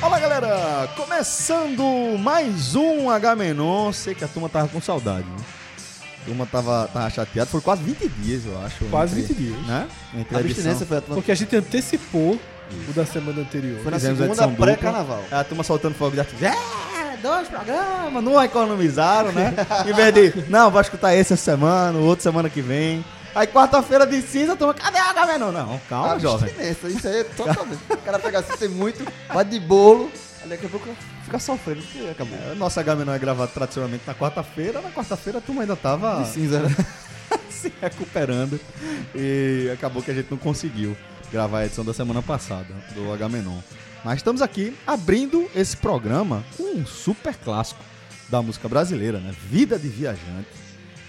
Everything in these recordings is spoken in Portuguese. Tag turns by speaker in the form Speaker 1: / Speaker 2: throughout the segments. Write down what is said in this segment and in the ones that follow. Speaker 1: Fala galera, começando mais um H-Menon. Sei que a turma tava com saudade, né? A turma tava, tava chateada, foi quase 20 dias, eu acho.
Speaker 2: Quase
Speaker 1: entre-
Speaker 2: 20 dias.
Speaker 1: Né? Entre
Speaker 3: A
Speaker 1: a edição.
Speaker 3: abstinência foi a turma.
Speaker 2: Porque a gente antecipou o da semana anterior.
Speaker 3: Foi na
Speaker 1: Fizemos
Speaker 3: segunda
Speaker 1: edição dupla. É,
Speaker 3: pré-carnaval.
Speaker 1: A turma soltando fogo de artifício. É, dois programas, não economizaram, né? em vez de, não, vou escutar esse essa semana, o outro semana que vem. Aí quarta-feira de cinza, a turma, cadê a H-Menon? Não, calma, Ah, jovem.
Speaker 3: Abstinência, isso aí é totalmente. O cara pega assim, tem muito, vai de bolo, aí daqui a pouco fica sofrendo, porque acabou.
Speaker 1: É, Nossa H-Menon é gravado tradicionalmente na quarta-feira. Na quarta-feira a turma ainda tava...
Speaker 3: De cinza, né?
Speaker 1: se recuperando e acabou que a gente não conseguiu gravar a edição da semana passada do H-Menon. Mas estamos aqui abrindo esse programa com um super clássico da música brasileira, né? Vida de Viajante,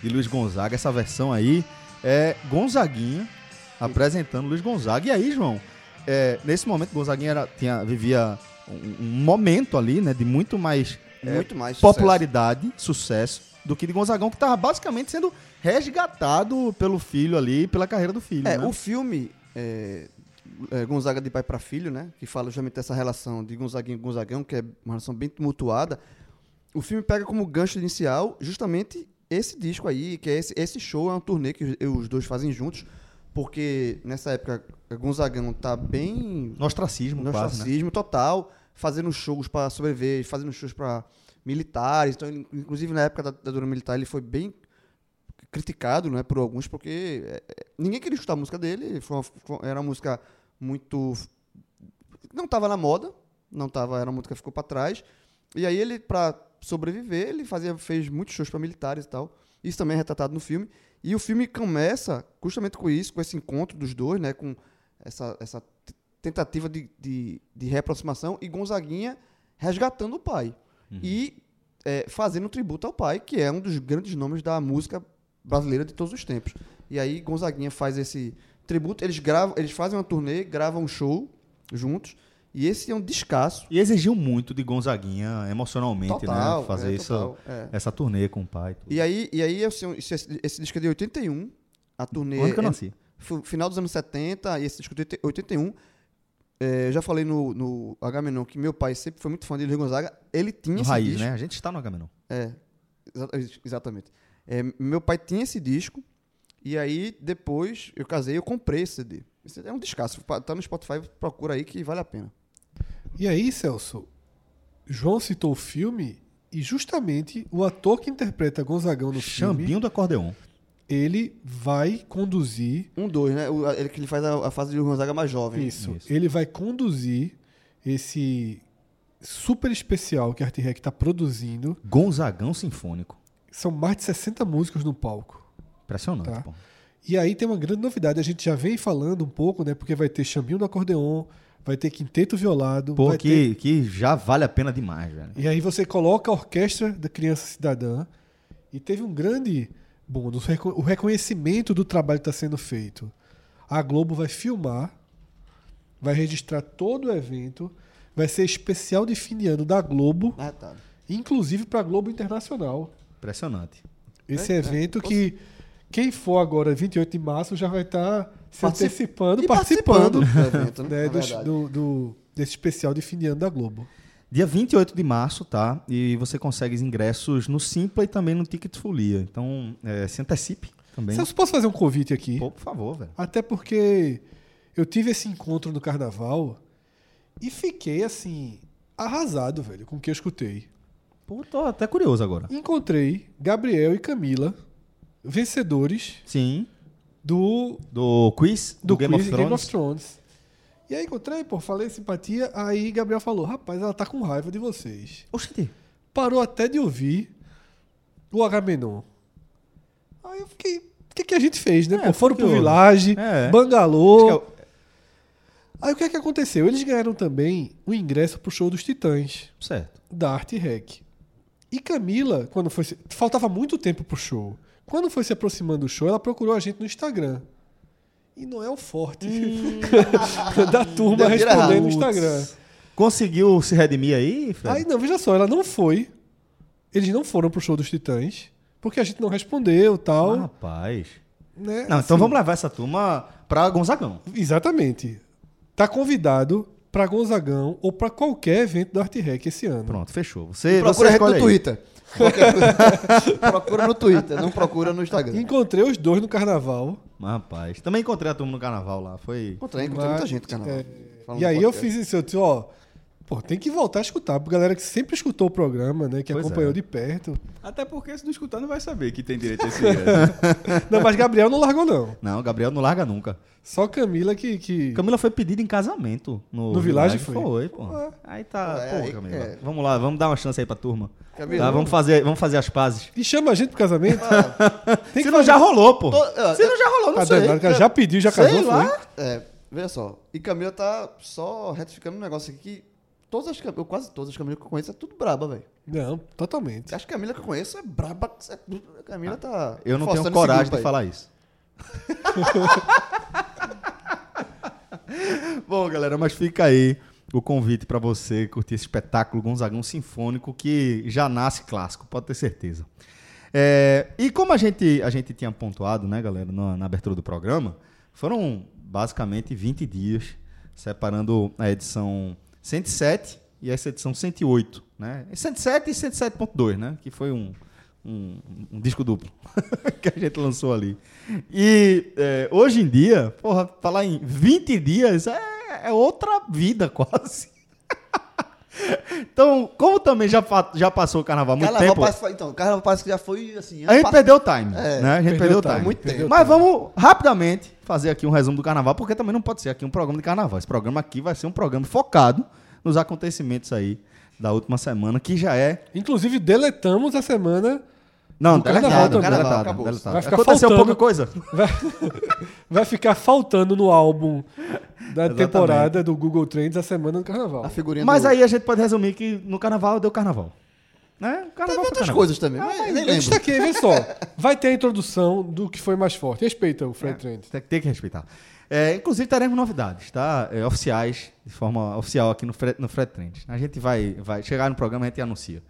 Speaker 1: de Luiz Gonzaga. Essa versão aí é Gonzaguinha apresentando Luiz Gonzaga. E aí, João, é, nesse momento Gonzaguinha era, tinha, vivia um, um momento ali, né? De muito mais é,
Speaker 3: Muito mais. sucesso.
Speaker 1: popularidade, sucesso, do que de Gonzagão, que tava basicamente sendo resgatado pelo filho ali, pela carreira do filho.
Speaker 3: É,
Speaker 1: né?
Speaker 3: o filme é, é, Gonzaga de pai para filho, né? Que fala justamente dessa relação de Gonzaguinho e Gonzagão, que é uma relação bem tumultuada. O filme pega como gancho inicial justamente esse disco aí, que é esse, esse show, é um turnê que os, os dois fazem juntos, porque nessa época Gonzagão tá bem
Speaker 1: Nostracismo,
Speaker 3: no
Speaker 1: quase, né?
Speaker 3: fascismo total, fazendo shows para sobreviver, fazendo shows para militares. Então, ele, inclusive na época da ditadura militar, ele foi bem criticado, né, por alguns, porque é, é, ninguém queria escutar a música dele. Foi uma- foi- era uma música muito não estava na moda, não tava, era uma música que ficou para trás. E aí ele para sobreviver, ele fazia fez muitos shows para militares e tal. Isso também é retratado no filme. E o filme começa justamente com isso, com esse encontro dos dois, né, com essa, essa t- tentativa de, de, de reaproximação e Gonzaguinha resgatando o pai
Speaker 1: Uhum.
Speaker 3: e é, fazendo um tributo ao pai, que é um dos grandes nomes da música brasileira de todos os tempos. E aí Gonzaguinha faz esse tributo, eles gravam, eles fazem uma turnê, gravam um show juntos e esse é um descasso
Speaker 1: E exigiu muito de Gonzaguinha emocionalmente,
Speaker 3: total,
Speaker 1: né? Fazer
Speaker 3: é,
Speaker 1: isso,
Speaker 3: total, é.
Speaker 1: essa turnê com o pai. e tudo.
Speaker 3: E aí, e aí assim, esse, esse disco é de 81, a turnê
Speaker 1: O ano que eu
Speaker 3: é-
Speaker 1: nasci.
Speaker 3: Fu- final dos anos 70 e esse disco de 81. É, eu já falei no, no Agamenon que meu pai sempre foi muito fã de Luiz Gonzaga. Ele tinha
Speaker 1: No
Speaker 3: esse
Speaker 1: raiz,
Speaker 3: disco.
Speaker 1: né? A gente está no H-Menon.
Speaker 3: É, exa- ex- exatamente. É, meu pai tinha esse disco e aí depois eu casei eu comprei esse CD. Esse é um descasso. Pa- Tá no Spotify, procura aí que vale a pena.
Speaker 2: E aí, Celso, João citou o filme e justamente o ator que interpreta Gonzagão no filme,
Speaker 1: Chambinho do acordeon.
Speaker 2: ele vai conduzir
Speaker 3: Um, dois, né? O- a- ele que ele faz a, a fase de Luiz Gonzaga mais jovem.
Speaker 2: isso,
Speaker 1: Isso.
Speaker 2: Ele vai conduzir esse super especial que a Arte Rec está produzindo.
Speaker 1: Gonzagão Sinfônico.
Speaker 2: São mais de 60 músicas no palco.
Speaker 1: Impressionante,
Speaker 2: Tá.
Speaker 1: pô.
Speaker 2: E aí tem uma grande novidade, a gente já vem falando um pouco, né? Porque vai ter chambinho no acordeon, vai ter quinteto violado,
Speaker 1: Pô,
Speaker 2: vai
Speaker 1: que,
Speaker 2: ter
Speaker 1: que já vale a pena demais, velho.
Speaker 2: E aí você coloca a orquestra da Criança Cidadã e teve um grande bônus, o reco- o reconhecimento do trabalho que está sendo feito. A Globo vai filmar, vai registrar todo o evento, vai ser especial de fim de ano da Globo,
Speaker 3: Ah, tá.
Speaker 2: inclusive para a Globo Internacional.
Speaker 1: Impressionante.
Speaker 2: Esse
Speaker 3: É, é.
Speaker 2: evento que quem for agora 28 de março já vai estar se
Speaker 3: Partici-
Speaker 2: antecipando,
Speaker 3: E
Speaker 2: participando,
Speaker 3: participando do evento, né?
Speaker 2: né,
Speaker 3: Na
Speaker 2: dos-
Speaker 3: verdade.
Speaker 2: do- do- desse especial de fim de ano da Globo.
Speaker 1: Dia 28 de março, tá? E você consegue os ingressos no Simpla e também no Ticket Folia. Então, é, se antecipe também.
Speaker 2: Celso, posso fazer um convite aqui?
Speaker 1: Pô, por favor, velho.
Speaker 2: Até porque eu tive esse encontro no carnaval e fiquei assim, arrasado, velho, com o que eu escutei.
Speaker 1: Pô, tô até curioso agora.
Speaker 2: Encontrei Gabriel e Camila, vencedores
Speaker 1: Sim.
Speaker 2: do,
Speaker 1: Do quiz
Speaker 2: do, quiz de Game of Thrones. E aí encontrei, pô, falei simpatia, aí Gabriel falou, rapaz, ela tá com raiva de vocês.
Speaker 1: Oxente.
Speaker 2: Parou até de ouvir o Agamenon. Aí eu fiquei, o que, que a gente fez, né?
Speaker 1: É,
Speaker 2: pô, foram
Speaker 1: que
Speaker 2: pro
Speaker 1: houve?
Speaker 2: Village,
Speaker 1: É.
Speaker 2: Bangalô.
Speaker 1: Acho
Speaker 2: Aí o que é que aconteceu? Eles ganharam também o ingresso pro show dos Titãs,
Speaker 1: Certo.
Speaker 2: da Arte Rec. E Camila, quando foi. se- Faltava muito tempo pro show. Quando foi se aproximando do show, ela procurou a gente no Instagram. E não é o forte
Speaker 3: Hum.
Speaker 2: da turma
Speaker 3: Deu vira-lata.
Speaker 2: respondendo Tá no Instagram.
Speaker 1: Conseguiu se redimir aí, Fred?
Speaker 2: Aí não, veja só, ela não foi. Eles não foram pro show dos Titãs, porque a gente não respondeu
Speaker 1: Ah,
Speaker 2: tal.
Speaker 1: rapaz.
Speaker 2: né?
Speaker 1: Não, então
Speaker 2: Assim,
Speaker 1: vamos levar essa turma pra Gonzagão.
Speaker 2: Exatamente. Tá convidado pra Gonzagão ou pra qualquer evento do Art Rec esse ano.
Speaker 1: Pronto, fechou. Você, você
Speaker 3: Procura a gente
Speaker 1: escolhe
Speaker 3: no
Speaker 1: aí.
Speaker 3: Twitter. Qualquer- procura no Twitter, não procura no Instagram.
Speaker 2: Encontrei os dois no carnaval.
Speaker 1: Mas, rapaz, também encontrei a turma no carnaval lá. Foi.
Speaker 3: Encontrei, encontrei muita
Speaker 2: Mas,
Speaker 3: gente, cara.
Speaker 2: é, E aí eu fiz isso, eu disse, ó, pô, tem que voltar a escutar, pra galera que sempre escutou o programa, né, que
Speaker 1: Pois
Speaker 2: acompanhou
Speaker 1: é.
Speaker 2: de perto.
Speaker 4: Até porque se não escutar, não vai saber que tem direito a esse ano.
Speaker 2: Não, mas Gabriel não largou não.
Speaker 1: Não, Gabriel não larga nunca.
Speaker 2: Só Camila que que
Speaker 1: Camila foi pedida em casamento no,
Speaker 2: No Village foi?
Speaker 1: pô. Aí tá,
Speaker 3: É,
Speaker 1: porra,
Speaker 3: aí-
Speaker 1: Camila.
Speaker 3: é.
Speaker 1: Vamos lá, vamos dar uma chance aí pra turma.
Speaker 3: Camila.
Speaker 1: Tá, vamos fazer, vamos fazer as pazes.
Speaker 2: e chama a gente pro casamento? Tem
Speaker 1: Ah,
Speaker 2: um
Speaker 1: Se não já rolou, pô.
Speaker 3: Tô- é,
Speaker 1: Se não já rolou, não
Speaker 2: Tá
Speaker 1: sei.
Speaker 2: danado, cara já pediu, já casou,
Speaker 3: Sei lá.
Speaker 2: foi.
Speaker 3: É, veja só. E Camila tá só retificando um negócio aqui que todas as Camilas, quase todas as Camilas que eu conheço é tudo braba, velho.
Speaker 2: Não, totalmente.
Speaker 3: As Camilas que eu conheço é braba. é tudo- a Camila tá.
Speaker 1: Ah, Eu não
Speaker 3: forçando
Speaker 1: tenho coragem
Speaker 3: esse grupo
Speaker 1: de
Speaker 3: aí.
Speaker 1: falar isso. Bom, galera, mas fica aí o convite pra você curtir esse espetáculo Gonzagão Sinfônico que já nasce clássico, pode ter certeza. É, e como a gente, a gente tinha pontuado, né, galera, na, na abertura do programa, foram basicamente 20 dias separando a edição 107 e essa edição 108, né? 107 e 107.2, né? Que foi um, um, um disco duplo que a gente lançou ali. E é, hoje em dia, porra, falar em 20 dias é, é outra vida quase. então, como também já, fa- já passou o carnaval há muito
Speaker 3: Carnaval
Speaker 1: tempo...
Speaker 3: parece, então, Carnaval parece que já foi assim.
Speaker 1: A
Speaker 3: ano
Speaker 1: gente
Speaker 3: passado.
Speaker 1: perdeu o time,
Speaker 3: É,
Speaker 1: né? A gente perdeu o
Speaker 2: perdeu o
Speaker 1: time.
Speaker 2: time,
Speaker 3: muito tempo.
Speaker 1: Mas vamos rapidamente fazer aqui um resumo do carnaval, porque também não pode ser aqui um programa de carnaval. Esse programa aqui vai ser um programa focado nos acontecimentos aí da última semana, que já é...
Speaker 2: Inclusive deletamos a semana
Speaker 1: Não,
Speaker 2: Do carnaval
Speaker 1: deletado,
Speaker 2: também.
Speaker 1: deletado,
Speaker 3: Acabou.
Speaker 1: deletado.
Speaker 2: Vai ficar
Speaker 1: Aconteceu
Speaker 2: faltando.
Speaker 1: pouca coisa.
Speaker 2: vai, vai ficar faltando no álbum da
Speaker 1: Exatamente.
Speaker 2: temporada do Google Trends a semana do carnaval.
Speaker 3: A figurinha
Speaker 1: Mas
Speaker 3: do-
Speaker 1: aí a gente pode resumir que no carnaval deu carnaval. Né? O
Speaker 3: Teve
Speaker 1: carnaval foi
Speaker 3: Tá outras
Speaker 1: carnaval.
Speaker 3: coisas também, Ah, mas tá- nem
Speaker 2: Eu
Speaker 3: lembro.
Speaker 2: destaquei, vê só. Vai ter a introdução do que foi mais forte. Respeita o Fred Trends.
Speaker 1: Tem, tem que respeitar. É, inclusive, teremos novidades, tá? É, oficiais, de forma oficial aqui no Fred, no Fred Trend. A gente vai, vai chegar no programa, a gente anuncia.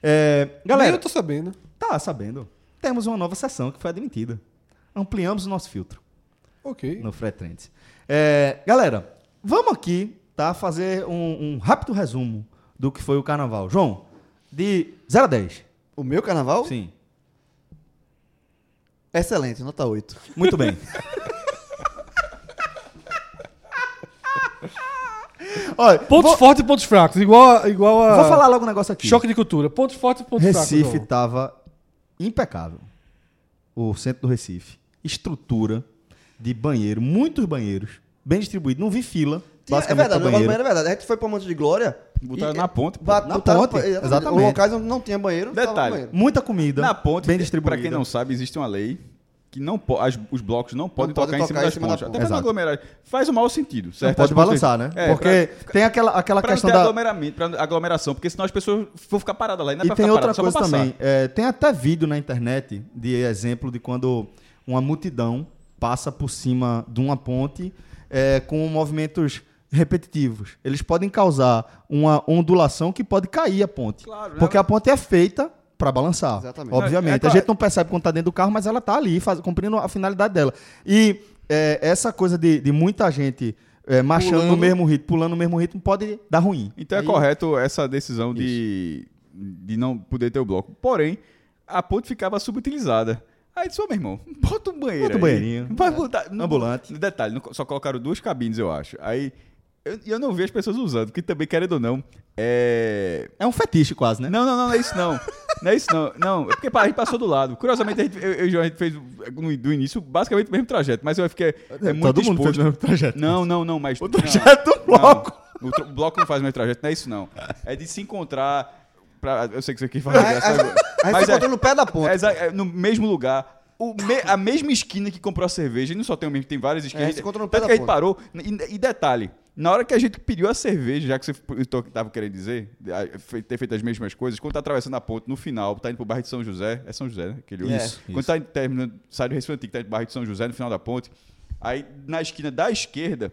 Speaker 1: É,
Speaker 2: Galera,
Speaker 1: galera,
Speaker 2: eu tô sabendo.
Speaker 1: tá sabendo. Temos uma nova sessão que foi admitida. Ampliamos o nosso filtro
Speaker 2: Ok.
Speaker 1: no Fred Trends. É, galera, vamos aqui, tá? Fazer um, um rápido resumo do que foi o carnaval. João, de 0 a 10.
Speaker 3: O meu carnaval?
Speaker 1: Sim.
Speaker 3: Excelente, nota 8.
Speaker 1: Muito bem. Olha,
Speaker 2: Pontos
Speaker 1: vou,
Speaker 2: fortes e pontos fracos. Igual a, igual a
Speaker 4: Ah.
Speaker 1: vou falar logo um negócio aqui.
Speaker 2: choque de cultura. Pontos fortes e pontos fracos.
Speaker 1: Recife
Speaker 2: João.
Speaker 1: estava impecável. O centro do Recife. Estrutura de banheiro, muitos banheiros, bem distribuído. Não vi fila,
Speaker 3: Tinha- É
Speaker 1: basicamente,
Speaker 3: verdade,
Speaker 1: pra
Speaker 3: não,
Speaker 1: banheiro.
Speaker 3: banheiro é verdade. A gente foi pra Monte de Glória.
Speaker 4: Botaram
Speaker 3: e-
Speaker 4: na ponte, pô.
Speaker 3: ba-
Speaker 1: Na
Speaker 3: botaram-
Speaker 1: ponte,
Speaker 3: exatamente.
Speaker 1: exatamente.
Speaker 3: Locais onde não tinha banheiro, tava
Speaker 4: Detalhe.
Speaker 3: banheiro.
Speaker 1: Muita comida,
Speaker 4: Na ponte, é,
Speaker 1: bem distribuída.
Speaker 4: pra quem não sabe, existe uma lei que não po- as- os blocos não podem
Speaker 3: podem
Speaker 4: tocar, em cima das pontes.
Speaker 3: da
Speaker 4: Até
Speaker 1: ponte.
Speaker 4: pra não
Speaker 1: Exato.
Speaker 4: aglomerar. Faz o mau sentido,
Speaker 1: Não
Speaker 4: certo?
Speaker 1: pode
Speaker 4: As pontes-
Speaker 1: balançar, né?
Speaker 4: É,
Speaker 1: Porque tem aquela, aquela
Speaker 4: Pra, pra não
Speaker 1: questão
Speaker 4: ter
Speaker 1: da...
Speaker 4: aglomeramento, pra aglomeração, porque senão as pessoas vão ficar paradas lá. E, não é
Speaker 1: E
Speaker 4: pra
Speaker 1: tem
Speaker 4: ficar
Speaker 1: outra
Speaker 4: parada, só pra
Speaker 1: coisa também.
Speaker 4: passar.
Speaker 1: é, tem até vídeo na internet de exemplo de quando uma multidão passa por cima de uma ponte é, com movimentos repetitivos. Eles podem causar uma ondulação que pode cair a ponte.
Speaker 4: Claro, né?
Speaker 1: porque a ponte é feita para balançar.
Speaker 3: Exatamente.
Speaker 1: Obviamente.
Speaker 4: É, é claro.
Speaker 1: A gente não percebe quando tá dentro do carro, mas ela tá ali faz- cumprindo a finalidade dela. E é, essa coisa de, de muita gente é, marchando no
Speaker 3: Pulando.
Speaker 1: mesmo ritmo, pulando no mesmo ritmo, pode dar ruim.
Speaker 4: Então
Speaker 1: Aí-
Speaker 4: é correto essa decisão de, de não poder ter o bloco. Porém, a ponte ficava subutilizada. Aí disse, ô meu irmão, bota um banheiro.
Speaker 1: Bota um
Speaker 4: aí.
Speaker 1: banheirinho. É,
Speaker 4: Vai botar. não-
Speaker 1: Ambulante.
Speaker 4: Detalhe, não- só colocaram duas cabines, eu acho. Aí. Eu, eu não vi as pessoas usando, que também, querendo ou não, é.
Speaker 1: É um fetiche quase, né?
Speaker 4: Não, não, não, não é isso não. Não é isso não. Não, é porque pá, a gente passou do lado. Curiosamente, a gente, eu, eu e João, a gente fez no- do início basicamente o mesmo trajeto, mas eu acho que é, é muito
Speaker 1: Todo mundo
Speaker 4: exposto.
Speaker 1: fez o mesmo trajeto.
Speaker 4: Não, não, não, mas. O
Speaker 1: trajeto do bloco.
Speaker 4: O, tro- o bloco não faz mais trajeto, não é isso não. É de se encontrar. pra- eu sei que isso aqui faz
Speaker 3: Aí-
Speaker 4: graça
Speaker 3: aí-
Speaker 4: agora.
Speaker 3: Aí
Speaker 4: Mas
Speaker 3: você
Speaker 4: é-
Speaker 3: botou no pé da ponte.
Speaker 4: é exa- é no mesmo lugar. o me- a mesma esquina que comprou a cerveja, e não só tem o mesmo, tem várias esquinas.
Speaker 3: É, se encontra no pé
Speaker 4: Tanto
Speaker 3: da
Speaker 4: que a gente
Speaker 3: ponte.
Speaker 4: parou. E, e detalhe, na hora que a gente pediu a cerveja, já que você estava querendo dizer, a- fe- ter feito as mesmas coisas, quando tá atravessando a ponte, no final, tá indo pro bairro de São José, é São José, né? Aquele outro.
Speaker 3: Isso,
Speaker 4: Quando tá terminando, sai do Recife Antigo, tá indo pro bairro de São José, no final da ponte, aí na esquina da esquerda,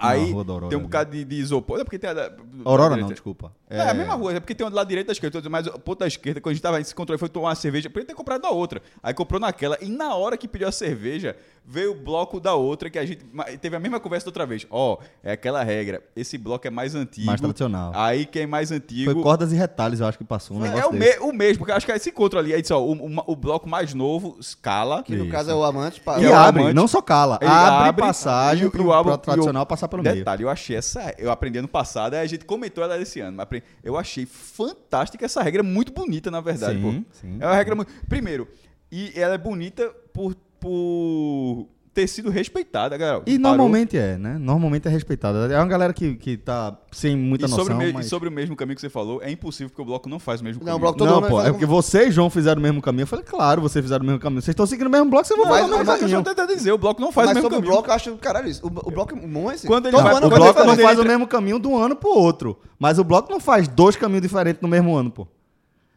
Speaker 1: Na
Speaker 4: aí
Speaker 1: Rua da Aurora,
Speaker 4: tem um
Speaker 1: né?
Speaker 4: bocado de, de isopor. É porque tem a da-
Speaker 1: Aurora
Speaker 4: da
Speaker 1: não,
Speaker 4: direita.
Speaker 1: desculpa.
Speaker 4: É, a mesma rua, é porque tem uma do lado direito da esquerda, mas o ponto da esquerda, quando a gente tava se controle, foi tomar uma cerveja, podia ter comprado na outra. Aí comprou naquela, e na hora que pediu a cerveja, veio o bloco da outra que a gente ma- teve a mesma conversa da outra vez. Ó, é aquela regra. Esse bloco é mais antigo.
Speaker 1: Mais tradicional.
Speaker 4: Aí quem é mais antigo.
Speaker 1: Foi cordas e retalhos, eu acho que passou um
Speaker 4: é
Speaker 1: negócio
Speaker 4: o, me-
Speaker 1: desse.
Speaker 4: o mesmo, porque eu acho que aí se encontra ali. Aí disse, ó, o, o- o bloco mais novo, escala.
Speaker 3: Que no
Speaker 1: Isso.
Speaker 3: caso é o amante. pá,
Speaker 4: E
Speaker 1: E
Speaker 4: é o
Speaker 1: abre,
Speaker 4: amante.
Speaker 1: não só cala.
Speaker 4: Ele
Speaker 1: abre,
Speaker 4: abre e
Speaker 1: passagem
Speaker 4: o-
Speaker 1: pro,
Speaker 4: e o álbum-
Speaker 1: pro tradicional passar pelo meio.
Speaker 4: Detalhe, eu achei essa. Eu aprendi ano passado, aí a gente comentou ela esse ano. mas apre- Eu achei fantástica essa regra, muito bonita, na verdade.
Speaker 1: Sim,
Speaker 4: pô.
Speaker 1: sim.
Speaker 4: É uma regra muito. Primeiro, e ela é bonita por, por ter sido respeitada, galera.
Speaker 1: E
Speaker 4: Parou.
Speaker 1: normalmente é, né? Normalmente é respeitada. É uma galera que, que tá sem muita
Speaker 4: E sobre,
Speaker 1: noção,
Speaker 4: o me-
Speaker 1: mas...
Speaker 4: e sobre o mesmo caminho que você falou, é impossível porque o bloco não faz o mesmo
Speaker 3: Não, o
Speaker 4: caminho.
Speaker 3: bloco todo
Speaker 1: não,
Speaker 3: mundo
Speaker 1: pô,
Speaker 3: faz
Speaker 1: é
Speaker 3: um-
Speaker 1: porque você e João fizeram o mesmo caminho. Eu falei, claro, vocês fizeram o mesmo caminho. Vocês estão seguindo o mesmo bloco, vocês vão
Speaker 3: Mas-
Speaker 1: fazer o mesmo
Speaker 4: Mas é o que eu
Speaker 1: caminho.
Speaker 4: tô tentando dizer, o bloco não faz
Speaker 3: mas
Speaker 4: o mesmo
Speaker 3: sobre
Speaker 4: caminho.
Speaker 3: o bloco, eu acho do caralho isso. O, o bloco é bom esse.
Speaker 4: Quando ele
Speaker 1: Não,
Speaker 4: vai-
Speaker 1: o
Speaker 4: quando ele
Speaker 1: bloco
Speaker 4: vai
Speaker 1: não
Speaker 4: fazer,
Speaker 1: faz
Speaker 4: ele
Speaker 1: o mesmo caminho de um ano pro outro. Mas o bloco não faz dois caminhos diferentes no mesmo ano, pô.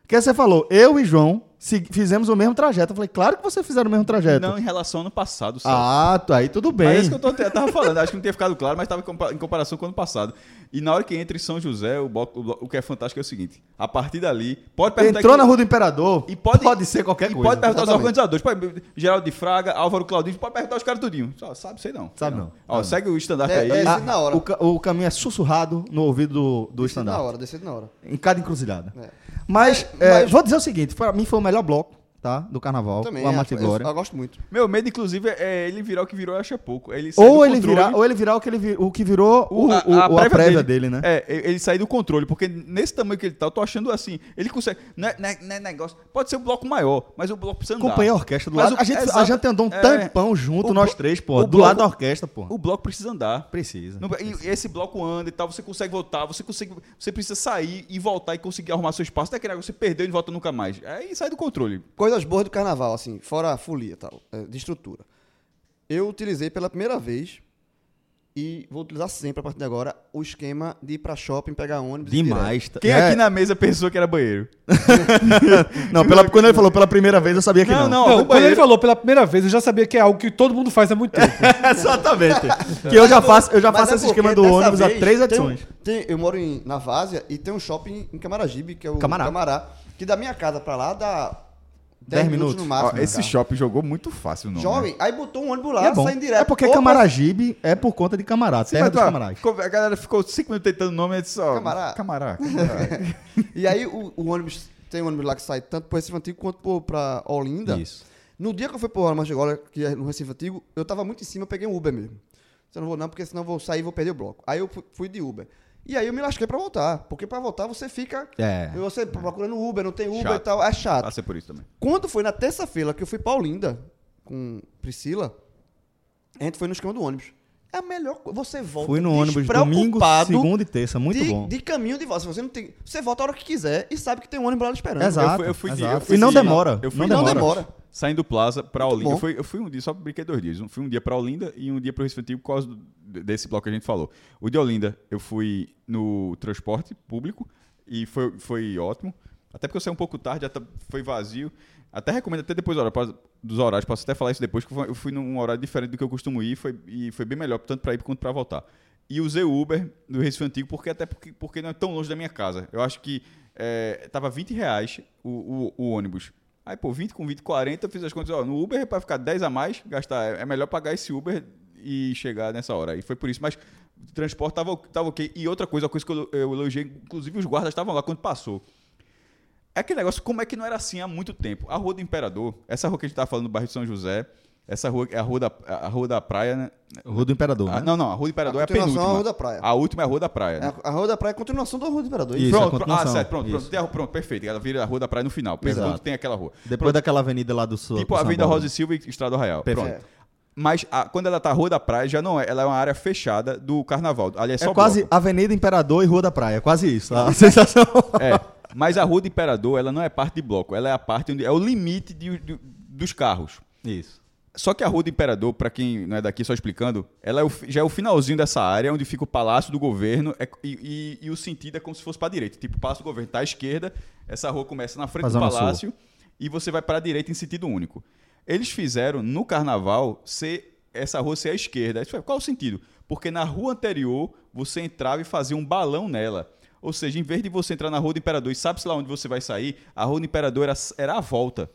Speaker 1: Porque você falou, eu e João se- fizemos o mesmo trajeto. Eu falei, claro que vocês fizeram o mesmo trajeto.
Speaker 4: Não, em relação ao ano passado, Celso.
Speaker 1: ah, tu- aí tudo bem.
Speaker 4: Mas é isso que eu, tô, eu tava falando, acho que não tinha ficado claro, mas tava em compa- em comparação com o ano passado. E na hora que entra em São José, o, bloco- o bloco- o que é fantástico é o seguinte: a partir dali, pode perguntar.
Speaker 1: Entrou
Speaker 4: quem-
Speaker 1: na Rua do Imperador,
Speaker 4: e pode,
Speaker 1: ser qualquer
Speaker 4: e
Speaker 1: coisa.
Speaker 4: Pode perguntar aos
Speaker 3: Exatamente.
Speaker 4: organizadores. Pode, Geraldo de Fraga, Álvaro Claudinho, pode perguntar os caras tudinho. Só, sabe, sei não.
Speaker 1: Sabe não.
Speaker 4: Ó,
Speaker 1: Sabe
Speaker 4: segue o estandarte
Speaker 3: É,
Speaker 4: aí.
Speaker 3: é,
Speaker 4: Ah,
Speaker 1: Ah,
Speaker 3: na hora.
Speaker 1: O, ca- o caminho é sussurrado no ouvido do, do
Speaker 3: Descido na
Speaker 1: stand-up.
Speaker 3: hora, descido na hora.
Speaker 1: Em cada encruzilhada.
Speaker 3: É.
Speaker 1: Mas,
Speaker 3: É,
Speaker 1: é,
Speaker 3: mas-
Speaker 1: vou dizer o seguinte: pra mim foi o melhor bloco tá, do carnaval,
Speaker 3: Também.
Speaker 1: o
Speaker 3: é,
Speaker 1: Amate
Speaker 3: eu-
Speaker 1: Glória.
Speaker 3: Eu, gosto muito.
Speaker 4: Meu medo, inclusive, é ele virar o que virou, eu acho é pouco. Ele sai do
Speaker 1: Ou ele,
Speaker 4: controle.
Speaker 1: virar, ou ele virar o que, ele vi- o que virou o,
Speaker 4: a,
Speaker 1: o- o- a prévia, dele, né?
Speaker 4: É, e- ele sair do controle, porque nesse tamanho que ele tá, eu tô achando assim, ele consegue. Não é, não é- não é negócio. Pode ser um bloco maior, mas o bloco precisa andar.
Speaker 1: Acompanhei a orquestra do
Speaker 4: Mas
Speaker 1: lado.
Speaker 4: o-
Speaker 1: a, gente, a
Speaker 4: exato.
Speaker 1: gente andou um
Speaker 4: É,
Speaker 1: tampão junto,
Speaker 4: o
Speaker 1: nós
Speaker 4: blo-
Speaker 1: três, porra.
Speaker 4: o
Speaker 1: Do
Speaker 4: bloco-
Speaker 1: lado da orquestra, porra.
Speaker 4: O bloco precisa andar.
Speaker 1: Precisa.
Speaker 4: Não- e esse bloco anda e tal, você consegue voltar, você consegue. Você precisa sair e voltar e conseguir arrumar seu espaço. Não é que você perdeu e não volta nunca mais. Aí sai do controle.
Speaker 3: Coisas boas do carnaval, assim, fora a folia e tal, é, de estrutura. Eu utilizei pela primeira vez e vou utilizar sempre a partir de agora o esquema de ir pra shopping, pegar ônibus. e ir
Speaker 1: Demais. tá-
Speaker 4: Quem
Speaker 1: é.
Speaker 4: aqui na mesa pensou que era banheiro?
Speaker 1: Não, pela, quando ele falou pela primeira vez, eu sabia que não.
Speaker 4: Não,
Speaker 2: Não,
Speaker 4: o
Speaker 2: quando
Speaker 4: banheiro-
Speaker 2: ele falou pela primeira vez, eu já sabia que é algo que todo mundo faz há muito tempo.
Speaker 1: Exatamente. que eu já faço, eu já
Speaker 3: Mas
Speaker 1: faço
Speaker 3: é
Speaker 1: esse
Speaker 3: porque
Speaker 1: esquema do
Speaker 3: dessa
Speaker 1: ônibus há
Speaker 3: vez
Speaker 1: três
Speaker 3: tem um-
Speaker 1: edições.
Speaker 3: tem- eu moro em, na Várzea e tem um shopping em Camaragibe, que é o
Speaker 1: Camará.
Speaker 3: Camará, que da minha casa pra lá dá
Speaker 1: 10
Speaker 3: 10
Speaker 1: minutos.
Speaker 3: minutos, no máximo.
Speaker 4: Ó,
Speaker 3: né,
Speaker 4: esse
Speaker 3: cara?
Speaker 4: shopping jogou muito fácil, né? não.
Speaker 3: Jovem, aí botou um ônibus
Speaker 1: né? E
Speaker 3: lá,
Speaker 1: É, bom.
Speaker 3: saindo direto.
Speaker 1: é porque
Speaker 3: Opa,
Speaker 1: Camaragibe é por conta de Camará, terra dos Camarás.
Speaker 4: A galera ficou cinco minutos tentando o nome e disse, ó.
Speaker 3: Camará.
Speaker 4: Camará.
Speaker 3: E aí o, o ônibus, tem um ônibus lá que sai tanto pro Recife Antigo quanto pro, pra Olinda.
Speaker 1: Isso.
Speaker 3: No dia que eu fui pro Armas de Gola, que é no Recife Antigo, eu tava muito em cima, eu peguei um Uber mesmo. Se eu não vou não, porque senão eu vou sair e vou perder o bloco. Aí eu fu- fui de Uber. E aí eu me lasquei pra voltar, porque pra voltar você fica...
Speaker 1: É.
Speaker 3: Você procurando Uber, não tem Uber
Speaker 4: Chato.
Speaker 3: e tal, é chato.
Speaker 4: Passa Ah, por isso também.
Speaker 3: Quando foi na terça-feira que eu fui pra Olinda com Priscila, a gente foi no esquema do ônibus. É a melhor coisa. Você volta
Speaker 1: Fui no ônibus domingo,
Speaker 3: despreocupado
Speaker 1: segunda e terça, muito
Speaker 3: de,
Speaker 1: bom.
Speaker 3: de caminho de volta. Se Você, não tem, você volta a hora que quiser e sabe que tem um ônibus lá lhe esperando.
Speaker 1: Exato.
Speaker 4: Eu fui, eu fui de-
Speaker 1: exato.
Speaker 4: eu fui
Speaker 1: E não
Speaker 4: de-
Speaker 1: demora, não
Speaker 4: de-
Speaker 3: Não demora.
Speaker 4: Saindo do Plaza pra Olinda.
Speaker 3: bom.
Speaker 4: Eu fui, eu fui um dia, só brinquei dois dias. Um- Fui um dia pra Olinda e um dia pro Recife Antigo por causa do- desse bloco que a gente falou. O de Olinda, eu fui no transporte público e foi, foi ótimo. Até porque eu saí um pouco tarde, já tá- foi vazio. Até recomendo, até depois do horário, pra- dos horários, posso até falar isso depois, que eu fui- eu fui num horário diferente do que eu costumo ir foi, e foi bem melhor, tanto pra ir quanto pra voltar. E usei o Uber do Recife Antigo, porque até porque, porque não é tão longe da minha casa. Eu acho que é, tava 20 reais o, o- o ônibus. Aí, pô, 20 com 20, 40, eu fiz as contas, ó, no Uber é pra ficar 10 a mais, gastar, é é melhor pagar esse Uber e chegar nessa hora. E foi por isso, mas o transporte tava, tava ok. E outra coisa, a coisa que eu, eu elogiei, inclusive os guardas estavam lá quando passou. É aquele negócio, como é que não era assim há muito tempo? A Rua do Imperador, essa rua que a gente tava falando do bairro de São José, essa rua é a Rua da, a rua da Praia, né?
Speaker 1: Rua do Imperador,
Speaker 4: Ah,
Speaker 1: né?
Speaker 4: não, não, a Rua do Imperador
Speaker 3: A
Speaker 4: é a penúltima.
Speaker 3: continuação é a Rua da Praia.
Speaker 4: A última é a Rua da Praia, né?
Speaker 3: É, A Rua da Praia é a continuação da Rua do Imperador.
Speaker 1: Isso, é a
Speaker 4: pronto, pronto, ah,
Speaker 1: continuação,
Speaker 4: certo, pronto,
Speaker 1: isso.
Speaker 4: pronto, terra, pronto, perfeito. Ela vira a Rua da Praia no final,
Speaker 1: Exato.
Speaker 4: pronto, tem aquela rua.
Speaker 1: Depois daquela avenida lá do sul.
Speaker 4: Tipo a Avenida Rosa e Silva e Estrada do Arraial.
Speaker 1: Perfeito.
Speaker 4: Pronto. Mas a- quando ela tá Rua da Praia, já não é. Ela é uma área fechada do carnaval. Aliás,
Speaker 1: É
Speaker 4: só
Speaker 1: quase
Speaker 4: bloco.
Speaker 1: Avenida Imperador e Rua da Praia, é quase isso. A sensação.
Speaker 4: É. Mas a Rua do Imperador, ela não é parte de bloco. Ela é a parte onde é o limite de- de- dos carros.
Speaker 1: Isso.
Speaker 4: Só que a Rua do Imperador, pra quem não é daqui, só explicando, ela é o fi- já é o finalzinho dessa área onde fica o Palácio do Governo é- e, e- e o sentido é como se fosse pra direita. Tipo, o Palácio do Governo tá à esquerda, essa rua começa na frente
Speaker 1: Pra
Speaker 4: do
Speaker 1: Zona Sul.
Speaker 4: Palácio e você vai pra direita em sentido único. Eles fizeram no Carnaval ser essa rua ser à esquerda. Aí você fala, Qual o sentido? Porque na rua anterior você entrava e fazia um balão nela. Ou seja, em vez de você entrar na Rua do Imperador e sabe-se lá onde você vai sair, a Rua do Imperador era, era a volta.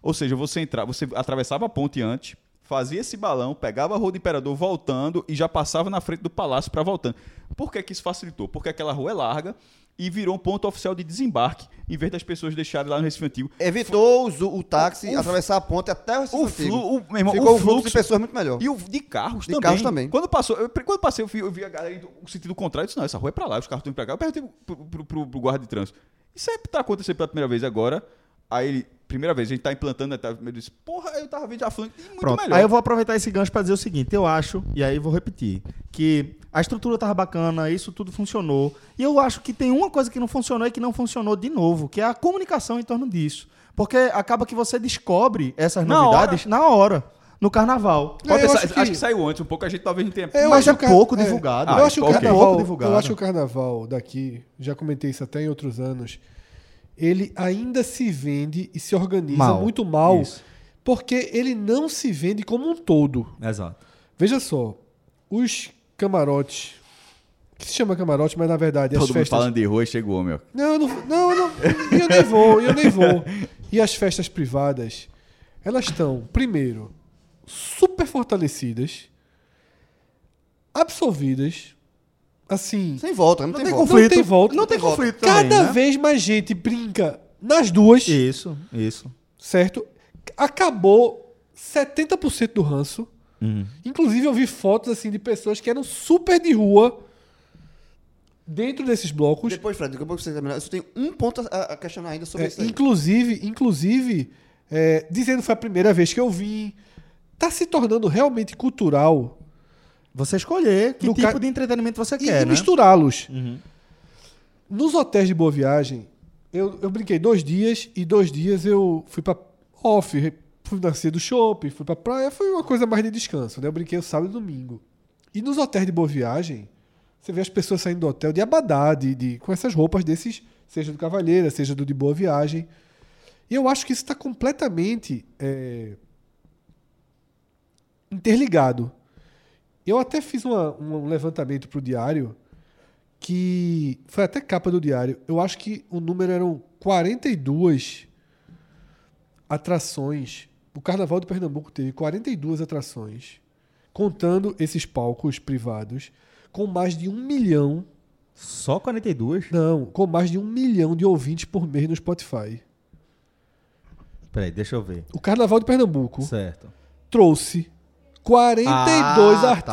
Speaker 4: Ou seja, você entrava, você atravessava a ponte antes, fazia esse balão, pegava a Rua do Imperador voltando e já passava na frente do palácio para voltando. Por que, que isso facilitou? Porque aquela rua é larga e virou um ponto oficial de desembarque, em vez das pessoas deixarem lá no Recife Antigo.
Speaker 3: Evitou os- o, o táxi
Speaker 4: O- o-
Speaker 3: atravessar a ponte até o Recife
Speaker 4: O
Speaker 3: Antigo.
Speaker 4: flu- o- meu irmão,
Speaker 3: Ficou
Speaker 4: o
Speaker 3: um fluxo de
Speaker 4: fluxo-
Speaker 3: pessoas muito melhor.
Speaker 4: E o de carros
Speaker 3: De
Speaker 4: também.
Speaker 3: carros também.
Speaker 4: Quando passou, eu- quando passei, eu vi, eu vi a galera indo no sentido contrário, eu disse, não, essa rua é pra lá, os carros estão indo pra cá. Eu perguntei pro, pro, pro- pro guarda de trânsito. Isso aí tá acontecendo pela primeira vez agora. Aí ele, primeira vez, a gente tá implantando, né, tá, eu disse, porra, eu tava vendo já falando, e muito
Speaker 1: Pronto.
Speaker 4: melhor.
Speaker 1: Aí eu vou aproveitar esse gancho pra dizer o seguinte, eu acho, e aí vou repetir, que a estrutura tava bacana, isso tudo funcionou. E eu acho que tem uma coisa que não funcionou e que não funcionou de novo, que é a comunicação em torno disso. Porque acaba que você descobre essas
Speaker 4: Na
Speaker 1: novidades na hora, no carnaval.
Speaker 2: Não, eu
Speaker 4: Pode pensar,
Speaker 2: acho
Speaker 4: acho,
Speaker 2: que-
Speaker 4: que... saiu antes um pouco, a gente talvez não tenha.
Speaker 2: Eu
Speaker 1: Mas
Speaker 2: acho
Speaker 1: é
Speaker 2: o car-
Speaker 1: pouco divulgado. né? Um
Speaker 2: Eu,
Speaker 4: Ah,
Speaker 2: acho que o
Speaker 4: ok.
Speaker 2: carnaval,
Speaker 1: Pouco divulgado.
Speaker 2: eu acho que o carnaval daqui, já comentei isso até em outros anos, ele ainda se vende e se organiza
Speaker 1: Mal.
Speaker 2: muito mal,
Speaker 1: Isso.
Speaker 2: porque ele não se vende como um todo.
Speaker 1: Exato.
Speaker 2: Veja só, os camarotes, que se chama camarote, mas na verdade as
Speaker 4: Todo mundo
Speaker 2: festas...
Speaker 4: falando de rua e chegou, meu.
Speaker 2: Não, eu não, não, eu não, e eu nem vou, eu nem vou. E as festas privadas, elas estão, primeiro, super fortalecidas, absolvidas, assim,
Speaker 3: Sem volta, não,
Speaker 1: Não
Speaker 3: tem,
Speaker 1: tem
Speaker 3: volta.
Speaker 1: conflito.
Speaker 2: Não tem volta.
Speaker 1: Não tem
Speaker 3: Não tem
Speaker 1: conflito
Speaker 2: cada
Speaker 1: também, né?
Speaker 2: vez mais gente brinca nas duas,
Speaker 1: Isso, isso.
Speaker 2: certo? Acabou 70% do ranço.
Speaker 1: Hum.
Speaker 2: Inclusive, eu vi fotos assim de pessoas que eram super de rua dentro desses blocos.
Speaker 3: Depois, Fred, depois que você terminar, eu só tenho um ponto a, a questionar ainda sobre
Speaker 2: É,
Speaker 3: isso aí.
Speaker 2: inclusive, inclusive é, dizendo que foi a primeira vez que eu vim. Tá se tornando realmente cultural
Speaker 1: Você escolher que
Speaker 2: No
Speaker 1: tipo
Speaker 2: ca-
Speaker 1: de entretenimento você
Speaker 2: e
Speaker 1: quer, né?
Speaker 2: misturá-los. Nos hotéis de boa viagem, eu, eu brinquei dois dias e dois dias eu fui pra off, re- fui nascer do shopping, fui pra praia, foi uma coisa mais de descanso, né? Eu brinquei o sábado e domingo. E nos hotéis de boa viagem, você vê as pessoas saindo do hotel de abadá, de, de- com essas roupas desses, seja do Cavalheira, seja do de boa viagem. E eu acho que isso está completamente é, interligado. Eu até fiz uma- um levantamento pro diário que foi até capa do diário. Eu acho que o número eram 42 atrações. O Carnaval de Pernambuco teve 42 atrações, contando esses palcos privados, com mais de um milhão.
Speaker 1: Só 42?
Speaker 2: Não, com mais de um milhão de ouvintes por mês no Spotify.
Speaker 1: Peraí, deixa eu ver.
Speaker 2: O Carnaval de Pernambuco
Speaker 1: Certo.
Speaker 2: trouxe 42
Speaker 1: Ah,
Speaker 2: artistas.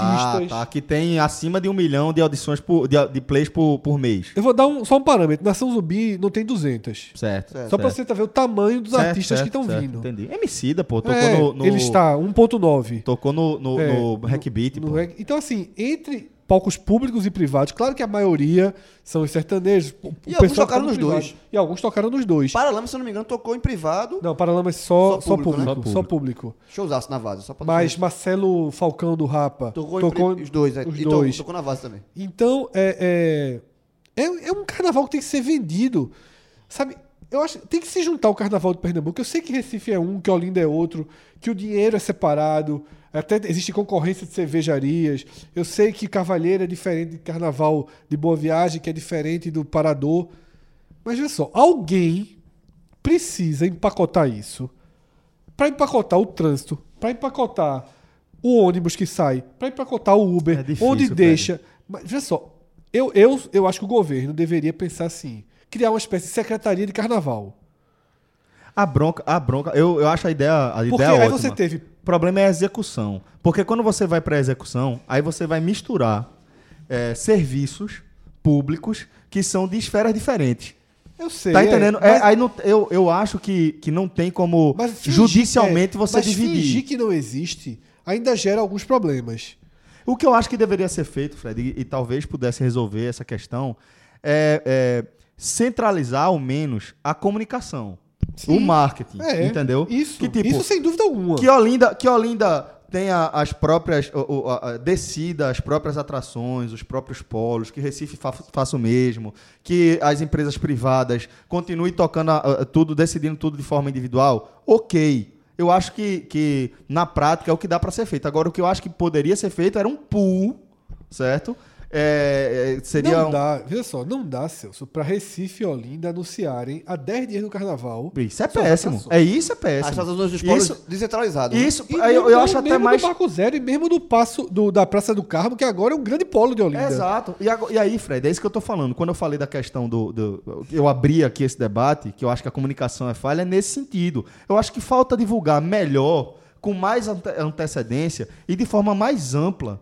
Speaker 1: Tá, tá, que tem acima de um milhão de audições por, de, de plays por, por mês.
Speaker 2: Eu vou dar um- só um parâmetro. Nação Zumbi não tem 200.
Speaker 1: Certo.
Speaker 3: É, Certo.
Speaker 2: Só pra você tá ver o tamanho dos artistas que estão vindo.
Speaker 1: Entendi. Emicida, pô, tocou
Speaker 2: É,
Speaker 1: no, no-
Speaker 2: Ele está 1.9.
Speaker 1: Tocou no, no,
Speaker 2: É,
Speaker 1: no Hackbeat,
Speaker 2: No
Speaker 1: pô.
Speaker 2: reg- Então, assim, entre palcos públicos e privados, claro que a maioria são os sertanejos. o- o
Speaker 3: E
Speaker 2: pessoal
Speaker 3: alguns
Speaker 2: que tá
Speaker 3: tocaram
Speaker 2: no
Speaker 3: nos
Speaker 2: privado.
Speaker 3: dois.
Speaker 2: E alguns tocaram nos dois.
Speaker 3: Paralama, se eu não me engano, tocou em privado.
Speaker 2: Não, Paralamas é só, só
Speaker 3: Só
Speaker 2: público,
Speaker 3: público,
Speaker 1: né?
Speaker 2: só público.
Speaker 3: Showzaço na vaza, só pra
Speaker 2: Mas Marcelo Falcão do Rapa
Speaker 3: Tocou,
Speaker 2: tocou,
Speaker 3: em pri- os dois, né?
Speaker 2: os
Speaker 3: e to-
Speaker 2: dois.
Speaker 3: tocou na vaza também.
Speaker 2: Então, é, é, é, é um carnaval que tem que ser vendido. Sabe, eu acho tem que se juntar o carnaval de Pernambuco. Eu sei que Recife é um, que Olinda é outro, que o dinheiro é separado, até existe concorrência de cervejarias. Eu sei que Cavalheiro é diferente de carnaval de Boa Viagem, que é diferente do Parador. Mas veja só, alguém precisa empacotar isso para empacotar o trânsito, para empacotar o ônibus que sai, para empacotar o Uber,
Speaker 1: É difícil,
Speaker 2: onde
Speaker 1: cara.
Speaker 2: deixa. Mas veja só, eu, eu, eu acho que o governo deveria pensar assim: criar uma espécie de secretaria de carnaval.
Speaker 1: A bronca, a bronca, eu, eu acho a ideia, a
Speaker 2: Porque
Speaker 1: ideia
Speaker 2: aí
Speaker 1: ótima.
Speaker 2: você teve.
Speaker 1: O problema é a execução. Porque quando você vai para a execução, aí você vai misturar eh, serviços públicos que são de esferas diferentes.
Speaker 2: Eu sei.
Speaker 1: Tá
Speaker 2: é,
Speaker 1: entendendo? É, aí não- eu, eu acho que, que não tem como
Speaker 2: mas fingir-
Speaker 1: judicialmente
Speaker 2: é,
Speaker 1: você
Speaker 2: mas
Speaker 1: dividir.
Speaker 2: fingir que não existe ainda gera alguns problemas.
Speaker 1: O que eu acho que deveria ser feito, Fred, e, e talvez pudesse resolver essa questão, é, é centralizar ao menos a comunicação,
Speaker 2: Sim.
Speaker 1: o marketing,
Speaker 2: É,
Speaker 1: entendeu?
Speaker 2: Isso,
Speaker 1: que tipo,
Speaker 2: isso sem dúvida alguma.
Speaker 1: que Olinda, que Olinda tenha as próprias o- o- a- a- decida as próprias atrações, os próprios polos, que Recife fa- faça o mesmo, que as empresas privadas continuem tocando a- a- tudo, decidindo tudo de forma individual. OK. Eu acho que, que na prática é o que dá para ser feito. Agora o que eu acho que poderia ser feito era um pool, certo? é, é, seria
Speaker 2: Não
Speaker 1: um.
Speaker 2: dá, veja só, não dá, Celso, pra Recife e Olinda anunciarem há 10 dias do carnaval.
Speaker 1: Isso é péssimo. É isso, é
Speaker 3: As
Speaker 1: péssimo.
Speaker 3: estações dos
Speaker 1: Isso-
Speaker 3: polos descentralizadas. né?
Speaker 1: Isso,
Speaker 2: E
Speaker 1: aí eu,
Speaker 2: mesmo-
Speaker 1: eu acho até
Speaker 2: mesmo
Speaker 1: mais.
Speaker 2: do Marco Zero e mesmo do passo do- da Praça do Carmo, que agora é um grande polo de Olinda.
Speaker 1: Exato. E, ago- e aí, Fred, é isso que eu tô falando. Quando eu falei da questão do, do- Eu abri aqui esse debate, que eu acho que a comunicação é falha, é nesse sentido. Eu acho que falta divulgar melhor, com mais ante- antecedência e de forma mais ampla.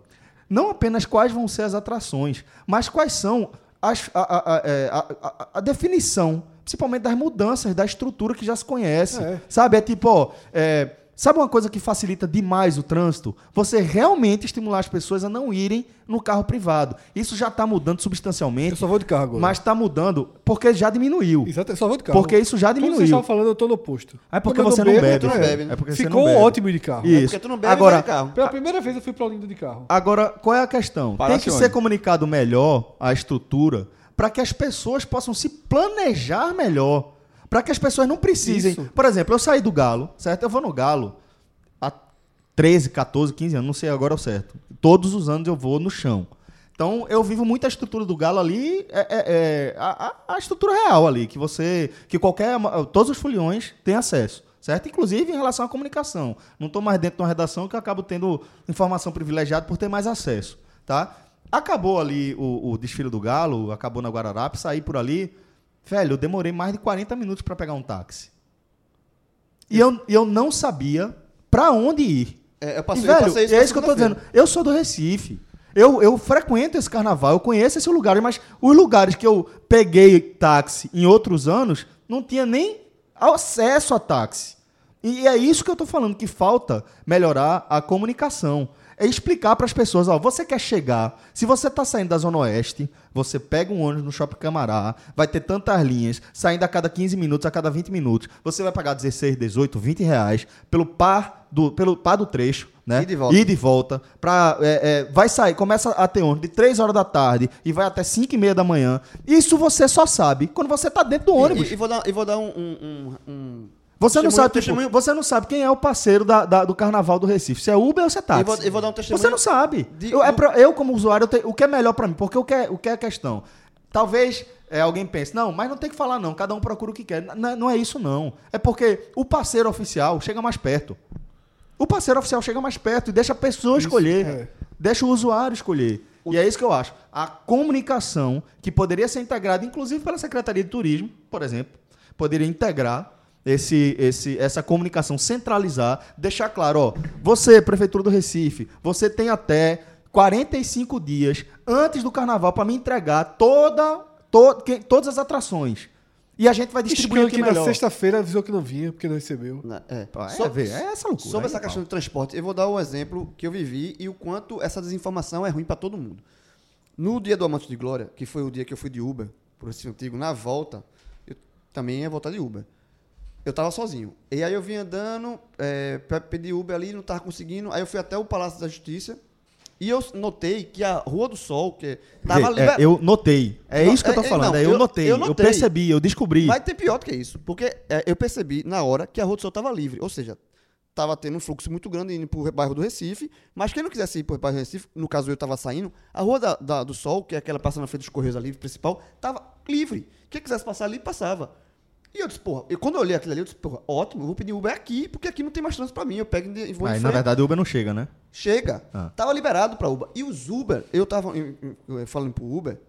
Speaker 1: Não apenas quais vão ser as atrações, mas quais são as- a, a- a- é, a- a- a definição, principalmente das mudanças da estrutura que já se conhece.
Speaker 2: É.
Speaker 1: Sabe? É tipo, ó, é, sabe uma coisa que facilita demais o trânsito? Você realmente estimular as pessoas a não irem no carro privado. Isso já está mudando
Speaker 2: Eu
Speaker 1: substancialmente,
Speaker 2: só vou de carro agora.
Speaker 1: mas está mudando porque já diminuiu.
Speaker 2: Exato, eu só vou de carro.
Speaker 1: Porque isso já
Speaker 2: Tudo que vocês
Speaker 1: diminuiu.
Speaker 2: estavam falando, eu tô no oposto.
Speaker 1: É porque
Speaker 2: Como eu
Speaker 1: você não bebe.
Speaker 3: tu não
Speaker 1: Fred.
Speaker 3: bebe, né?
Speaker 1: É porque
Speaker 2: Ficou
Speaker 1: você não bebe.
Speaker 2: ótimo ir de carro.
Speaker 1: Isso.
Speaker 3: Porque tu não bebe
Speaker 1: Agora,
Speaker 3: vai de carro.
Speaker 2: Pela primeira vez eu fui pra Olinda de carro.
Speaker 1: Agora, qual é a questão?
Speaker 4: Para
Speaker 1: Tem que
Speaker 4: onde?
Speaker 1: ser comunicado melhor a estrutura para que as pessoas possam se planejar melhor. Para que as pessoas não precisem.
Speaker 2: Isso.
Speaker 1: Por exemplo, eu saí do Galo, certo? Eu vou no Galo há 13, 14, 15 anos, não sei agora o certo. Todos os anos eu vou no chão. Então eu vivo muito a estrutura do Galo ali, é, é, é, a, a- a estrutura real ali, que você. que qualquer. todos os foliões têm acesso. Certo? Inclusive em relação à comunicação. Não estou mais dentro de uma redação que eu acabo tendo informação privilegiada por ter mais acesso. tá? Acabou ali o, o desfile do Galo, acabou na Guararapes, saí por ali. Velho, eu demorei mais de 40 minutos para pegar um táxi. E eu, e eu não sabia para onde ir.
Speaker 3: É, eu passei,
Speaker 1: e, velho,
Speaker 3: eu passei isso
Speaker 1: é
Speaker 3: na
Speaker 1: isso que eu tô
Speaker 3: segunda-feira.
Speaker 1: dizendo. Eu sou do Recife. Eu, eu frequento esse carnaval, eu conheço esses lugares, mas os lugares que eu peguei táxi em outros anos, não tinha nem acesso a táxi. E é isso que eu tô falando, que falta melhorar a comunicação. É explicar para as pessoas, ó, você quer chegar, se você tá saindo da Zona Oeste, você pega um ônibus no Shopping Camará, vai ter tantas linhas, saindo a cada 15 minutos, a cada 20 minutos, você vai pagar 16, 18, 20 reais pelo par do, pelo par do trecho, né?
Speaker 3: Ida e volta.
Speaker 1: Ida de volta, pra, é, é, vai sair, começa a ter ônibus de 3 horas da tarde e vai até 5 e meia da manhã. Isso você só sabe quando você tá dentro do ônibus.
Speaker 3: E, e vou dar, e vou dar um, um- um- um-
Speaker 1: você, não
Speaker 3: testemunho-
Speaker 1: sabe, tipo,
Speaker 3: testemunho-
Speaker 1: você não sabe quem é o parceiro da- da- do carnaval do Recife, se é Uber ou se é táxi.
Speaker 3: e vou, e vou dar um testemunho.
Speaker 1: Você não sabe.
Speaker 3: de- um
Speaker 1: eu, é
Speaker 3: do-
Speaker 1: pra- eu, como usuário, eu tenho- o que é melhor pra mim? Porque o que é, o que é a questão? Talvez é, alguém pense, não, mas não tem que falar não, cada um procura o que quer. N- Não, é- não é isso não. É porque o parceiro oficial chega mais perto. O parceiro oficial chega mais perto e deixa a pessoa escolher.
Speaker 2: é.
Speaker 1: Deixa o usuário escolher. E é isso que eu acho. A comunicação, que poderia ser integrada, inclusive pela Secretaria de Turismo, por exemplo, poderia integrar esse, esse, essa comunicação, centralizar, deixar claro, ó, você, Prefeitura do Recife, você tem até 45 dias antes do carnaval para me entregar toda, to, que- todas as atrações. E a gente vai distribuir
Speaker 2: Distribuiu
Speaker 1: aqui
Speaker 2: que na
Speaker 1: melhor.
Speaker 2: sexta-feira avisou que não vinha, porque não recebeu.
Speaker 3: Na- É.
Speaker 1: Pô, é,
Speaker 3: So-
Speaker 1: vê, é essa loucura.
Speaker 3: Sobre
Speaker 1: aí,
Speaker 3: essa
Speaker 1: pau.
Speaker 3: questão de transporte, eu vou dar um exemplo que eu vivi e o quanto essa desinformação é ruim para todo mundo. No dia do Amante de Glória, que foi o dia que eu fui de Uber pro Recife Antigo, na volta, eu também ia voltar de Uber. Eu tava sozinho. E aí eu vim andando, é, pra pedir Uber ali, não tava conseguindo. Aí eu fui até o Palácio da Justiça e eu notei que a Rua do Sol, que
Speaker 1: Vê,
Speaker 3: tava
Speaker 1: é,
Speaker 3: liber-
Speaker 1: eu notei. É
Speaker 3: Não,
Speaker 1: isso que eu tô
Speaker 3: é, é,
Speaker 1: falando.
Speaker 3: não,
Speaker 1: é, eu,
Speaker 3: eu-
Speaker 1: notei, eu
Speaker 3: eu notei.
Speaker 1: percebi, eu descobri.
Speaker 3: Vai ter pior do que isso, porque é, eu percebi na hora que a Rua do Sol estava livre, ou seja, estava tendo um fluxo muito grande indo para o bairro do Recife, mas quem não quisesse ir para o bairro do Recife, no caso eu estava saindo, a Rua da- da- do Sol, que é aquela passando na frente dos Correios ali, principal, estava livre. Quem quisesse passar ali, passava. E eu disse, porra, e quando eu olhei aquilo ali, eu disse, porra, ótimo, eu vou pedir Uber aqui, porque aqui não tem mais trânsito para mim, eu pego e vou
Speaker 1: Mas
Speaker 3: em
Speaker 1: na
Speaker 3: frente.
Speaker 1: verdade o Uber não chega, né?
Speaker 3: Chega.
Speaker 1: Ah.
Speaker 3: Tava liberado pra Uber. E os Uber, eu tava em- em- eu falando pro Uber,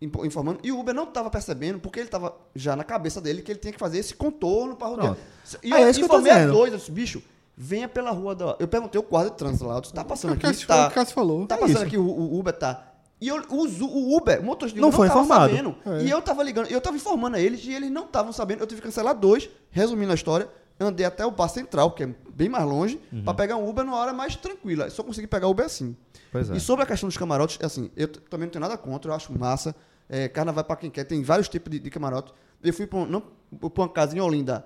Speaker 3: impo- informando, e o Uber não tava percebendo, porque ele tava já na cabeça dele que ele tinha que fazer esse contorno pra rodear.
Speaker 1: Pronto.
Speaker 3: E
Speaker 1: Ah,
Speaker 3: eu
Speaker 1: é isso que eu tô
Speaker 3: informei a
Speaker 1: dizendo.
Speaker 3: dois, eu disse, bicho, venha pela rua da... Eu perguntei o quadro de trânsito lá, eu disse, tá passando
Speaker 2: O Cássio
Speaker 3: aqui,
Speaker 2: falou,
Speaker 3: tá...
Speaker 2: o Cássio falou.
Speaker 3: Tá
Speaker 1: É
Speaker 3: passando
Speaker 1: isso.
Speaker 3: aqui, o, o Uber tá... E eu, o, Zu- o Uber, o motorista de
Speaker 1: Não
Speaker 3: Uber
Speaker 1: foi
Speaker 3: tava
Speaker 1: informado.
Speaker 3: sabendo.
Speaker 2: É.
Speaker 3: E eu tava ligando, eu tava informando a eles e eles não estavam sabendo. Eu tive que cancelar dois. Resumindo a história, eu andei até o bar central, que é bem mais longe,
Speaker 2: Uhum.
Speaker 3: pra pegar um Uber numa hora mais tranquila. Só consegui pegar Uber assim.
Speaker 1: Pois é.
Speaker 3: E sobre a questão dos camarotes, assim, eu t- também não tenho nada contra, eu acho massa. É, carnaval pra quem quer, tem vários tipos de, de camarote. Eu fui pra, um- não, pra uma casa em Olinda,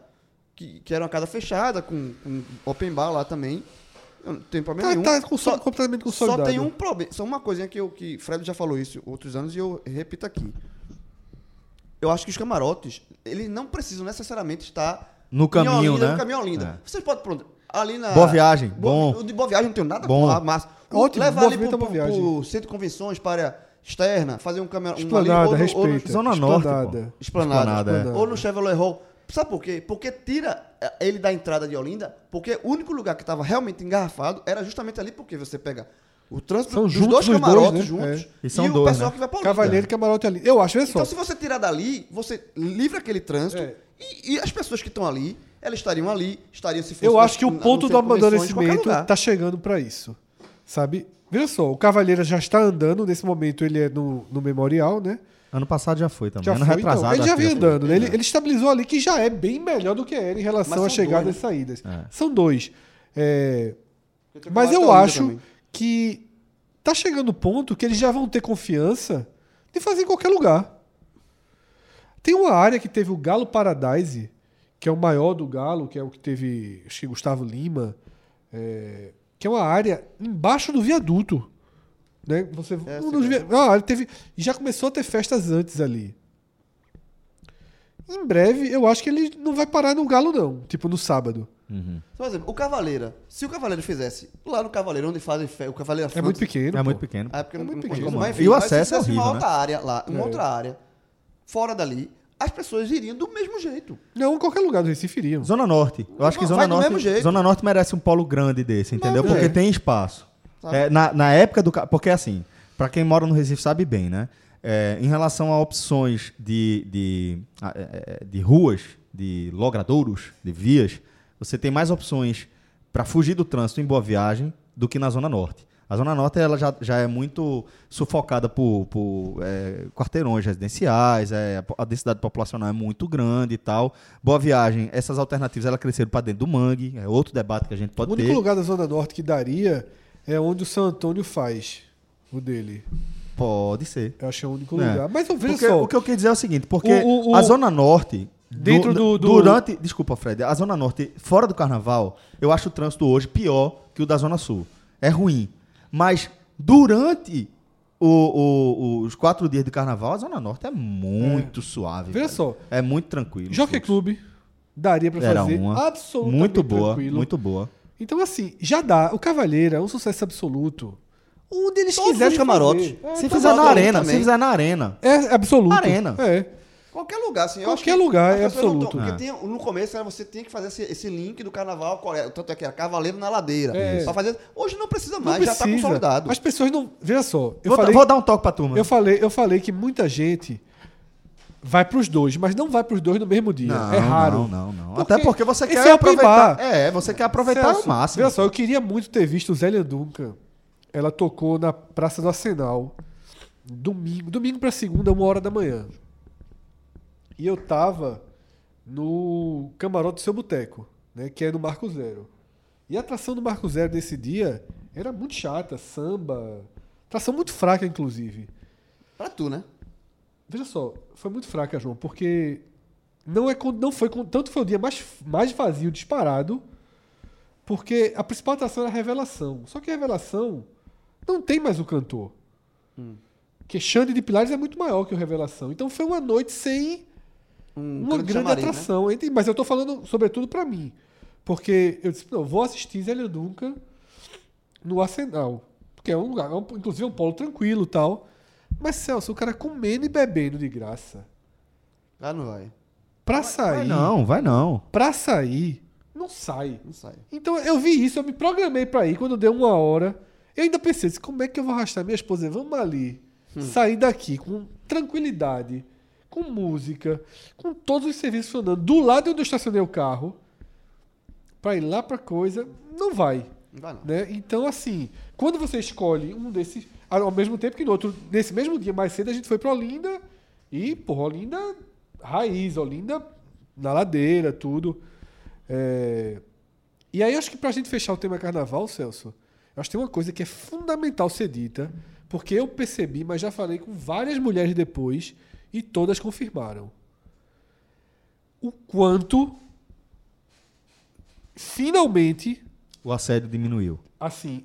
Speaker 3: que, que era uma casa fechada, com, com open bar lá também. Eu não tenho problema
Speaker 2: Tá,
Speaker 3: nenhum.
Speaker 2: tá com
Speaker 3: Só-
Speaker 2: so, completamente
Speaker 3: só
Speaker 2: consolidado.
Speaker 3: tem um problema. Só uma coisinha que, eu, que Fred já falou isso outros anos e eu repito aqui. Eu acho que os camarotes, eles não precisam necessariamente estar
Speaker 1: No
Speaker 3: em
Speaker 1: caminho,
Speaker 3: Olinda,
Speaker 1: né?
Speaker 3: No caminho Olinda. Vocês podem, pronto, ali na...
Speaker 1: Boa viagem, bom.
Speaker 3: O de Boa Viagem não tem nada
Speaker 1: Bom. é
Speaker 3: com a massa.
Speaker 2: Ótimo,
Speaker 3: Leva ali
Speaker 2: movimenta
Speaker 3: pro,
Speaker 2: a Boa
Speaker 3: pro,
Speaker 2: Viagem.
Speaker 3: pro centro de convenções para externa, fazer um câmera. Um
Speaker 2: Esplanada,
Speaker 3: ali, ou no- ou no-
Speaker 2: respeita.
Speaker 1: Zona Norte,
Speaker 2: Esplanada.
Speaker 3: Esplanada.
Speaker 1: Esplanada, é.
Speaker 3: Ou no Chevrolet Hall. Sabe por quê? Porque tira eh, ele da entrada de Olinda, porque o único lugar que estava realmente engarrafado era justamente ali, porque você pega o trânsito
Speaker 2: São
Speaker 3: dos
Speaker 2: juntos os
Speaker 3: dois
Speaker 2: dois,
Speaker 3: camarotes
Speaker 2: né?
Speaker 3: juntos
Speaker 1: É. E são
Speaker 3: o
Speaker 1: dois,
Speaker 3: pessoal
Speaker 1: né?
Speaker 3: que vai para Olinda.
Speaker 2: Cavaleiro e Camarote ali. Eu acho, é só.
Speaker 3: Então, se você tirar dali, você livra aquele trânsito
Speaker 2: É.
Speaker 3: e, e as pessoas que estão ali, elas estariam ali, estariam se fosse
Speaker 2: Eu
Speaker 3: na-
Speaker 2: acho que o
Speaker 3: na- no
Speaker 2: ponto do
Speaker 3: centro de convenções, em qualquer
Speaker 2: abandonecimento
Speaker 3: lugar.
Speaker 2: tá chegando pra isso. Sabe? Veja só, o Cavaleiro já está andando, nesse momento ele é no, no memorial, né?
Speaker 1: Ano passado já foi também.
Speaker 2: Já
Speaker 1: ano
Speaker 2: foi, então.
Speaker 1: Tá retrasado.
Speaker 2: Ele já
Speaker 1: acho que
Speaker 2: vinha
Speaker 1: foi.
Speaker 2: andando, né? Ele, ele estabilizou ali que já é bem melhor do que era em relação
Speaker 3: são
Speaker 2: à chegada
Speaker 3: dois,
Speaker 2: e saídas. São dois. É,
Speaker 3: Eu tenho que
Speaker 2: Mas
Speaker 3: falar
Speaker 2: eu
Speaker 3: até a Olinda
Speaker 2: acho
Speaker 3: também.
Speaker 2: que tá chegando o ponto que eles já vão ter confiança de fazer em qualquer lugar. Tem uma área que teve o Galo Paradise, que é o maior do Galo, que é o que teve, acho que Gustavo Lima, é, que é uma área embaixo do viaduto. Né? Você,
Speaker 3: É,
Speaker 2: um
Speaker 3: sei
Speaker 2: dos
Speaker 3: lá.
Speaker 2: vi- ah, ele teve, e já começou a ter festas antes ali. Em breve, eu acho que ele não vai parar no Galo, não. Tipo, no sábado.
Speaker 3: Então, Por exemplo, o Cavaleira. Se o Cavaleiro fizesse lá no Cavaleiro, onde fazem fe- o Cavaleiro
Speaker 2: É muito pequeno.
Speaker 1: É
Speaker 2: pô.
Speaker 1: muito pequeno.
Speaker 3: Ah, é porque
Speaker 2: É
Speaker 3: não,
Speaker 2: muito
Speaker 3: não
Speaker 2: pequeno.
Speaker 3: conheço, mas,
Speaker 1: E o
Speaker 3: mas
Speaker 1: acesso
Speaker 3: se tivesse
Speaker 1: é horrível,
Speaker 3: uma
Speaker 1: né?
Speaker 3: outra área lá, uma
Speaker 2: É.
Speaker 3: outra área, fora dali, as pessoas iriam do mesmo jeito.
Speaker 2: Não, qualquer lugar do Recife iriam.
Speaker 1: Zona Norte. Eu acho que
Speaker 3: Vai
Speaker 1: Zona
Speaker 3: do mesmo
Speaker 1: Norte,
Speaker 3: jeito.
Speaker 1: Zona Norte merece um polo grande desse, entendeu?
Speaker 2: Mas,
Speaker 1: Porque
Speaker 2: é.
Speaker 1: tem espaço.
Speaker 3: Tá.
Speaker 1: É, na, na época do. ca- Porque assim, pra quem mora no Recife sabe bem, né? É, em relação a opções de, de, ah, é, é, de ruas, de logradouros, de vias, você tem mais opções pra fugir do trânsito em Boa Viagem do que na Zona Norte. A Zona Norte ela já, já é muito sufocada por, por, é, quarteirões residenciais, é, a po- a densidade populacional é muito grande e tal. Boa Viagem, essas alternativas ela cresceram pra dentro do mangue, é outro debate que a gente pode
Speaker 2: o único
Speaker 1: ter.
Speaker 2: lugar da Zona Norte que daria é onde o San Antônio faz o dele.
Speaker 1: Pode ser.
Speaker 2: Eu acho que é o único
Speaker 1: É.
Speaker 2: lugar. Mas eu vejo
Speaker 1: Porque
Speaker 2: só.
Speaker 1: o que eu queria dizer é o seguinte, porque
Speaker 2: O- o- o-
Speaker 1: a Zona Norte.
Speaker 2: Dentro do- do-
Speaker 1: Durante. Desculpa, Fred. A Zona Norte, fora do carnaval, eu acho o trânsito hoje pior que o da Zona Sul. É ruim. Mas durante o- o- os quatro dias de carnaval, a Zona Norte é muito suave.
Speaker 2: Veja
Speaker 1: velho.
Speaker 2: só.
Speaker 1: É muito tranquilo.
Speaker 2: Jockey
Speaker 1: fluxo.
Speaker 2: Club daria pra
Speaker 1: Era
Speaker 2: fazer
Speaker 1: uma.
Speaker 2: absolutamente
Speaker 1: Muito boa.
Speaker 2: tranquilo.
Speaker 1: Muito boa.
Speaker 2: Então, assim, já dá. O Cavalheiro é um sucesso absoluto. Onde eles
Speaker 3: Todos
Speaker 2: quiserem
Speaker 3: os camarotes.
Speaker 2: fazer. É,
Speaker 1: se
Speaker 3: tá
Speaker 1: fizer
Speaker 3: bom,
Speaker 1: na arena,
Speaker 3: também.
Speaker 1: se fizer na arena.
Speaker 2: É absoluto.
Speaker 1: Arena.
Speaker 2: É.
Speaker 3: Qualquer lugar, assim. eu
Speaker 2: Qualquer
Speaker 3: acho que
Speaker 2: lugar,
Speaker 3: as
Speaker 2: é
Speaker 3: pessoas não tão-
Speaker 2: absoluto.
Speaker 1: É.
Speaker 3: porque tem- um, no começo era você tem que fazer esse, esse link do carnaval, qual é? tanto é que era Cavaleiro na Ladeira.
Speaker 2: É.
Speaker 3: Pra fazer, hoje não precisa
Speaker 2: Não
Speaker 3: mais, já tá
Speaker 2: precisa.
Speaker 3: consolidado.
Speaker 2: As pessoas não. Veja só. Eu
Speaker 1: Vou,
Speaker 2: falei,
Speaker 1: vou dar um toque pra turma.
Speaker 2: eu, falei, eu falei que muita gente vai pros dois, mas não vai pros dois no mesmo dia. é
Speaker 1: Não,
Speaker 2: raro.
Speaker 1: não, não.
Speaker 2: Porque
Speaker 1: Até porque você
Speaker 2: esse
Speaker 1: quer
Speaker 2: é open
Speaker 1: aproveitar.
Speaker 2: bar.
Speaker 1: É, você quer aproveitar
Speaker 2: Celso,
Speaker 1: o máximo.
Speaker 2: Olha só, eu queria muito ter visto Zélia Duncan. Ela tocou na Praça do Arsenal. Domingo, domingo pra segunda, uma hora da manhã. E eu tava no camarote do seu boteco, né? Que é no Marco Zero. E a atração do Marco Zero desse dia era muito chata, samba. Atração muito fraca, inclusive.
Speaker 3: Pra tu, né?
Speaker 2: Veja só, foi muito fraca, João, porque não é con- não foi con- tanto foi o dia mais, mais vazio, disparado, porque a principal atração era a revelação. Só que a revelação não tem mais o cantor. Porque Xande de Pilares é muito maior que o Revelação. Então foi uma noite sem
Speaker 3: Um
Speaker 2: uma grande
Speaker 3: chamarim, né?
Speaker 2: atração. Ente- Mas eu tô falando, sobretudo, pra mim. Porque eu disse, não, vou assistir Zélia Duncan no Arsenal. Porque é um lugar, é um- inclusive é um polo tranquilo e tal. Mas, Celso, o cara comendo e bebendo de graça.
Speaker 3: Ah, não vai.
Speaker 2: Pra sair.
Speaker 1: Vai não, vai não.
Speaker 2: Pra sair, não sai.
Speaker 3: Não sai.
Speaker 2: Então eu vi isso, eu me programei pra ir. Quando deu uma hora, eu ainda pensei assim, como é que eu vou arrastar minha esposa? Vamos ali, sair daqui com tranquilidade, com música, com todos os serviços funcionando, do lado onde eu estacionei o carro, pra ir lá pra coisa, não vai.
Speaker 3: Não vai, não.
Speaker 2: Né? Então, assim, quando você escolhe um desses, ao ao mesmo tempo que no outro, nesse mesmo dia mais cedo, a gente foi pra Olinda e, porra, Olinda raiz, Olinda na ladeira, tudo. É, E aí, acho que pra gente fechar o tema carnaval, Celso, eu acho que tem uma coisa que é fundamental ser dita, porque eu percebi, mas já falei com várias mulheres depois e todas confirmaram. O quanto finalmente
Speaker 1: O assédio diminuiu.
Speaker 2: assim,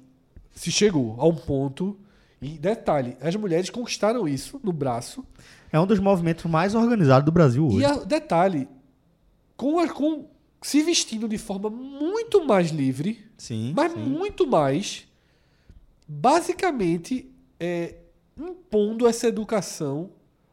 Speaker 2: se chegou a um ponto. E detalhe, as mulheres conquistaram isso no braço.
Speaker 1: É um dos movimentos mais organizados do Brasil hoje.
Speaker 2: E a- detalhe, com, a- com se vestindo de forma muito mais livre,
Speaker 1: Sim.
Speaker 2: mas
Speaker 1: sim.
Speaker 2: muito mais. Basicamente, é, impondo essa educação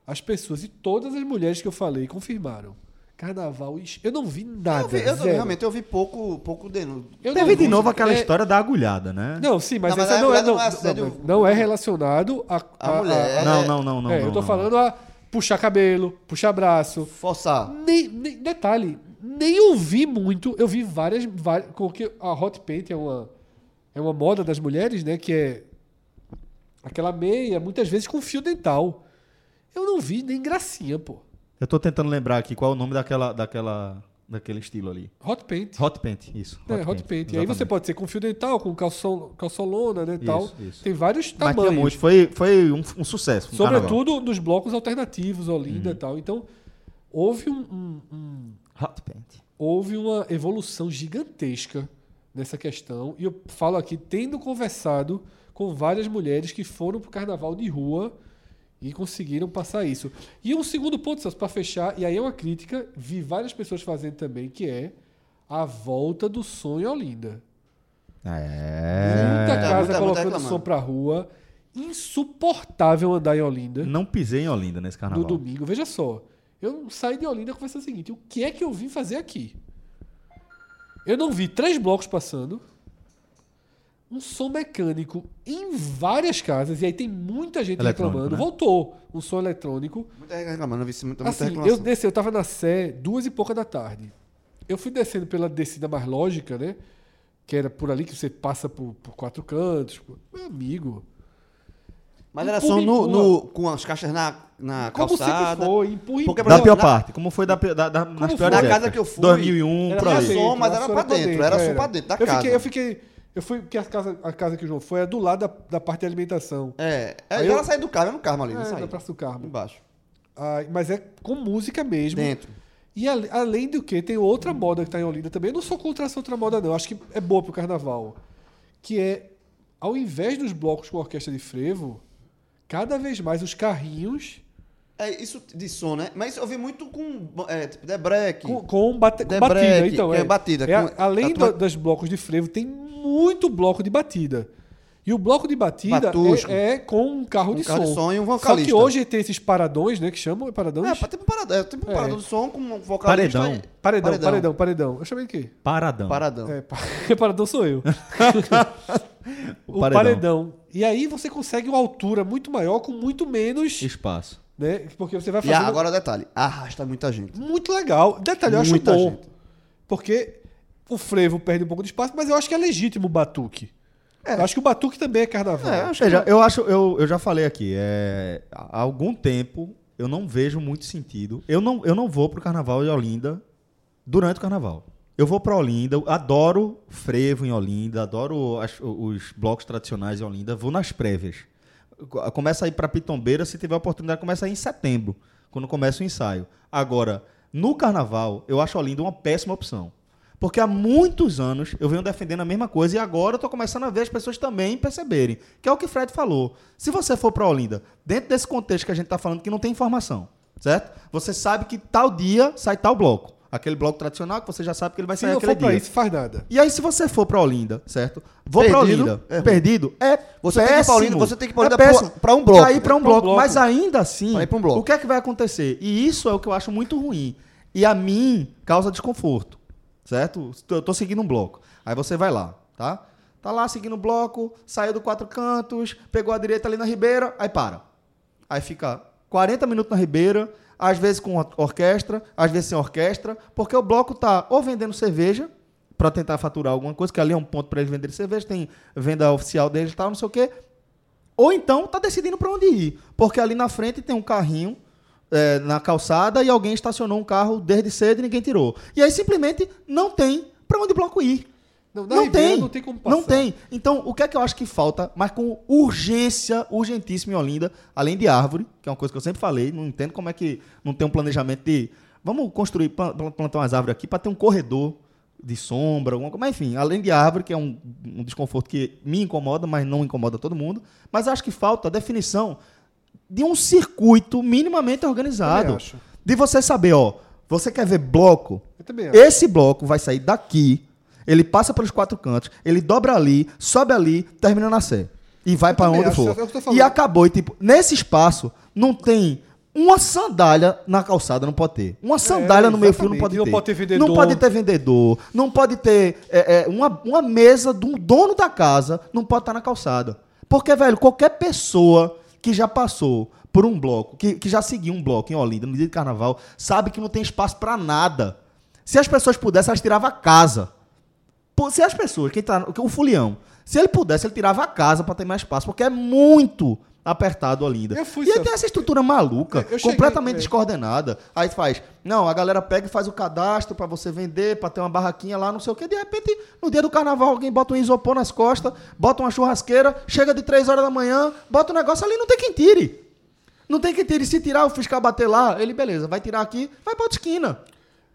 Speaker 2: às pessoas. E todas as mulheres que eu falei confirmaram. Carnaval, ixi, eu não vi nada.
Speaker 3: Eu, vi, eu,
Speaker 2: zero.
Speaker 3: realmente, eu vi pouco, pouco denúncio.
Speaker 2: Eu
Speaker 1: Teve de
Speaker 2: vi-
Speaker 1: novo aquela
Speaker 2: é-
Speaker 1: história da agulhada, né?
Speaker 2: Não, sim, mas,
Speaker 3: Não, mas
Speaker 2: essa
Speaker 3: a
Speaker 2: não, é,
Speaker 3: mulher
Speaker 2: não,
Speaker 3: não é assédio-
Speaker 2: não, mas não é relacionado a,
Speaker 3: A mulher.
Speaker 2: a-
Speaker 1: não, não, não. não,
Speaker 2: é,
Speaker 1: não,
Speaker 2: eu tô
Speaker 1: não.
Speaker 2: falando a puxar cabelo, puxar braço.
Speaker 3: Forçar.
Speaker 2: Nem, nem- detalhe, nem ouvi muito. Eu vi várias. várias porque a hot paint é uma, é uma moda das mulheres, né? Que é aquela meia, muitas vezes com fio dental. Eu não vi nem gracinha, pô.
Speaker 1: Eu tô tentando lembrar aqui qual é o nome daquela, daquela, daquele estilo ali.
Speaker 2: Hot paint.
Speaker 1: Hot paint, isso.
Speaker 2: É, hot, paint. E aí você pode ser com fio dental, com calção, calçolona, né,
Speaker 1: Isso,
Speaker 2: tal.
Speaker 1: isso.
Speaker 2: Tem vários
Speaker 1: Mas tinha
Speaker 2: tamanhos.
Speaker 1: muito. Foi, foi um, um sucesso. no carnaval. Uhum.
Speaker 2: Sobretudo nos blocos alternativos, Olinda e tal. Então, houve um- um- um,
Speaker 1: Hot paint.
Speaker 2: houve uma evolução gigantesca nessa questão. E eu falo aqui, tendo conversado com várias mulheres que foram pro carnaval de rua e conseguiram passar isso. E um segundo ponto, Celso, para fechar, e aí é uma crítica, vi várias pessoas fazendo também, que é a volta do som em Olinda. Muita
Speaker 1: É.
Speaker 2: casa
Speaker 3: muita- muita
Speaker 2: colocando
Speaker 3: reclamando.
Speaker 2: som pra rua. Insuportável andar em Olinda
Speaker 1: Não pisei em Olinda nesse
Speaker 2: no
Speaker 1: carnaval.
Speaker 2: domingo. Veja só, eu saí de Olinda com o seguinte: o que é que eu vim fazer aqui? Eu não vi três blocos passando, um som mecânico em várias casas, e aí tem muita gente
Speaker 1: Eletrônico, né?
Speaker 2: reclamando. Voltou um som eletrônico.
Speaker 3: Muita reclamando, não vi isso, muita, muita
Speaker 2: Assim, eu
Speaker 3: reclamação.
Speaker 2: desci, eu tava na Sé, duas e pouca da tarde. Eu fui descendo pela descida mais lógica, né? Que era por ali que você passa por, por quatro cantos. Pô, Meu amigo.
Speaker 3: Mas
Speaker 2: empurra,
Speaker 3: era só no,
Speaker 2: empurra.
Speaker 3: no- com as caixas na, na
Speaker 2: Como sempre
Speaker 3: calçada.
Speaker 2: foi, empurra,
Speaker 3: Porque,
Speaker 2: empurra.
Speaker 1: Da
Speaker 3: por
Speaker 1: pior
Speaker 3: exemplo, na-
Speaker 1: parte. Como foi da, pi- da, da, nas
Speaker 2: foi?
Speaker 1: piores
Speaker 3: Na
Speaker 1: épocas.
Speaker 3: casa que eu fui,
Speaker 1: 2001,
Speaker 2: Era
Speaker 1: por
Speaker 3: pra
Speaker 1: aí.
Speaker 3: dentro, som, mas
Speaker 2: a
Speaker 3: era
Speaker 2: sua
Speaker 3: pra dentro, era só pra dentro da
Speaker 2: é. eu
Speaker 3: casa.
Speaker 2: Fiquei, eu fiquei. Eu fui. Porque a casa, a casa que o João foi é do lado da, da parte de alimentação.
Speaker 3: É, é
Speaker 2: Aí
Speaker 3: ela
Speaker 2: eu-
Speaker 3: saiu do carro, era no carro ali, não
Speaker 2: É, da
Speaker 3: saiu.
Speaker 2: Praça do Carmo.
Speaker 3: Embaixo.
Speaker 2: Ah, mas é com música mesmo.
Speaker 3: Dentro.
Speaker 2: E ale- além do que, tem outra moda que tá em Olinda também. Eu não sou contra essa outra moda, não. Acho que é boa pro carnaval. Que é, ao invés dos blocos com orquestra de frevo, cada vez mais os carrinhos
Speaker 3: É isso de som, né? Mas eu vi muito com é, tipo, The Break.
Speaker 2: com, com, um bate- com
Speaker 3: The
Speaker 2: batida.
Speaker 3: break,
Speaker 2: então,
Speaker 3: que é batida,
Speaker 2: é a-
Speaker 3: com-
Speaker 2: além
Speaker 3: a tua-
Speaker 2: da- das blocos de frevo, tem muito bloco de batida. E o bloco de batida
Speaker 3: Batusco.
Speaker 2: é, é com um carro,
Speaker 3: Um
Speaker 2: de,
Speaker 3: carro
Speaker 2: som.
Speaker 3: de som e um
Speaker 2: Só que
Speaker 3: vocalista.
Speaker 2: hoje tem esses paradões, né? Que chamam paradões?
Speaker 3: É, tipo um paradão, é, tipo um
Speaker 2: É.
Speaker 3: paradão de som com um vocalista.
Speaker 1: Paredão.
Speaker 3: e-
Speaker 2: paredão, paredão, paredão, Eu chamei de quê?
Speaker 1: Paradão.
Speaker 3: Paradão.
Speaker 2: É, pa- paradão sou eu. o paredão. E aí você consegue uma altura muito maior com muito menos,
Speaker 1: Espaço.
Speaker 2: né? Porque você vai
Speaker 3: E
Speaker 2: fazer
Speaker 3: a- agora detalhe, arrasta muita gente.
Speaker 2: muito legal. Detalhe, eu acho
Speaker 3: Muita
Speaker 2: bom.
Speaker 3: gente.
Speaker 2: Porque o frevo perde um pouco de espaço, mas eu acho que é legítimo o batuque. Eu acho que o batuque também é carnaval.
Speaker 1: Ou seja, eu acho, eu, eu já falei aqui, é, há algum tempo eu não vejo muito sentido. Eu não, eu não vou pro carnaval de Olinda durante o carnaval. Eu vou pra Olinda, eu adoro frevo em Olinda, adoro as- os blocos tradicionais em Olinda, vou nas prévias. Co- Começa a ir pra Pitombeira, se tiver oportunidade, começa a ir em setembro, quando começa o ensaio. Agora, no carnaval, eu acho Olinda uma péssima opção. Porque há muitos anos eu venho defendendo a mesma coisa e agora eu tô começando a ver as pessoas também perceberem. Que é o que Fred falou. Se você for para Olinda, dentro desse contexto que a gente tá falando que não tem informação, certo? Você sabe que tal dia sai tal bloco. Aquele bloco tradicional que você já sabe que ele vai
Speaker 2: Se
Speaker 1: sair
Speaker 2: não
Speaker 1: aquele
Speaker 2: for pra
Speaker 1: dia.
Speaker 2: isso, faz nada.
Speaker 1: E aí, se você for pra Olinda, certo? Vou pra
Speaker 3: Perdido,
Speaker 1: Olinda,
Speaker 3: é ruim.
Speaker 1: perdido, é
Speaker 3: Você tem que ir pra
Speaker 1: péssimo. É
Speaker 3: Olinda- você tem que ir pra Olinda
Speaker 1: péssimo.
Speaker 3: pra- pra um bloco.
Speaker 1: Pra ir pra um
Speaker 2: Pra um
Speaker 1: bloco.
Speaker 2: bloco.
Speaker 1: Mas ainda assim,
Speaker 3: Pra ir pra um bloco.
Speaker 1: o que é que vai acontecer? E isso é o que eu acho muito ruim. E a mim causa desconforto, certo? Eu tô seguindo um bloco. Aí você vai lá, tá? Tá lá seguindo o bloco, saiu do Quatro Cantos, pegou a direita ali na Ribeira, aí para. Aí fica 40 minutos na Ribeira, às vezes com or- orquestra, às vezes sem orquestra, porque o bloco tá ou vendendo cerveja para tentar faturar alguma coisa, que ali é um ponto para eles venderem cerveja, tem venda oficial deles e tal, não sei o quê. Ou então tá decidindo para onde ir, porque ali na frente tem um carrinho é, na calçada e alguém estacionou um carro desde cedo e ninguém tirou. E aí simplesmente não tem para onde o bloco ir.
Speaker 2: Não, na
Speaker 1: Não
Speaker 2: Ribeira
Speaker 1: tem.
Speaker 2: não tem como passar.
Speaker 1: Não tem. Então, o que é que eu acho que falta, mas com urgência, urgentíssima em Olinda, além de árvore, que é uma coisa que eu sempre falei, não entendo como é que não tem um planejamento de. Vamos construir, plan- plan- plantar umas árvores aqui para ter um corredor de sombra, alguma coisa. Mas enfim, além de árvore, que é um, um desconforto que me incomoda, mas não incomoda todo mundo. Mas acho que falta a definição de um circuito minimamente organizado.
Speaker 2: Também acho.
Speaker 1: De você saber, ó, você quer ver bloco?
Speaker 2: Eu também acho.
Speaker 1: Esse bloco vai sair daqui, ele passa pelos quatro cantos, ele dobra ali, sobe ali, termina na C. E vai
Speaker 2: Eu
Speaker 1: pra
Speaker 2: também
Speaker 1: onde
Speaker 2: acho,
Speaker 1: for.
Speaker 2: é o que eu tô falando.
Speaker 1: E acabou. E, tipo, nesse espaço, não tem uma sandália na calçada, não pode ter. Uma sandália no meio fio não
Speaker 2: exatamente.
Speaker 1: pode
Speaker 2: Não
Speaker 1: ter.
Speaker 2: pode ter vendedor.
Speaker 1: Não pode ter vendedor. Não pode ter é, é, uma, uma mesa de um dono da casa, não pode estar na calçada. Porque, velho, qualquer pessoa que já passou por um bloco, que, que já seguiu um bloco em Olinda, no dia de carnaval, sabe que não tem espaço pra nada. Se as pessoas pudessem, elas tiravam a casa. Pô, Se as pessoas, quem tá, o Fulião, se ele pudesse, ele tirava a casa pra ter mais espaço, porque é muito apertado Olinda.
Speaker 2: Eu fui,
Speaker 1: e aí
Speaker 2: seu-
Speaker 1: tem essa estrutura maluca,
Speaker 2: Eu- eu cheguei-
Speaker 1: completamente
Speaker 2: é.
Speaker 1: descoordenada. Aí faz, não, a galera pega e faz o cadastro pra você vender, pra ter uma barraquinha lá, não sei o quê. De repente, no dia do carnaval, alguém bota um isopor nas costas, bota uma churrasqueira, chega de 3 horas da manhã, bota um negócio ali, não tem quem tire. Não tem quem tire. Se tirar o fiscal bater lá, ele, beleza, vai tirar aqui, vai pra outra esquina.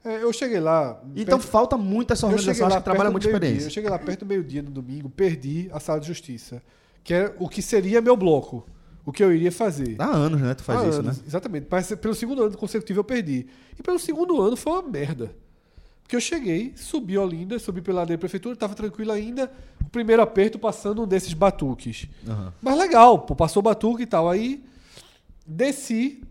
Speaker 2: É, eu cheguei lá.
Speaker 1: Então
Speaker 2: perto-
Speaker 1: falta muito essa
Speaker 2: eu cheguei
Speaker 1: organização, acho
Speaker 2: lá
Speaker 1: que trabalha
Speaker 2: perto
Speaker 1: muito
Speaker 2: do meio-dia.
Speaker 1: experiência.
Speaker 2: Eu cheguei lá perto do meio-dia no domingo, perdi a sala de justiça, que era o que seria meu bloco, o que eu iria fazer.
Speaker 1: Há anos, né? Tu faz
Speaker 2: Há
Speaker 1: isso,
Speaker 2: anos,
Speaker 1: né?
Speaker 2: Ah, Exatamente. Mas pelo segundo ano consecutivo eu perdi. E pelo segundo ano foi uma merda. Porque eu cheguei, subi Olinda, subi pela ladeira da prefeitura, tava tranquilo ainda. O primeiro aperto passando um desses batuques. Mas legal, pô, passou o batuque e tal. Aí desci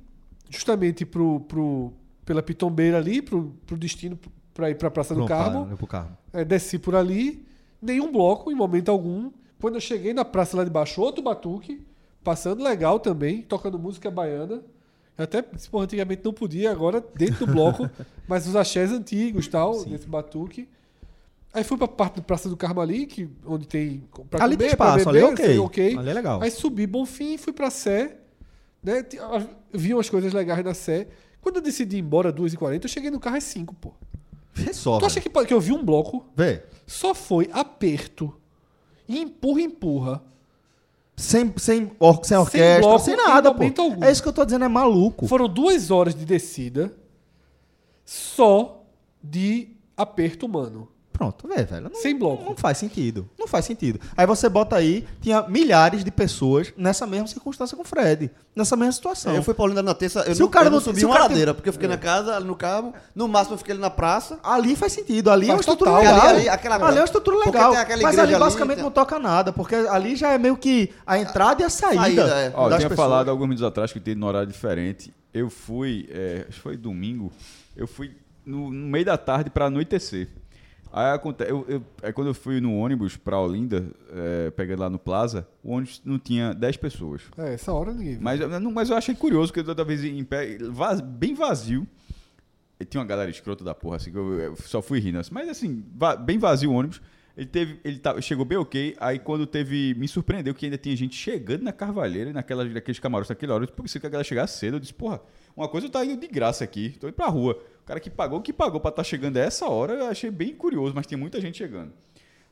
Speaker 2: justamente pro, pro, pela pitombeira ali, pro, pro destino, pra ir pra Praça do
Speaker 1: Pronto,
Speaker 2: Carmo.
Speaker 1: para, né, pro carro.
Speaker 2: É, desci por ali, nenhum bloco em momento algum. Quando eu cheguei na praça lá de baixo, outro batuque, passando legal também, tocando música baiana. Eu até, disse, porra, antigamente não podia, agora dentro do bloco, mas os axés antigos tal, desse batuque. Aí fui pra parte da Praça do Carmo ali, que, onde tem. Pra
Speaker 1: ali tem
Speaker 2: comer, pra
Speaker 1: espaço, ali é
Speaker 2: beber,
Speaker 1: ok.
Speaker 2: assim,
Speaker 1: Ali é legal.
Speaker 2: Aí subi Bonfim, fui pra Sé. Né? Ti- a- Vi umas coisas legais na Sé. Quando eu decidi ir embora, 2h40, eu cheguei no carro às 5, pô.
Speaker 1: Vê só.
Speaker 2: Tu acha
Speaker 1: velho.
Speaker 2: que, pode- que eu vi um bloco?
Speaker 1: Vê.
Speaker 2: só foi aperto e empurra, empurra.
Speaker 1: Sem, sem, or sem orquestra,
Speaker 2: bloco,
Speaker 1: sem
Speaker 2: em
Speaker 1: nada, pô.
Speaker 2: momento algum.
Speaker 1: É isso que eu tô dizendo, é maluco.
Speaker 2: Foram duas horas de descida só de aperto humano.
Speaker 1: Pronto, vê, velho. Não,
Speaker 2: Sem bloco.
Speaker 1: Não faz sentido. Não faz sentido. Aí você bota aí, tinha milhares de pessoas nessa mesma circunstância com o Fred. Nessa mesma situação.
Speaker 3: Eu fui pra Olinda na terça, eu
Speaker 1: Se
Speaker 3: não,
Speaker 1: o cara
Speaker 3: eu não
Speaker 1: não-
Speaker 3: subi
Speaker 1: se o
Speaker 3: uma
Speaker 1: cara tem-
Speaker 3: ladeira, porque eu fiquei na casa, ali no carro, no máximo eu fiquei ali na praça.
Speaker 1: Ali faz sentido, ali é uma
Speaker 2: Faz
Speaker 1: estrutura
Speaker 2: total.
Speaker 1: legal.
Speaker 3: Ali- ali- aquela-
Speaker 1: é uma estrutura
Speaker 3: porque
Speaker 1: legal.
Speaker 3: tem aquela
Speaker 1: Mas
Speaker 3: igreja
Speaker 1: ali
Speaker 3: ali,
Speaker 1: basicamente
Speaker 3: tem-
Speaker 1: não toca nada, porque ali já é meio que a entrada e a saída,
Speaker 3: Saída, é.
Speaker 4: Ó, eu
Speaker 1: das
Speaker 4: tinha
Speaker 1: pessoas.
Speaker 4: falado alguns minutos atrás que tem no horário diferente. Eu fui, é, acho que foi domingo, eu fui no, no meio da tarde para anoitecer. Aí acontece, eu, eu- é quando eu fui no ônibus para Olinda, é, pegando lá no Plaza, o ônibus não tinha 10 pessoas.
Speaker 2: É, essa hora ninguém.
Speaker 4: Mas, eu- não, mas eu achei curioso, porque toda vez em pé, vaz- bem vazio. E tinha uma galera escrota da porra, assim, que eu, eu só fui rindo. assim. Mas assim, va- bem vazio o ônibus. Ele teve. Ele tava- chegou bem ok. Aí quando teve. Me surpreendeu que ainda tinha gente chegando na Carvalheira, e naquela, naqueles camarotes, naquela hora. Por isso que a galera chegar cedo. Eu disse, porra, uma coisa eu tá indo de graça aqui, tô indo pra rua. O cara que pagou, que pagou pra estar chegando a essa hora, eu achei bem curioso, mas tinha muita gente chegando.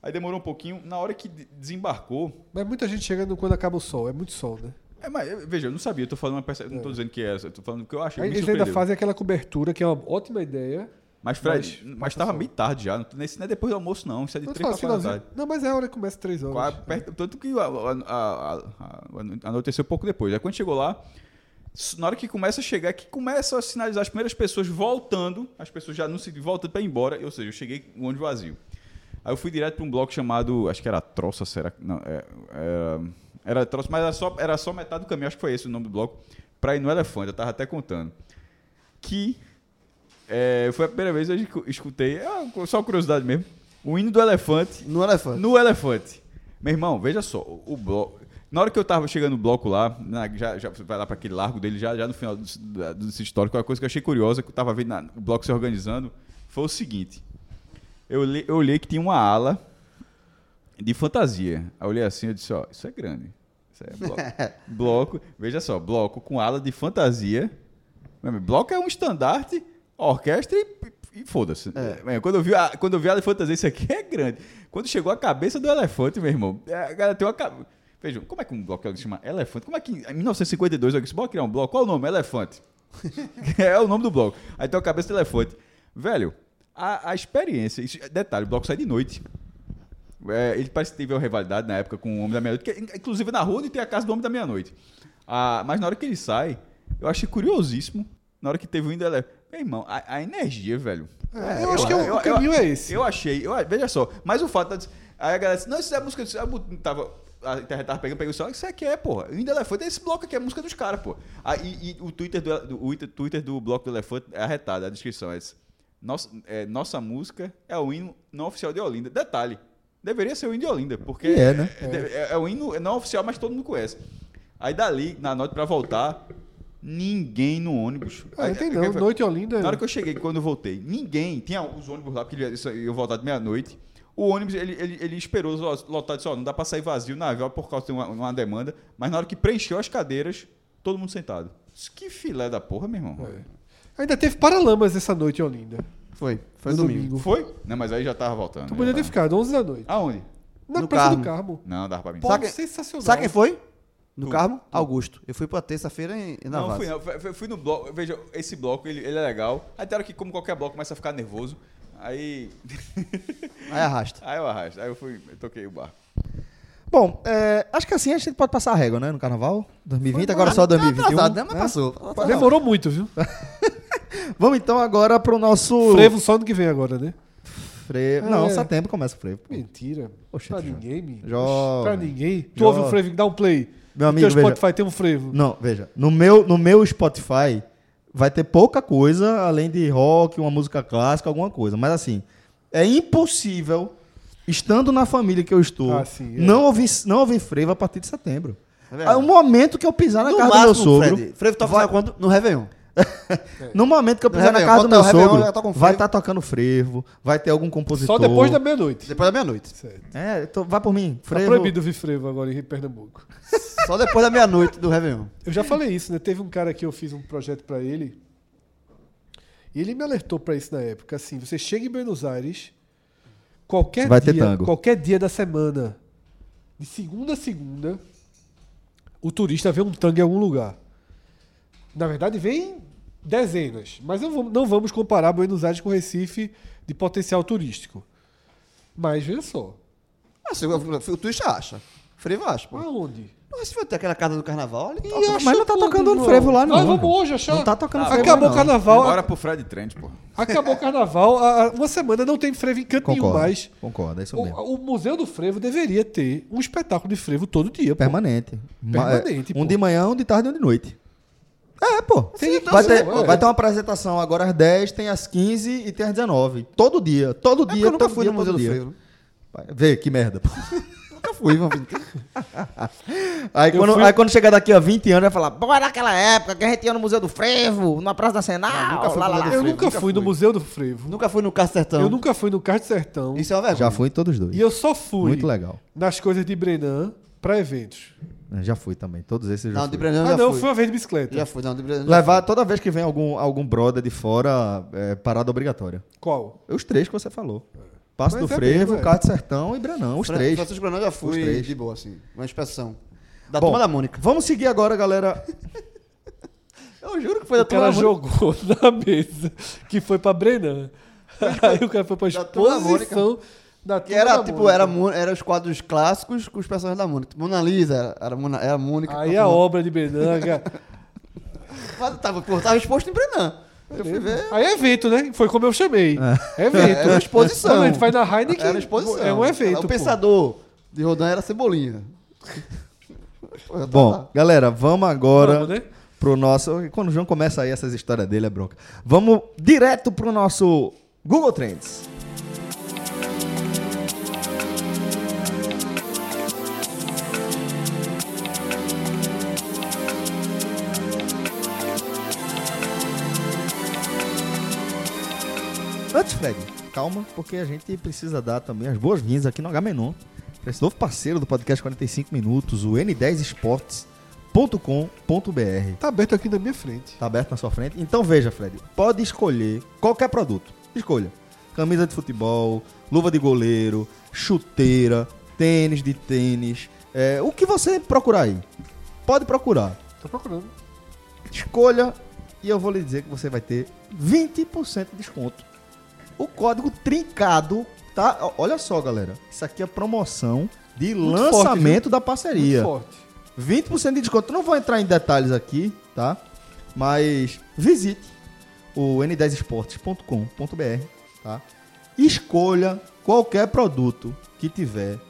Speaker 4: Aí demorou um pouquinho. Na hora que de- desembarcou,
Speaker 2: Mas muita gente chegando quando acaba o sol, é muito sol, né?
Speaker 4: é, mas, eu- veja, eu não sabia, eu tô falando uma perce... não tô dizendo que é essa, eu tô falando que eu achei,
Speaker 2: Aí
Speaker 4: me
Speaker 2: eles ainda
Speaker 4: surpreendeu.
Speaker 2: fazem aquela cobertura, que é uma ótima ideia.
Speaker 4: Mas Fred, mas,
Speaker 2: Mas-
Speaker 4: tava
Speaker 2: passa
Speaker 4: meio tarde já, não, tô- isso não é depois do almoço não, isso é de
Speaker 2: Não, tu
Speaker 4: 3
Speaker 2: Então fala,
Speaker 4: pra 4 da
Speaker 2: finalzinho-
Speaker 4: tarde.
Speaker 2: não, mas é a hora que começa três horas.
Speaker 4: Quase perto- tanto que a, a- a- a- anoiteceu pouco depois. Aí quando chegou lá, s- na hora que começa a chegar, que começa a sinalizar as primeiras pessoas voltando, as pessoas já não se voltando pra ir embora, ou seja, eu cheguei com o ônibus vazio. Aí eu fui direto pra um bloco chamado, acho que era Troça, será que- não, é, era, era Troça, mas era só, era só metade do caminho, acho que foi esse o nome do bloco, pra ir no Elefante, eu tava até contando. Que é, foi a primeira vez que eu escu- escutei, é, só curiosidade mesmo, o hino do Elefante
Speaker 3: No elefante.
Speaker 4: no elefante. Meu irmão, veja só, o, o bloco. Na hora que eu tava chegando no bloco lá, na- já, já vai lá para aquele largo dele, já, já no final desse, da- desse histórico, uma é coisa que eu achei curiosa, que eu tava vendo na- o bloco se organizando, foi o seguinte. Eu, olhei- eu olhei que tinha uma ala de fantasia. Aí eu olhei assim eu disse, ó, isso é grande. Isso é bloco. bloco. Veja só, bloco com ala de fantasia. Meu amigo, bloco é um estandarte, orquestra e, e foda-se. É, Quando, eu vi a- quando eu vi a ala de fantasia, isso aqui é grande. Quando chegou a cabeça do elefante, meu irmão, é, a galera tem uma cabeça. Vejam, como é que um bloco se chama Elefante? Como é que em 1952 eu disse, bora criar um bloco? Qual o nome? Elefante. é o nome do bloco. Aí tem uma cabeça de elefante. Velho, a, a experiência. isso- detalhe, o bloco sai de noite. É, ele parece que teve uma rivalidade na época com o Homem da Meia-Noite, que, in- inclusive na rua onde tem a casa do Homem da Meia-Noite. Ah, mas na hora que ele sai, eu achei curiosíssimo. Na hora que teve o Indo Ele- Meu irmão, a, a energia, velho.
Speaker 2: É, eu acho que o- o caminho é esse.
Speaker 4: Eu achei, eu, veja só. Mas o fato. da- Aí a galera disse: não, isso é música. Isso é, mu- tava, a internet tava pegando, pegando só, isso aqui é, porra. E ainda elefante é esse bloco aqui, é a música dos caras, pô. Ah, e, e o Twitter do, do- o Twitter do bloco do elefante é arretado, a descrição é essa. Nossa, é, nossa música é o hino não oficial de Olinda. Detalhe, deveria ser o hino de Olinda, porque
Speaker 1: E é, né?
Speaker 4: é, é- é o hino não oficial, mas todo mundo conhece. Aí dali, na noite pra voltar, ninguém no ônibus.
Speaker 2: Ah, não
Speaker 4: Aí, é
Speaker 2: tem
Speaker 4: aí,
Speaker 2: não.
Speaker 4: aí,
Speaker 2: Noite Olinda.
Speaker 4: na hora que eu cheguei, quando eu voltei, ninguém. Tinha os ônibus lá, porque ele- isso- eu voltava de meia-noite. O ônibus, ele, ele, ele esperou os lotar disse: Ó, não dá pra sair vazio na viola por causa de uma, uma demanda. Mas na hora que preencheu as cadeiras, todo mundo sentado. Isso que filé da porra, meu irmão.
Speaker 2: é. Ainda teve Paralamas essa noite em Olinda.
Speaker 3: Foi, foi
Speaker 2: No
Speaker 3: domingo.
Speaker 2: domingo.
Speaker 4: Foi? É. Não, mas aí já tava voltando.
Speaker 2: Tu
Speaker 4: já
Speaker 2: podia ter
Speaker 4: tava.
Speaker 2: ficado 11 da noite.
Speaker 4: Aonde?
Speaker 2: Na
Speaker 3: No
Speaker 2: Praça do
Speaker 3: Carmo.
Speaker 2: Carmo.
Speaker 4: Não, dava pra mim.
Speaker 2: Pô,
Speaker 3: Sabe-
Speaker 2: sensacional.
Speaker 3: Sabe quem foi? No
Speaker 4: Tu.
Speaker 3: Carmo? Augusto. Eu fui pra terça-feira em, em
Speaker 4: Não,
Speaker 3: Navas.
Speaker 4: fui, não. Fui- fui- fui no bloco. Veja, esse bloco, ele, ele é legal. Aí tem hora que, como qualquer bloco, começa a ficar nervoso. Aí.
Speaker 3: Aí arrasta.
Speaker 4: aí eu arrasto. Aí eu fui. Eu toquei o barco.
Speaker 1: Bom, é, acho que assim a gente pode passar a régua, né? No carnaval 2020, agora
Speaker 3: Mas
Speaker 1: só
Speaker 3: tá
Speaker 1: 2021.
Speaker 3: atrasado, né? Mas
Speaker 1: né?
Speaker 3: passou. Passou.
Speaker 2: Demorou muito, viu?
Speaker 1: Vamos então agora pro nosso.
Speaker 2: Frevo só ano que vem agora, né?
Speaker 1: Frevo. Não,
Speaker 2: É.
Speaker 1: setembro começa o frevo. pô.
Speaker 2: Mentira.
Speaker 1: Oxe,
Speaker 2: pra
Speaker 1: tu já-
Speaker 2: ninguém, menino.
Speaker 1: Jovem.
Speaker 2: Pra ninguém. Tu
Speaker 1: Jovem.
Speaker 2: ouve um frevo, dá um play.
Speaker 1: Meu
Speaker 2: No
Speaker 1: amigo,
Speaker 2: teu
Speaker 1: veja-
Speaker 2: Spotify tem um frevo.
Speaker 1: Não, veja. No meu, no meu Spotify vai ter pouca coisa além de rock, uma música clássica, alguma coisa. Mas assim, é impossível, estando na família que eu estou,
Speaker 2: Ah, sim, é.
Speaker 1: não, ouvir, não ouvir frevo a partir de setembro.
Speaker 3: É
Speaker 1: É
Speaker 3: verdade.
Speaker 1: o momento que eu pisar na
Speaker 3: No
Speaker 1: casa do meu
Speaker 3: máximo,
Speaker 1: sogro.
Speaker 3: Fred. Frevo toca sabe quando? No Réveillon.
Speaker 1: No momento que eu
Speaker 3: No
Speaker 1: pisar na
Speaker 3: Réveillon,
Speaker 1: casa do
Speaker 3: quando
Speaker 1: meu
Speaker 3: tá o Réveillon,
Speaker 1: sogro,
Speaker 3: já toca um
Speaker 1: vai
Speaker 3: frevo.
Speaker 1: estar tocando frevo, vai ter algum compositor.
Speaker 2: Só depois da meia-noite.
Speaker 3: Depois da meia-noite.
Speaker 2: Certo.
Speaker 1: É, tô- vai por mim.
Speaker 2: Tá
Speaker 1: Frevo.
Speaker 2: proibido ouvir frevo agora em Pernambuco.
Speaker 3: Só depois da meia-noite do Réveillon.
Speaker 2: Eu já falei isso, né? Teve um cara que eu fiz um projeto pra ele. E ele me alertou pra isso na época. Assim, você chega em Buenos Aires, qualquer
Speaker 1: Vai ter
Speaker 2: dia,
Speaker 1: tango.
Speaker 2: qualquer dia da semana, de segunda a segunda, o turista vê um tango em algum lugar. Na verdade, vem dezenas. Mas não vamos, não vamos comparar Buenos Aires com Recife de potencial turístico. Mas veja só.
Speaker 3: Ah, se- o turista acha. Frevo acha, pô.
Speaker 2: Aonde?
Speaker 3: Mas se for ter aquela casa do carnaval, ali
Speaker 1: Mas
Speaker 3: toca.
Speaker 1: não tá
Speaker 2: tudo,
Speaker 1: tocando
Speaker 2: irmão.
Speaker 1: frevo lá, não,
Speaker 2: Nós vamos
Speaker 1: cara.
Speaker 2: hoje achar. Ah,
Speaker 1: Não tá tocando
Speaker 4: Tá,
Speaker 1: frevo. lá,
Speaker 2: Acabou o
Speaker 1: não.
Speaker 2: carnaval.
Speaker 4: Bora pro Fred Trent, porra.
Speaker 2: Acabou o carnaval, há há uma semana não tem frevo em canto nenhum
Speaker 1: Concordo.
Speaker 2: mais.
Speaker 1: Concordo, é isso mesmo.
Speaker 2: O, o Museu do Frevo deveria ter um espetáculo de frevo todo dia. pô.
Speaker 1: Permanente. Ma-
Speaker 2: Permanente,
Speaker 1: é, Um
Speaker 2: pô.
Speaker 1: de manhã, um de tarde e um de noite. É, pô.
Speaker 2: Sim, então,
Speaker 1: vai,
Speaker 2: sim,
Speaker 1: ter,
Speaker 2: é.
Speaker 1: vai ter uma apresentação agora às 10, tem às 15 e tem às 19. Todo dia. Todo
Speaker 3: É porque
Speaker 1: dia.
Speaker 3: eu nunca
Speaker 1: todo
Speaker 3: fui
Speaker 1: dia,
Speaker 3: no Museu
Speaker 1: todo
Speaker 3: do
Speaker 1: dia.
Speaker 3: Frevo. né?
Speaker 1: Vai- Vê, que merda. pô.
Speaker 3: Nunca fui, vamos.
Speaker 1: Aí
Speaker 2: Eu
Speaker 1: quando,
Speaker 2: fui-
Speaker 1: aí quando chegar daqui a 20 anos, vai falar, bora naquela época que a gente ia no Museu do Frevo, na Praça da Senal.
Speaker 3: nunca
Speaker 1: Ah,
Speaker 3: fui
Speaker 1: lá,
Speaker 3: pro
Speaker 1: lá,
Speaker 3: Museu
Speaker 1: lá.
Speaker 3: do
Speaker 2: Eu
Speaker 3: frevo,
Speaker 2: nunca
Speaker 3: nunca
Speaker 2: fui no
Speaker 3: fui.
Speaker 2: Museu do Frevo.
Speaker 3: Nunca fui no Castertão.
Speaker 2: Eu nunca fui no Card Sertão.
Speaker 3: Isso é uma vergonha.
Speaker 1: Já fui em todos dois.
Speaker 2: E eu só fui
Speaker 1: Muito legal.
Speaker 2: nas coisas de Brenan pra eventos.
Speaker 1: É, Já fui também. Todos esses eu já
Speaker 3: Não, de
Speaker 1: fui.
Speaker 3: Brenão eu
Speaker 2: ah,
Speaker 3: já
Speaker 2: não,
Speaker 3: fui.
Speaker 2: foi uma vez de bicicleta.
Speaker 3: Já fui, não, de Brenão. já
Speaker 1: Levar toda vez que vem algum, algum brother de fora, é, parada obrigatória.
Speaker 2: Qual?
Speaker 1: Os três que você falou. Passo
Speaker 2: Mas
Speaker 1: do
Speaker 2: é
Speaker 1: Frevo,
Speaker 2: mesmo, é.
Speaker 1: Carro de Sertão e Branão. Os
Speaker 3: Fran-
Speaker 1: três.
Speaker 3: Francisco Branão já fui
Speaker 1: três.
Speaker 3: de boa, assim. Uma inspeção. Da
Speaker 1: Bom,
Speaker 3: turma da Mônica.
Speaker 1: Vamos seguir agora, galera.
Speaker 3: Eu juro que foi
Speaker 2: o cara jogou na mesa que foi pra Brenan. Aí
Speaker 3: é.
Speaker 2: o cara foi pra
Speaker 3: Da Turma da
Speaker 2: exposição da
Speaker 3: Que
Speaker 2: Turma
Speaker 3: era,
Speaker 2: da
Speaker 3: tipo,
Speaker 2: Mônica.
Speaker 3: era, Mo- era os quadros clássicos com os personagens da Mônica. Tipo, Mona Lisa era, era, Mona, era a Mônica. Tá
Speaker 2: Aí a obra de Brenan. cara.
Speaker 3: Mas tava, pô, tava exposto em Brenan. Eu fui ver.
Speaker 2: Aí é evento, né? Foi como eu chamei. É evento.
Speaker 3: É uma exposição.
Speaker 2: Quando a gente vai na Heineken,
Speaker 3: Era exposição.
Speaker 2: é um evento.
Speaker 3: O
Speaker 2: pô.
Speaker 3: pensador de Rodan era Cebolinha.
Speaker 2: Tá
Speaker 3: Pô, eu
Speaker 1: Bom,
Speaker 3: tava-
Speaker 1: galera, vamos agora
Speaker 2: Vamos, né?
Speaker 1: pro nosso. Quando o João começa aí essas histórias dele, é bronca. Vamos direto pro nosso Google Trends. Antes, Fred, calma, porque a gente precisa dar também as boas-vindas aqui no HMenon. Pra esse novo parceiro do podcast 45 Minutos, o N10esportes.com.br.
Speaker 2: Tá aberto aqui na minha frente.
Speaker 1: Tá aberto na sua frente. Então veja, Fred, pode escolher qualquer produto. Escolha. Camisa de futebol, luva de goleiro, chuteira, tênis de tênis. é, o que você procurar aí. Pode procurar.
Speaker 2: Tô procurando.
Speaker 1: Escolha e eu vou lhe dizer que você vai ter 20% de desconto. O código trincado, tá? Ó, Olha só, galera. Isso aqui é promoção de
Speaker 2: Muito
Speaker 1: lançamento
Speaker 2: forte, viu?
Speaker 1: da
Speaker 2: Muito
Speaker 1: parceria.
Speaker 2: forte.
Speaker 1: 20% de desconto. Não vou entrar em detalhes aqui, tá? Mas visite o n10esportes.com.br, tá? Escolha qualquer produto que tiver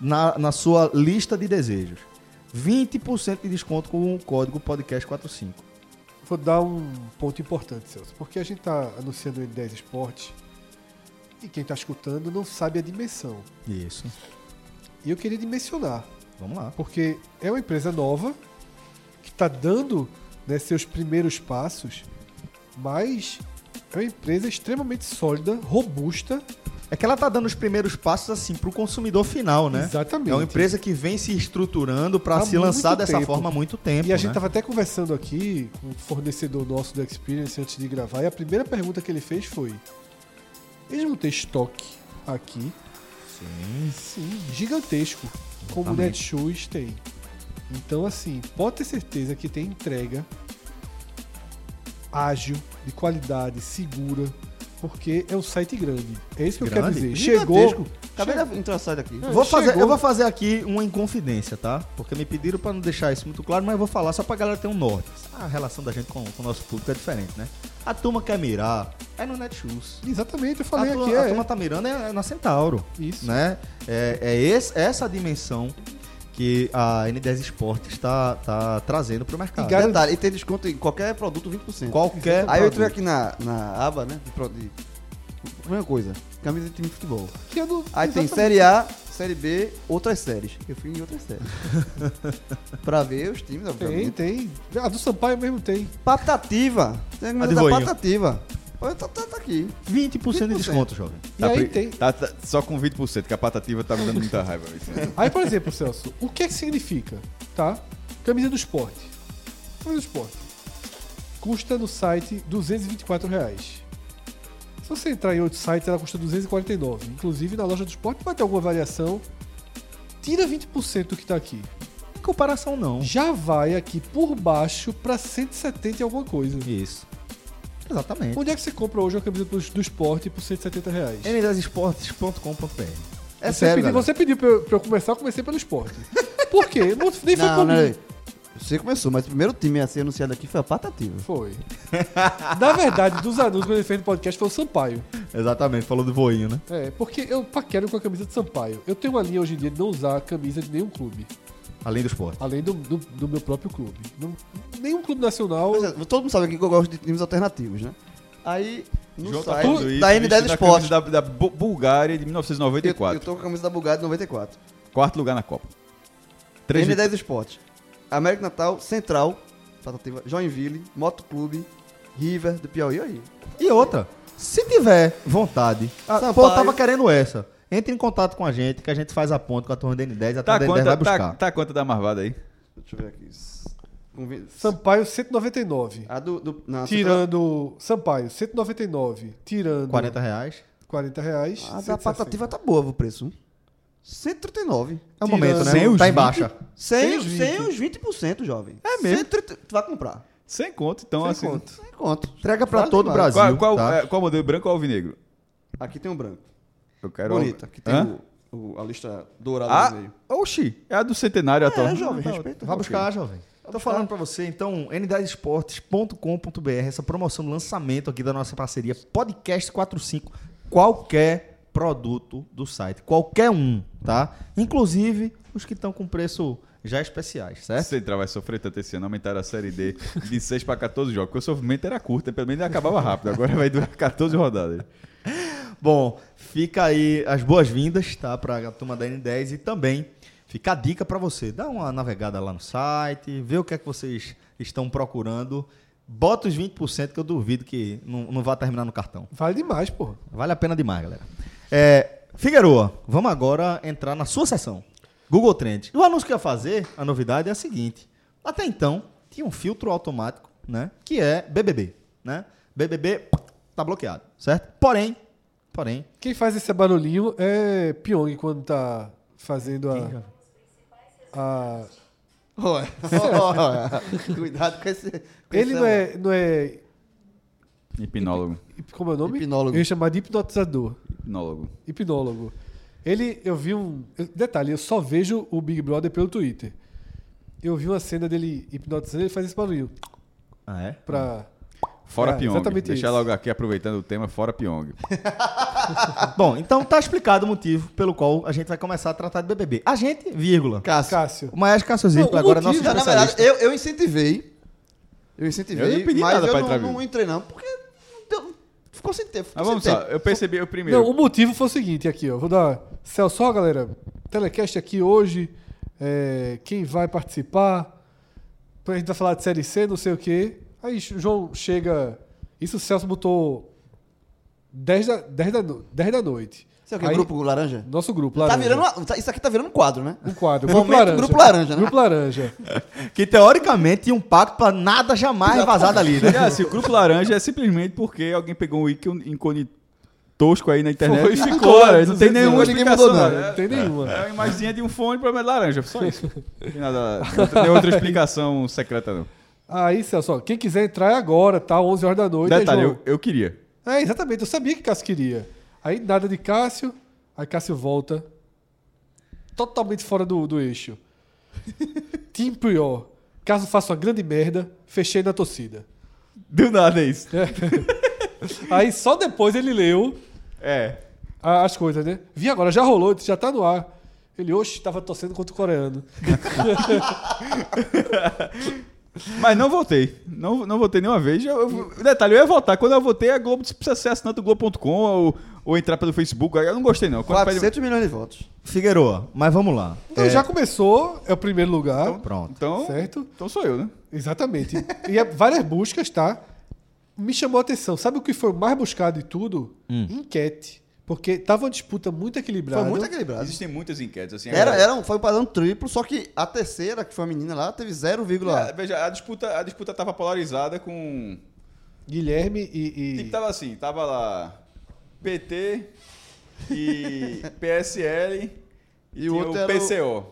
Speaker 1: na, na sua lista de desejos. 20% de desconto com o código podcast45.
Speaker 2: Vou dar um ponto importante, Celso, porque a gente tá anunciando o N10 Esporte e quem tá escutando não sabe a dimensão.
Speaker 1: Isso.
Speaker 2: E eu queria dimensionar,
Speaker 1: Vamos lá.
Speaker 2: porque é uma empresa nova que está dando né, seus primeiros passos, mas é uma empresa extremamente sólida, robusta,
Speaker 1: É que ela tá dando os primeiros passos assim pro consumidor final, né?
Speaker 2: Exatamente.
Speaker 1: É uma empresa que vem se estruturando para
Speaker 2: Há
Speaker 1: se lançar
Speaker 2: muito
Speaker 1: dessa
Speaker 2: tempo.
Speaker 1: forma há muito tempo.
Speaker 2: E a gente tá
Speaker 1: né?
Speaker 2: estava até conversando aqui com um fornecedor nosso do Experience antes de gravar, e a primeira pergunta que ele fez foi: Eles vão ter estoque aqui? Sim. Sim, gigantesco, como o Netshoes tem. Então, assim, pode ter certeza que tem entrega ágil, de qualidade, segura, porque é um site grande. É isso que eu quero
Speaker 1: Grande?
Speaker 2: dizer.
Speaker 1: Gigantesco. Tá
Speaker 2: Chegou.
Speaker 3: Acabei de entrar sai daqui.
Speaker 1: Eu Vou fazer,
Speaker 2: Chegou.
Speaker 1: eu vou fazer aqui uma inconfidência, tá? Porque me pediram pra não deixar isso muito claro, mas eu vou falar só pra galera ter um norte. A relação da gente com, com o nosso público é diferente, né? A turma quer mirar é no Netshoes.
Speaker 2: Exatamente, eu
Speaker 1: A,
Speaker 2: falei
Speaker 1: turma-
Speaker 2: aqui.
Speaker 1: a
Speaker 2: é.
Speaker 1: turma tá mirando é, é na Centauro,
Speaker 2: Isso.
Speaker 1: né? É, é esse- essa dimensão que a N10 Esportes tá, tá trazendo pro mercado.
Speaker 2: E gar-
Speaker 3: Detalhe, e tem desconto em qualquer produto 20%.
Speaker 1: Qualquer
Speaker 3: Aí eu entrei
Speaker 1: produto.
Speaker 3: aqui na, na aba, né? De, pro- de, primeira coisa, camisa de time de futebol.
Speaker 2: Que é do-
Speaker 3: Aí tem
Speaker 2: exatamente.
Speaker 3: Série A, Série B, outras séries. Eu fui em outras séries. pra ver os times,
Speaker 2: Tem,
Speaker 3: obviamente.
Speaker 2: tem. A do Sampaio mesmo tem.
Speaker 3: Patativa.
Speaker 2: Tá
Speaker 3: Tem a camisa da
Speaker 1: Adivoinho.
Speaker 3: Patativa. Olha, tá, tá, tá aqui.
Speaker 1: 20% de desconto, jovem.
Speaker 2: E aí
Speaker 4: pri-
Speaker 2: tem.
Speaker 4: tá- tá só com 20%, que a patativa tá me dando muita raiva. isso.
Speaker 2: Aí, por exemplo, Celso, o que é que significa, tá? Camisa do esporte. Camisa do esporte. Custa no site R$ 224 reais. Se você entrar em outro site, ela custa 249. Inclusive, na loja do esporte vai ter alguma variação. Tira 20% do que tá aqui.
Speaker 1: Em comparação, não.
Speaker 2: Já vai aqui por baixo pra 170 e alguma coisa.
Speaker 1: Isso. Exatamente.
Speaker 2: Onde é que você compra hoje uma camisa do, do esporte por 170 reais?
Speaker 1: N10esportes.com.br
Speaker 3: É
Speaker 2: você
Speaker 3: sério,
Speaker 2: pediu,
Speaker 3: galera.
Speaker 2: você pediu pra eu, pra eu começar, eu comecei pelo esporte. Por quê? Não, nem foi
Speaker 3: Não,
Speaker 2: por mim.
Speaker 3: né? Você começou, mas o primeiro time a ser anunciado aqui foi a Patativa.
Speaker 2: Foi. Na verdade, dos anúncios que ele fez no podcast foi o Sampaio.
Speaker 1: Exatamente, falou do voinho, né?
Speaker 2: É, porque eu paquero com a camisa de Sampaio. Eu tenho uma linha hoje em dia de não usar a camisa de nenhum clube,
Speaker 1: Além do esporte.
Speaker 2: além do, do- do meu próprio clube. Não- nenhum clube nacional.
Speaker 3: Mas, é, Todo mundo sabe aqui que eu gosto de times alternativos, né? Aí, no
Speaker 4: João tá
Speaker 3: site
Speaker 4: falando isso,
Speaker 3: da
Speaker 4: vestindo
Speaker 3: N10
Speaker 4: a
Speaker 3: Esportes.
Speaker 4: camisa Da, da Bu- Bulgária de
Speaker 3: Eu,
Speaker 4: 1994.
Speaker 3: eu tô com a camisa da Bulgária de 94.
Speaker 4: Quarto lugar na Copa. Três de-
Speaker 3: N10 Esportes. América Natal, Central, Patativa, Joinville, Motoclube, River do Piauí. Aí.
Speaker 1: E outra, se tiver vontade, ah,
Speaker 3: Sampaio.
Speaker 1: pô, eu tava querendo essa. Entre em contato com a gente, que a gente faz a ponte com a turma da N10, a
Speaker 4: Tá
Speaker 1: turma da
Speaker 4: a
Speaker 1: N10 vai
Speaker 4: conta, tá,
Speaker 1: buscar.
Speaker 4: tá a conta da Marvada aí.
Speaker 3: Deixa eu ver aqui. S- convi-
Speaker 2: Sampaio 199.
Speaker 3: A do. do na
Speaker 2: Tirando. Sampaio, 199. Tirando
Speaker 1: 40 reais.
Speaker 2: 40 reais.
Speaker 3: A da
Speaker 2: 160.
Speaker 3: Patativa tá boa o preço. hein?
Speaker 1: É
Speaker 3: 139.
Speaker 1: o
Speaker 2: Tirando
Speaker 1: momento,
Speaker 2: sem
Speaker 1: né?
Speaker 2: os
Speaker 1: Tá em
Speaker 2: 20.
Speaker 1: baixa.
Speaker 3: Sem,
Speaker 2: Sem os
Speaker 3: sem os 20%, jovem. É
Speaker 4: mesmo?
Speaker 3: tu vai comprar.
Speaker 4: Sem conto, então.
Speaker 2: Sem
Speaker 4: assim,
Speaker 2: conto.
Speaker 3: Sem conto.
Speaker 1: Entrega pra
Speaker 3: Vale
Speaker 1: todo o
Speaker 3: demais.
Speaker 1: Brasil.
Speaker 4: Qual, qual,
Speaker 1: tá?
Speaker 4: é, qual modelo, branco ou alvinegro?
Speaker 3: Aqui tem um branco.
Speaker 4: Eu quero.
Speaker 3: Bonita.
Speaker 4: alvi-
Speaker 3: Aqui tem
Speaker 4: Hã?
Speaker 3: o, o- a lista dourada no
Speaker 4: Ah,
Speaker 3: meio.
Speaker 4: oxi, é a do centenário atual.
Speaker 3: É, jovem, respeita.
Speaker 1: Vai buscar, jovem. Tô falando pra você, então, n10esportes.com.br, essa promoção do lançamento aqui da nossa parceria Podcast 45, qualquer produto do site, qualquer um, tá? Inclusive os que estão com preço já especiais, certo?
Speaker 4: Central vai sofrer tanto esse ano, aumentar a série D de 6 para 14 jogos, porque o sofrimento era curto, pelo menos acabava rápido. Agora vai durar 14 rodadas.
Speaker 1: Bom, fica aí as boas-vindas, tá? Pra turma da N10 e também fica a dica pra você. Dá uma navegada lá no site, vê o que é que vocês estão procurando. Bota os 20% que eu duvido que não, não vá terminar no cartão.
Speaker 2: Vale demais, porra.
Speaker 1: Vale a pena demais, galera. É, Figueroa, vamos agora entrar na sua sessão. Google Trends. E o anúncio que eu ia fazer, a novidade é a seguinte. Até então, tinha um filtro automático, né? Que é BBB, né? BBB tá bloqueado, certo? Porém, porém,
Speaker 2: Quem faz esse barulhinho é Pyong quando tá fazendo a. a
Speaker 3: Olha, olha. Cuidado com esse. com
Speaker 2: ele
Speaker 3: esse
Speaker 2: não é, não é
Speaker 4: Hipnólogo.
Speaker 2: Como é o nome?
Speaker 3: Hipnólogo.
Speaker 2: Eu ia chamar de hipnotizador.
Speaker 4: Hipnólogo.
Speaker 2: Hipnólogo. Ele, eu vi um. eu- Detalhe, eu só vejo o Big Brother pelo Twitter. Eu vi uma cena dele hipnotizando, ele faz esse barulho.
Speaker 1: Ah, é?
Speaker 2: Pra.
Speaker 4: Fora
Speaker 2: É,
Speaker 4: Pyong.
Speaker 2: exatamente
Speaker 4: Deixar
Speaker 2: isso.
Speaker 4: logo aqui, aproveitando o tema, fora Pyong.
Speaker 1: Bom, então tá explicado o motivo pelo qual a gente vai começar a tratar de BBB. A gente, vírgula.
Speaker 3: Cássio.
Speaker 2: Cássio.
Speaker 1: O Maestro Cássio
Speaker 3: Não,
Speaker 1: Zirpla
Speaker 3: o
Speaker 1: agora é nosso
Speaker 3: motivo- na
Speaker 1: especialista.
Speaker 3: verdade, eu, eu incentivei. Eu incentivei,
Speaker 4: Eu não pedi
Speaker 3: mas
Speaker 4: nada
Speaker 3: eu
Speaker 4: pra
Speaker 3: não,
Speaker 4: entrar vivo.
Speaker 3: não entrei não, porque não deu- ficou sem tempo. Ficou
Speaker 4: Mas vamos
Speaker 3: sem
Speaker 4: lá,
Speaker 3: tempo.
Speaker 4: eu percebi o primeiro.
Speaker 2: Não, o motivo foi o seguinte aqui, ó. Vou dar. Celso, só galera, telecast aqui hoje. é, quem vai participar? Pra gente vai falar de série C, não sei o quê. Aí João chega. Isso o Celso botou 10 da, 10 da, no- 10 da noite.
Speaker 3: Sabe o que é
Speaker 2: Aí-
Speaker 3: grupo laranja?
Speaker 2: Nosso grupo,
Speaker 3: Tá
Speaker 2: Laranja.
Speaker 3: virando uma- tá- isso aqui tá virando um quadro, né?
Speaker 2: um quadro.
Speaker 3: Momento Grupo Laranja, né?
Speaker 2: Grupo Laranja.
Speaker 4: É,
Speaker 3: é-
Speaker 1: Que teoricamente tinha um pacto pra nada
Speaker 3: Tá
Speaker 1: jamais vazar dali, né?
Speaker 4: É assim, o grupo laranja é simplesmente porque alguém pegou um ícone, ícone tosco aí na internet
Speaker 2: Foi,
Speaker 4: e
Speaker 2: ficou,
Speaker 4: ficou, né? Não
Speaker 2: não
Speaker 4: tem
Speaker 2: sei
Speaker 4: nenhuma
Speaker 3: se ninguém mudou,
Speaker 4: explicação.
Speaker 2: não.
Speaker 4: né?
Speaker 2: Não tem
Speaker 4: É-
Speaker 2: nenhuma.
Speaker 4: É uma imaginha de um fone pra laranja, só isso. Não tem nada, não tem outra explicação secreta, não.
Speaker 2: Aí, Celso, ó, quem quiser entrar é agora, tá? 11 horas da noite. aí,
Speaker 4: Detalhe,
Speaker 2: João-
Speaker 4: eu, eu queria.
Speaker 2: É, exatamente. Eu sabia que Cássio queria. Aí nada de Cássio. Aí Cássio volta. Totalmente fora do, do eixo. Tim Prior. Caso faça uma grande merda, fechei na torcida.
Speaker 4: Do nada é isso.
Speaker 2: Aí só depois ele leu
Speaker 4: É.
Speaker 2: a- as coisas, né? Vi agora, já rolou, já tá no ar. Ele, oxe, tava torcendo contra o coreano.
Speaker 4: Mas não votei. Não, não votei nenhuma vez. Eu, eu- detalhe, eu ia votar. Quando eu votei, a Globo disse que precisa ser assinante do Globo.com ou, ou entrar pelo Facebook. Aí Eu não gostei, não. Quando pede-
Speaker 3: 400 milhões de votos.
Speaker 1: Figueroa, mas vamos lá.
Speaker 2: Então já começou, é o primeiro lugar,
Speaker 1: Pronto.
Speaker 4: Então,
Speaker 2: certo?
Speaker 4: então sou eu, né?
Speaker 2: Exatamente. E é várias buscas, tá? Me chamou a atenção. Sabe o que foi o mais buscado de tudo?
Speaker 4: Hum.
Speaker 2: Enquete. Porque tava uma disputa muito equilibrada.
Speaker 3: Foi muito equilibrado.
Speaker 4: Existem muitas enquetes, assim.
Speaker 3: Era,
Speaker 4: agora-
Speaker 3: era um, foi um padrão triplo, só que a terceira, que foi a menina lá, teve 0,
Speaker 4: É, veja, a disputa, a disputa tava polarizada com.
Speaker 2: Guilherme e. e-
Speaker 4: Tipo, tava assim, tava lá. PT e PSL
Speaker 3: E
Speaker 4: e,
Speaker 3: o
Speaker 4: o
Speaker 3: outro era o-
Speaker 4: PCO.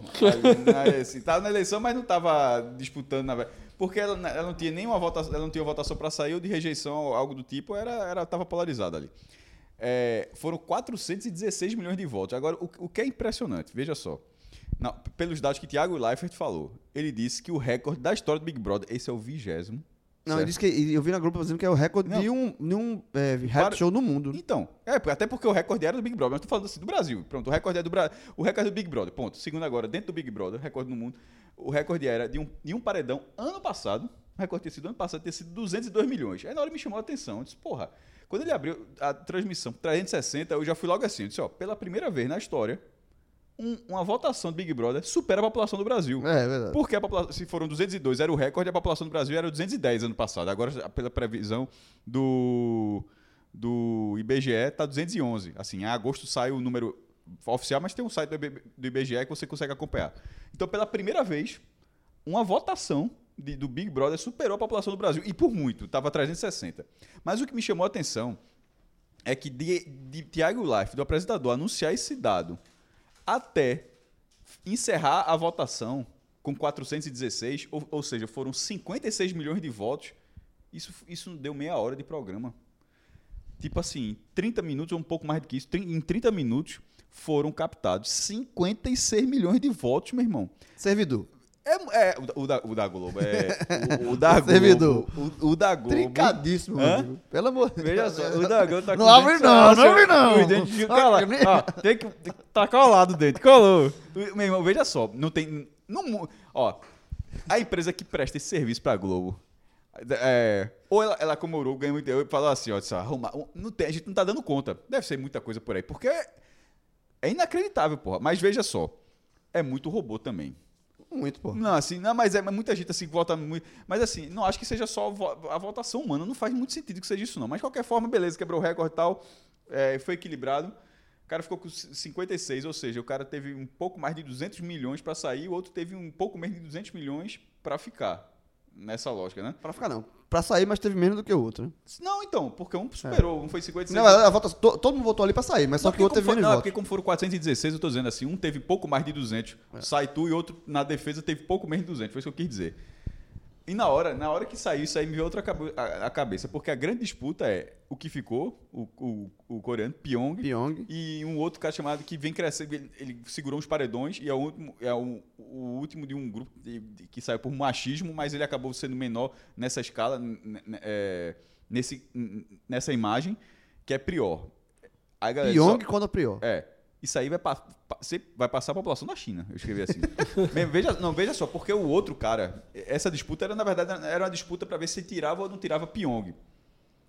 Speaker 4: Aí, aí, assim, tava na eleição, mas não tava disputando na verdade. Porque ela, né, ela não tinha nenhuma votação, ela não tinha votação para sair ou de rejeição ou algo do tipo, era, era tava polarizada ali. É, foram 416 milhões de votos. Agora, o, o que é impressionante, veja só. Na- pelos dados que Thiago Leifert falou, ele disse que o recorde da história do Big Brother, esse é o vigésimo.
Speaker 3: Não,
Speaker 4: certo?
Speaker 3: ele disse que. e Eu vi na grupo dizendo que é o recorde
Speaker 4: Não.
Speaker 3: de um, de um é, reality
Speaker 4: Para-
Speaker 3: show no mundo.
Speaker 4: Então, é, porque- até porque o recorde era do Big Brother, mas tô falando assim, do Brasil. Pronto, o recorde é do Brasil. O recorde é do Big Brother, ponto. Segundo agora, dentro do Big Brother, recorde no mundo, o recorde era de um, de um paredão ano passado, o recorde tinha sido ano passado, tinha sido 202 milhões. Aí na hora me chamou a atenção, eu disse, porra, quando ele abriu a transmissão 360, eu já fui logo assim, eu disse, ó, pela primeira vez na história, um- uma votação do Big Brother supera a população do Brasil.
Speaker 3: É, é verdade.
Speaker 4: Porque a população, se foram 202, era o recorde, a população do Brasil era 210 ano passado. Agora, pela previsão do, do IBGE, está 211. Assim, em agosto sai o número oficial, mas tem um site do IB- do IBGE que você consegue acompanhar. Então, pela primeira vez, uma votação de- do Big Brother superou a população do Brasil. E por muito, estava 360. Mas o que me chamou a atenção é que de, de Tiago Life, do apresentador, anunciar esse dado até encerrar a votação com 416, ou, ou seja, foram 56 milhões de votos, isso, isso deu meia hora de programa. Tipo assim, 30 minutos ou um pouco mais do que isso, trin- em 30 minutos foram captados 56 milhões de votos, meu irmão.
Speaker 3: Servidor.
Speaker 4: É, é, o, da- o da, o da Globo. É, o, o da Globo.
Speaker 3: Servidor.
Speaker 4: O, o da Globo.
Speaker 3: Trincadíssimo, meu
Speaker 4: Hã?
Speaker 3: amigo. Pelo amor de
Speaker 4: Veja só, o da Globo tá
Speaker 3: Não
Speaker 4: com
Speaker 3: abre
Speaker 4: dente-
Speaker 3: não,
Speaker 4: Ah,
Speaker 3: não
Speaker 4: seu-
Speaker 3: abre não.
Speaker 4: Os dentes de
Speaker 3: Ah,
Speaker 4: cala.
Speaker 3: que-
Speaker 4: Ó, tem que tem que- tá colado o dente, colou. Meu irmão, veja só, não tem no mu- ó, a empresa que presta esse serviço pra Globo é, ou ela, ela comemorou, ganhou muito dinheiro e falou assim, ó, disse, arruma, não tem, a gente não tá dando conta. Deve ser muita coisa por aí, porque é inacreditável, porra. Mas veja só, é muito robô também.
Speaker 3: Muito, pô.
Speaker 4: Não, assim, não, mas é mas muita gente assim que vota muito. Mas assim, não acho que seja só vo- a votação humana, não faz muito sentido que seja isso, não. Mas de qualquer forma, beleza, quebrou o recorde e tal, é, foi equilibrado. O cara ficou com c- 56, ou seja, o cara teve um pouco mais de 200 milhões pra sair, o outro teve um pouco menos de 200 milhões pra ficar. Nessa lógica, né?
Speaker 3: Pra ficar não. Pra sair, mas teve menos do que o outro. né?
Speaker 4: Não, então, porque um superou, um foi 56.
Speaker 3: Na verdade, a votação- to- todo mundo votou ali pra sair, mas só
Speaker 4: Não,
Speaker 3: que o outro é
Speaker 4: porque
Speaker 3: teve
Speaker 4: como for-
Speaker 3: menos
Speaker 4: não,
Speaker 3: votos.
Speaker 4: porque como foram 416, eu tô dizendo assim, um teve pouco mais de 200,
Speaker 3: É.
Speaker 4: sai tu, e outro na defesa teve pouco menos de 200, foi isso que eu quis dizer. E na hora, na hora que saiu isso aí me veio outra cabe- a, a cabeça, porque a grande disputa é o que ficou, o, o, o coreano, Pyong,
Speaker 3: Pyong.
Speaker 4: e um outro cara chamado que vem crescendo, ele, ele segurou uns paredões e é, o último, é o, o último de um grupo de- de- que saiu por machismo, mas ele acabou sendo menor nessa escala, n- n- é, nesse, n- nessa imagem, que é Prior. Aí, a galera, só-
Speaker 3: Pyong contra Prior.
Speaker 4: É. Isso aí vai, pa- pa- se- vai passar a população na China. Eu escrevi assim. Mas veja, não, veja só, porque o outro cara, essa disputa era, na verdade, era uma disputa pra ver se tirava ou não tirava Pyong.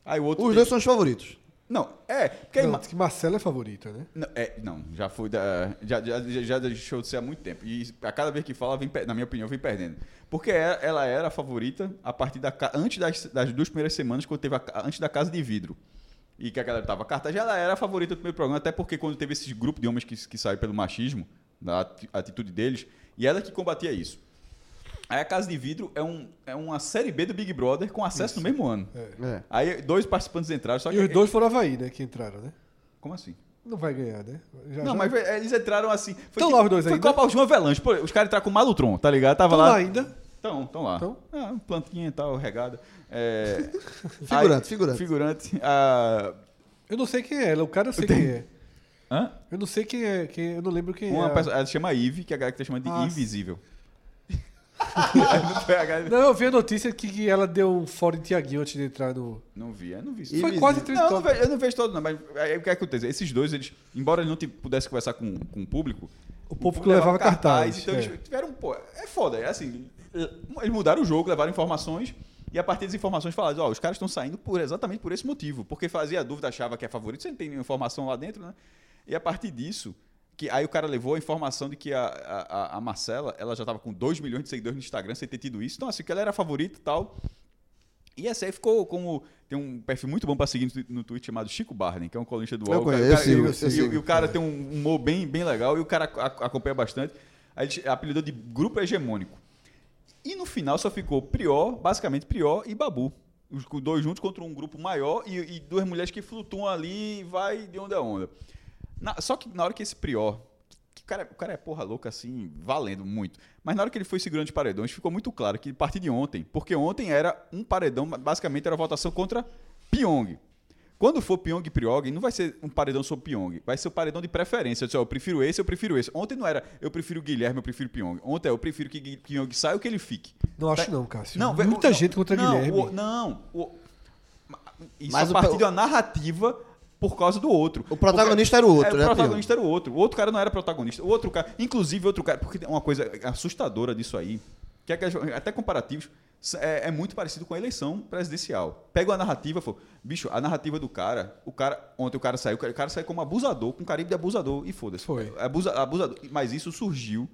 Speaker 4: Aí o outro.
Speaker 3: Os
Speaker 4: tem-
Speaker 3: dois são os favoritos.
Speaker 4: Não, é. Porque aí
Speaker 2: Não,
Speaker 4: ma-
Speaker 2: diz que Marcelo é favorita, né?
Speaker 4: não, é, não, já foi da. Já, já, já- já deixou de ser há muito tempo. E a cada vez que fala, vem, pe- na minha opinião, vem perdendo. Porque é- ela era a favorita a partir da. ca- Antes das, das duas primeiras semanas, quando teve a, ca- antes da casa de vidro. E que a galera tava cartaz, ela era a favorita do primeiro programa, até porque quando teve esse grupo de homens que, que saiu pelo machismo, da ati- atitude deles, e ela que combatia isso. Aí a Casa de Vidro é, um, é uma série B do Big Brother com acesso no mesmo ano.
Speaker 3: É.
Speaker 4: Aí dois participantes entraram, só que. é
Speaker 2: E os dois foram Havaí, né? Que entraram, né?
Speaker 4: Como assim?
Speaker 2: Não vai ganhar, né? Já-
Speaker 4: não,
Speaker 2: já-
Speaker 4: mas eh, eles entraram assim. Foi
Speaker 2: Tão lá os dois
Speaker 4: foi
Speaker 2: ainda?
Speaker 4: Copa João Avelange. Pô, os caras entraram com o Malutron, tá ligado? Tava
Speaker 2: Tão
Speaker 4: lá.
Speaker 2: lá ainda.
Speaker 4: Tão, tão lá.
Speaker 2: Tão?
Speaker 4: Ah, plantinha e tal, regada. É,
Speaker 3: Figurante,
Speaker 4: aí-
Speaker 3: figurante.
Speaker 4: Figurante. ah,
Speaker 2: Eu não sei quem é ela, o cara eu sei quem é.
Speaker 4: hã?
Speaker 2: Eu não sei quem é, quem, eu não lembro quem
Speaker 4: Uma
Speaker 2: é.
Speaker 4: pessoa- ela se chama Ive, que a galera tá chamando de
Speaker 2: Ah,
Speaker 4: Invisível. Aí não, foi a galera-
Speaker 2: Não, eu vi a notícia que, que ela deu um fora em Tiaguinho antes de entrar no.
Speaker 4: não vi, eu não vi isso.
Speaker 3: E-
Speaker 2: Foi
Speaker 3: Invisível.
Speaker 2: quase três
Speaker 4: Não, eu não, vejo, eu não vejo todo, não, mas aí o que acontece? Esses dois, eles, embora eles não te- pudessem conversar com, com o público,
Speaker 2: O povo que levava cartaz.
Speaker 4: Então
Speaker 2: é.
Speaker 4: eles tiveram, pô, é foda, é assim. Eles mudaram o jogo, levaram informações e a partir das informações falaram, ó, os caras estão saindo por exatamente por esse motivo, porque fazia dúvida, achava que é favorito, você não tem nenhuma informação lá dentro, né? E a partir disso, que aí o cara levou a informação de que a, a, a- a Marcela, ela já tava com 2 milhões de seguidores no Instagram sem ter tido isso. Então, assim, que ela era favorita e tal. E essa aí ficou como. Tem um perfil muito bom pra seguir no, Twi- no Twitch chamado Chico Barney, que é um colunista do
Speaker 3: Eu
Speaker 4: UOL. O cara-
Speaker 3: conheço,
Speaker 4: o cara-
Speaker 3: eu
Speaker 4: e-
Speaker 3: sigo, eu
Speaker 4: e-
Speaker 3: sigo.
Speaker 4: E o cara tem um humor bem, bem legal e o cara a- acompanha bastante. Aí ele apelidou de Grupo Hegemônico. E no final só ficou Prior, basicamente Prior e Babu. Os co- dois juntos contra um grupo maior e, e duas mulheres que flutuam ali e vai de onda a onda. Na- só que na hora que esse Prior. que o, cara, o cara é porra louca assim, valendo muito. Mas na hora que ele foi segurando os paredões, ficou muito claro que a partir de ontem, porque ontem era um paredão, basicamente era votação contra Pyong. Quando for Pyong e Priog, não vai ser um paredão sobre Pyong, vai ser o paredão de preferência. Eu, disse, ó, eu prefiro esse, eu prefiro esse. Ontem não era eu prefiro Guilherme, eu prefiro Pyong. Ontem é eu prefiro que Gui- Pyong saia ou que ele fique.
Speaker 2: Não acho
Speaker 4: Tá-
Speaker 2: não, Cássio.
Speaker 4: Não, velho,
Speaker 2: Muita
Speaker 4: não,
Speaker 2: gente contra
Speaker 4: não,
Speaker 2: Guilherme.
Speaker 4: o- não, o- ma- isso
Speaker 3: Mas
Speaker 4: a
Speaker 3: o
Speaker 4: partir
Speaker 3: pro-
Speaker 4: de uma narrativa por causa do outro.
Speaker 3: O protagonista era o outro,
Speaker 4: É,
Speaker 3: né,
Speaker 4: O protagonista era o outro. O outro cara não era protagonista. O outro cara, inclusive, outro cara, porque tem uma coisa assustadora disso aí, que é que as- até comparativos s- é, é muito parecido com a eleição presidencial. Pega a narrativa, fala, bicho, a narrativa do cara, o cara, ontem o cara saiu, o cara saiu como abusador, com carimbo de abusador e foda-se.
Speaker 2: Foi.
Speaker 4: Abusa, abusador. Mas isso surgiu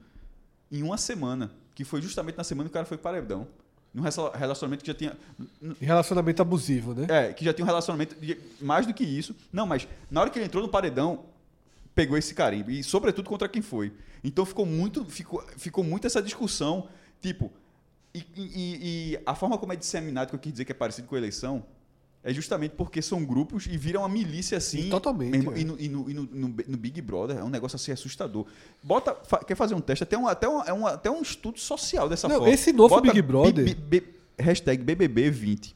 Speaker 4: em uma semana, que foi justamente na semana que o cara foi pro paredão. Num rela- relacionamento que já tinha.
Speaker 2: E Relacionamento abusivo, né?
Speaker 4: É, que já tinha um relacionamento. de- mais do que isso. Não, mas na hora que ele entrou no paredão, pegou esse carimbo. E sobretudo contra quem foi. Então ficou muito. Ficou, ficou muito essa discussão. Tipo. E, e- e a forma como é disseminado, que eu quis dizer que é parecido com a eleição, é justamente porque são grupos e viram uma milícia assim.
Speaker 2: E totalmente,
Speaker 4: meu irmão,
Speaker 2: é.
Speaker 4: E, no, e no- e no- no Bi- no Big Brother é um negócio assim assustador. Bota. fa- quer fazer um teste? Até um, até um, é um- até um estudo social dessa
Speaker 2: Não,
Speaker 4: forma.
Speaker 2: esse novo
Speaker 4: Bota
Speaker 2: Big Brother-
Speaker 4: Bi- Bi- Bi- hashtag BBB20.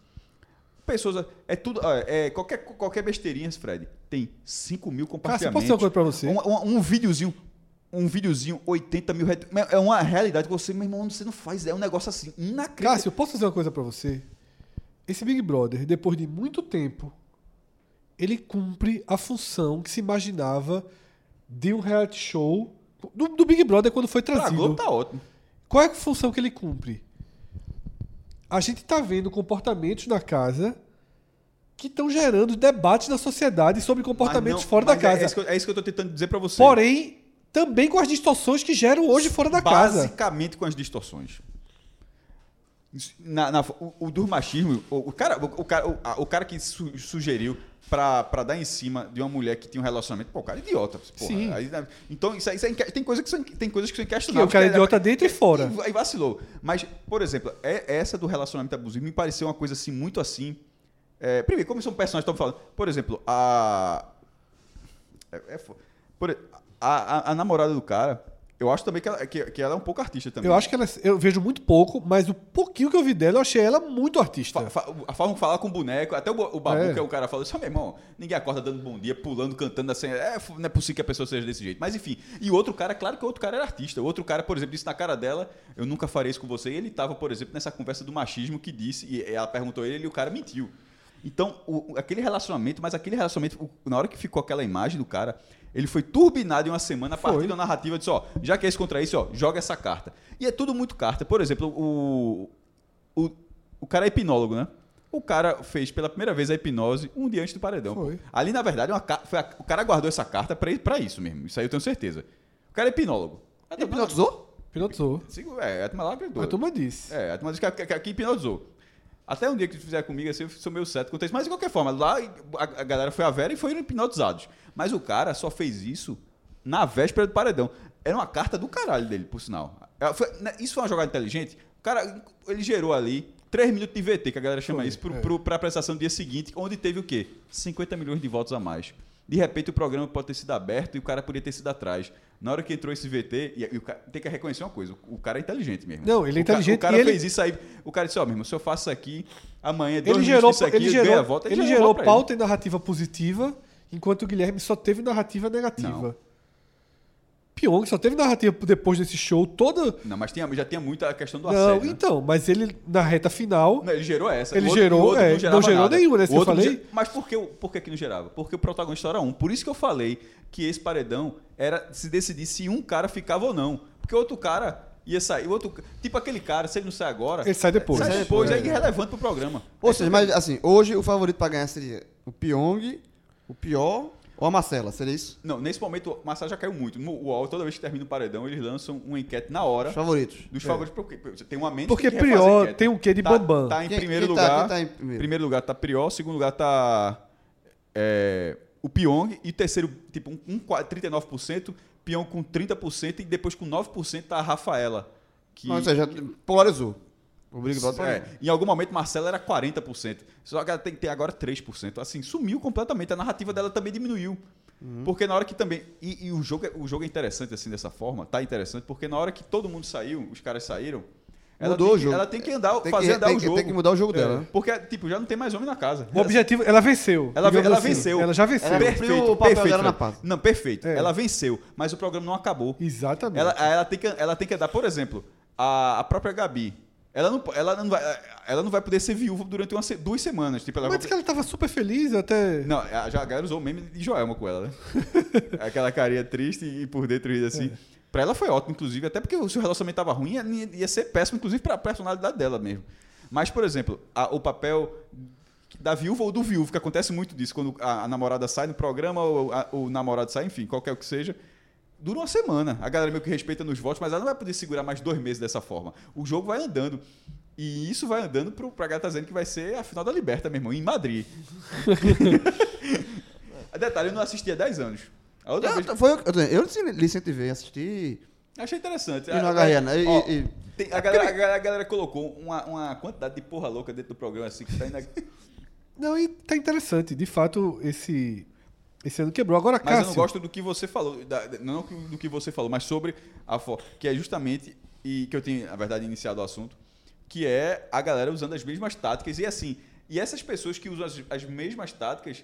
Speaker 4: Pessoas. É tudo. ah, É, qualquer, qualquer besteirinha, Fred. Tem 5 mil
Speaker 2: Cássio,
Speaker 4: compartilhamentos.
Speaker 2: posso dizer uma coisa pra você?
Speaker 4: Um, um- um videozinho. Um videozinho, 80 mil. ret- É uma realidade que você, meu irmão, você não faz. É um negócio assim inacreditável.
Speaker 2: Cássio, posso dizer uma coisa pra você? Esse Big Brother, depois de muito tempo, ele cumpre a função que se imaginava de um reality show do, do Big Brother quando foi
Speaker 4: pra
Speaker 2: trazido.
Speaker 4: Globo tá ótimo.
Speaker 2: Qual é a função que ele cumpre? A gente tá vendo comportamentos na casa que estão gerando debates na sociedade sobre comportamentos
Speaker 4: Mas não-
Speaker 2: fora da
Speaker 4: mas é-
Speaker 2: casa.
Speaker 4: É, isso que eu, é isso que eu tô tentando dizer pra você.
Speaker 2: Porém, também com as distorções que geram hoje fora da casa.
Speaker 4: Basicamente com as distorções. Na, na- o, o do machismo, o, o cara, o, o cara, o, a- o cara que su- sugeriu pra, pra dar em cima de uma mulher que tinha um relacionamento, pô, o cara é idiota. Porra.
Speaker 2: Sim.
Speaker 4: Aí, né, então, isso aí, isso aí inque- tem, coisa que são, inque- tem coisas que são
Speaker 2: Que
Speaker 4: inquestionáveis.
Speaker 2: o cara é
Speaker 4: que era-
Speaker 2: idiota dentro e fora.
Speaker 4: e, e vacilou. Mas, por exemplo, é- essa do relacionamento abusivo me pareceu uma coisa assim, muito assim. É, primeiro, como são personagens que estão falando. Por exemplo, a. É, é fo- por- a, a- a namorada do cara, eu acho também que ela, que, que ela é um pouco artista também.
Speaker 2: Eu acho que ela, eu vejo muito pouco, mas o pouquinho que eu vi dela, eu achei ela muito artista.
Speaker 4: Fa- fa- a forma de falar com o boneco, até o, bo- o Babu,
Speaker 2: É.
Speaker 4: que é o cara, falou assim: "Ah, meu irmão, ninguém acorda dando bom dia, pulando, cantando assim. É, f- não é possível que a pessoa seja desse jeito. Mas enfim. E o outro cara, claro que o outro cara era artista. O outro cara, por exemplo, disse na cara dela: Eu nunca farei isso com você. E ele tava, por exemplo, nessa conversa do machismo que disse, e ela perguntou a ele e o cara mentiu. Então, o- o- aquele relacionamento, mas aquele relacionamento, o- na hora que ficou aquela imagem do cara, ele foi turbinado em uma semana a partir da narrativa de ó, já que é esse contra esse, ó, joga essa carta. E é tudo muito carta. Por exemplo, o, o, o cara é hipnólogo, né? O cara fez pela primeira vez a hipnose um dia antes do paredão.
Speaker 2: Foi.
Speaker 4: Ali, na verdade, é uma ca- foi a- o cara guardou essa carta pra, pra isso mesmo. Isso aí eu tenho certeza. O cara é hipnólogo. A turma-
Speaker 3: Hipnotizou?
Speaker 2: Pilotou.
Speaker 4: Sigo- É, a turma lá acreditou.
Speaker 2: A turma disse.
Speaker 4: É, a turma diz que, que, que hipnotizou. Até um dia que fizer comigo, assim, eu sou meio certo quanto a isso. Mas de qualquer forma, lá a, a galera foi a Vera e foram hipnotizados. Mas o cara só fez isso na véspera do paredão. Era uma carta do caralho dele, por sinal. É, foi- né, isso foi uma jogada inteligente. O cara, ele gerou ali 3 minutos de VT, que a galera chama isso, pro, pro, pra apresentação do dia seguinte, onde teve o quê? 50 milhões de votos a mais. De repente o programa pode ter sido aberto e o cara podia ter sido atrás. Na hora que entrou esse VT, e, e o cara, tem que reconhecer uma coisa, o, o cara é inteligente mesmo.
Speaker 2: Não, ele é
Speaker 4: O ca-
Speaker 2: inteligente
Speaker 4: O cara
Speaker 2: e ele-
Speaker 4: fez isso aí. O cara disse, ó, meu irmão, se eu faço isso aqui, amanhã, dois
Speaker 2: Ele
Speaker 4: minutos
Speaker 2: gerou,
Speaker 4: disso aqui,
Speaker 2: ele
Speaker 4: ganha a
Speaker 2: gerou,
Speaker 4: volta,
Speaker 2: ele
Speaker 4: já
Speaker 2: gerou
Speaker 4: volta pra
Speaker 2: pauta e narrativa positiva, enquanto o Guilherme só teve narrativa
Speaker 4: Não.
Speaker 2: negativa. Pyong só teve narrativa depois desse show todo.
Speaker 4: ele. Não, mas tinha, já tinha muita questão do
Speaker 2: Não,
Speaker 4: assédio, né?
Speaker 2: então, mas ele na reta final.
Speaker 4: Não, ele gerou essa.
Speaker 2: Ele
Speaker 4: O outro-
Speaker 2: gerou,
Speaker 4: o outro
Speaker 2: é, não
Speaker 4: gerava
Speaker 2: gerou
Speaker 4: nada.
Speaker 2: nenhuma, né, isso que
Speaker 4: O
Speaker 2: eu
Speaker 4: outro não
Speaker 2: falei.
Speaker 4: ge- Mas por que, o- por que que não gerava? Porque o protagonista era um. Por isso que eu falei que esse paredão era se decidir se um cara ficava ou não. Porque outro cara ia sair. O outro, tipo aquele cara, se ele não sai agora.
Speaker 2: Ele sai depois.
Speaker 4: Sai
Speaker 2: Sai
Speaker 4: depois, é,
Speaker 2: depois,
Speaker 4: irrelevante pro programa.
Speaker 3: Ou seja, mas assim, hoje o favorito pra ganhar seria o Pyong, o Pior ou a Marcela, seria isso?
Speaker 4: Não, nesse momento o Marcelo já caiu muito. No UOL, toda vez que termina o paredão, eles lançam uma enquete na hora.
Speaker 3: Os favoritos.
Speaker 4: Dos favoritos, porque você tem uma mente
Speaker 2: É. Porque
Speaker 4: que refazer a
Speaker 2: Prior
Speaker 4: enquete.
Speaker 2: tem um quê de
Speaker 4: tá,
Speaker 2: Bambam.
Speaker 4: Tá em
Speaker 3: Quem-
Speaker 4: primeiro
Speaker 3: quem tá-
Speaker 4: lugar.
Speaker 3: quem tá em primeiro?
Speaker 4: lugar tá Prior, segundo lugar tá é, o Pyong e terceiro, tipo, um, um qua- 39%, Pyong com 30% e depois com 9% tá a Rafaela. Que,
Speaker 3: Não, ou seja, polarizou. O Big Brother
Speaker 4: é,
Speaker 3: polarizou.
Speaker 4: em algum momento Marcela era 40%. Só que ela tem que ter agora 3%. Assim, sumiu completamente. A narrativa dela também diminuiu.
Speaker 3: Uhum.
Speaker 4: Porque na hora que também. E, e o, jogo, é- o jogo é interessante assim dessa forma, tá interessante, porque na hora que todo mundo saiu, os caras saíram. Ela
Speaker 3: Mudou
Speaker 4: tem
Speaker 3: o
Speaker 4: que-
Speaker 3: jogo.
Speaker 4: Ela tem que andar,
Speaker 3: Tem que-
Speaker 4: fazer andar
Speaker 3: tem
Speaker 4: o
Speaker 3: que-
Speaker 4: jogo.
Speaker 3: tem que mudar Tá o jogo É. dela. né?
Speaker 4: Porque, tipo, já não tem mais homem na casa.
Speaker 2: O objetivo, ela venceu.
Speaker 4: Ela,
Speaker 2: digamos
Speaker 4: ela
Speaker 2: assim.
Speaker 4: venceu.
Speaker 2: Ela já venceu.
Speaker 3: Ela
Speaker 4: Perfeito,
Speaker 3: cumpriu é o papel
Speaker 4: perfeito,
Speaker 3: dela na
Speaker 4: Fred.
Speaker 3: paz.
Speaker 4: Não, perfeito.
Speaker 2: É.
Speaker 4: Ela venceu, mas o programa não acabou.
Speaker 2: Exatamente.
Speaker 4: Ela, ela, tem que, ela tem que andar, por exemplo, a, a própria Gabi. Ela não, po- ela, não vai, ela não vai poder ser viúva durante uma, se- duas semanas. Tipo, ela
Speaker 2: Mas
Speaker 4: vai-
Speaker 2: disse que ela tava super feliz até.
Speaker 4: Não, a, já, a galera usou o meme de Joelma com ela, né? Aquela carinha triste e por dentro rindo assim.
Speaker 2: É.
Speaker 4: Pra ela foi ótimo, inclusive, até porque se o relacionamento tava ruim, ia, ia ser péssimo, inclusive, pra personalidade dela mesmo. Mas, por exemplo, a- o papel da viúva ou do viúvo, que acontece muito disso, quando a, a namorada sai no programa, ou a- o namorado sai, enfim, qualquer que seja. Dura uma semana. A galera meio que respeita nos votos, mas ela não vai poder segurar mais dois meses dessa forma. O jogo vai andando. E isso vai andando pro, pra galera tá dizendo que vai ser a final da Liberta, meu irmão, em Madrid. Detalhe, eu não assisti há 10 anos. A outra vez-
Speaker 3: Eu, tá, foi, eu, eu, eu licentivei, assisti.
Speaker 4: Achei interessante.
Speaker 3: E não
Speaker 4: A-
Speaker 3: agarrei, né? E-
Speaker 4: ó,
Speaker 3: e-
Speaker 4: tem- a, galera, a galera- a galera colocou uma, uma quantidade de porra louca dentro do programa, assim, que tá ainda...
Speaker 2: Não, e tá interessante. De fato, esse. Esse ano quebrou. Agora,
Speaker 4: Mas
Speaker 2: Cássio.
Speaker 4: eu não gosto do que você falou, da- da- não que- do que você falou, mas sobre a forma, que é justamente, e que eu tenho, na verdade, iniciado o assunto, que é a galera usando as mesmas táticas, e assim, e essas pessoas que usam as, as mesmas táticas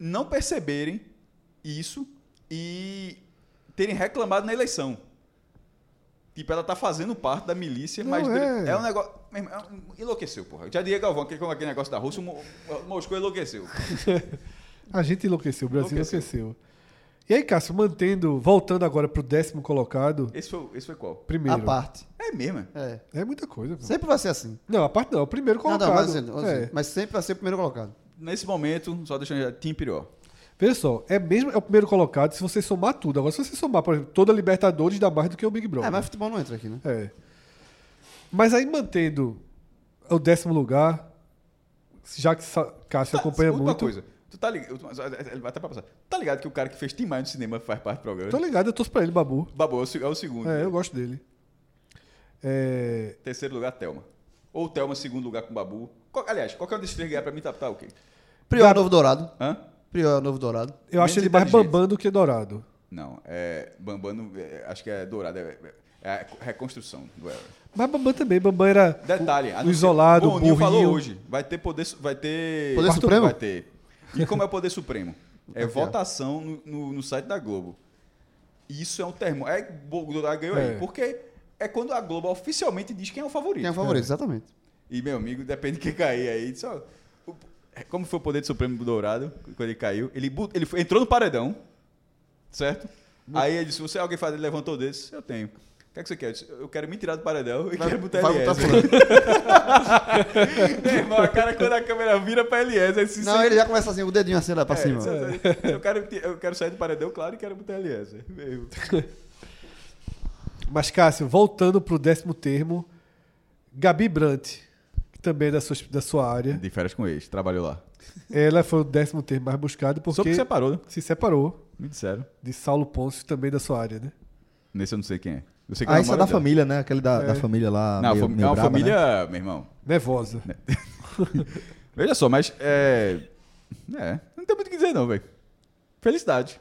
Speaker 4: não perceberem isso e terem reclamado na eleição. Tipo, ela tá fazendo parte da milícia,
Speaker 2: Não,
Speaker 4: mas
Speaker 2: é.
Speaker 4: é, um negócio. meu irmão, é um- enlouqueceu, porra. Já diria Galvão, que com aquele negócio da Rússia, o Mo- o Moscou enlouqueceu.
Speaker 2: A gente enlouqueceu, o Brasil
Speaker 4: Enlouqueceu.
Speaker 2: enlouqueceu. E aí, Cássio, mantendo, voltando agora pro décimo colocado,
Speaker 4: Esse foi, esse foi qual?
Speaker 2: primeiro.
Speaker 3: A parte.
Speaker 4: É mesmo, é.
Speaker 3: É.
Speaker 2: É muita coisa. pô.
Speaker 3: Sempre vai ser assim.
Speaker 2: Não, a parte não, é o primeiro
Speaker 3: Não,
Speaker 2: colocado.
Speaker 3: não, mas, assim,
Speaker 2: É.
Speaker 3: mas sempre vai ser o primeiro colocado.
Speaker 4: Nesse momento, só deixando já, Tim Imperial.
Speaker 2: Veja só, é mesmo é o primeiro colocado se você somar tudo. Agora, se você somar, por exemplo, toda a Libertadores dá mais do que o Big Brother.
Speaker 3: É, mas futebol não entra aqui, né?
Speaker 2: É. Mas aí mantendo o décimo lugar, já que Sa- Cássio acompanha
Speaker 4: outra
Speaker 2: muito.
Speaker 4: coisa. Tu tá ligado, até pra passar. Tá ligado que o cara que fez Tim Maia no cinema faz parte do programa?
Speaker 2: Tô ligado, eu torço pra ele, Babu.
Speaker 4: Babu, é o se- é o segundo.
Speaker 2: É, eu gosto dele. É,
Speaker 4: Terceiro lugar, Thelma. Ou Thelma, segundo lugar com Babu. Qual- aliás, qualquer um desses três ganhar pra mim tá, tá ok.
Speaker 3: Prior é o novo dourado.
Speaker 4: Hã?
Speaker 3: Prior é o novo dourado.
Speaker 2: eu acho
Speaker 4: Menos
Speaker 2: ele mais
Speaker 4: inteligente.
Speaker 2: bambando que dourado.
Speaker 4: Não, é. Bambano, é, acho que é dourado. É, é- é a reconstrução do Elber.
Speaker 2: Mas Bambam também, Bambam era
Speaker 4: Detalhe.
Speaker 2: o,
Speaker 4: anuncia-
Speaker 2: o isolado,
Speaker 4: Bom, o Ninho falou
Speaker 2: burrinho.
Speaker 4: hoje. Vai ter poder. su- Vai ter.
Speaker 3: Poder Supremo?
Speaker 4: Vai ter. E como é o poder supremo? É
Speaker 3: Aqui, ó.
Speaker 4: votação no, no- no site da Globo. Isso é um termo. É Bolsonaro ganhou
Speaker 2: É.
Speaker 4: aí. Porque é quando a Globo oficialmente diz quem é o favorito.
Speaker 3: Quem é o favorito, exatamente.
Speaker 4: E meu amigo, depende de quem cair aí. Só, o- como foi o poder do Supremo Dourado, quando ele caiu, ele, bu- ele foi- entrou no paredão, certo? Aí ele disse, você é alguém faz, ele levantou o dedo, disse, eu tenho. O que, é que você quer? Eu, disse, eu quero me tirar do paredão e quero botar
Speaker 3: vai botar
Speaker 4: Eliezer. Meu irmão, a cara quando a câmera vira pra Eliezer, ele se
Speaker 3: Não, ele já começa assim, o dedinho assim lá pra
Speaker 4: é,
Speaker 3: cima.
Speaker 4: Eu quero, ti- eu quero sair do paredão, claro, e quero botar Eliezer. Meu.
Speaker 2: Mas, Cássio, voltando pro décimo termo, Gabi Brandt, que também é da sua, da sua área,
Speaker 4: De férias com ex, trabalhou lá.
Speaker 2: ela foi o décimo termo mais buscado
Speaker 4: Só porque
Speaker 2: porque
Speaker 4: separou, né?
Speaker 2: se separou
Speaker 4: Me disseram.
Speaker 2: de Saulo Pôncio, também da sua área, né?
Speaker 4: Nesse eu não sei quem é. Eu sei que
Speaker 1: Ah,
Speaker 4: é o
Speaker 1: isso é
Speaker 4: namorado
Speaker 1: da
Speaker 4: dela.
Speaker 1: família, né? Aquele da, da
Speaker 2: É.
Speaker 1: família lá.
Speaker 4: Não,
Speaker 1: meio-
Speaker 4: fami- é
Speaker 1: meio
Speaker 4: uma
Speaker 1: braba, né?
Speaker 4: família, meu irmão.
Speaker 2: Nervosa.
Speaker 4: Né. Veja só, mas é. É, não tem muito o que dizer, não, velho. Felicidade.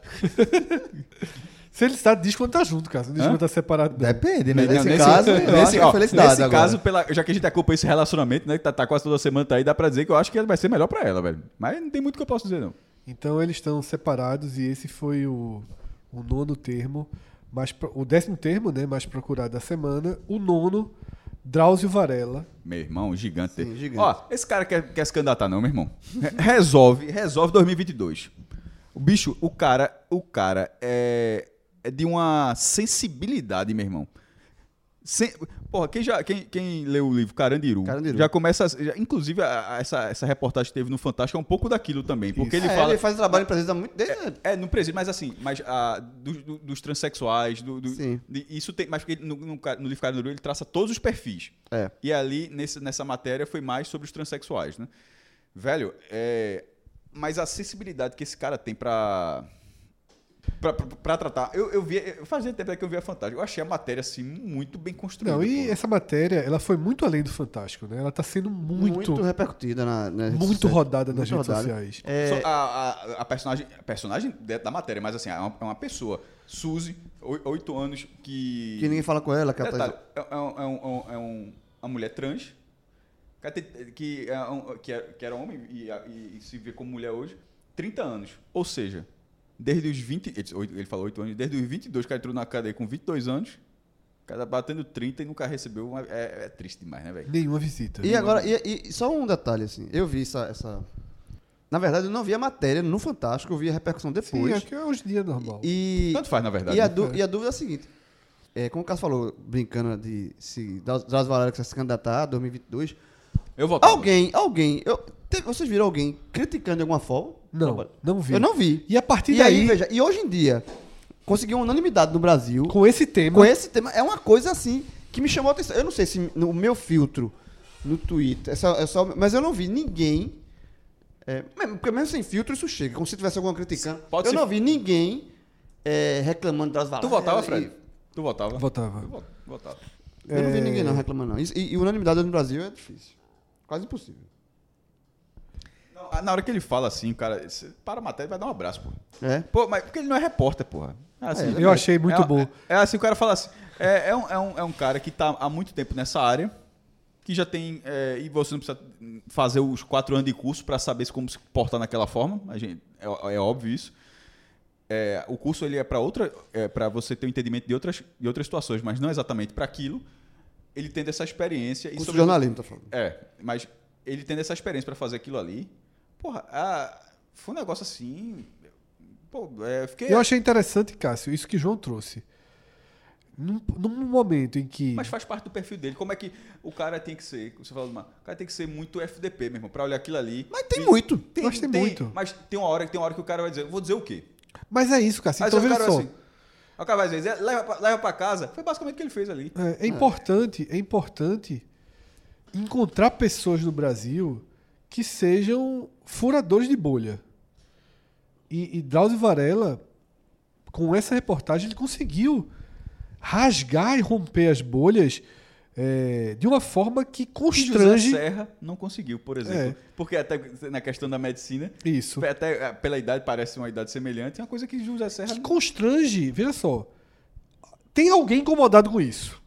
Speaker 2: Se ele está, diz quando tá junto, Cássio. Não diz
Speaker 4: Hã?
Speaker 2: quando tá separado. não.
Speaker 1: Depende, né?
Speaker 4: Não,
Speaker 1: Nesse, caso, eu acho que é
Speaker 4: ó,
Speaker 1: felicidade
Speaker 4: nesse
Speaker 1: agora.
Speaker 4: caso, pela, já que a gente acompanha esse relacionamento, né? Que tá, tá quase toda semana tá aí, dá pra dizer que eu acho que vai ser melhor pra ela, velho. Mas não tem muito que eu posso dizer, não.
Speaker 2: Então eles estão separados e esse foi o, o nono termo, mais, pro- o décimo termo, né, mais procurado da semana. O nono, Drauzio Varela.
Speaker 4: Meu irmão, gigante.
Speaker 3: Sim, gigante.
Speaker 4: Ó, esse cara quer, quer se candidatar, não, meu irmão. Re- Resolve, resolve 2022. O bicho, o cara, o cara é, é de uma sensibilidade, meu irmão. Sem- porra, quem, já, quem, quem leu o livro Carandiru,
Speaker 3: Carandiru.
Speaker 4: já começa. a- já- inclusive, a- a- essa, essa reportagem que teve no Fantástico é um pouco daquilo também. Porque ele
Speaker 3: É,
Speaker 4: fala.
Speaker 3: ele faz um trabalho em presença muito. né? Desde,
Speaker 4: É, no presídio, mas assim, mas ah, dos, do- dos transexuais, do, do-
Speaker 3: Sim.
Speaker 4: de- isso tem, mas porque ele- no, no, ca- no livro Carandiru ele traça todos os perfis.
Speaker 3: É.
Speaker 4: E ali nesse, nessa matéria foi mais sobre os transexuais, né? Velho, é, mas a acessibilidade que esse cara tem pra pra- pra pra tratar, eu, eu vi, eu fazia tempo que eu vi a Fantástica, eu achei a matéria assim muito bem construída.
Speaker 2: Não, e
Speaker 4: pô.
Speaker 2: essa matéria, ela foi muito além do fantástico, né? Ela tá sendo muito,
Speaker 3: muito,
Speaker 2: muito,
Speaker 3: repercutida na, nas redes sociais.
Speaker 2: rodada nas redes
Speaker 3: Muito rodada. É.
Speaker 2: sociais.
Speaker 4: Só A, a- a personagem, a personagem dentro da matéria, mas assim, é uma, é uma pessoa, Suzy, oi- oito anos, que
Speaker 3: Que ninguém fala com ela, que ela
Speaker 4: Detalhe,
Speaker 3: tá.
Speaker 4: é, é um, é, um, é, um, é um- uma mulher trans que, até- que, é um- que, é- que era homem e, e- e se vê como mulher hoje, 30 anos. Ou seja, desde os 20. ele disse oito- Ele falou 8 anos, desde os 22, o cara entrou na cadeia com 22 anos, o cara batendo 30 e nunca recebeu. uma- é, é triste demais, né, velho?
Speaker 2: Nenhuma visita.
Speaker 3: E agora, e, e só um detalhe, assim, eu vi essa, essa. Na verdade, eu não vi a matéria no Fantástico, eu vi a repercussão
Speaker 2: Sim, é
Speaker 3: depois.
Speaker 2: que é hoje em dia normal.
Speaker 3: E,
Speaker 4: Tanto faz, na verdade.
Speaker 3: e, a
Speaker 4: né?
Speaker 3: du- e a dúvida é a seguinte: é, como o Cássio falou, brincando de se Drauzio Varela que vai se candidatar a 2022,
Speaker 4: Eu volto.
Speaker 3: Alguém, alguém. Eu, te- vocês viram alguém criticando de alguma forma?
Speaker 2: Não, não vi.
Speaker 3: Eu não vi.
Speaker 2: E a partir
Speaker 3: E
Speaker 2: daí,
Speaker 3: aí, veja, e hoje em dia, conseguiu unanimidade no Brasil com,
Speaker 2: com esse tema,
Speaker 3: esse tema. É uma coisa assim que me chamou a atenção. Eu não sei se no meu filtro no Twitter, é só, é só- mas eu não vi ninguém. É, mesmo- porque mesmo sem filtro isso chega, como se tivesse alguma criticando.
Speaker 4: Pode
Speaker 3: eu
Speaker 4: ser-
Speaker 3: não vi ninguém é, reclamando das valas.
Speaker 4: Tu votava,
Speaker 3: É, E-
Speaker 4: Fred? Tu votava? Eu
Speaker 2: votava.
Speaker 4: vo- votava.
Speaker 3: Eu
Speaker 1: É.
Speaker 3: não vi ninguém não reclamando, não. E, e unanimidade no Brasil é difícil. Quase impossível.
Speaker 4: Não, a- na hora que ele fala assim, o cara, cê para a matéria e vai dar um abraço, pô.
Speaker 3: É.
Speaker 4: Pô, mas porque ele não é repórter, porra. É assim,
Speaker 3: É,
Speaker 4: né?
Speaker 2: Ah, eu achei muito
Speaker 4: É-
Speaker 2: bom.
Speaker 4: É, é assim, o cara fala assim. É, é um, é, um, é um cara que tá há muito tempo nessa área, que já tem. é, e você não precisa fazer os quatro anos de curso para saber se- como se comportar naquela forma. A gente, é, é óbvio isso. É, o curso ele é para outra. É, para você ter um entendimento de outras, de outras situações, mas não exatamente para aquilo. Ele tendo essa experiência.
Speaker 3: Curso de
Speaker 4: sobretudo-
Speaker 3: jornalismo, tá falando.
Speaker 4: é, mas ele tendo essa experiência pra fazer aquilo ali, porra, ah, foi um negócio assim. Pô, é, fiquei.
Speaker 2: Eu achei interessante, Cássio, isso que João trouxe. Num, num momento em que.
Speaker 4: Mas faz parte do perfil dele. Como é que o cara tem que ser? como Você fala, mano, o cara tem que ser muito FDP mesmo, pra olhar aquilo ali.
Speaker 3: Mas tem muito.
Speaker 2: Eu acho que tem muito.
Speaker 4: Mas tem uma hora, tem uma hora que o cara vai dizer, eu vou dizer o quê?
Speaker 2: Mas é isso, Cássio.
Speaker 4: Aí
Speaker 2: Então,
Speaker 4: o
Speaker 2: veja
Speaker 4: cara
Speaker 2: só.
Speaker 4: vai assim, aí o cara vai dizer, "É, leva pra, leva pra casa. Foi basicamente o que ele fez ali.
Speaker 2: É, é importante, é importante encontrar pessoas no Brasil que sejam furadores de bolha. E, e Drauzio Varela, com essa reportagem, ele conseguiu rasgar e romper as bolhas é, de uma forma que
Speaker 4: E
Speaker 2: constrange
Speaker 4: José Serra não conseguiu, por exemplo.
Speaker 2: É.
Speaker 4: Porque até na questão da medicina,
Speaker 2: isso.
Speaker 4: até eh, pela idade parece uma idade semelhante, é uma coisa que José Serra
Speaker 2: que constrange, veja só. Tem alguém incomodado com isso.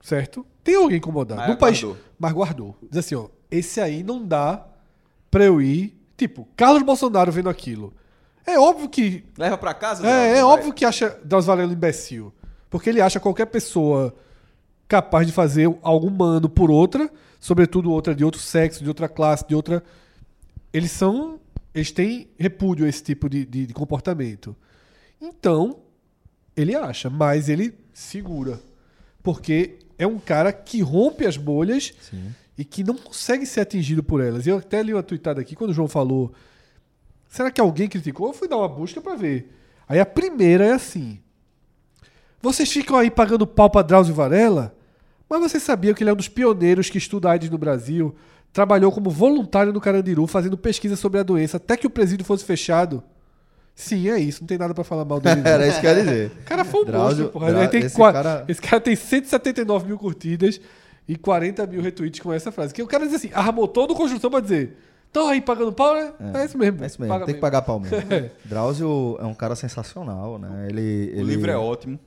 Speaker 2: Certo? Tem alguém incomodado.
Speaker 4: Mas
Speaker 2: no país,
Speaker 4: guardou.
Speaker 2: mas guardou. Diz assim, ó, esse aí não dá pra eu ir. Tipo, Carlos Bolsonaro vendo aquilo. É óbvio que.
Speaker 4: Leva pra casa? Leandro,
Speaker 2: É,
Speaker 4: vai.
Speaker 2: é óbvio que acha Deus Valendo imbecil. Porque ele acha qualquer pessoa capaz de fazer algum mano por outra, sobretudo outra de outro sexo, de outra classe, de outra. eles são. Eles têm repúdio a esse tipo de, de- de comportamento. Então, ele acha, mas ele segura. Porque é um cara que rompe as bolhas e que não consegue ser atingido por elas. Eu até li uma tweetada aqui quando o João falou. Será que alguém criticou? Eu fui dar uma busca pra ver. Aí a primeira é assim. Vocês ficam aí pagando pau pra Drauzio Varela? Mas você sabia que ele é um dos pioneiros que estuda AIDS no Brasil? Trabalhou como voluntário no Carandiru, fazendo pesquisa sobre a doença, até que o presídio fosse fechado? Sim, é isso. Não tem nada pra falar mal dele. não.
Speaker 1: Era isso que eu ia dizer.
Speaker 2: O cara foi um
Speaker 1: Drauzio-
Speaker 2: monstro, porra.
Speaker 1: Dra-
Speaker 2: Ele tem
Speaker 1: esse
Speaker 2: qua-
Speaker 1: cara-
Speaker 2: esse cara tem 179 mil curtidas e 40 mil retweets com essa frase. Que o cara diz assim, armou todo o construção pra dizer, tão aí pagando pau, né? É, isso mesmo.
Speaker 1: É isso mesmo,
Speaker 2: paga
Speaker 1: tem que pagar pau mesmo. Drauzio é um cara sensacional, né? Ele,
Speaker 4: O livro é ótimo.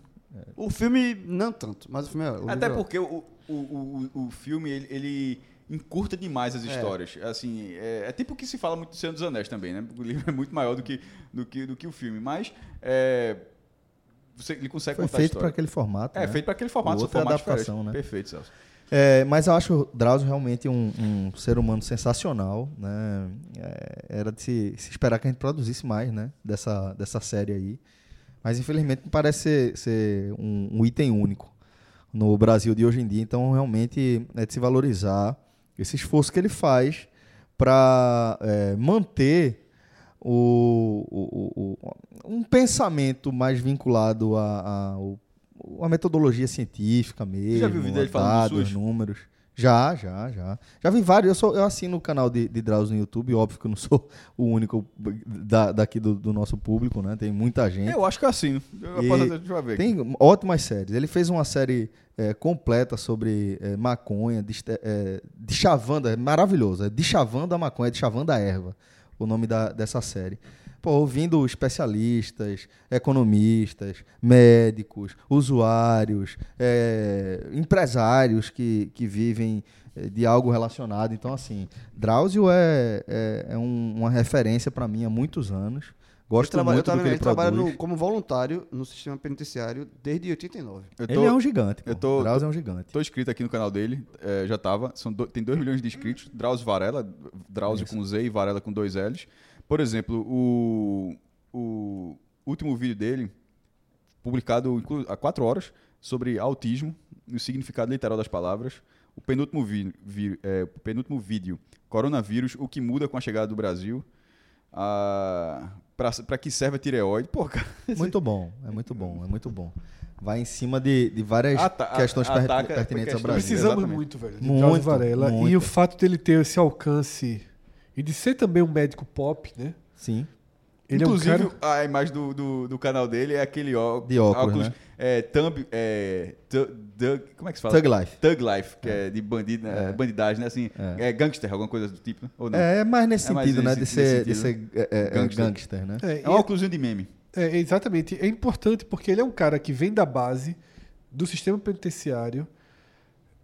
Speaker 3: O filme, não tanto, mas o filme é. o
Speaker 4: Até
Speaker 3: livro é-
Speaker 4: porque o, o, o, o- o filme, ele, ele encurta demais
Speaker 1: É.
Speaker 4: as histórias. Assim, é, é tipo o que se fala muito do Senhor dos Anéis também, né? O livro é muito maior do que, do que, do que o filme, mas é, você, ele consegue
Speaker 1: Foi
Speaker 4: contar a
Speaker 1: feito para
Speaker 4: história.
Speaker 1: aquele formato.
Speaker 4: É,
Speaker 1: né?
Speaker 4: feito para aquele formato,
Speaker 1: O
Speaker 4: só
Speaker 1: outro é
Speaker 4: formatos
Speaker 1: adaptação,
Speaker 4: diferentes.
Speaker 1: né?
Speaker 4: Perfeito, Celso.
Speaker 1: É, mas eu acho o Drauzio realmente um, um ser humano sensacional, né? É, era de se, se esperar que a gente produzisse mais, né? Dessa, dessa série aí. Mas infelizmente me parece ser, ser um, um item único no Brasil de hoje em dia. Então realmente é de se valorizar esse esforço que ele faz para manter o, o- o- o- um pensamento mais vinculado à a, o- uma metodologia científica mesmo.
Speaker 4: já viu o vídeo dele
Speaker 1: a
Speaker 4: falando do
Speaker 1: dados,
Speaker 4: SUS?
Speaker 1: números. Já, já, já. Já vi vários. Eu, sou, eu assino o canal de, de Drauzio no YouTube. Óbvio que eu não sou o único da- daqui do, do nosso público, né? Tem muita gente.
Speaker 4: Eu acho que eu assino. Eu
Speaker 1: E
Speaker 4: posso até- deixa eu ver. aqui.
Speaker 1: Tem ótimas séries. Ele fez uma série eh, completa sobre eh, maconha, de, eh, de chavanda, é maravilhoso. É de chavanda a maconha, de chavanda a erva, o nome da, dessa série. Pô, ouvindo especialistas, economistas, médicos, usuários, eh, empresários que, que vivem eh, de algo relacionado. Então, assim, Drauzio é, é, é um- uma referência para mim há muitos anos.
Speaker 3: Ele
Speaker 1: Gosto
Speaker 3: trabalha,
Speaker 1: muito
Speaker 3: tá
Speaker 1: do que
Speaker 3: vendo,
Speaker 1: ele
Speaker 3: ele trabalha
Speaker 1: produz.
Speaker 3: no- como voluntário no sistema penitenciário desde 89.
Speaker 4: Eu
Speaker 1: Ele é um gigante.
Speaker 4: eu
Speaker 1: pô.
Speaker 4: tô-
Speaker 1: Drauzio é um gigante.
Speaker 4: Tô inscrito aqui no canal dele, é, já tava. São do- tem 2 milhões de inscritos. Drauzio Varela, Drauzio com Z e Varela com dois L's. Por exemplo, o, o último vídeo dele, publicado inclu- há 4 horas, sobre autismo, o significado literal das palavras. O penúltimo, vi- vi- é, o penúltimo vídeo, coronavírus, o que muda com a chegada do Brasil. A, pra, pra que serve a tireoide? Pô, cara.
Speaker 1: Muito bom, é muito bom, é muito bom. Vai em cima de, de várias
Speaker 4: Ata-
Speaker 1: questões
Speaker 4: a-
Speaker 1: per-
Speaker 4: ataca
Speaker 1: pertinentes ao
Speaker 4: questões-
Speaker 1: Brasil.
Speaker 2: Precisamos
Speaker 4: Exatamente.
Speaker 2: muito, velho, de
Speaker 1: Muito,
Speaker 2: Drauzio Varela. E
Speaker 1: muito.
Speaker 2: o fato dele ter esse alcance e de ser também um médico pop, né?
Speaker 1: Sim.
Speaker 2: Ele
Speaker 4: Inclusive,
Speaker 2: é um cara...
Speaker 4: a imagem do, do, do canal dele é aquele ó,
Speaker 1: De óculos, né?
Speaker 4: É, thumb, é, tu- Doug- como é que se fala?
Speaker 1: Thug Life.
Speaker 4: Thug Life, que é, de bandido, né? bandidagem, né? Assim, é. gangster, alguma coisa do tipo, né? ou não?
Speaker 1: É, mas nesse
Speaker 4: É, mas
Speaker 1: sentido, né?
Speaker 4: nesse-
Speaker 1: De ser, de
Speaker 4: nesse
Speaker 1: ser é, é, é,
Speaker 4: Gangster.
Speaker 1: gangster. né?
Speaker 2: É,
Speaker 4: É um óculos de meme.
Speaker 2: É, exatamente. É importante porque ele é um cara que vem da base do sistema penitenciário,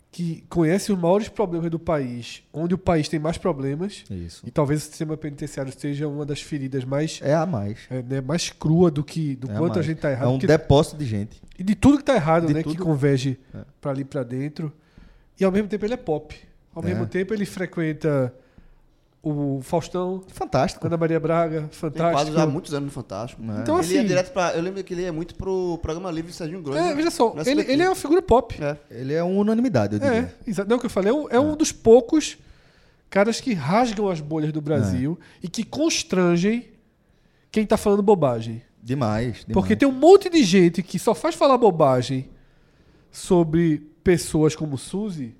Speaker 2: que conhece os maiores problemas do país, onde o país tem mais problemas,
Speaker 1: Isso.
Speaker 2: e talvez o sistema penitenciário seja uma das feridas mais,
Speaker 1: É a mais.
Speaker 2: é, né, mais crua do que do
Speaker 1: É a
Speaker 2: quanto a
Speaker 1: mais.
Speaker 2: gente tá
Speaker 1: É
Speaker 2: errado.
Speaker 1: um
Speaker 2: porque-
Speaker 1: depósito de gente.
Speaker 2: E de tudo que tá errado,
Speaker 1: de
Speaker 2: né? Que
Speaker 1: tudo-
Speaker 2: converge
Speaker 1: É.
Speaker 2: pra ali pra dentro. E ao mesmo tempo ele é pop. Ao
Speaker 1: É.
Speaker 2: mesmo tempo ele frequenta o Faustão,
Speaker 1: Fantástico.
Speaker 2: Ana Maria Braga,
Speaker 3: Tem
Speaker 2: fantástico.
Speaker 3: quadros há muitos anos no Fantástico. né?
Speaker 1: É.
Speaker 2: Então,
Speaker 3: ele ia
Speaker 2: assim-
Speaker 3: direto pra. Eu lembro que ele ia muito pro programa livre de Serginho Grosso. né?
Speaker 2: É, veja só,
Speaker 3: no
Speaker 2: ele,
Speaker 3: SBT.
Speaker 2: ele é uma figura pop.
Speaker 3: É.
Speaker 1: Ele né? é uma unanimidade, eu
Speaker 2: É,
Speaker 1: diria.
Speaker 2: exato. Não é o que eu falei. É um, é um dos poucos caras que rasgam as bolhas do Brasil
Speaker 1: É.
Speaker 2: e que constrangem quem tá falando bobagem.
Speaker 1: Demais, demais.
Speaker 2: Porque tem um monte de gente que só faz falar bobagem sobre pessoas como Suzy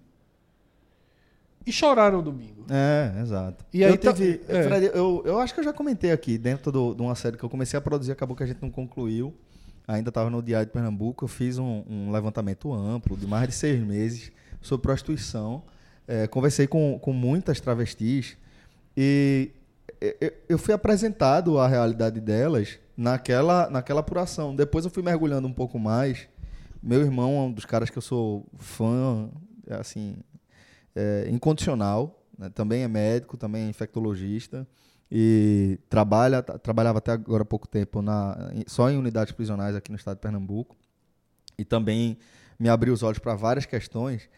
Speaker 2: e choraram domingo.
Speaker 1: É, exato.
Speaker 2: E aí
Speaker 1: eu, tive,
Speaker 2: tá- é.
Speaker 1: Fred, eu, eu acho que eu já comentei aqui, dentro do- de uma série que eu comecei a produzir, acabou que a gente não concluiu. Ainda estava no Diário de Pernambuco, eu fiz um, um levantamento amplo, de mais de seis meses, sobre prostituição. É, conversei com, com muitas travestis e eu- eu- eu fui apresentado à realidade delas naquela, naquela apuração. Depois eu fui mergulhando um pouco mais. Meu irmão é um dos caras que eu sou fã, assim, é, incondicional, né? também é médico, também é infectologista e trabalha, tra- trabalhava até agora há pouco tempo na, em- só em unidades prisionais aqui no estado de Pernambuco e também me abriu os olhos para várias questões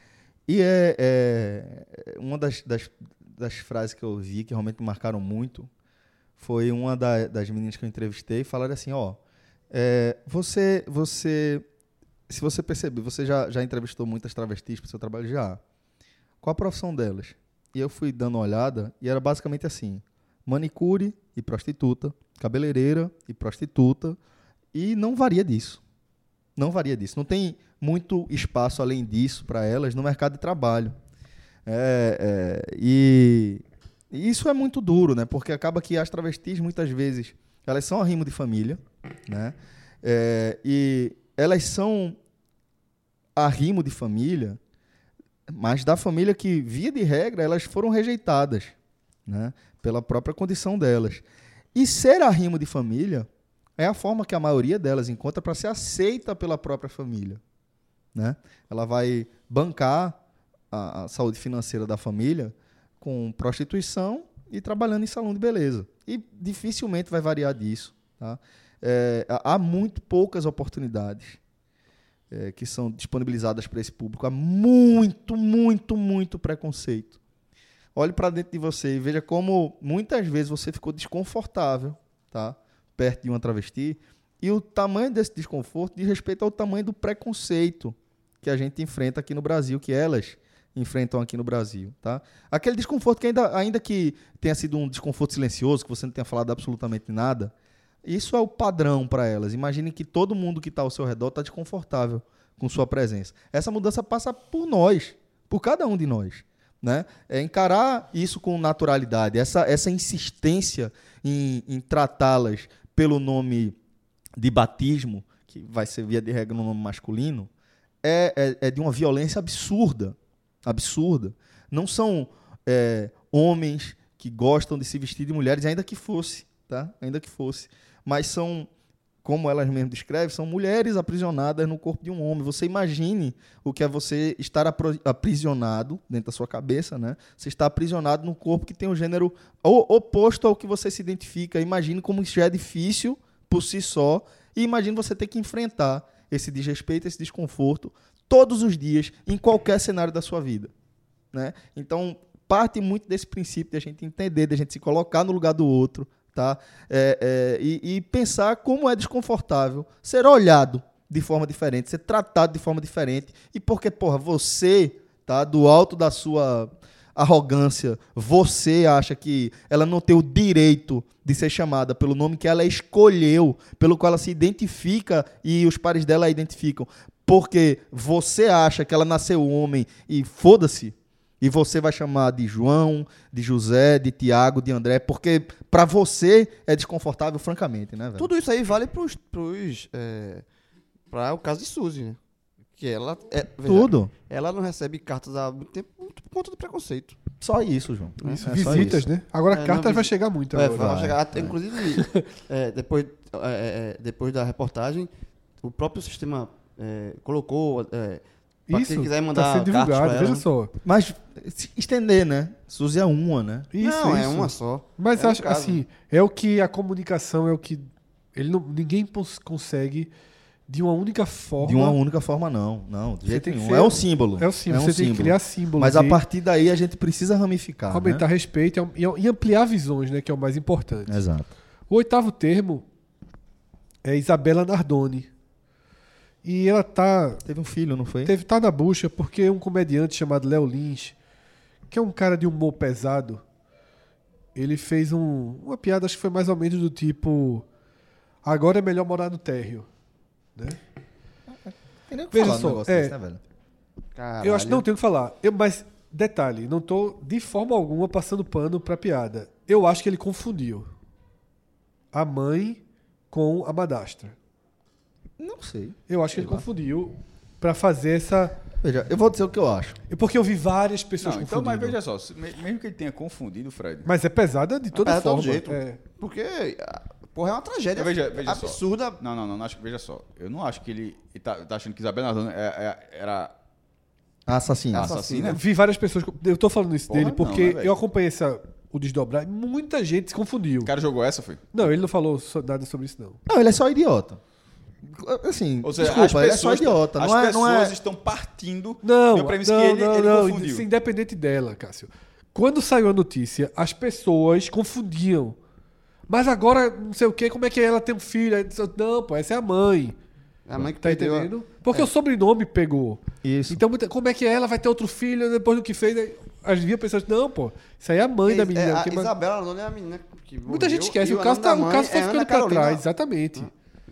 Speaker 1: e é, é- é uma das, das das frases que eu vi que realmente me marcaram muito foi uma da- das meninas que eu entrevistei falaram assim, ó, é, você, você, se você perceber, você já, já entrevistou muitas travestis para seu trabalho já. Qual a profissão delas? E eu fui dando uma olhada e era basicamente assim: manicure e prostituta, cabeleireira e prostituta e não varia disso. Não varia disso. Não tem muito espaço além disso para elas no mercado de trabalho. É, é, e e isso é muito duro, né? Porque acaba que as travestis, muitas vezes, elas são arrimo de família, né? É, e elas são arrimo de família, mas da família que, via de regra, elas foram rejeitadas, né? Pela própria condição delas. E ser arrimo de família é a forma que a maioria delas encontra para ser aceita pela própria família, né? Ela vai bancar a, a saúde financeira da família com prostituição e trabalhando em salão de beleza. E dificilmente vai variar disso. Tá? É, há- há muito poucas oportunidades é, que são disponibilizadas para esse público. Há muito, muito, muito preconceito. Olhe para dentro de você e veja como muitas vezes você ficou desconfortável tá? perto de uma travesti. E o tamanho desse desconforto diz respeito ao tamanho do preconceito que a gente enfrenta aqui no Brasil, que elas enfrentam aqui no Brasil, tá? Aquele desconforto que ainda, ainda que tenha sido um desconforto silencioso, que você não tenha falado absolutamente nada, isso é o padrão para elas. Imagine que todo mundo que está ao seu redor está desconfortável com sua presença. Essa mudança passa por nós, por cada um de nós, né? É encarar isso com naturalidade, essa, essa insistência em, em tratá-las pelo nome de batismo, que vai ser via de regra no nome masculino, é, é, é de uma violência absurda. Absurda. Não são é, homens que gostam de se vestir de mulheres, ainda que fosse, tá? Ainda que fosse. Mas são, como elas mesmas descrevem, são mulheres aprisionadas no corpo de um homem. Você imagine o que é você estar apro- aprisionado dentro da sua cabeça, né? Você está aprisionado num corpo que tem um gênero o- oposto ao que você se identifica. Imagine como isso já é difícil por si só. E imagine você ter que enfrentar esse desrespeito, esse desconforto, todos os dias, em qualquer cenário da sua vida. Né? Então, parte muito desse princípio da gente entender, da gente se colocar no lugar do outro, tá? É, é, e, e pensar como é desconfortável ser olhado de forma diferente, ser tratado de forma diferente, e porque, porra, você, tá, do alto da sua arrogância, você acha que ela não tem o direito de ser chamada pelo nome que ela escolheu, pelo qual ela se identifica e os pares dela a identificam, porque você acha que ela nasceu homem e foda-se, e você vai chamar de João, de José, de Tiago, de André, porque pra você é desconfortável, francamente, né, velho?
Speaker 3: Tudo isso aí vale pros. pros é, pra o caso de Suzy, né? Que ela. É, veja,
Speaker 1: Tudo.
Speaker 3: Ela não recebe cartas há muito tempo muito por conta do preconceito.
Speaker 1: Só isso, João.
Speaker 2: Isso,
Speaker 1: É só
Speaker 2: visitas,
Speaker 1: isso.
Speaker 2: né? Agora
Speaker 3: É, não,
Speaker 2: cartas vai
Speaker 3: visita.
Speaker 2: chegar muito
Speaker 3: É,
Speaker 2: agora.
Speaker 3: vai chegar até- Inclusive, é, depois, é, é, depois da reportagem, o próprio sistema é, colocou. É, pra
Speaker 2: Isso
Speaker 3: quem quiser
Speaker 2: tá
Speaker 3: mandar
Speaker 2: sendo
Speaker 3: cartas pra
Speaker 2: divulgado,
Speaker 3: ela,
Speaker 2: veja
Speaker 3: né?
Speaker 2: só.
Speaker 1: Mas se estender, né? Suzy é uma, né?
Speaker 2: Isso,
Speaker 3: não, é
Speaker 2: isso.
Speaker 3: uma só.
Speaker 2: Mas
Speaker 3: É um
Speaker 2: acho
Speaker 3: caso.
Speaker 2: assim, é o que a comunicação é o que ele não, ninguém pos- consegue de uma única forma.
Speaker 1: De uma única forma, não. Não, de
Speaker 2: Você
Speaker 1: jeito
Speaker 2: tem que
Speaker 1: nenhum.
Speaker 2: ser-
Speaker 1: É um símbolo.
Speaker 2: É o símbolo,
Speaker 1: É um
Speaker 2: você tem que criar símbolos.
Speaker 1: Mas a
Speaker 2: e
Speaker 1: partir daí a gente precisa ramificar. né?
Speaker 2: aumentar respeito e- e ampliar visões, né, que é o mais importante.
Speaker 1: Exato.
Speaker 2: O oitavo termo é Isabela Nardoni. E ela tá
Speaker 1: Teve um filho, não foi?
Speaker 2: Teve tá na bucha porque um comediante chamado Léo Lins, que é um cara de humor pesado, ele fez um, uma piada, acho que foi mais ou menos do tipo: Agora é melhor morar no térreo. Né?
Speaker 1: Tem nem o que
Speaker 2: Veja
Speaker 1: falar do
Speaker 2: só,
Speaker 1: negócio
Speaker 2: é.
Speaker 1: desse, né, velho?
Speaker 3: Caralho.
Speaker 2: Eu acho que não tenho o que falar. Eu, mas, detalhe, não tô de forma alguma passando pano pra piada. Eu acho que ele confundiu a mãe com a madrasta.
Speaker 1: Não sei.
Speaker 2: Eu acho que ele confundiu pra fazer essa.
Speaker 1: Veja, eu vou dizer o que eu acho.
Speaker 2: Porque eu vi várias pessoas
Speaker 4: Não, então,
Speaker 2: confundindo.
Speaker 4: mas
Speaker 2: mas,
Speaker 4: veja só, se- me- mesmo que ele tenha confundido, Fred.
Speaker 2: é pesada de toda
Speaker 3: Mas é todo
Speaker 2: forma.
Speaker 3: jeito.
Speaker 2: É.
Speaker 3: Porque, ah, porra, é uma tragédia
Speaker 4: Veja- veja só.
Speaker 3: absurda.
Speaker 4: Não, não, não, não acho, veja só. Eu não acho que ele, ele tá, tá achando que Isabela Nardone é- é- era
Speaker 1: Assassinato.
Speaker 4: assassina.
Speaker 2: Eu Vi várias pessoas. Eu tô falando isso
Speaker 4: né? Porra,
Speaker 2: dele
Speaker 4: não,
Speaker 2: porque
Speaker 4: né, velho?
Speaker 2: eu acompanhei essa, o desdobrar e muita gente se confundiu.
Speaker 4: O cara jogou essa, foi?
Speaker 2: Não, ele não falou so- nada sobre isso, não.
Speaker 1: Não, ele é só idiota. Assim,
Speaker 4: Ou seja,
Speaker 1: desculpa,
Speaker 4: as
Speaker 1: ele é só
Speaker 4: pessoas-
Speaker 1: idiota.
Speaker 4: As
Speaker 1: Não é,
Speaker 4: pessoas
Speaker 1: não é...
Speaker 4: estão partindo
Speaker 2: Não,
Speaker 4: de uma
Speaker 2: não,
Speaker 4: premissa que ele,
Speaker 2: não,
Speaker 4: ele
Speaker 2: não,
Speaker 4: confundiu.
Speaker 2: isso é independente dela, Cássio. Quando saiu a notícia, as pessoas confundiam. Mas agora, não sei o que, como é que ela tem um filho? Aí disse, não, pô, essa é a mãe.
Speaker 3: A mãe que
Speaker 2: Tá
Speaker 3: perdeu a-
Speaker 2: entendendo? Porque o sobrenome pegou.
Speaker 1: Isso.
Speaker 2: Então, muita- como é que ela vai ter outro filho depois do que fez? Aí, As via pessoas, não, pô, isso aí é a mãe da menina.
Speaker 3: É, a
Speaker 2: porque- mas-
Speaker 3: Isabela Nona é a menina que
Speaker 2: muita
Speaker 3: morreu,
Speaker 2: gente esquece,
Speaker 3: e
Speaker 2: o caso,
Speaker 3: nome
Speaker 2: tá,
Speaker 3: da
Speaker 2: o caso
Speaker 3: mãe
Speaker 2: foi
Speaker 3: é
Speaker 2: ficando
Speaker 3: Ana
Speaker 2: pra
Speaker 3: Carolina
Speaker 2: trás, exatamente.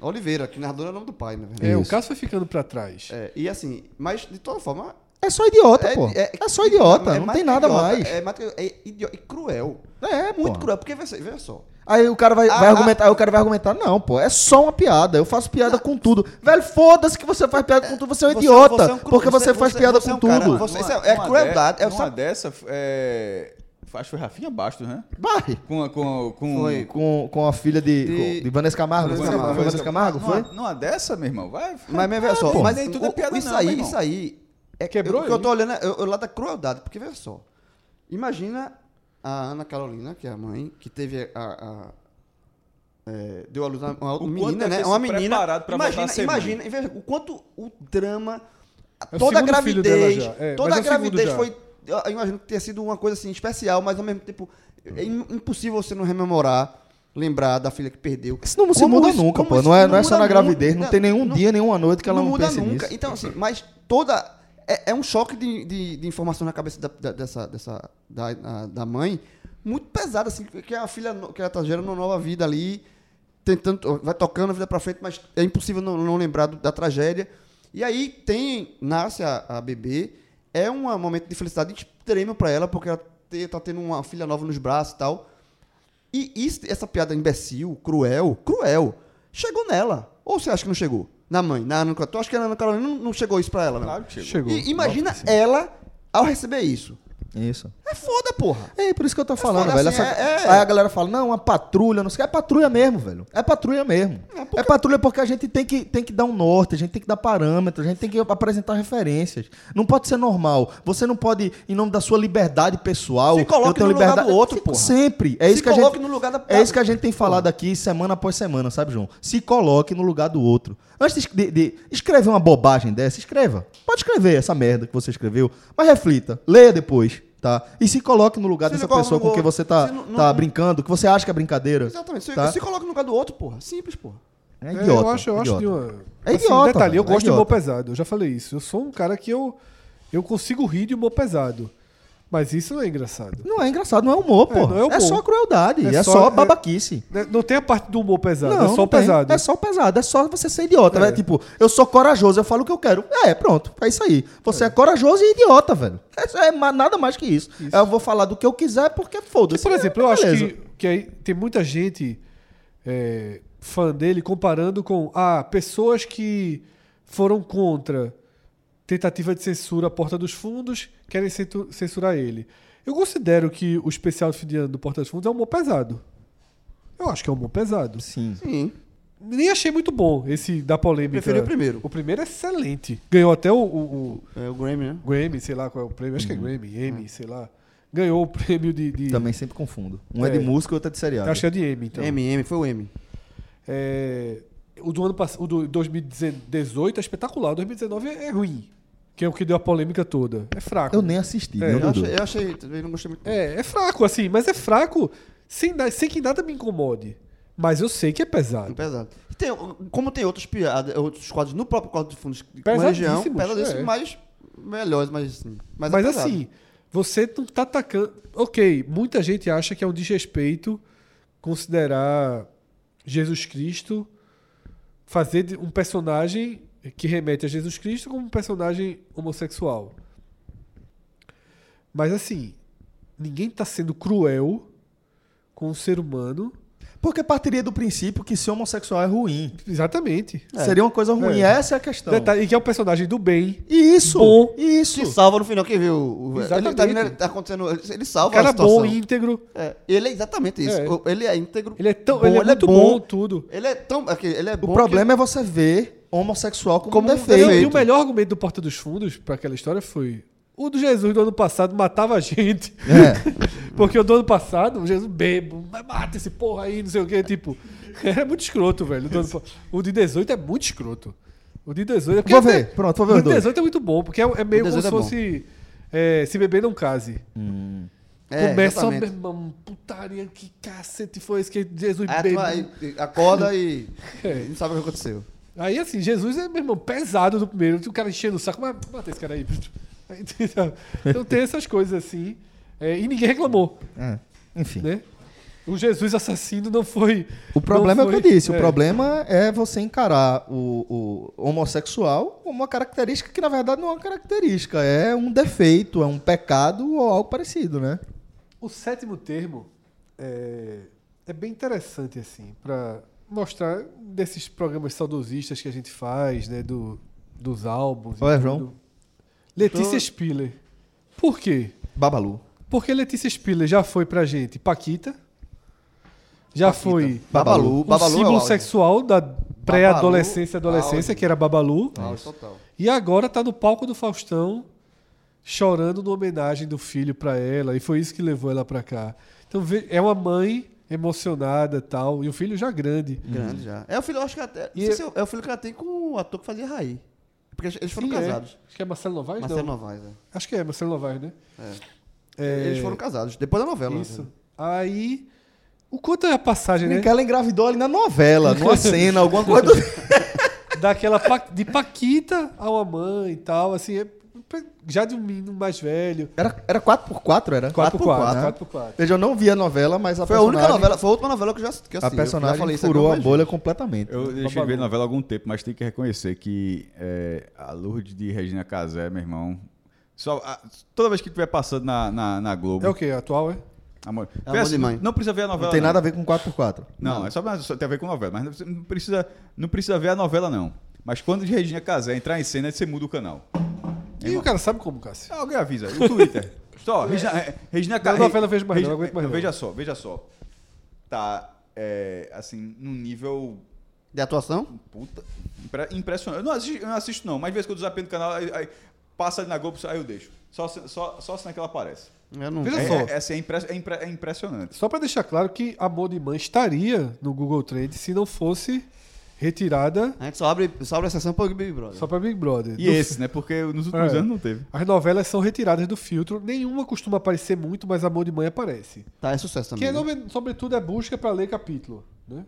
Speaker 3: Oliveira, que narradora é o nome do pai, na verdade.
Speaker 2: É, o
Speaker 1: Isso.
Speaker 2: caso foi ficando pra trás.
Speaker 3: É, e assim, mas de toda forma.
Speaker 1: É só idiota,
Speaker 3: é-
Speaker 1: pô.
Speaker 3: é-
Speaker 1: É, só idiota,
Speaker 3: é
Speaker 1: não
Speaker 3: mais
Speaker 1: tem
Speaker 3: que
Speaker 1: nada
Speaker 3: idiota,
Speaker 1: mais.
Speaker 3: É, mais que- é idio- e cruel.
Speaker 1: É,
Speaker 3: Muito
Speaker 1: pô.
Speaker 3: cruel, porque veja, veja só.
Speaker 1: Aí o cara vai,
Speaker 3: Ah,
Speaker 1: vai
Speaker 3: ah.
Speaker 1: argumentar, aí o cara vai argumentar, não, pô, é só uma piada. Eu faço piada com tudo. Velho, foda-se que você faz piada com tudo, você é um
Speaker 3: Você-
Speaker 1: idiota.
Speaker 3: você é um cru-
Speaker 1: porque você,
Speaker 3: você-
Speaker 1: faz
Speaker 3: você-
Speaker 1: piada
Speaker 3: você é
Speaker 1: com
Speaker 3: um cara-
Speaker 1: tudo.
Speaker 3: você- isso é- é crueldade, é
Speaker 4: É
Speaker 3: o
Speaker 4: uma
Speaker 3: sabe-
Speaker 4: dessa. é, acho que foi Rafinha Bastos, né?
Speaker 1: Vai.
Speaker 4: Com, a- com, a- com,
Speaker 3: Foi.
Speaker 1: Com, com a filha de,
Speaker 3: De-
Speaker 1: com- de Vanessa Camargo.
Speaker 3: Vanessa
Speaker 1: foi?
Speaker 3: Camargo.
Speaker 1: Foi Vanessa Camargo,
Speaker 4: Numa-
Speaker 1: foi?
Speaker 4: Numa é- dessa, meu irmão, vai.
Speaker 3: Mas, mas veja só,
Speaker 1: pô.
Speaker 3: mas
Speaker 4: Nem tudo é piada
Speaker 3: isso
Speaker 4: não, meu
Speaker 3: aí,
Speaker 4: irmão.
Speaker 3: isso aí. É,
Speaker 2: Quebrou
Speaker 3: eu, o que eu
Speaker 2: ele.
Speaker 3: tô olhando, é- eu, eu lá da crueldade, porque veja só. Imagina a Ana Carolina, que é a mãe, que teve a. a- é, deu a luz a uma
Speaker 4: quanto
Speaker 3: menina,
Speaker 4: deve
Speaker 3: né?
Speaker 4: ter
Speaker 3: Uma
Speaker 4: se
Speaker 3: menina.
Speaker 4: preparado pra voltar a
Speaker 3: Imagina,
Speaker 4: ser mãe.
Speaker 3: imagina, e veja o quanto o drama,
Speaker 2: É o
Speaker 3: toda a
Speaker 2: segundo filho dela
Speaker 3: gravidez,
Speaker 2: já, é,
Speaker 3: toda
Speaker 2: mas
Speaker 3: a
Speaker 2: é o segundo
Speaker 3: gravidez
Speaker 2: já.
Speaker 3: foi. Eu eu imagino que tenha sido uma coisa assim especial, mas ao mesmo tempo é im- impossível você não rememorar, lembrar da filha que perdeu.
Speaker 1: Isso não se
Speaker 3: Como
Speaker 1: muda
Speaker 3: isso-
Speaker 1: nunca,
Speaker 3: como
Speaker 1: pô.
Speaker 3: isso
Speaker 1: Não é, não é só
Speaker 3: muda
Speaker 1: na gravidez, não
Speaker 3: nunca.
Speaker 1: tem nenhum dia, nenhuma noite que ela
Speaker 3: não
Speaker 1: não,
Speaker 3: muda
Speaker 1: pense
Speaker 3: nunca.
Speaker 1: nisso.
Speaker 3: Então, assim, mas toda. É, é um choque de, de, de informação na cabeça da, da- dessa, dessa, da, a- da mãe, muito pesado, assim, que que a filha no- que ela tá gerando uma nova vida ali, tentando, vai tocando a vida pra frente, mas é impossível não, não lembrar do- da tragédia. E aí tem, nasce a, a bebê, é um momento de felicidade extrema pra ela, porque ela te, tá tendo uma filha nova nos braços e tal. E isso- essa piada imbecil, cruel, cruel, chegou nela. Ou você acha que não chegou? Na mãe, na Ana Carolina. Tu acha que a Ana Carolina não, não chegou isso pra ela, não?
Speaker 4: Claro que
Speaker 2: Chegou.
Speaker 4: chegou.
Speaker 3: E imagina ela ao receber isso.
Speaker 1: Isso.
Speaker 3: É foda, porra.
Speaker 1: É, por isso que eu tô falando,
Speaker 3: foda,
Speaker 1: velho.
Speaker 3: assim,
Speaker 1: Essa-
Speaker 3: é- é-
Speaker 1: Aí a galera fala, não, uma patrulha, não sei o que. É patrulha mesmo, velho. É patrulha mesmo. É, patrulha porque a gente tem que, tem que dar um norte, a gente tem que dar parâmetros, a gente tem que apresentar referências. Não pode ser normal. Você não pode, em nome da sua liberdade pessoal,
Speaker 3: Se coloque
Speaker 1: eu tenho
Speaker 3: no lugar
Speaker 1: liberdade.
Speaker 3: do outro,
Speaker 1: Se-
Speaker 3: porra.
Speaker 1: Sempre. É
Speaker 3: Se
Speaker 1: isso que a
Speaker 3: coloque
Speaker 1: gente.
Speaker 3: no lugar da-
Speaker 1: É isso que a gente tem falado aqui semana após semana, sabe, João? Se coloque no lugar do outro. Antes de, de escrever uma bobagem dessa, escreva. Pode escrever essa merda que você escreveu, mas reflita, leia depois, tá? E se coloque no lugar
Speaker 3: Se
Speaker 1: dessa
Speaker 3: coloque
Speaker 1: pessoa
Speaker 3: no
Speaker 1: com quem
Speaker 3: outro.
Speaker 1: você tá,
Speaker 3: Se não- não-
Speaker 1: tá brincando, que você acha que é brincadeira.
Speaker 3: Exatamente. Se,
Speaker 1: Tá?
Speaker 3: se coloca no lugar do outro, porra. Simples, porra.
Speaker 1: É
Speaker 2: É,
Speaker 1: idiota.
Speaker 2: eu acho, eu acho de
Speaker 1: idiota.
Speaker 2: uma. assim,
Speaker 1: É idiota,
Speaker 2: Detalhe, eu
Speaker 1: velho, é
Speaker 2: gosto de humor
Speaker 1: idiota.
Speaker 2: pesado. Eu já falei isso. Eu sou um cara que eu, eu consigo rir de humor pesado. Mas isso não é engraçado.
Speaker 1: Não é engraçado, não é humor,
Speaker 2: É,
Speaker 1: pô.
Speaker 2: não é
Speaker 1: É,
Speaker 2: humor.
Speaker 1: só crueldade,
Speaker 2: É
Speaker 1: é,
Speaker 2: só-
Speaker 1: só,
Speaker 2: é-
Speaker 1: babaquice.
Speaker 2: Né, Não tem a parte do humor pesado, é só
Speaker 1: não
Speaker 2: o
Speaker 1: tem.
Speaker 2: pesado.
Speaker 1: É só o pesado, é só você ser idiota,
Speaker 2: É.
Speaker 1: velho. Tipo, eu sou corajoso, eu falo o que eu quero. É, pronto, é isso aí. Você é, corajoso e idiota, velho. É, é ma- nada mais que isso. Eu vou falar do que eu quiser porque
Speaker 2: Porque,
Speaker 1: foda-se.
Speaker 2: por exemplo, eu
Speaker 1: É,
Speaker 2: acho
Speaker 1: beleza.
Speaker 2: que, que aí tem muita gente é, fã dele comparando com ah, pessoas que foram contra tentativa de censura à porta dos fundos querem centu- censurar ele. Eu considero que o especial de fim de ano do Porta dos Fundos é um humor pesado. Eu acho que é um humor pesado.
Speaker 1: Sim.
Speaker 3: Sim.
Speaker 2: Nem achei muito bom esse da polêmica.
Speaker 3: Preferi o primeiro.
Speaker 2: O primeiro é excelente. Ganhou até o- o- o
Speaker 3: É o Grammy, né?
Speaker 2: Grammy, sei lá qual é o prêmio. Acho que é
Speaker 3: Uhum.
Speaker 2: Grammy, Emmy, sei lá. Ganhou o prêmio de. de-
Speaker 1: Também sempre confundo. Um é, de
Speaker 2: É.
Speaker 1: música e outro é de seriado.
Speaker 2: Acho que é de Emmy, então.
Speaker 3: M, M, foi o M.
Speaker 2: É, o do ano passado, o do 2018 é espetacular, o 2019 é ruim. Que é o que deu a polêmica toda. É fraco.
Speaker 1: Eu nem assisti,
Speaker 2: É,
Speaker 1: né,
Speaker 3: Eu
Speaker 1: Dudu?
Speaker 3: achei, eu achei, também não gostei muito.
Speaker 2: É, é fraco, assim, mas é fraco sem, na- sem que nada me incomode. Mas eu sei que é
Speaker 3: É
Speaker 2: pesado.
Speaker 3: Pesado. E tem, como tem outras piadas, outros quadros no próprio quadro de fundos com
Speaker 2: Pesadíssimos,
Speaker 3: religião, pesadíssimos,
Speaker 2: é.
Speaker 3: mais melhores, mas assim. Mas, é
Speaker 2: Mas
Speaker 3: pesado.
Speaker 2: assim, você não tá atacando. Ok, muita gente acha que é um desrespeito considerar Jesus Cristo fazer de- um personagem que remete a Jesus Cristo como um personagem homossexual. Mas assim, ninguém tá sendo cruel com o ser humano.
Speaker 1: Porque partiria do princípio que ser homossexual é ruim.
Speaker 2: Exatamente.
Speaker 1: Seria uma coisa ruim.
Speaker 2: É.
Speaker 1: Essa é a
Speaker 3: então.
Speaker 1: questão.
Speaker 2: Detalhe, e que é o personagem do bem.
Speaker 1: Isso!
Speaker 2: Bom.
Speaker 1: Isso!
Speaker 3: Se salva no final, quem viu? o-
Speaker 2: Exatamente.
Speaker 3: Ele, tá, vindo, ele tá acontecendo, ele, ele
Speaker 2: O
Speaker 3: salva
Speaker 2: cara
Speaker 3: a situação.
Speaker 2: bom, íntegro.
Speaker 3: É, ele é exatamente isso.
Speaker 2: É.
Speaker 3: O- Ele é íntegro.
Speaker 2: Ele é tão.
Speaker 3: bom,
Speaker 2: ele é muito bom, tudo.
Speaker 3: Ele é tão. aqui, Ele é
Speaker 1: O problema é você ver homossexual como,
Speaker 3: Como um
Speaker 1: um defeito.
Speaker 2: Não, e o melhor argumento do Porta dos Fundos para aquela história foi o do Jesus do ano passado matava a gente.
Speaker 1: É.
Speaker 2: Porque o do ano passado, o Jesus bebo, mas mata esse porra aí, não sei o quê. Tipo, era muito escroto, velho. O, do ano pa- o de 18 é muito escroto. O de 18 é porque.
Speaker 1: Vou ver, pronto, vou ver
Speaker 2: O
Speaker 1: os
Speaker 2: de
Speaker 1: dois.
Speaker 2: 18 é muito bom, porque é, é meio
Speaker 3: O
Speaker 2: como
Speaker 3: 18
Speaker 2: se
Speaker 3: é bom.
Speaker 2: fosse. é, se beber não case.
Speaker 3: É, É,
Speaker 2: Começa uma
Speaker 3: exatamente.
Speaker 2: uma putaria, que cacete foi esse que Jesus
Speaker 1: É,
Speaker 3: Aí,
Speaker 2: bebeu.
Speaker 3: É, tu aí acorda e
Speaker 2: É.
Speaker 3: não sabe o que aconteceu.
Speaker 2: Aí, assim, Jesus é, meu irmão, pesado no primeiro. Tem o cara enchendo o saco, mas mata esse cara aí. Aí, entendeu? Então tem essas coisas assim. é, e ninguém reclamou,
Speaker 5: É, Enfim.
Speaker 2: né? O Jesus assassino não foi.
Speaker 5: O problema
Speaker 2: não
Speaker 5: é o
Speaker 2: foi-
Speaker 5: que eu disse.
Speaker 2: é.
Speaker 5: O problema é você encarar o, o homossexual como uma característica que, na verdade, não é uma característica. É um defeito, é um pecado ou algo parecido, né?
Speaker 2: O sétimo termo é, é bem interessante, assim, para mostrar desses programas saudosistas que a gente faz, né? Do, dos álbuns. e
Speaker 5: Olha,
Speaker 2: tudo.
Speaker 5: João.
Speaker 2: Letícia Spiller. Por quê?
Speaker 5: Babalu.
Speaker 2: Porque Letícia Spiller já foi pra gente Paquita. Já foi
Speaker 3: Babalu.
Speaker 2: um
Speaker 3: Babalu é o
Speaker 2: símbolo
Speaker 3: auge.
Speaker 2: sexual da pré-adolescência e
Speaker 3: Babalu,
Speaker 2: adolescência,
Speaker 3: auge.
Speaker 2: que era Babalu.
Speaker 3: Auge total.
Speaker 2: E agora tá no palco do Faustão, chorando numa homenagem do filho pra ela. E foi isso que levou ela pra cá. Então vê- é uma mãe emocionada e tal. E o filho já grande.
Speaker 3: Grande já. É o filho, eu acho que até. não
Speaker 2: E
Speaker 3: sei
Speaker 2: eu-
Speaker 3: se é o filho que ela tem com o ator que fazia Raí. Porque eles foram
Speaker 2: Sim, é.
Speaker 3: casados.
Speaker 2: Acho que é Marcelo Novaes?
Speaker 3: Marcelo
Speaker 2: não.
Speaker 3: Novaes, né?
Speaker 2: Acho que é Marcelo Novaes, né? É.
Speaker 3: Eles foram casados, depois da novela.
Speaker 2: Isso.
Speaker 3: né?
Speaker 2: Aí. O quanto é a passagem, né?
Speaker 5: Que ela engravidou ali na novela, numa cena, alguma coisa.
Speaker 2: daquela pa- de Paquita a uma mãe e tal, assim, é- já de um menino mais velho.
Speaker 5: Era, era 4x4, era?
Speaker 2: 4x4,
Speaker 5: 4x4, né?
Speaker 2: 4x4.
Speaker 5: Veja, eu não vi a novela, mas a
Speaker 3: Foi a
Speaker 5: personagem...
Speaker 3: única novela, foi a última novela que eu já
Speaker 5: A
Speaker 3: que eu assisti. eu já falei
Speaker 5: personagem
Speaker 3: isso
Speaker 5: furou a
Speaker 3: aqui algumas
Speaker 5: bolha completamente.
Speaker 4: Eu deixei de ver novela há algum tempo, mas tem que reconhecer que é, a Lourdes de Regina Casé, meu irmão. Só, a- toda vez que estiver passando na, na, na Globo.
Speaker 2: É o que? Atual, é?
Speaker 4: Amor,
Speaker 3: É
Speaker 4: vê
Speaker 3: amor de mãe.
Speaker 4: Não, precisa ver a novela.
Speaker 5: Não tem nada a ver com 4x4.
Speaker 4: Não, é só, mas só tem a ver com novela. Mas não precisa- não precisa, não precisa ver a novela, não. Mas quando de Regina Casé entrar em cena, você muda o canal. Então,
Speaker 2: E o cara sabe como, Cássio?
Speaker 4: Alguém avisa. O Twitter. só, Regina, é, Regina Casé.
Speaker 2: Não, novela eu vejo mais não, eu aguento mais não.
Speaker 4: Veja só, veja só. Tá, é, assim, num nível
Speaker 3: vezes. De atuação?
Speaker 4: Puta, impre- impressionante. Eu não assisto, eu não, assisto não, mas vez que eu desapeio no canal, aí, aí passa ali na Globo, aí eu deixo. Só se, só, só se naquela aparece.
Speaker 3: Eu não
Speaker 2: Veja
Speaker 4: É,
Speaker 2: só.
Speaker 4: é, é, assim, é impre- é impre- é impressionante.
Speaker 2: Só pra deixar claro que Amor de Mãe estaria no Google Trends se não fosse retirada
Speaker 3: A gente só abre, só abre a sessão pro Big Brother.
Speaker 2: só pra Big Brother.
Speaker 4: E
Speaker 2: Do-
Speaker 4: esse, né? Porque nos últimos
Speaker 2: É.
Speaker 4: anos não teve.
Speaker 2: As novelas são retiradas do filtro, nenhuma costuma aparecer muito, mas Amor de Mãe aparece.
Speaker 3: Tá, é sucesso também.
Speaker 2: Que,
Speaker 3: né?
Speaker 2: nome- sobretudo, é busca pra ler capítulo, né?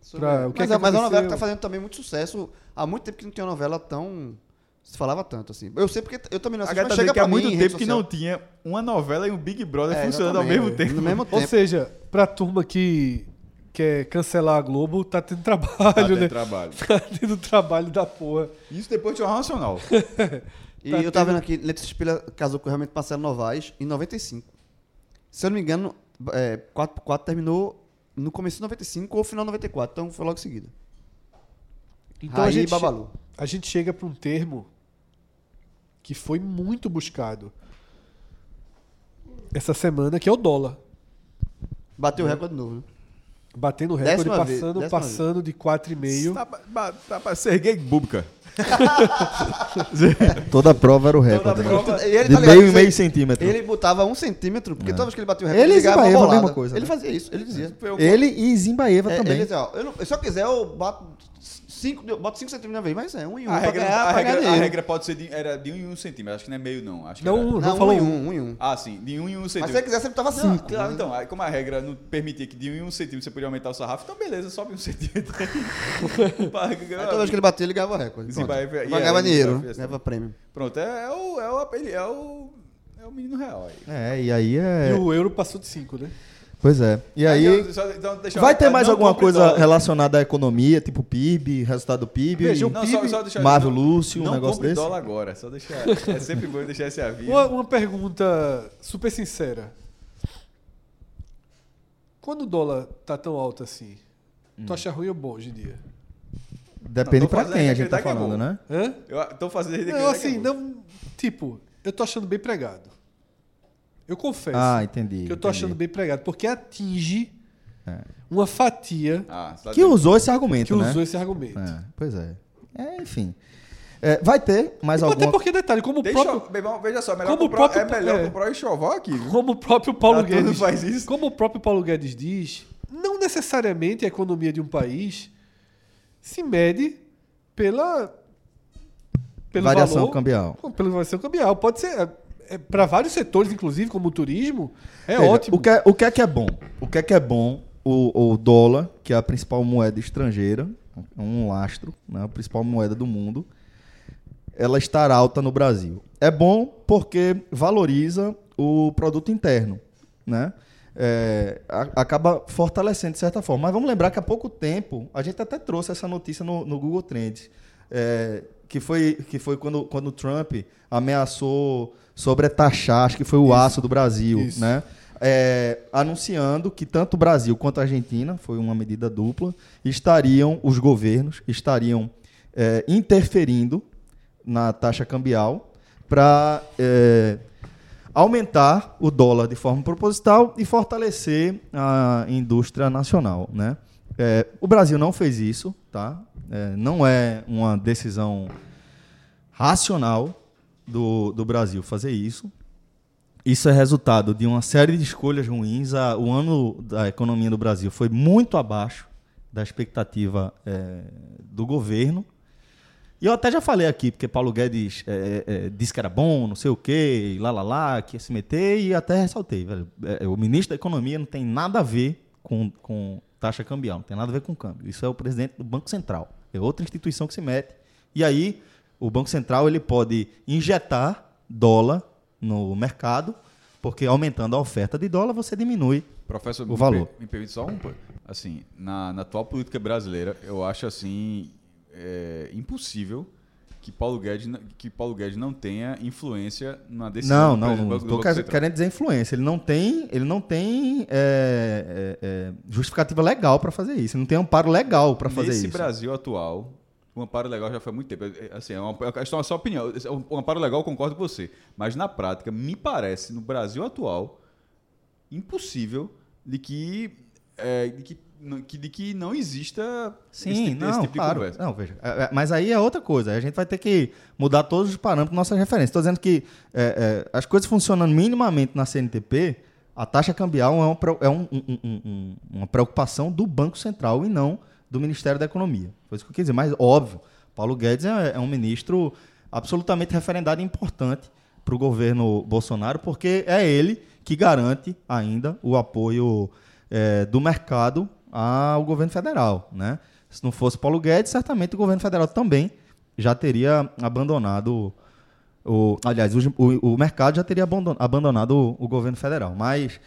Speaker 3: Isso
Speaker 2: pra-
Speaker 3: é.
Speaker 2: o que
Speaker 3: mas,
Speaker 2: é que
Speaker 3: é, mas é uma novela
Speaker 2: aconteceu?
Speaker 3: que tá fazendo também muito sucesso. Há muito tempo que não tinha uma novela tão. Se falava tanto assim. Eu sei porque eu também não
Speaker 4: A
Speaker 3: assisto, mas
Speaker 4: galera tá
Speaker 3: chega
Speaker 4: dizendo que
Speaker 3: pra
Speaker 4: há
Speaker 3: mim
Speaker 4: muito
Speaker 3: em rede
Speaker 4: tempo que
Speaker 3: social.
Speaker 4: não tinha uma novela e um Big Brother
Speaker 3: É,
Speaker 4: funcionando ao
Speaker 3: exatamente,
Speaker 4: mesmo
Speaker 3: é.
Speaker 4: tempo.
Speaker 3: No mesmo
Speaker 2: Ou
Speaker 3: tempo.
Speaker 2: seja, pra turma que quer cancelar a Globo, tá tendo
Speaker 4: Tá
Speaker 2: trabalho,
Speaker 4: tendo
Speaker 2: né?
Speaker 4: trabalho.
Speaker 2: Tá tendo trabalho da porra.
Speaker 4: Isso depois de Jornal Nacional.
Speaker 3: E
Speaker 2: Tá
Speaker 3: eu tava vendo aqui, Letícia Spiller casou com realmente Marcelo Novaes em 95. Se eu não me engano, é, 4x4 terminou no começo de 95 ou final de 94, então foi logo em seguida.
Speaker 2: Então a
Speaker 3: Raí e
Speaker 2: gente,
Speaker 3: Babalu.
Speaker 2: a gente chega pra um termo que foi muito buscado essa semana, que é o dólar.
Speaker 3: Bateu o recorde de novo, né?
Speaker 2: Batendo recorde,
Speaker 3: Décima vez,
Speaker 2: passando,
Speaker 3: décima
Speaker 2: passando de 4,5.
Speaker 4: tá, pra- pra- tá pra ser gay búbica.
Speaker 5: Toda prova
Speaker 1: É,
Speaker 5: era o recorde.
Speaker 4: Toda
Speaker 5: né?
Speaker 3: E
Speaker 4: prova-
Speaker 3: ele,
Speaker 5: De
Speaker 3: Então, tá ligado
Speaker 5: meio e
Speaker 3: que
Speaker 5: meio
Speaker 3: ele-
Speaker 5: centímetro.
Speaker 3: Ele botava um centímetro,
Speaker 4: É.
Speaker 3: porque toda vez que ele bateu o recorde,
Speaker 5: Ele
Speaker 3: ligava
Speaker 5: exibaeva a
Speaker 3: bolada.
Speaker 5: mesma coisa,
Speaker 3: Ele
Speaker 5: né?
Speaker 3: fazia isso, ele dizia.
Speaker 5: Ele e Zimbaeva
Speaker 3: É,
Speaker 5: também.
Speaker 3: Ele dizia, ó, eu não- se eu quiser, eu boto 5 boto cinco centímetros na vez, mas é um e um
Speaker 4: A
Speaker 3: pra
Speaker 4: regra,
Speaker 3: ganhar,
Speaker 4: a
Speaker 3: pra ganhar
Speaker 4: regra- a
Speaker 3: dinheiro.
Speaker 4: regra pode ser de, era de 1 um em 1 um centímetro. Acho que não é meio, não. Acho que
Speaker 2: Não,
Speaker 4: era-
Speaker 2: não,
Speaker 3: Não, um
Speaker 2: falou
Speaker 3: e
Speaker 2: um.
Speaker 3: um, um e um.
Speaker 4: Ah, sim. De 1 um em 1 um
Speaker 3: Mas
Speaker 4: centímetro.
Speaker 3: se ele quiser, sempre tava assim, ó,
Speaker 4: Claro, então, aí como a regra não permitia que de 1 em 1 centímetro você podia aumentar o sarrafo, então beleza, sobe um centímetro. Pra-
Speaker 3: Aí toda vez que ele batia, ele ganhava recorde.
Speaker 4: Sim,
Speaker 3: Pronto.
Speaker 4: vai- vai-
Speaker 3: Mas
Speaker 4: e é.
Speaker 3: ganhava
Speaker 4: aí,
Speaker 3: dinheiro,
Speaker 4: vai-
Speaker 3: né? ganhava prêmio.
Speaker 4: Pronto, é, é o, é, o, ele é, o, é o menino real aí.
Speaker 5: É, e aí
Speaker 2: E
Speaker 5: é.
Speaker 2: o euro passou de 5, né?
Speaker 5: Pois é. E aí.
Speaker 4: Então, só- então, deixa eu-
Speaker 5: Vai ter
Speaker 4: não
Speaker 5: mais alguma
Speaker 4: compre
Speaker 5: coisa
Speaker 4: dólar.
Speaker 5: relacionada à economia, tipo PIB, resultado do PIB?
Speaker 2: Veja, o
Speaker 4: Não, só, só deixa eu-
Speaker 5: Marvel
Speaker 4: não-
Speaker 5: Lúcio, um
Speaker 4: não
Speaker 5: negócio
Speaker 4: compre
Speaker 5: desse?
Speaker 4: dólar agora, só deixar. É sempre bom deixar esse aviso.
Speaker 2: Uma, uma pergunta super sincera. Quando o dólar tá tão alto assim,
Speaker 3: Hum.
Speaker 2: tu acha ruim ou bom hoje em dia?
Speaker 5: Depende
Speaker 4: Não, tô
Speaker 5: pra
Speaker 4: fazendo
Speaker 5: quem a
Speaker 4: aquele
Speaker 5: gente tá
Speaker 4: daqui a
Speaker 5: falando,
Speaker 4: pouco.
Speaker 5: né?
Speaker 2: Hã?
Speaker 4: Eu tô fazendo desde que-
Speaker 2: Não, assim, não. Tipo, eu tô achando bem pregado. Eu confesso
Speaker 5: Ah, entendi.
Speaker 2: É que eu tô
Speaker 5: entendi.
Speaker 2: achando bem pregado, porque atinge
Speaker 5: É.
Speaker 2: uma fatia
Speaker 4: Ah, você tá
Speaker 5: Que
Speaker 4: dizendo-
Speaker 5: usou esse argumento,
Speaker 2: que
Speaker 5: né?
Speaker 2: usou esse argumento.
Speaker 5: É, pois é. É, enfim. É, vai ter mais
Speaker 2: Até
Speaker 5: alguma
Speaker 2: porque, detalhe, como o
Speaker 4: Deixa,
Speaker 2: próprio,
Speaker 4: meu irmão, veja só, melhor
Speaker 2: Como o
Speaker 4: comprar,
Speaker 2: próprio-
Speaker 4: é melhor
Speaker 2: é.
Speaker 4: comprar o enxoval aqui. viu?
Speaker 2: como o próprio Paulo
Speaker 4: Ah, todo
Speaker 2: Guedes.
Speaker 4: faz isso.
Speaker 2: Como o próprio Paulo Guedes diz, não necessariamente a economia de um país se mede pela. Pelo
Speaker 5: variação
Speaker 2: valor,
Speaker 5: cambial?
Speaker 2: Pelo variação cambial. Pode ser. é, é, para vários setores, inclusive, como o turismo, é
Speaker 1: Veja,
Speaker 2: ótimo.
Speaker 1: O que é, o que é que é bom? O que é que é bom? O, o dólar, que é a principal moeda estrangeira, é um lastro, né? a principal moeda do mundo, ela estar alta no Brasil. É bom porque valoriza o produto interno, né? É, a- acaba fortalecendo de certa forma. Mas vamos lembrar que há pouco tempo, a gente até trouxe essa notícia no, no Google Trends, é, que foi, que foi quando, quando o Trump ameaçou sobretaxar, acho que foi o aço do Brasil,
Speaker 2: Isso.
Speaker 1: né? É, anunciando que tanto o Brasil quanto a Argentina, foi uma medida dupla, estariam, os governos estariam é, interferindo na taxa cambial para aumentar o dólar de forma proposital e fortalecer a indústria nacional, né? É, o Brasil não fez isso, tá? É, não é uma decisão racional do, do Brasil fazer isso. Isso é resultado de uma série de escolhas ruins. A- o ano da economia do Brasil foi muito abaixo da expectativa é, do governo. E eu até já falei aqui, porque Paulo Guedes é, é, disse que era bom, não sei o quê, e lá, lá, lá, que ia se meter, e até ressaltei, velho. é, o ministro da Economia não tem nada a ver com, com taxa cambial, não tem nada a ver com câmbio. Isso é o presidente do Banco Central. É outra instituição que se mete. E aí, o Banco Central ele pode injetar dólar no mercado, porque aumentando a oferta de dólar, você diminui
Speaker 4: Professor,
Speaker 1: O
Speaker 4: me
Speaker 1: valor.
Speaker 4: per- Me permite só um. pa- Assim, na, na atual política brasileira, eu acho assim é, impossível que Paulo Guedes n- que Paulo Guedes não tenha influência na
Speaker 1: Não,
Speaker 4: decisão. do
Speaker 1: não,
Speaker 4: presidente do
Speaker 1: não.
Speaker 4: Banco- do
Speaker 1: Estou
Speaker 4: Banco Central.
Speaker 1: querendo dizer influência. Ele não tem, ele não tem é, é, é, justificativa legal para fazer isso. Ele não tem amparo legal para fazer
Speaker 4: Nesse
Speaker 1: isso.
Speaker 4: Brasil atual, o amparo legal já foi há muito tempo. É, Assim, é uma, é só uma só opinião. O amparo legal eu concordo com você. Mas na prática, me parece, no Brasil atual, impossível de que, é, de que, não- que- de que não exista
Speaker 1: Sim,
Speaker 4: esse tipo,
Speaker 1: não,
Speaker 4: esse tipo de
Speaker 1: claro.
Speaker 4: conversa.
Speaker 1: Não, veja. é, é, Mas aí é outra coisa. A gente vai ter que mudar todos os parâmetros nossas referências. Estou dizendo que é, é, as coisas funcionando minimamente na CNTP, a taxa cambial é, um preo- é um- um- um- um- uma preocupação do Banco Central e não do Ministério da Economia. Foi isso que eu quis dizer. Mas, óbvio, Paulo Guedes é, é um ministro absolutamente referendado e importante para o governo Bolsonaro, porque é ele que garante ainda o apoio eh, do mercado ao governo federal. Né? Se não fosse Paulo Guedes, certamente o governo federal também já teria abandonado. O, aliás, o, o- o mercado já teria abandon- abandonado o, o governo federal. Mas,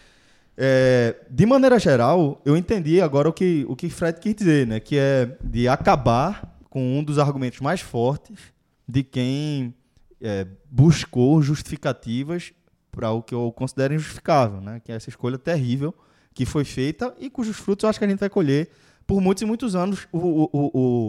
Speaker 1: eh, de maneira geral, eu entendi agora o que o que Fred quis dizer, né? que é de acabar com um dos argumentos mais fortes de quem eh, buscou justificativas para o que eu considero injustificável, né? que é essa escolha terrível que foi feita e cujos frutos eu acho que a gente vai colher por muitos e muitos anos o, o, o,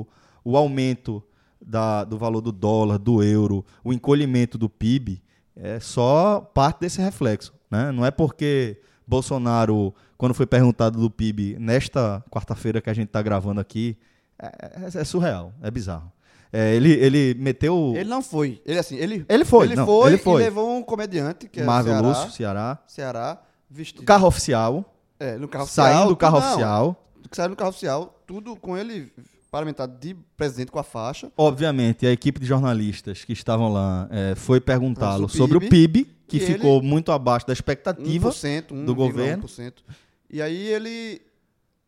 Speaker 1: o- o aumento da, do valor do dólar, do euro, o encolhimento do PIB é só parte desse reflexo. Né? Não é porque Bolsonaro, quando foi perguntado do PIB nesta quarta-feira que a gente está gravando aqui, é, é- é surreal, é bizarro. É, ele, ele meteu.
Speaker 3: Ele não foi. Ele assim, ele,
Speaker 1: Ele foi,
Speaker 3: ele
Speaker 1: não,
Speaker 3: foi,
Speaker 1: ele foi.
Speaker 3: e levou um comediante que é
Speaker 1: Marvel
Speaker 3: Ceará,
Speaker 1: Lúcio, Ceará.
Speaker 3: Ceará, vestido.
Speaker 1: Carro oficial.
Speaker 3: é, no carro
Speaker 1: saindo do carro
Speaker 3: não,
Speaker 1: oficial.
Speaker 3: Saindo do carro oficial, tudo com ele paramentado de presidente com a faixa.
Speaker 1: Obviamente, a equipe de jornalistas que estavam lá eh, foi perguntá-lo
Speaker 3: Mas o
Speaker 1: sobre o PIB, que
Speaker 3: e ele-
Speaker 1: ficou muito abaixo da expectativa.
Speaker 3: 1%, 1,1%.
Speaker 1: do governo.
Speaker 3: E aí ele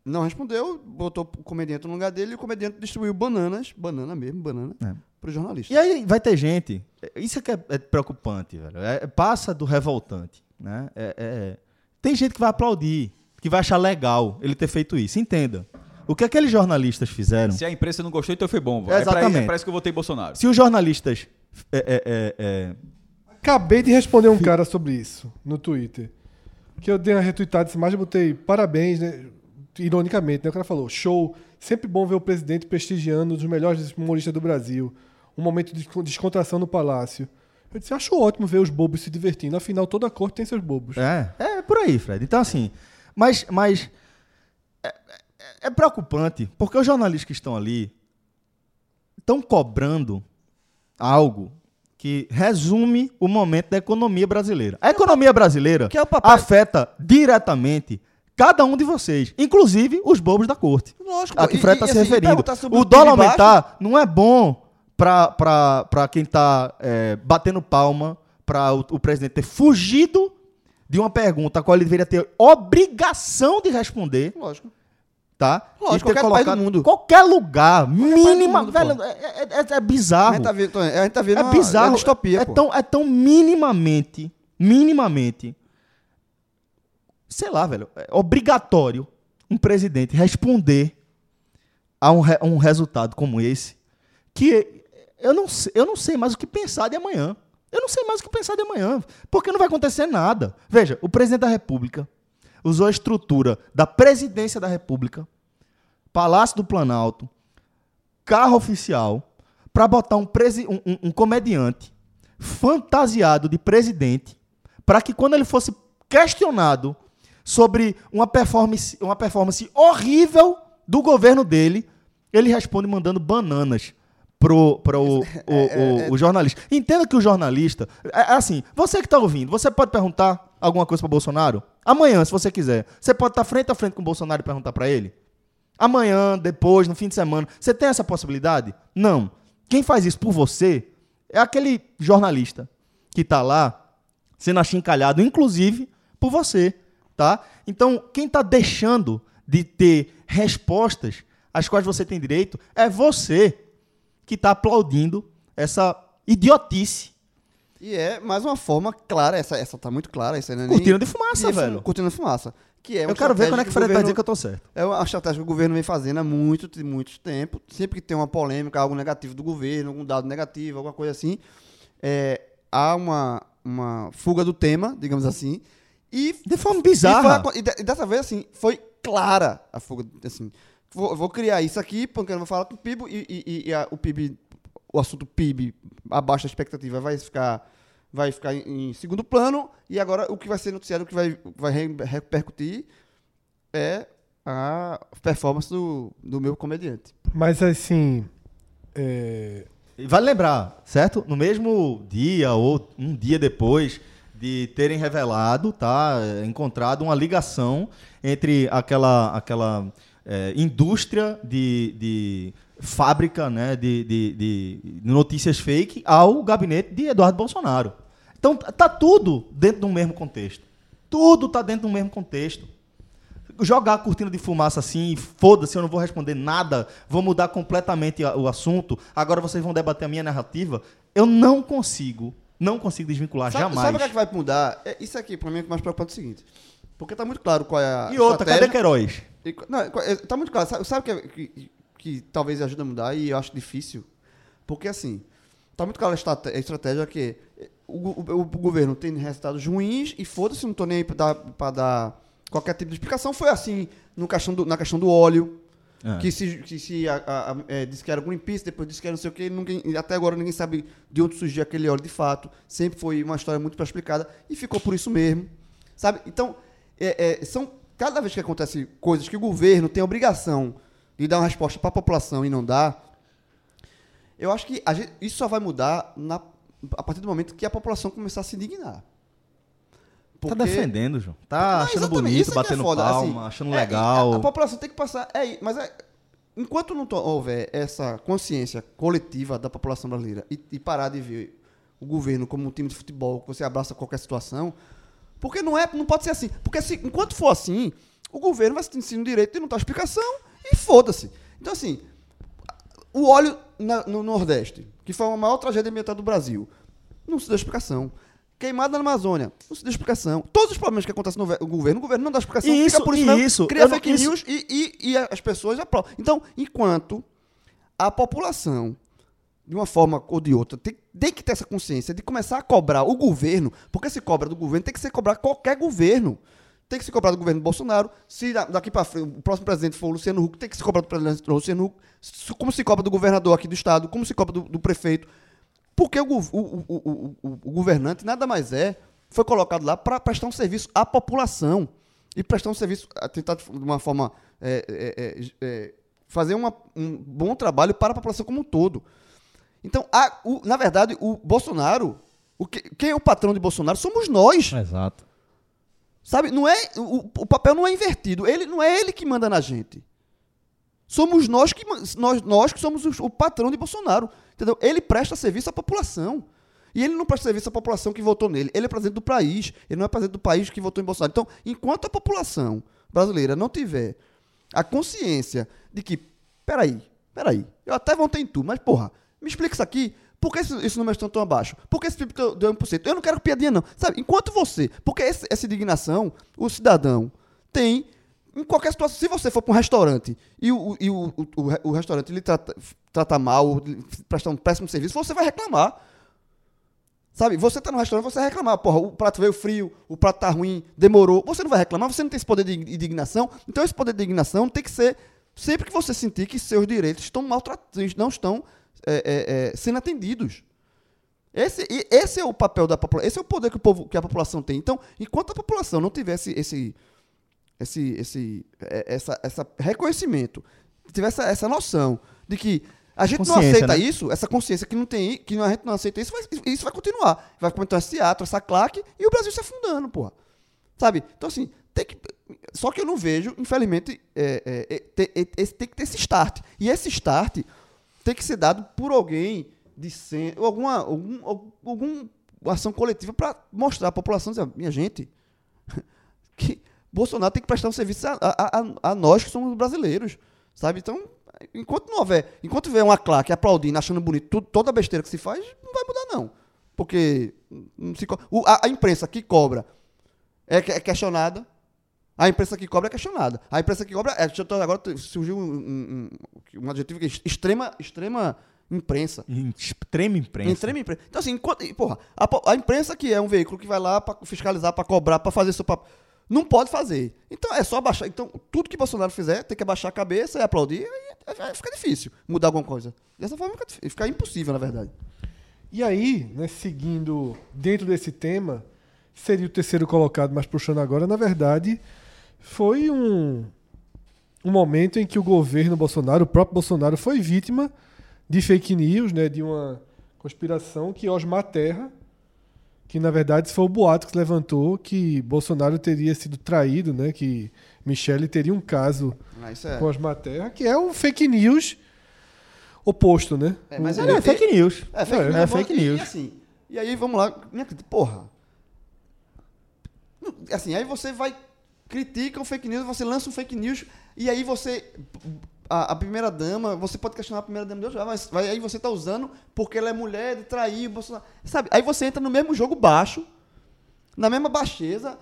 Speaker 3: não respondeu, botou o comediante no lugar dele e o comediante distribuiu bananas, banana mesmo, banana,
Speaker 1: É.
Speaker 3: para pro jornalista.
Speaker 1: E aí vai ter gente. Isso é que é, é preocupante, velho. É- passa do revoltante. Né? É- é- tem gente que vai aplaudir, que vai achar legal ele ter feito isso. Entenda. O que aqueles jornalistas fizeram.
Speaker 4: Se a imprensa não gostou, então foi bom. vó. É pra,
Speaker 1: Exatamente.
Speaker 4: é pra isso que eu votei em Bolsonaro.
Speaker 1: Se os jornalistas. é, é, é, é,
Speaker 2: Acabei de responder um cara sobre isso no Twitter. Que eu dei uma retweetada dessa imagem, botei parabéns, né? Ironicamente, né? O cara falou: show, sempre bom ver o presidente prestigiando um dos melhores humoristas do Brasil. Um momento de descon- descontração no palácio. Eu disse: acho ótimo ver os bobos se divertindo, afinal toda corte tem seus bobos.
Speaker 1: É, é por aí, Fred. Então, assim, mas, mas é- é, é preocupante, porque os jornalistas que estão ali estão cobrando algo que resume o momento da economia brasileira. A economia brasileira
Speaker 3: que é o papel-
Speaker 1: afeta diretamente cada um de vocês, inclusive os bobos da corte.
Speaker 3: Lógico,
Speaker 1: A que
Speaker 3: e-
Speaker 1: Fred
Speaker 3: e,
Speaker 1: está se
Speaker 3: assim, e
Speaker 1: referindo.
Speaker 3: perguntar sobre
Speaker 1: O
Speaker 3: PIB
Speaker 1: dólar
Speaker 3: baixo,
Speaker 1: aumentar não é bom para quem está tá, é, batendo palma para o, o presidente ter fugido de uma pergunta a qual ele deveria ter obrigação de responder,
Speaker 3: Lógico.
Speaker 1: tá?
Speaker 3: Lógico,
Speaker 1: ter
Speaker 3: qualquer país do mundo.
Speaker 1: Qualquer lugar, mínima.
Speaker 3: mundo, pô.
Speaker 1: velho, é, é- é- é
Speaker 3: A
Speaker 1: bizarro.
Speaker 3: gente tá vendo, a gente tá vendo
Speaker 1: é
Speaker 3: uma-
Speaker 1: bizarro.
Speaker 3: uma distopia,
Speaker 1: é,
Speaker 3: pô.
Speaker 1: tão, é tão minimamente, minimamente, sei lá, velho, é obrigatório um presidente responder a um, re- a um resultado como esse, que eu não, se- eu não sei mais o que pensar de amanhã. Eu não sei mais o que pensar de amanhã, porque não vai acontecer nada. Veja, o presidente da República usou a estrutura da presidência da República, Palácio do Planalto, carro oficial para botar um, presi- um- um- um comediante fantasiado de presidente para que quando ele fosse questionado sobre uma performance, uma performance horrível do governo dele, ele responde mandando bananas pro, pro o, o- o- o jornalista. Entenda que o jornalista... É, é assim, você que está ouvindo, você pode perguntar alguma coisa para Bolsonaro? Amanhã, se você quiser. Você pode estar frente a frente com o Bolsonaro e perguntar para ele? Amanhã, depois, no fim de semana. Você tem essa possibilidade? Não. Quem faz isso por você é aquele jornalista que tá lá sendo achincalhado, inclusive, por você, tá? Então, quem tá deixando de ter respostas às quais você tem direito é você que tá aplaudindo essa idiotice.
Speaker 3: E é mais uma forma clara, essa, essa tá muito clara, essa não é nem-
Speaker 1: Curtindo de fumaça,
Speaker 3: e fu-
Speaker 1: velho.
Speaker 3: Curtindo fumaça. Que é uma
Speaker 1: Eu quero ver
Speaker 3: estratégia
Speaker 1: quando é que o
Speaker 3: o
Speaker 1: Fred vai
Speaker 3: governo-
Speaker 1: dizer que eu tô certo.
Speaker 3: É uma estratégia que o governo vem fazendo há muito, muito tempo. Sempre que tem uma polêmica, algo negativo do governo, algum dado negativo, alguma coisa assim, é, há uma, uma fuga do tema, digamos assim. E
Speaker 1: De forma bizarra.
Speaker 3: e, foi a- e de- e dessa vez, assim, foi clara a fuga. Assim, vou, vou criar isso aqui, porque eu não vou falar do PIB, e, e- e a- o PIB, o assunto PIB, abaixo da expectativa, vai ficar, vai ficar em, em segundo plano, e agora o que vai ser noticiado, o que vai, vai re- repercutir é a performance do, do meu comediante.
Speaker 2: Mas assim. é,
Speaker 1: E Vale lembrar, certo? No mesmo dia ou um dia depois de terem revelado, tá? eh, Encontrado uma ligação entre aquela, aquela eh, indústria de, de fábrica né? de, de- de notícias fake ao gabinete de Eduardo Bolsonaro. Então tá tudo dentro do mesmo contexto. Tudo tá dentro do mesmo contexto jogar a cortina de fumaça assim, foda-se, eu não vou responder nada, vou mudar completamente a- o assunto, agora vocês vão debater a minha narrativa, eu não consigo, não consigo desvincular
Speaker 3: Sabe,
Speaker 1: jamais.
Speaker 3: sabe o que, é que vai mudar? É, isso aqui, pra mim, é o mais preocupante é o seguinte. Porque tá muito claro qual é a
Speaker 1: E outra,
Speaker 3: estratégia.
Speaker 1: cadê Queiroz?
Speaker 3: E co- não, co- é, tá muito claro. Sabe, sabe o que, que, que talvez ajude a mudar e eu acho difícil? Porque, assim, tá muito claro a estrate- a estratégia que eh, o, go- o- o governo tem resultados ruins e foda-se, não tô nem aí pra dar, pra dar qualquer tipo de explicação. Foi assim no questão do, na questão do óleo,
Speaker 1: É.
Speaker 3: que se, que se a, a- a- eh, disse que era Greenpeace, depois disse que era não sei o quê, ninguém, e até agora ninguém sabe de onde surgiu aquele óleo de fato. Sempre foi uma história muito bem explicada e ficou por isso mesmo. Sabe? Então, é- é, são cada vez que acontece coisas que o governo tem a obrigação de dar uma resposta para a população e não dá, eu acho que a gente- isso só vai mudar na- a partir do momento que a população começar a se indignar.
Speaker 1: Tá
Speaker 3: Porque-
Speaker 1: defendendo, João.
Speaker 3: Não,
Speaker 1: Tá achando
Speaker 3: exatamente, isso
Speaker 1: bonito,
Speaker 3: é que é
Speaker 1: batendo
Speaker 3: foda,
Speaker 1: palma,
Speaker 3: assim,
Speaker 1: achando
Speaker 3: é,
Speaker 1: legal.
Speaker 3: a, a população tem que passar. É, i- mas é- enquanto não to- houver essa consciência coletiva da população brasileira e, e parar de ver o governo como um time de futebol que você abraça qualquer situação, porque não é, não pode ser assim. Porque se- enquanto for assim, o governo vai se ensinar o direito de não dar explicação e foda-se. Então assim, o óleo na- no Nordeste, que foi a maior tragédia ambiental do Brasil, não se deu explicação. Queimada na Amazônia, não se deu explicação. Todos os problemas que acontecem no ve- o governo, o governo não dá explicação.
Speaker 1: E
Speaker 3: fica
Speaker 1: isso-
Speaker 3: por isso,
Speaker 1: e
Speaker 3: mesmo,
Speaker 1: isso, eu
Speaker 3: cria
Speaker 1: não-
Speaker 3: fake
Speaker 1: isso-
Speaker 3: news e, e- e as pessoas aprovam. Então, enquanto a população, de uma forma ou de outra, tem, tem que ter essa consciência de começar a cobrar o governo, porque se cobra do governo, tem que ser cobrar qualquer governo. Tem que se cobrar do governo Bolsonaro. Se da- daqui para frente o próximo presidente for o Luciano Huck, tem que se cobrar do presidente Luciano Huck. Se- Como se cobra do governador aqui do estado, como se cobra do, do prefeito. Porque o, gov- o- o- o- o- o governante nada mais é, foi colocado lá para prestar um serviço à população. E prestar um serviço, a tentar de uma forma. é, é, é, é, fazer uma- um bom trabalho para a população como um todo. Então, a- o- na verdade, o Bolsonaro. o que- quem é o patrão de Bolsonaro somos nós.
Speaker 1: É. Exato.
Speaker 3: Sabe? Não é, o, o papel não é invertido. Ele não é ele que manda na gente. Somos nós que ma- nós, nós que somos os- o patrão de Bolsonaro, entendeu? Ele presta serviço à população. E ele não presta serviço à população que votou nele. Ele é presidente do país, ele não é presidente do país que votou em Bolsonaro. Então, enquanto a população brasileira não tiver a consciência de que, peraí, peraí, eu até votei em tu, mas porra, me explica isso aqui. Por que esses esses números estão tão abaixo? Por que esse tipo teu- deu 1%? Eu não quero piadinha, não. Sabe, enquanto você. Porque esse- essa indignação, o cidadão tem em qualquer situação. Se você for para um restaurante e o, e o, o, o re- o restaurante lhe trata, trata mal, lhe presta um péssimo serviço, você vai reclamar. Sabe, você tá no restaurante, você vai reclamar, porra, o prato veio frio, o prato tá ruim, demorou. Você não vai reclamar, você não tem esse poder de indignação. Então esse poder de indignação tem que ser sempre que você sentir que seus direitos estão maltratados, não estão é, é, é, sendo atendidos. Esse, e esse é o papel da população, esse é o poder que, o povo, que a população tem. Então, enquanto a população não tivesse esse, esse, esse é- essa, essa reconhecimento, tivesse essa, essa noção de que a gente não
Speaker 1: Consciência,
Speaker 3: aceita
Speaker 1: né?
Speaker 3: isso, essa consciência que não tem, que a gente não aceita isso, vai, isso vai continuar. Vai cometer esse teatro, essa claque, e o Brasil se afundando, porra. Sabe? Então, assim, tem que. Só que eu não vejo, infelizmente, é, é, é, te- é, esse- tem que ter esse start. E esse start tem que ser dado por alguém de centro, ou alguma, algum, algum- alguma ação coletiva para mostrar à população, dizer, minha gente, que Bolsonaro tem que prestar um serviço a, a- a- a nós que somos brasileiros, sabe? Então, enquanto não houver, enquanto tiver uma claque aplaudindo, achando bonito tudo, toda a besteira que se faz, não vai mudar não, porque não se co- o- a, a imprensa que cobra é, que- é questionada, a imprensa que cobra é questionada, a imprensa que cobra, é, deixa eu tô- agora surgiu um, um- um- um adjetivo que é extrema, extrema imprensa,
Speaker 1: Em Extrema imprensa.
Speaker 3: Extrema imprensa. Então, assim, enquanto, e, porra, a, po- a imprensa que é um veículo que vai lá pra fiscalizar, pra cobrar, pra fazer seu papel, não pode fazer. Então, é só abaixar. Então, tudo que Bolsonaro fizer, tem que abaixar a cabeça e aplaudir, aí, aí fica difícil mudar alguma coisa. Dessa forma, fica, difí- fica impossível, na verdade.
Speaker 2: E aí, né, seguindo dentro desse tema, seria o terceiro colocado, mas puxando agora, na verdade, foi um, um momento em que o governo Bolsonaro, o próprio Bolsonaro, foi vítima de fake news, né, de uma conspiração que Osmar Terra, que na verdade foi o boato que se levantou que Bolsonaro teria sido traído, né, que Michele teria um caso
Speaker 3: Ah, isso é.
Speaker 2: com Osmar Terra, que é o fake news oposto, né?
Speaker 3: É, mas
Speaker 1: É, é fake news.
Speaker 3: É fake
Speaker 2: É,
Speaker 3: news.
Speaker 1: é fake
Speaker 3: E-
Speaker 1: news.
Speaker 3: E, assim, e aí vamos lá. Minha crítica, Porra. Não, Assim, aí você vai. Critica o fake news, você lança um fake news e aí você. A, a primeira dama, você pode questionar a primeira dama de hoje, mas vai- aí você tá usando porque ela é mulher, de trair, o Bolsonaro. Sabe? Aí você entra no mesmo jogo baixo, na mesma baixeza.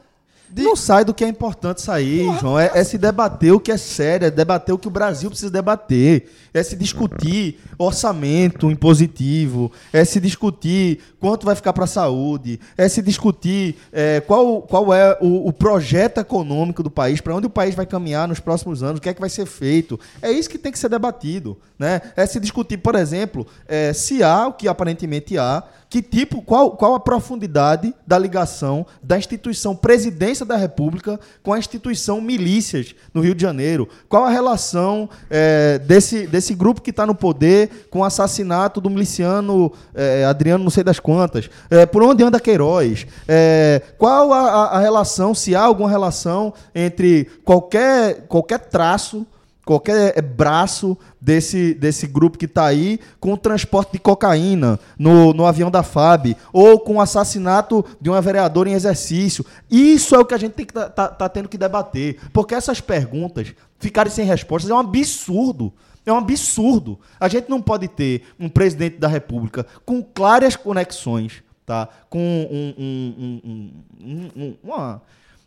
Speaker 3: De,
Speaker 1: Não sai do que é importante sair, João. É, é se debater o que é sério, é debater o que o Brasil precisa debater. É se discutir orçamento impositivo, é se discutir quanto vai ficar para a saúde, é se discutir é, qual, qual é o, o projeto econômico do país, para onde o país vai caminhar nos próximos anos, o que é que vai ser feito. É isso que tem que ser debatido. Né? É se discutir, por exemplo, é, se há o que aparentemente há, que tipo, qual, qual a profundidade da ligação da instituição Presidência da República com a instituição Milícias no Rio de Janeiro? Qual a relação eh, desse, desse grupo que está no poder com o assassinato do miliciano eh, Adriano não sei das quantas? Eh, por onde anda Queiroz? Eh, qual a, a- a relação, se há alguma relação entre qualquer, qualquer traço qualquer eh, braço desse, desse grupo que está aí com o transporte de cocaína no, no avião da FAB ou com o assassinato de uma vereadora em exercício. Isso é o que a gente tem que tá, tá- tá tendo que debater, porque essas perguntas ficarem sem respostas é um absurdo. É um absurdo. A gente não pode ter um presidente da República com claras conexões, tá? Com um- um- um- um- um- uma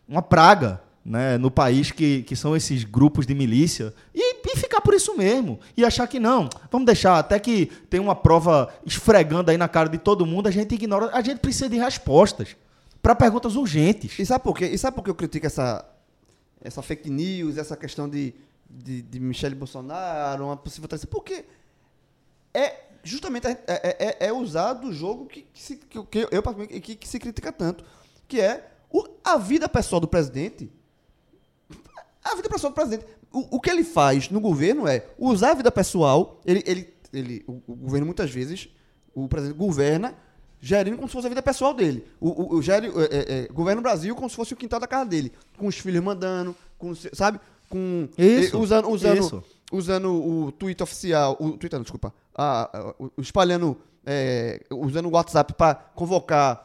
Speaker 1: uma praga né, no país que, que são esses grupos de milícia e, e ficar por isso mesmo e achar que não, vamos deixar até que tem uma prova esfregando aí na cara de todo mundo, a gente ignora, a gente precisa de respostas para perguntas urgentes.
Speaker 3: E sabe por quê? E sabe por que eu critico essa, essa fake news, essa questão de, de, de Michele Bolsonaro, uma possível traição? Porque é justamente a- é, é, é usar do jogo que, que, se, que, eu- que eu, particularmente, que, que se critica tanto, que é o- a vida pessoal do presidente. A vida pessoal do presidente. O, o que ele faz no governo é usar a vida pessoal. Ele, ele, ele, o, o governo, muitas vezes, o presidente governa gerindo como se fosse a vida pessoal dele. O, o, o gere, é, é, é, governa o Brasil como se fosse o quintal da casa dele. Com os filhos mandando, com, os- sabe? Com,
Speaker 1: Isso,
Speaker 3: eh, usando, usando,
Speaker 1: isso.
Speaker 3: usando o Twitter oficial, o Twitter, não, desculpa, a- a- o- espalhando, é, usando o WhatsApp para convocar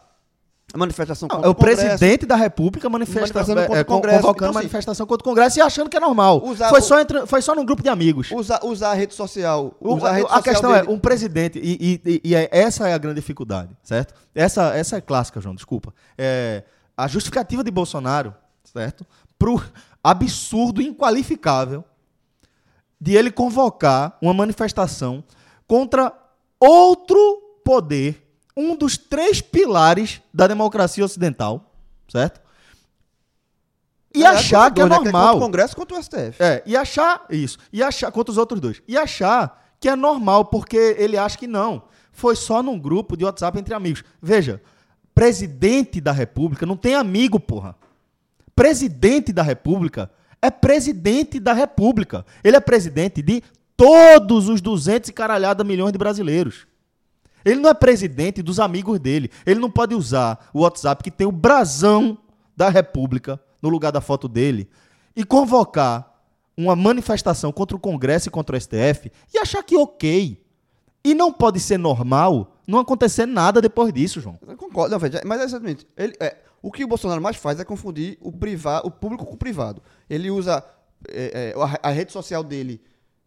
Speaker 3: a manifestação
Speaker 1: Não,
Speaker 3: contra
Speaker 1: é o
Speaker 3: Congresso.
Speaker 1: presidente da República manifesta,
Speaker 3: Manifestação contra
Speaker 1: é,
Speaker 3: o
Speaker 1: con-
Speaker 3: Congresso.
Speaker 1: convocando
Speaker 3: Então, assim,
Speaker 1: manifestação contra o Congresso e achando que é normal.
Speaker 3: usar
Speaker 1: foi,
Speaker 3: o-
Speaker 1: só entre, foi só num grupo de amigos.
Speaker 3: Usar, usar a rede social.
Speaker 1: O-
Speaker 3: usar a, rede
Speaker 1: a
Speaker 3: social
Speaker 1: questão
Speaker 3: dele.
Speaker 1: é, um presidente, e, e- e- e é- essa é a grande dificuldade, certo? Essa, essa é clássica, João, desculpa. É, a justificativa de Bolsonaro, certo? Pro absurdo inqualificável de ele convocar uma manifestação contra outro poder, um dos três pilares da democracia ocidental, certo? E
Speaker 3: Aliás,
Speaker 1: achar
Speaker 3: contra
Speaker 1: que é
Speaker 3: dois, né? é
Speaker 1: normal.
Speaker 3: Contra o Congresso contra o STF.
Speaker 1: É, e achar isso. E achar contra os outros dois. E achar que é normal, porque ele acha que não. Foi só num grupo de WhatsApp entre amigos. Veja, presidente da República não tem amigo, porra. Presidente da República é presidente da República. Ele é presidente de todos os 200 e caralhada milhões de brasileiros. Ele não é presidente dos amigos dele. Ele não pode usar o WhatsApp que tem o brasão da República no lugar da foto dele e convocar uma manifestação contra o Congresso e contra o STF e achar que ok. E não pode ser normal não acontecer nada depois disso, João.
Speaker 3: Eu concordo, não, veja, mas é exatamente. Ele, é, o que o Bolsonaro mais faz é confundir o, priva, o público com o privado. Ele usa é, é, a, a rede social dele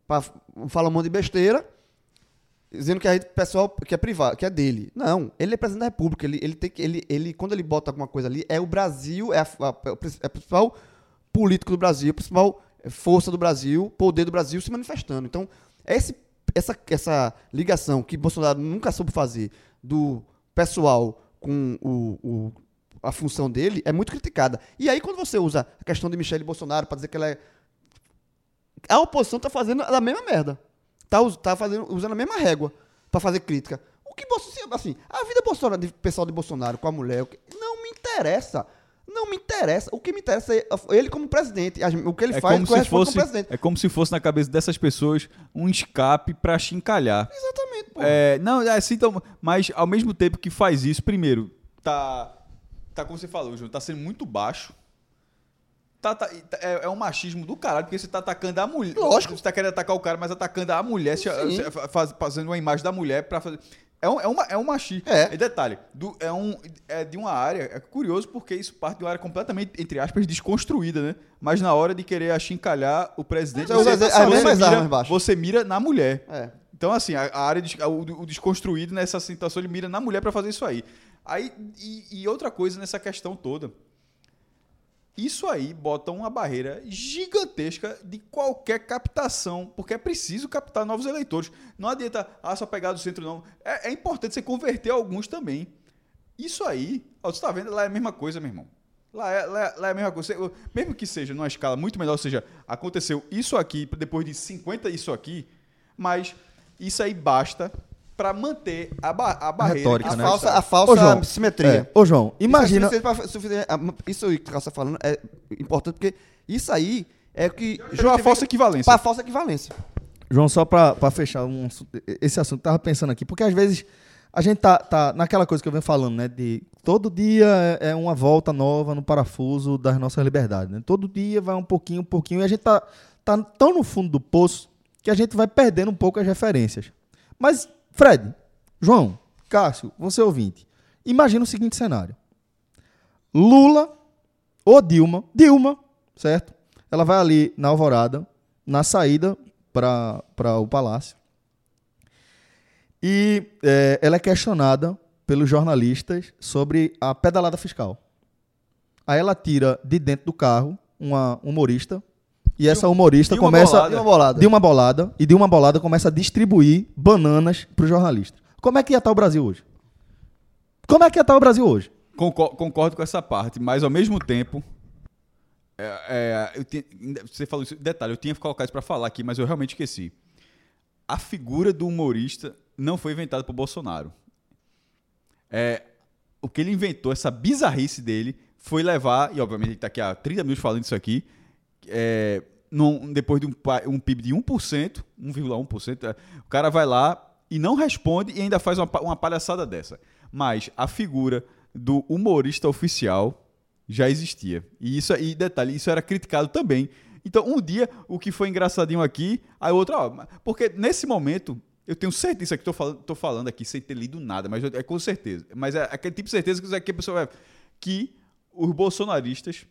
Speaker 3: para falar um monte de besteira, dizendo que a rede pessoal que é privado, que é dele. Não, ele é presidente da República. Ele, ele tem que, ele, ele, quando ele bota alguma coisa ali, é o Brasil, é, a, a- é o prin- é o principal político do Brasil, a principal força do Brasil, poder do Brasil se manifestando. Então, esse, essa, essa ligação que Bolsonaro nunca soube fazer do pessoal com o, o- a função dele é muito criticada. E aí, quando você usa a questão de Michele Bolsonaro para dizer que ela é. A oposição tá fazendo a mesma merda. Tá, us- tá fazendo, usando a mesma régua para fazer crítica. O que Bolsonaro. Assim, a vida Bolsonaro, de pessoal de Bolsonaro com a mulher, o que- não me interessa. Não me interessa. O que me interessa é ele como presidente. as- O que ele
Speaker 4: é
Speaker 3: faz
Speaker 4: como se
Speaker 3: corresponde
Speaker 4: fosse,
Speaker 3: como presidente.
Speaker 4: é como se fosse na cabeça dessas pessoas um escape pra chincalhar.
Speaker 3: Exatamente, pô.
Speaker 4: É, não, é assim, então, mas ao mesmo tempo que faz isso, primeiro, tá tá como você falou, João, tá sendo muito baixo. Tá, tá- e tá- é, é um machismo do caralho, porque você tá atacando a mulher.
Speaker 3: Lógico.
Speaker 4: Você tá querendo atacar o cara, mas atacando a mulher, se-
Speaker 3: Sim.
Speaker 4: se- faz- fazendo uma imagem da mulher pra fazer. É um, é uma, é um machismo.
Speaker 3: É.
Speaker 4: E detalhe, do- é, um, é de uma área. É curioso porque isso parte de uma área completamente, entre aspas, desconstruída, né? Mas na hora de querer achincalhar o presidente.
Speaker 3: Você usa as- é, as mesmas
Speaker 4: mira-
Speaker 3: armas baixas.
Speaker 4: você mira na mulher.
Speaker 3: É.
Speaker 4: Então, assim, a, a área de- a- o, o desconstruído nessa situação, ele mira na mulher pra fazer isso aí. aí e, e outra coisa nessa questão toda. Isso aí bota uma barreira gigantesca de qualquer captação, porque é preciso captar novos eleitores. Não adianta ah, só pegar do centro, não. É, é importante você converter alguns também. Isso aí, ó, você tá vendo, lá é a mesma coisa, meu irmão. Lá é, lá é- lá é a mesma coisa. Você- Mesmo que seja numa escala muito melhor, ou seja, aconteceu isso aqui, depois de 50 isso aqui, mas isso aí basta para manter a, ba- a barreira.
Speaker 5: retórica,
Speaker 3: A
Speaker 5: né?
Speaker 3: falsa, a
Speaker 1: Ô, João,
Speaker 3: falsa simetria.
Speaker 1: É. Ô, João, imagina.
Speaker 3: Isso, é suficiente pra- suficiente- a- isso aí que o Carlos está falando é importante, porque isso aí é o que.
Speaker 4: Chega uma falsa equivalência.
Speaker 3: Para falsa equivalência.
Speaker 5: João, só pra, pra fechar um assu- esse assunto, tava pensando aqui, porque às vezes a gente tá, tá naquela coisa que eu venho falando, né? De todo dia é é uma volta nova no parafuso das nossas liberdades, né? Todo dia vai um pouquinho, um pouquinho, e a gente tá, tá tão no fundo do poço que a gente vai perdendo um pouco as referências. Mas, Fred, João, Cássio, você ouvinte, imagina o seguinte cenário. Lula ou Dilma, Dilma, certo? Ela vai ali na Alvorada, na saída para o palácio. E é, ela é questionada pelos jornalistas sobre a pedalada fiscal. Aí ela tira de dentro do carro uma humorista e essa humorista
Speaker 4: Dilma
Speaker 5: começa
Speaker 4: Bolada. Dilma Bolada.
Speaker 5: de uma bolada e de uma bolada começa a distribuir bananas para os jornalistas. Como é que ia estar o Brasil hoje? Como é que ia estar o Brasil hoje?
Speaker 4: Concor- concordo com essa parte, mas ao mesmo tempo. é, é, eu tinha- ainda- você falou isso. Detalhe, eu tinha colocado isso pra falar aqui, mas eu realmente esqueci. A figura do humorista não foi inventada por Bolsonaro. É, o que ele inventou, essa bizarrice dele, foi levar, e obviamente ele tá aqui há 30 minutos falando isso aqui, é, num- depois de um, pa- um PIB de 1%, 1,1%, é, o cara vai lá e não responde e ainda faz uma, pa- uma palhaçada dessa. Mas a figura do humorista oficial já existia. E isso aí, detalhe, isso era criticado também. Então, um dia, o que foi engraçadinho aqui, aí o outro, ó, porque nesse momento, Eu tenho certeza que tô falando, tô falando aqui sem ter lido nada, mas eu- é com certeza. Mas é aquele tipo de certeza que, que a pessoa vai. Que os bolsonaristas.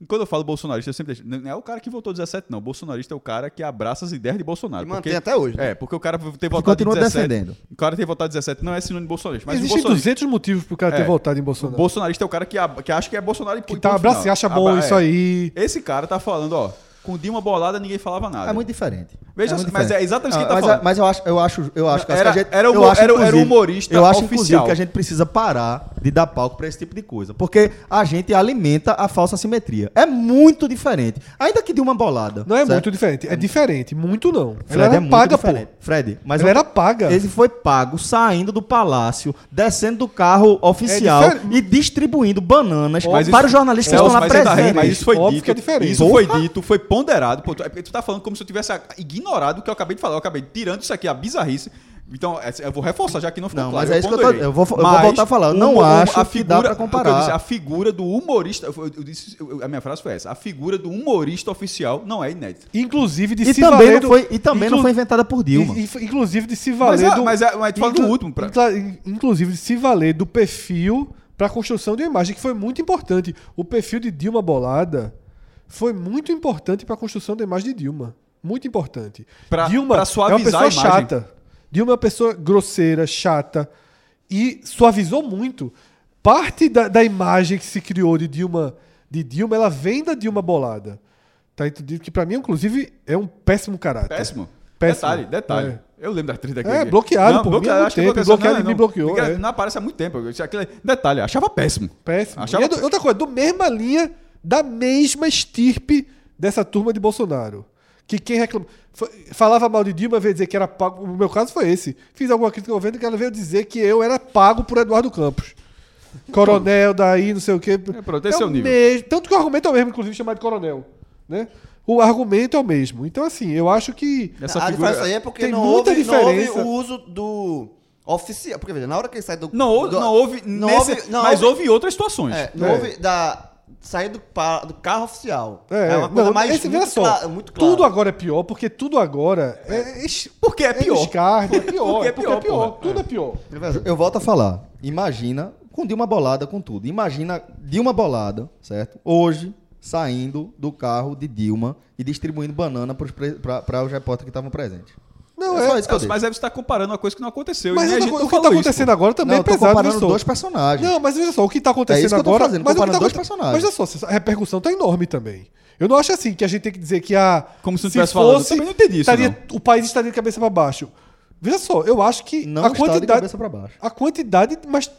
Speaker 4: e Quando eu falo bolsonarista, eu sempre deixo. Não é o cara que votou 17, não. Bolsonarista é o cara que abraça as ideias de Bolsonaro.
Speaker 3: E mantém
Speaker 4: porque-
Speaker 3: até hoje. né?
Speaker 4: É, porque o cara ter
Speaker 1: E
Speaker 4: votado em
Speaker 1: continua
Speaker 4: 17.
Speaker 1: defendendo.
Speaker 4: O cara ter votado 17 não é sinônimo de bolsonarista. Mas
Speaker 2: Existem
Speaker 4: o bolsonarista,
Speaker 2: 200 motivos pro cara ter
Speaker 4: É.
Speaker 2: voltado em
Speaker 4: o
Speaker 2: Bolsonaro.
Speaker 4: bolsonarista é o cara que, ab- que acha que é Bolsonaro e
Speaker 2: que
Speaker 4: ponto
Speaker 2: tá
Speaker 4: final.
Speaker 2: abraçando, acha bom
Speaker 4: Abra-
Speaker 2: isso
Speaker 4: é.
Speaker 2: aí.
Speaker 4: Esse cara tá falando, ó, com Dilma bolada ninguém falava nada.
Speaker 1: É muito diferente.
Speaker 4: Veja
Speaker 1: é
Speaker 4: só,
Speaker 1: muito
Speaker 4: mas
Speaker 1: diferente.
Speaker 4: é exatamente o que
Speaker 1: Ah,
Speaker 4: ele tá
Speaker 1: mas,
Speaker 4: falando.
Speaker 1: Mas eu acho, eu acho, eu acho que
Speaker 4: Era-
Speaker 1: a gente,
Speaker 4: era
Speaker 1: eu
Speaker 4: humo-
Speaker 1: acho,
Speaker 4: era- era
Speaker 1: inclusive-
Speaker 4: humorista
Speaker 1: Eu acho,
Speaker 4: oficial.
Speaker 1: inclusive, que a gente precisa parar de dar palco pra esse tipo de coisa. Porque a gente alimenta a falsa simetria. É muito diferente. Ainda que de uma bolada.
Speaker 2: Não é
Speaker 1: certo?
Speaker 2: muito diferente. É diferente, muito não.
Speaker 1: Fred
Speaker 2: ela
Speaker 1: é
Speaker 2: era
Speaker 1: muito
Speaker 2: paga,
Speaker 1: diferente.
Speaker 2: pô.
Speaker 1: Fred, mas
Speaker 2: ela
Speaker 1: eu-
Speaker 2: era paga.
Speaker 1: Ele foi pago saindo do palácio, descendo do carro oficial
Speaker 2: É diferente.
Speaker 1: e distribuindo bananas
Speaker 4: Mas
Speaker 1: para
Speaker 4: isso-
Speaker 1: os jornalistas que
Speaker 4: Celso,
Speaker 1: estão lá
Speaker 4: mas você tá rindo, mas
Speaker 1: presentes.
Speaker 4: isso foi
Speaker 2: Óbvio
Speaker 4: dito.
Speaker 2: que é diferente.
Speaker 4: Isso
Speaker 1: Porra.
Speaker 4: foi dito, foi ponderado. pô, tu- é porque tu tá falando como se eu tivesse a- ignorado o que eu acabei de falar. Eu acabei tirando isso aqui, a bizarrice. Então, essa- eu vou reforçar, já que não ficou
Speaker 1: Não,
Speaker 4: claro.
Speaker 1: mas é isso que eu tô-
Speaker 4: ponderei.
Speaker 1: eu vou- eu vou voltar a falar, eu
Speaker 4: o
Speaker 1: não
Speaker 4: humo-
Speaker 1: acho que dá pra comparar.
Speaker 4: o que eu disse, a figura do humorista. eu- eu disse- eu- a minha frase foi essa. A figura do humorista oficial não é inédita.
Speaker 2: Inclusive de
Speaker 1: E
Speaker 4: tá
Speaker 2: se
Speaker 1: também,
Speaker 2: valer
Speaker 1: não
Speaker 2: do-
Speaker 1: foi, e também não
Speaker 2: inclu-
Speaker 1: foi inventada por Dilma.
Speaker 2: e- e- Inclusive de se
Speaker 4: Mas,
Speaker 2: valer
Speaker 4: é,
Speaker 2: do...
Speaker 4: mas, é, mas tu fala
Speaker 1: Então,
Speaker 4: do
Speaker 2: Inclu-
Speaker 4: último. Pra...
Speaker 2: incla- in- Inclusive, se valer do perfil para a construção de uma imagem, que foi muito importante. O perfil de Dilma Bolada foi muito importante para a construção da imagem de Dilma. Muito importante.
Speaker 4: Pra-
Speaker 2: Dilma
Speaker 4: pra
Speaker 2: é
Speaker 4: suavizar
Speaker 2: uma pessoa
Speaker 4: a imagem.
Speaker 2: chata. Dilma é uma pessoa grosseira, chata. E suavizou muito. Parte da, da imagem que se criou de Dilma, de Dilma, ela vem da Dilma Bolada. Tá entendido? Que para mim, inclusive, é um péssimo caráter.
Speaker 4: Péssimo.
Speaker 2: Péssimo.
Speaker 4: Detalhe, detalhe.
Speaker 2: É.
Speaker 4: Eu lembro da atriz daquele.
Speaker 2: É,
Speaker 4: dia.
Speaker 2: bloqueado por mim há muito tempo,
Speaker 4: bloquearam,
Speaker 2: bloqueado e me bloqueou,
Speaker 4: Porque
Speaker 2: é.
Speaker 4: Não aparece há muito tempo. Isso, aquilo é- Detalhe, achava péssimo.
Speaker 2: Péssimo.
Speaker 4: Achava
Speaker 2: E é do- outra coisa, do mesma linha, da mesma estirpe dessa turma de Bolsonaro. Que quem reclama. fa- Falava mal de Dilma, veio dizer que era pago. O meu caso foi esse. Fiz alguma crítica ao governo que ela veio dizer que eu era pago por Eduardo Campos. Coronel, daí, não sei o quê.
Speaker 4: É, pronto, esse é o
Speaker 2: o
Speaker 4: nível.
Speaker 2: mesmo- tanto que o argumento é o mesmo, inclusive, chamado de coronel. Né? O argumento é o mesmo. Então, assim, eu acho que.
Speaker 4: Essa
Speaker 3: a
Speaker 4: figura-
Speaker 3: diferença aí é porque
Speaker 2: Tem
Speaker 3: não
Speaker 2: muita
Speaker 3: houve,
Speaker 2: diferença.
Speaker 3: não houve o uso do oficial. Porque, veja, na hora que ele sai do.
Speaker 4: Não houve,
Speaker 3: do-
Speaker 4: não houve,
Speaker 3: não
Speaker 4: nesse-
Speaker 3: houve- não
Speaker 4: mas houve, outras situações.
Speaker 3: É, não
Speaker 2: É.
Speaker 3: houve da saída do, pa- do carro oficial.
Speaker 2: É,
Speaker 3: uma coisa
Speaker 2: não,
Speaker 3: mais
Speaker 2: esse, veja
Speaker 3: muito,
Speaker 2: só,
Speaker 3: clara, muito clara.
Speaker 2: Tudo agora é pior, porque tudo agora é, é,
Speaker 4: Porque é pior.
Speaker 2: descarga, é pior,
Speaker 4: Porque
Speaker 2: porque
Speaker 4: é
Speaker 2: é pior,
Speaker 4: pior, porra.
Speaker 2: tudo é pior.
Speaker 1: Eu volto a falar. Imagina, com Dilma Bolada, com tudo. Imagina Dilma Bolada, certo? Hoje, saindo do carro de Dilma e distribuindo banana para os repórteres que estavam presentes.
Speaker 2: Não,
Speaker 1: É
Speaker 2: é.
Speaker 1: só isso que eu
Speaker 4: Mas-
Speaker 1: deixo.
Speaker 4: Mas aí você tá comparando uma coisa que não aconteceu.
Speaker 2: Mas
Speaker 4: e nem a
Speaker 2: outra
Speaker 4: gente
Speaker 2: coisa,
Speaker 4: não
Speaker 2: o que tá
Speaker 4: falou isso,
Speaker 2: acontecendo
Speaker 4: pô.
Speaker 2: agora também
Speaker 1: Não, eu
Speaker 2: é
Speaker 1: tô
Speaker 2: pesado,
Speaker 1: comparando
Speaker 2: viu,
Speaker 1: dois
Speaker 2: dois
Speaker 1: personagens.
Speaker 2: Não, mas veja só, o que tá acontecendo
Speaker 1: É isso que eu tô
Speaker 2: agora.
Speaker 1: fazendo,
Speaker 2: mas o que
Speaker 1: comparando
Speaker 2: tá
Speaker 1: dois
Speaker 2: aconte-
Speaker 1: personagens.
Speaker 2: Mas olha só, a repercussão tá enorme também. Eu não acho assim que a gente tem que dizer que a.
Speaker 4: Como se não tivesse falado, eu também não entendi isso,
Speaker 2: estaria- O país estaria de cabeça pra baixo. Veja só, eu acho que
Speaker 1: Não
Speaker 2: a
Speaker 1: está de
Speaker 2: quantidade.
Speaker 1: cabeça para baixo.
Speaker 2: A quantidade, mas.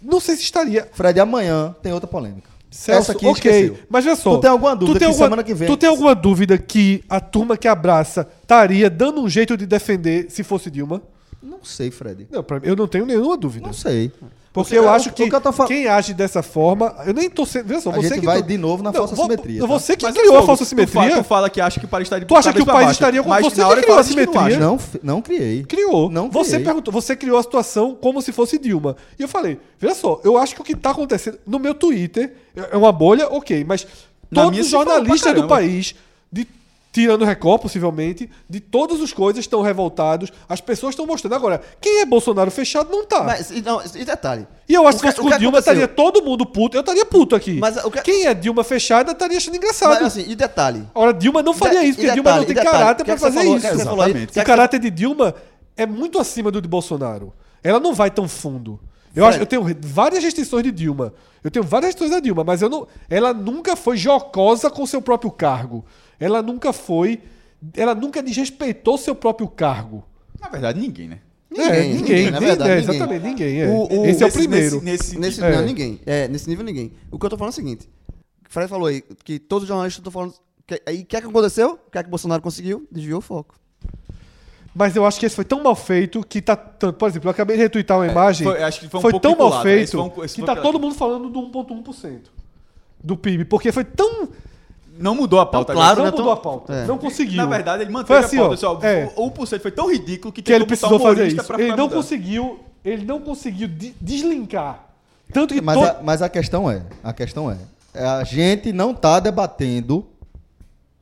Speaker 2: Não sei se estaria.
Speaker 1: Fred, amanhã tem outra polêmica.
Speaker 2: Celso,
Speaker 1: Essa aqui
Speaker 2: ok.
Speaker 1: esqueceu.
Speaker 2: Mas veja só.
Speaker 1: Tu tem alguma dúvida
Speaker 2: tu tem
Speaker 1: que
Speaker 2: alguma-
Speaker 1: semana que vem-
Speaker 2: Tu tem alguma dúvida que a turma que abraça estaria dando um jeito de defender se fosse Dilma?
Speaker 1: Não sei, Fred.
Speaker 2: Não, pra mim, eu não tenho nenhuma dúvida.
Speaker 1: Não sei.
Speaker 2: Porque
Speaker 1: O-
Speaker 4: é
Speaker 2: eu
Speaker 1: o-
Speaker 2: acho
Speaker 1: o
Speaker 2: que,
Speaker 1: que eu tô fal-
Speaker 2: quem age dessa forma, eu nem tô sendo. Veja só,
Speaker 1: A
Speaker 2: você
Speaker 1: gente
Speaker 2: que
Speaker 1: vai
Speaker 2: tô-
Speaker 1: de novo na falsa
Speaker 2: vou-
Speaker 1: simetria, tá?
Speaker 2: Você que
Speaker 4: Mas
Speaker 2: criou
Speaker 4: olha
Speaker 2: a
Speaker 4: só,
Speaker 2: falsa
Speaker 4: tu fala- Tu
Speaker 2: simetria,
Speaker 4: fala, que acha que o país estaria de
Speaker 2: Tu acha que
Speaker 4: cabeça
Speaker 2: o
Speaker 4: pra
Speaker 2: país
Speaker 4: baixo,
Speaker 2: estaria como
Speaker 4: mas
Speaker 2: você
Speaker 4: na
Speaker 2: que
Speaker 4: hora ele
Speaker 2: criou
Speaker 4: fala
Speaker 2: a
Speaker 4: isso que não
Speaker 2: simetria.
Speaker 4: acha.
Speaker 1: Não, fi- não criei.
Speaker 2: criou.
Speaker 1: Não
Speaker 2: você
Speaker 1: criei.
Speaker 2: perguntou, você criou a situação como se fosse Dilma. E eu falei, veja só, eu acho que o que tá acontecendo no meu Twitter é uma bolha, ok, mas
Speaker 4: Na
Speaker 2: todos
Speaker 4: minha
Speaker 2: os
Speaker 4: se falou pra
Speaker 2: jornalistas do
Speaker 4: caramba.
Speaker 2: país, de- tirando o Record, possivelmente, de todas as coisas estão revoltados, as pessoas estão mostrando. Agora, quem é Bolsonaro fechado não tá.
Speaker 3: Mas, e, não, e detalhe.
Speaker 2: E eu acho que
Speaker 3: O
Speaker 2: se
Speaker 3: que-
Speaker 2: fosse com
Speaker 3: o que
Speaker 2: Dilma,
Speaker 3: aconteceu?
Speaker 2: estaria todo mundo puto. Eu estaria puto aqui.
Speaker 3: Mas o que-
Speaker 2: Quem é Dilma fechada estaria achando engraçado.
Speaker 3: Mas, assim, e detalhe.
Speaker 2: Ora, Dilma não faria
Speaker 3: De-
Speaker 2: isso,
Speaker 3: e
Speaker 2: porque Dilma
Speaker 3: detalhe,
Speaker 2: não tem
Speaker 3: e detalhe,
Speaker 2: caráter
Speaker 3: o que
Speaker 2: pra
Speaker 3: é que você
Speaker 2: fazer
Speaker 3: falou, o que é que
Speaker 2: isso.
Speaker 3: você falou aí?
Speaker 2: O caráter de Dilma é muito acima do de Bolsonaro. Ela não vai tão fundo. Eu, acho, eu tenho re- várias restrições de Dilma. Eu tenho várias restrições da Dilma, mas eu não, ela nunca foi jocosa com seu próprio cargo. Ela nunca foi. Ela nunca desrespeitou seu próprio cargo.
Speaker 4: Na verdade, ninguém, né?
Speaker 3: Ninguém,
Speaker 2: é,
Speaker 3: ninguém,
Speaker 2: ninguém,
Speaker 3: na verdade,
Speaker 2: é,
Speaker 3: ninguém.
Speaker 2: Exatamente, ninguém. é.
Speaker 3: O- o-
Speaker 2: Esse é o
Speaker 4: Nesse-
Speaker 2: primeiro.
Speaker 4: Nesse, nesse,
Speaker 3: Nesse,
Speaker 2: É.
Speaker 3: Não, ninguém. É, nesse nível, ninguém. O que eu tô falando é o seguinte. O Fred falou aí que todos os jornalistas estão falando... Que, aí, o que é que aconteceu? O que é que o Bolsonaro conseguiu? Desviou o foco.
Speaker 2: Mas eu acho que esse foi tão mal feito que tá tanto. Por exemplo, eu acabei de retweetar uma imagem.
Speaker 4: foi- acho que foi um pouco
Speaker 2: tão mal
Speaker 4: picolado, né?
Speaker 2: feito
Speaker 4: Esse foi um- esse
Speaker 2: que
Speaker 4: foi
Speaker 2: tá
Speaker 4: picolado.
Speaker 2: todo mundo falando do 1,1% do PIB. Porque foi tão.
Speaker 4: Ah, Não mudou a pauta.
Speaker 3: Claro,
Speaker 2: não
Speaker 3: né,
Speaker 2: mudou
Speaker 3: tão-
Speaker 2: a pauta.
Speaker 3: é.
Speaker 2: Não conseguiu.
Speaker 4: Na verdade, ele
Speaker 2: Foi
Speaker 4: manteve
Speaker 2: assim,
Speaker 4: a pauta.
Speaker 2: ó,
Speaker 4: só,
Speaker 2: é.
Speaker 4: O 1% foi tão ridículo que,
Speaker 2: que ele
Speaker 4: tentou botar um
Speaker 2: precisou fazer
Speaker 4: humorista
Speaker 2: isso.
Speaker 4: pra-
Speaker 2: Ele
Speaker 4: pra
Speaker 2: não
Speaker 4: mudar.
Speaker 2: conseguiu. Ele não conseguiu de- deslinkar. Tanto que.
Speaker 1: Mas,
Speaker 2: to-
Speaker 1: a, mas a questão é, a questão é, é a gente não está debatendo tá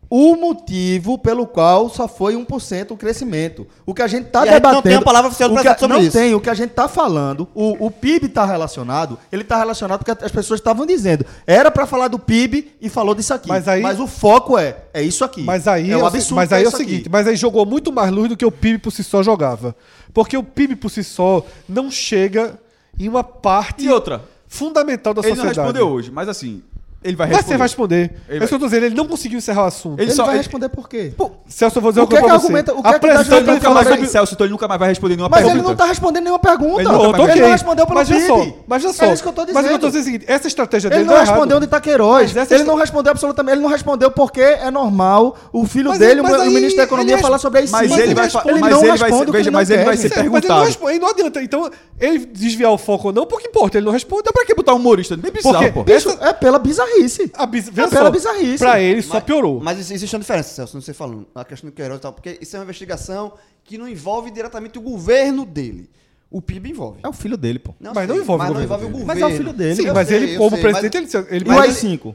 Speaker 1: o motivo pelo qual só foi 1% o crescimento. O que a gente está
Speaker 3: E a gente não
Speaker 1: debatendo.
Speaker 3: tem uma palavra oficial do
Speaker 1: o que a-
Speaker 3: presidente sobre
Speaker 1: não
Speaker 3: isso.
Speaker 1: tem, o que a gente está falando, o, o PIB está tá relacionado, ele está relacionado porque as pessoas estavam dizendo. Era para falar do PIB e falou disso aqui.
Speaker 2: Mas aí-
Speaker 1: o foco é, é isso aqui.
Speaker 2: Mas aí
Speaker 1: é
Speaker 2: o-
Speaker 1: um absurdo.
Speaker 2: mas aí é o
Speaker 1: isso aqui.
Speaker 2: seguinte, mas aí jogou muito mais luz do que o PIB por si só jogava. Porque o PIB por si só não chega em uma parte
Speaker 4: E outra,
Speaker 2: fundamental da
Speaker 4: ele não
Speaker 2: sociedade.
Speaker 4: respondeu hoje, mas assim, ele vai
Speaker 2: Mas
Speaker 4: responder.
Speaker 2: você vai responder.
Speaker 4: Ele
Speaker 2: É isso que eu tô dizendo, ele não conseguiu encerrar o assunto.
Speaker 4: Ele
Speaker 1: Ele
Speaker 4: só-
Speaker 1: vai
Speaker 4: ele-
Speaker 1: responder por quê?
Speaker 2: Celso, eu vou dizer uma
Speaker 1: O que é
Speaker 2: coisa
Speaker 1: que
Speaker 2: pra você.
Speaker 1: argumenta- o que é que tá
Speaker 2: Apresenta-
Speaker 4: Então ele
Speaker 1: Ele
Speaker 4: nunca mais
Speaker 1: falou
Speaker 4: vai,
Speaker 1: sobre-
Speaker 4: Celso, então ele nunca mais vai responder nenhuma
Speaker 1: Mas
Speaker 4: pergunta.
Speaker 1: ele não
Speaker 3: tá
Speaker 2: tá
Speaker 1: está respondendo nenhuma pergunta.
Speaker 4: Ele não- Pronto,
Speaker 1: Ele
Speaker 4: ok.
Speaker 1: não respondeu pelo
Speaker 2: mas veja
Speaker 1: PIB.
Speaker 2: só, mas veja só.
Speaker 1: É isso que eu tô dizendo.
Speaker 2: Mas eu tô dizendo o seguinte, essa estratégia
Speaker 1: Ele
Speaker 2: dele
Speaker 1: não
Speaker 2: deu
Speaker 1: respondeu
Speaker 2: errado.
Speaker 1: de Taqueiroz.
Speaker 2: Mas essa
Speaker 1: Ele
Speaker 2: histó-
Speaker 1: não respondeu absolutamente. Ele não respondeu porque é normal o filho
Speaker 2: Mas-
Speaker 1: dele, o
Speaker 2: mas
Speaker 1: o
Speaker 2: aí
Speaker 1: ministro da Economia,
Speaker 2: ele
Speaker 1: falar sobre isso.
Speaker 4: Mas ele vai fa-
Speaker 1: responder.
Speaker 4: mas ele vai ser- veja, mas ele vai ser-
Speaker 2: Certo, mas ele não
Speaker 4: perguntado.
Speaker 2: responde, aí não adianta. Então, ele desviar o foco ou não, pouco importa, ele não responde.
Speaker 4: Então pra que botar um humorista? Nem precisava,
Speaker 2: Porque-
Speaker 4: pô.
Speaker 1: Bicho, é pela bizarrice.
Speaker 2: A biz... veja
Speaker 1: pela
Speaker 2: só,
Speaker 1: bizarrice.
Speaker 2: Pra ele só piorou.
Speaker 3: Mas exi- existe uma diferença, Celso, não sei falando. A questão do Queiroz e tal. Porque isso é uma investigação que não envolve diretamente o governo dele. O PIB envolve.
Speaker 1: É o filho dele, pô.
Speaker 2: um Mas não envolve
Speaker 3: mas
Speaker 2: o
Speaker 3: não
Speaker 2: governo
Speaker 3: envolve o
Speaker 2: dele.
Speaker 3: governo.
Speaker 1: Mas é o filho dele.
Speaker 2: Sim,
Speaker 3: Eu
Speaker 2: mas
Speaker 3: sei,
Speaker 2: ele,
Speaker 3: eu
Speaker 2: como
Speaker 3: sei,
Speaker 2: presidente, ele, ele
Speaker 1: E o
Speaker 2: mas-
Speaker 1: AI-5?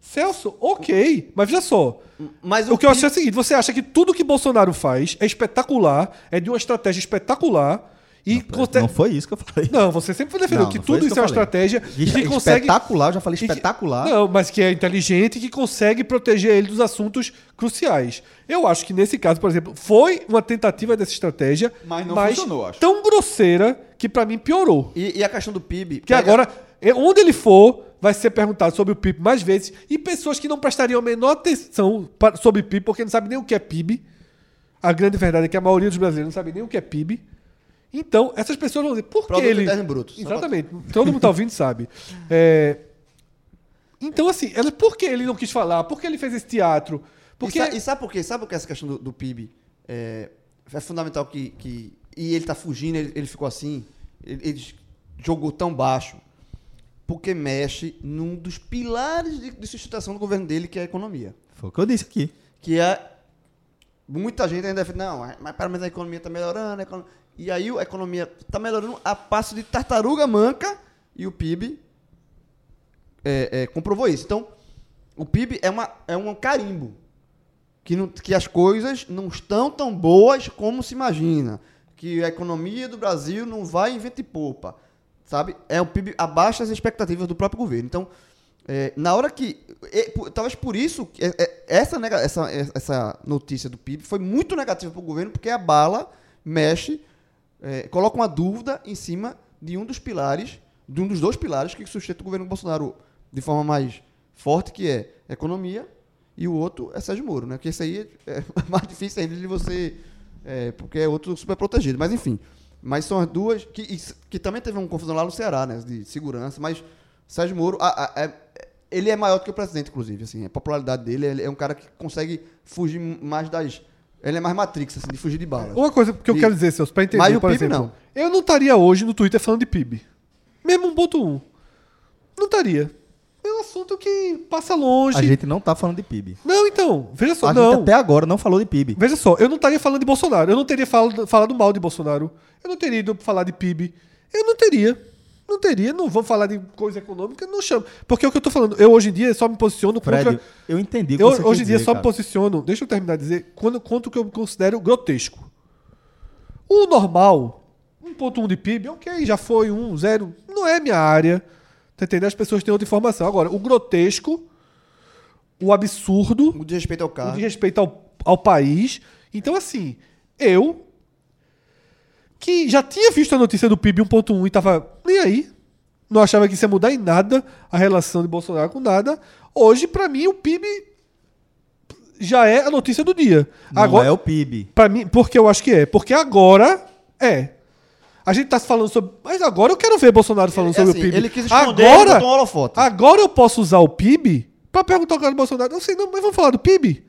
Speaker 2: Celso, ok. Mas veja só.
Speaker 3: Mas
Speaker 2: O que eu acho é
Speaker 3: PIB
Speaker 2: o seguinte: você acha que tudo que Bolsonaro faz é espetacular, é de uma estratégia espetacular e consegue.
Speaker 1: Não foi isso que eu falei.
Speaker 2: Não, você sempre defendeu
Speaker 1: Não,
Speaker 2: que
Speaker 1: não foi
Speaker 2: tudo
Speaker 1: isso
Speaker 2: isso é uma
Speaker 1: que eu falei. é
Speaker 2: estratégia e que consegue.
Speaker 1: Espetacular, eu já falei
Speaker 2: e que-
Speaker 1: espetacular.
Speaker 2: Não, mas que é inteligente e que consegue proteger ele dos assuntos cruciais. Eu acho que nesse caso, por exemplo, foi uma tentativa dessa estratégia,
Speaker 4: Mas não funcionou, acho.
Speaker 2: tão grosseira que pra mim piorou.
Speaker 3: E, e a questão do PIB.
Speaker 2: Porque
Speaker 3: pega-
Speaker 2: agora, é, onde ele for, vai ser perguntado sobre o PIB mais vezes. E pessoas que não prestariam a menor atenção pa- sobre PIB, porque não sabem nem o que é PIB. A grande verdade é que a maioria dos brasileiros não sabe nem o que é PIB. Então, essas pessoas vão dizer, por que
Speaker 3: Produto
Speaker 2: ele...
Speaker 3: Interno Bruto, só
Speaker 2: Exatamente. Todo mundo tá ouvindo sabe. É, Então, assim, ela, por que ele não quis falar? Por que ele fez esse teatro? Porque...
Speaker 3: E, sa- e sabe por quê? Sabe por que essa questão do, do PIB é, é fundamental que, que- E ele tá fugindo, ele, ele ficou assim, ele, ele jogou tão baixo. Porque mexe num dos pilares de, de sustentação do governo dele, que é a economia.
Speaker 1: Foi o que eu disse aqui.
Speaker 3: Que é. Muita gente ainda defende, não, mas pelo menos a economia está melhorando. a econo- E aí a economia está melhorando a passo de tartaruga manca e o PIB é, é, comprovou isso. Então, o PIB é, uma, é um carimbo. Que, não- que as coisas não estão tão boas como se imagina. Que a economia do Brasil não vai em vento e popa. Sabe? É o PIB abaixo das expectativas do próprio governo. Então, é, na hora que. e- por- talvez por isso, que é- é- essa, nega- essa, é, essa notícia do PIB foi muito negativa para o governo, porque abala, mexe, é, coloca uma dúvida em cima de um dos pilares, de um dos dois pilares que sustenta o governo Bolsonaro de forma mais forte, que é economia, e o outro é Sérgio Moro, né? Porque esse aí é mais difícil ainda de você. é, porque é outro super protegido. Mas enfim. Mas são as duas. Que, e s- que também teve uma confusão lá no Ceará, né? De segurança. Mas Sérgio Moro. a- a- é- ele é maior do que o presidente, inclusive. Assim, a popularidade dele ele é um cara que consegue fugir mais das. Ele é mais Matrix, assim, de fugir de balas.
Speaker 2: Uma coisa que eu
Speaker 3: E-
Speaker 2: quero dizer, Celso, pra entender,
Speaker 3: Mas o
Speaker 2: por
Speaker 3: PIB
Speaker 2: exemplo.
Speaker 3: não.
Speaker 2: Eu não estaria hoje no Twitter falando de PIB. Mesmo 1.1. Não estaria. É um assunto que passa longe.
Speaker 1: A gente não tá falando de PIB.
Speaker 2: Não, então, veja só,
Speaker 1: A
Speaker 2: não.
Speaker 1: gente até agora não falou de PIB.
Speaker 2: Veja só, eu não estaria falando de Bolsonaro. Eu não teria falado, falado mal de Bolsonaro. Eu não teria ido falar de PIB. Eu não teria. Não teria. Não vou falar de coisa econômica, não chamo. Porque é o que eu tô falando. Eu hoje em dia só me posiciono contra.
Speaker 1: Fred, eu entendi o que
Speaker 2: Eu,
Speaker 1: você quis
Speaker 2: hoje em dia
Speaker 1: dizer,
Speaker 2: só me
Speaker 1: cara.
Speaker 2: posiciono, deixa eu terminar de dizer, quando, quanto que eu considero grotesco. O normal, 1.1 de PIB, ok, já foi 1, 0, não é minha área. Tá entendendo? As pessoas têm outra informação. Agora, o grotesco, o absurdo,
Speaker 3: O desrespeito ao É,
Speaker 2: o
Speaker 3: cargo.
Speaker 2: de respeito ao, ao país. Então, assim, eu, que já tinha visto a notícia do PIB 1.1 e tava nem aí, não achava que isso ia mudar em nada a relação de Bolsonaro com nada, hoje, pra mim, o PIB já é a notícia do dia.
Speaker 1: Não
Speaker 2: Agora,
Speaker 1: é o PIB.
Speaker 2: Pra mim, porque eu acho que é. Porque agora é. A gente tá falando sobre. Mas agora eu quero ver Bolsonaro falando
Speaker 3: É
Speaker 2: sobre
Speaker 3: assim,
Speaker 2: o PIB.
Speaker 3: Ele quis esconder ele
Speaker 2: agora,
Speaker 3: botou um holofote.
Speaker 2: agora eu posso usar o PIB pra perguntar ao cara do Bolsonaro. Não sei, não, mas vamos falar do PIB?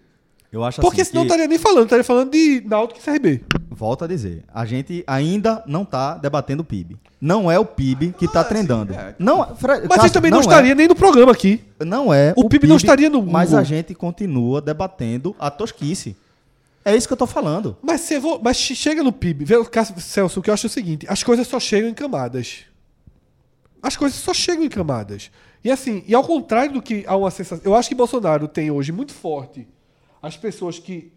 Speaker 1: Eu acho
Speaker 2: Porque
Speaker 1: assim
Speaker 2: senão tá eu
Speaker 1: que-
Speaker 2: estaria nem falando, estaria falando de Náutico e CRB.
Speaker 1: Volto a dizer, a gente ainda não tá debatendo o PIB. Não é o PIB que
Speaker 2: Ah,
Speaker 1: tá trendando. Não, Fred,
Speaker 2: é, então. Mas
Speaker 1: Cássio,
Speaker 2: vocês também não,
Speaker 1: é.
Speaker 2: estariam nem no programa aqui.
Speaker 1: Não é.
Speaker 2: O PIB não estaria no
Speaker 1: Mas
Speaker 2: Google.
Speaker 1: a gente continua debatendo a tosquice. É isso que eu tô falando.
Speaker 2: Mas, você vo- mas che- chega no PIB. Vê, Cássio- Celso, o que eu acho é o seguinte: as coisas só chegam em camadas. As coisas só chegam em camadas. E assim, e ao contrário do que há uma sensação. Eu acho que Bolsonaro tem hoje muito forte as pessoas que.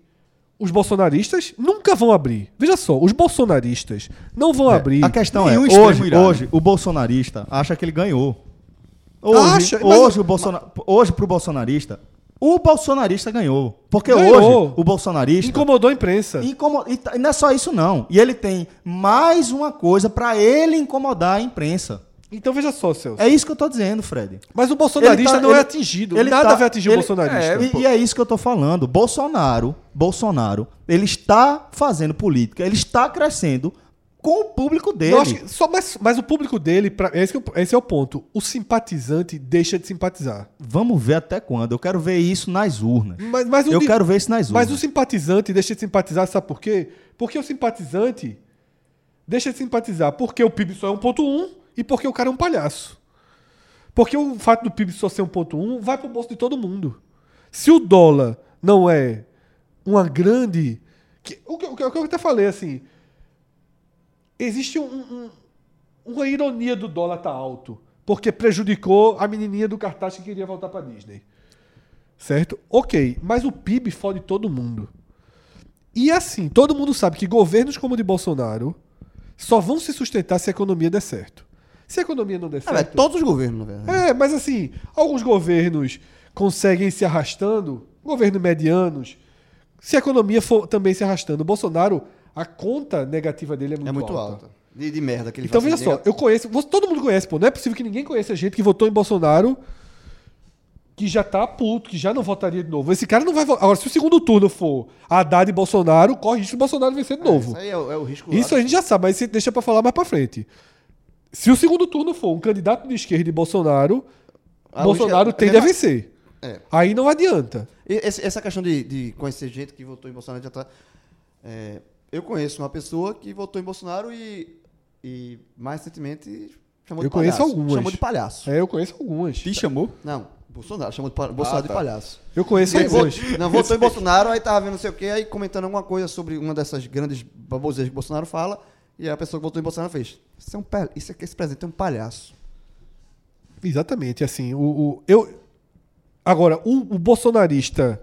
Speaker 2: Os bolsonaristas nunca vão abrir. Veja só, os bolsonaristas não vão abrir.
Speaker 1: A questão é,
Speaker 4: Nenhum extremo
Speaker 1: hoje,
Speaker 4: irado.
Speaker 1: hoje o bolsonarista acha que ele ganhou. Hoje,
Speaker 2: Acha, mas-
Speaker 1: hoje, o Bolsona... hoje pro bolsonarista, o bolsonarista ganhou. Porque
Speaker 2: Ganhou.
Speaker 1: hoje o bolsonarista...
Speaker 2: Incomodou a imprensa.
Speaker 1: Incomo- E tá- e não é só isso, não. E ele tem mais uma coisa pra ele incomodar a imprensa.
Speaker 2: Então veja só, Celso.
Speaker 1: É isso que eu tô dizendo, Fred.
Speaker 2: Mas o bolsonarista
Speaker 1: Ele tá-
Speaker 2: não é
Speaker 1: ele-
Speaker 2: atingido.
Speaker 1: ele
Speaker 2: Nada
Speaker 1: tá-
Speaker 2: vai atingir o
Speaker 1: ele-
Speaker 2: bolsonarista.
Speaker 1: E, e é isso que eu tô falando. Bolsonaro, Bolsonaro, ele está fazendo política, ele está crescendo com o público dele.
Speaker 2: Eu acho que- só, mas, mas o público dele, pra, esse, que eu- esse é o ponto. O simpatizante deixa de simpatizar.
Speaker 1: Vamos ver até quando. Eu quero ver isso nas urnas.
Speaker 2: Mas, mas o
Speaker 1: Eu
Speaker 2: de-
Speaker 1: quero ver isso nas urnas.
Speaker 2: Mas o simpatizante deixa de simpatizar, sabe por quê? Porque o simpatizante deixa de simpatizar porque o PIB só é 1.1 e porque o cara é um palhaço. Porque o fato do PIB só ser 1.1 vai pro bolso de todo mundo. Se o dólar não é uma grande... que- o, que, o que- o que eu até falei, assim... Existe um- um- uma ironia do dólar tá alto. Porque prejudicou a menininha do cartaz que queria voltar pra Disney. Certo? Ok, mas o PIB fode todo mundo. E assim, todo mundo sabe que governos como o de Bolsonaro só vão se sustentar se a economia der certo. Se a economia não der
Speaker 3: É, velho,
Speaker 2: certo.
Speaker 3: todos os governos, velho.
Speaker 2: É, mas assim, alguns governos conseguem se arrastando, governos medianos. Se a economia for também se arrastando, o Bolsonaro, a conta negativa dele é muito,
Speaker 3: É muito
Speaker 2: alta.
Speaker 3: alta. De, de merda que ele
Speaker 2: Então
Speaker 3: faz. um
Speaker 2: veja só, eu conheço, você- todo mundo conhece, pô, não é possível que ninguém conheça gente que votou em Bolsonaro que já tá puto, que já não votaria de novo. Esse cara não vai votar. Agora, se o segundo turno for Haddad e Bolsonaro, corre risco de Bolsonaro vencer de novo.
Speaker 3: Isso aí é, o- é o risco.
Speaker 2: Isso
Speaker 3: alto.
Speaker 2: a gente já sabe, mas isso deixa pra falar mais pra frente. Se o segundo turno for um candidato de esquerda e Bolsonaro,
Speaker 3: Ah, o
Speaker 2: Bolsonaro
Speaker 3: risco é-
Speaker 2: tende a
Speaker 3: é mesmo-
Speaker 2: vencer.
Speaker 3: É.
Speaker 2: Aí não adianta.
Speaker 3: E esse- essa questão de, de conhecer gente que votou em Bolsonaro já tá. é, eu conheço uma pessoa que votou em Bolsonaro e, e mais recentemente chamou
Speaker 2: Eu
Speaker 3: de
Speaker 2: conheço
Speaker 3: palhaço.
Speaker 2: algumas.
Speaker 3: Chamou de palhaço.
Speaker 2: É, eu conheço algumas.
Speaker 4: Te chamou?
Speaker 3: Não, Bolsonaro chamou de
Speaker 2: Ah,
Speaker 3: pa- Bolsonaro
Speaker 2: tá.
Speaker 3: de palhaço.
Speaker 2: Eu conheço
Speaker 3: Ele
Speaker 2: algumas.
Speaker 3: vo- não, votou em Bolsonaro, aí tava vendo não sei o quê, aí comentando alguma coisa sobre uma dessas grandes baboseiras que Bolsonaro fala, e aí a pessoa que votou em Bolsonaro fez. Isso é um pa- isso é que esse presidente é um palhaço.
Speaker 2: Exatamente, assim, o, o- eu agora o, o bolsonarista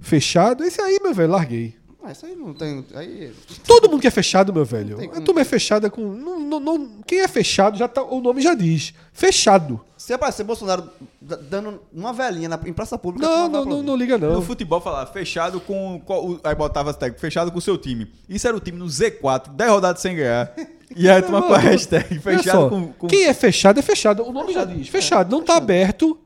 Speaker 2: fechado, esse aí, meu velho, larguei.
Speaker 3: Ah, isso aí não tem. Aí,
Speaker 2: Todo mundo que é fechado, meu velho.
Speaker 3: tem
Speaker 2: A
Speaker 3: como.
Speaker 2: turma é fechada com não, não- não- quem é fechado já tá, o nome já diz, fechado.
Speaker 3: se aparecer Bolsonaro da- dando uma velhinha na, em praça pública.
Speaker 2: Não,
Speaker 3: tu vai
Speaker 2: não, não,
Speaker 3: aplaudir.
Speaker 2: não liga
Speaker 4: No
Speaker 2: não.
Speaker 4: futebol falava fechado com. qual- o- Aí botava as tags, fechado com o seu time. Isso era o time no Z4, 10 rodadas sem ganhar. E aí toma com a hashtag,
Speaker 2: Olha
Speaker 4: fechado
Speaker 2: só,
Speaker 4: com. com...
Speaker 2: Quem é fechado é fechado, o nome já diz, fechado, não tá aberto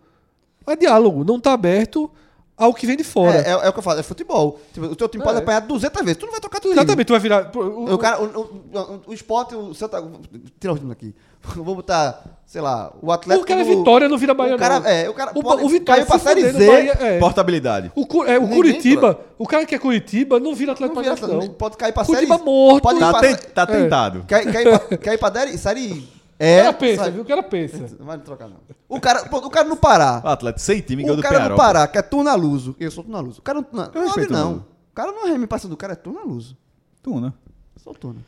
Speaker 2: a diálogo, não tá aberto ao que vem de fora.
Speaker 3: É, é, é o que eu falo, é futebol. Tipo, o teu time pode apanhar 200 vezes, tu não vai trocar tudo
Speaker 2: É. Exatamente, tu vai virar pô, o-
Speaker 3: O, cara, o, o, o, o esporte, o Santa. Tira o time daqui. Vou botar, sei lá, o Atlético.
Speaker 2: o cara é
Speaker 3: do-
Speaker 2: Vitória não vira Bahia
Speaker 3: o cara,
Speaker 2: não.
Speaker 3: É, o cara
Speaker 2: o,
Speaker 3: pode
Speaker 2: o Vitória
Speaker 3: cair pra
Speaker 2: se
Speaker 3: Série
Speaker 2: fudendo,
Speaker 3: Z,
Speaker 2: o Bahia- é.
Speaker 4: Portabilidade.
Speaker 2: O, Cu- é, o
Speaker 3: Ninguém
Speaker 2: Curitiba, o cara que é Curitiba não vira Atlético
Speaker 3: Não vira
Speaker 2: Paranaense, não.
Speaker 3: Atlético, pode cair pra
Speaker 2: Curitiba
Speaker 3: série-
Speaker 2: morto.
Speaker 3: pode
Speaker 4: Tá,
Speaker 3: Passa-
Speaker 4: ten- tá
Speaker 2: É.
Speaker 4: tentado.
Speaker 3: Cai, cai, pra, cai pra série, série
Speaker 2: O
Speaker 3: É.
Speaker 2: cara pensa,
Speaker 3: sabe?
Speaker 2: viu? O cara pensa.
Speaker 3: Não vai me trocar, não. O cara, pô, o cara no Pará.
Speaker 4: O Atlético sem time ganhou
Speaker 3: O
Speaker 4: do
Speaker 3: cara no
Speaker 4: Penharol.
Speaker 3: Pará, que é Tunaluso. Eu sou Tunaluso. O cara não. Não, não, abre,
Speaker 4: respeito o
Speaker 3: não.
Speaker 4: Tunaluso.
Speaker 3: O cara não é reme passando, o cara é Tunaluso.
Speaker 4: Tu, né?
Speaker 3: Sou Tuna.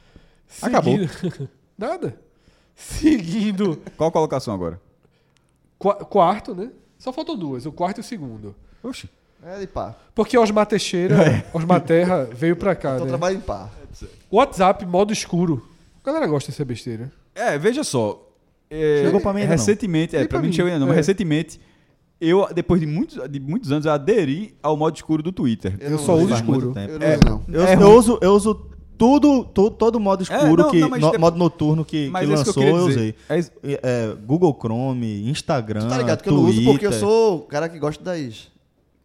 Speaker 4: Acabou.
Speaker 2: Seguindo- Nada. Seguindo.
Speaker 4: Qual a colocação agora?
Speaker 2: Qua- quarto, né? Só faltam duas, o quarto e o segundo.
Speaker 4: Oxi.
Speaker 3: É de pá.
Speaker 2: Porque Osmar Teixeira, Osmar Terra, veio pra cá,
Speaker 3: Então
Speaker 2: né?
Speaker 3: trabalho em pá.
Speaker 2: WhatsApp, modo escuro. A galera gosta dessa besteira.
Speaker 4: É, veja só. É,
Speaker 1: Chegou pra mim ainda não.
Speaker 4: Recentemente, é,
Speaker 2: Nem
Speaker 4: pra
Speaker 2: pra
Speaker 4: mim
Speaker 2: mim.
Speaker 4: não chegou ainda não, mas
Speaker 2: É.
Speaker 4: recentemente, eu, depois de muitos, de muitos anos, eu aderi ao modo escuro do Twitter.
Speaker 2: Eu, só uso
Speaker 1: Faz muito
Speaker 2: escuro.
Speaker 1: tempo.
Speaker 3: Eu não uso, não.
Speaker 1: Eu,
Speaker 4: É
Speaker 1: eu
Speaker 4: ruim.
Speaker 1: uso, eu uso tudo, tu- todo modo escuro,
Speaker 4: É, não,
Speaker 1: que,
Speaker 4: não, mas
Speaker 1: no-
Speaker 4: tem-
Speaker 1: modo noturno que, que
Speaker 4: Mas é isso que
Speaker 1: lançou,
Speaker 4: eu
Speaker 1: eu,
Speaker 4: queria dizer.
Speaker 1: usei.
Speaker 4: É isso-
Speaker 1: E, é, Google Chrome, Instagram,
Speaker 3: Tá
Speaker 4: Ah,
Speaker 3: ligado que eu
Speaker 1: Twitter.
Speaker 3: não uso porque eu sou o cara que gosta das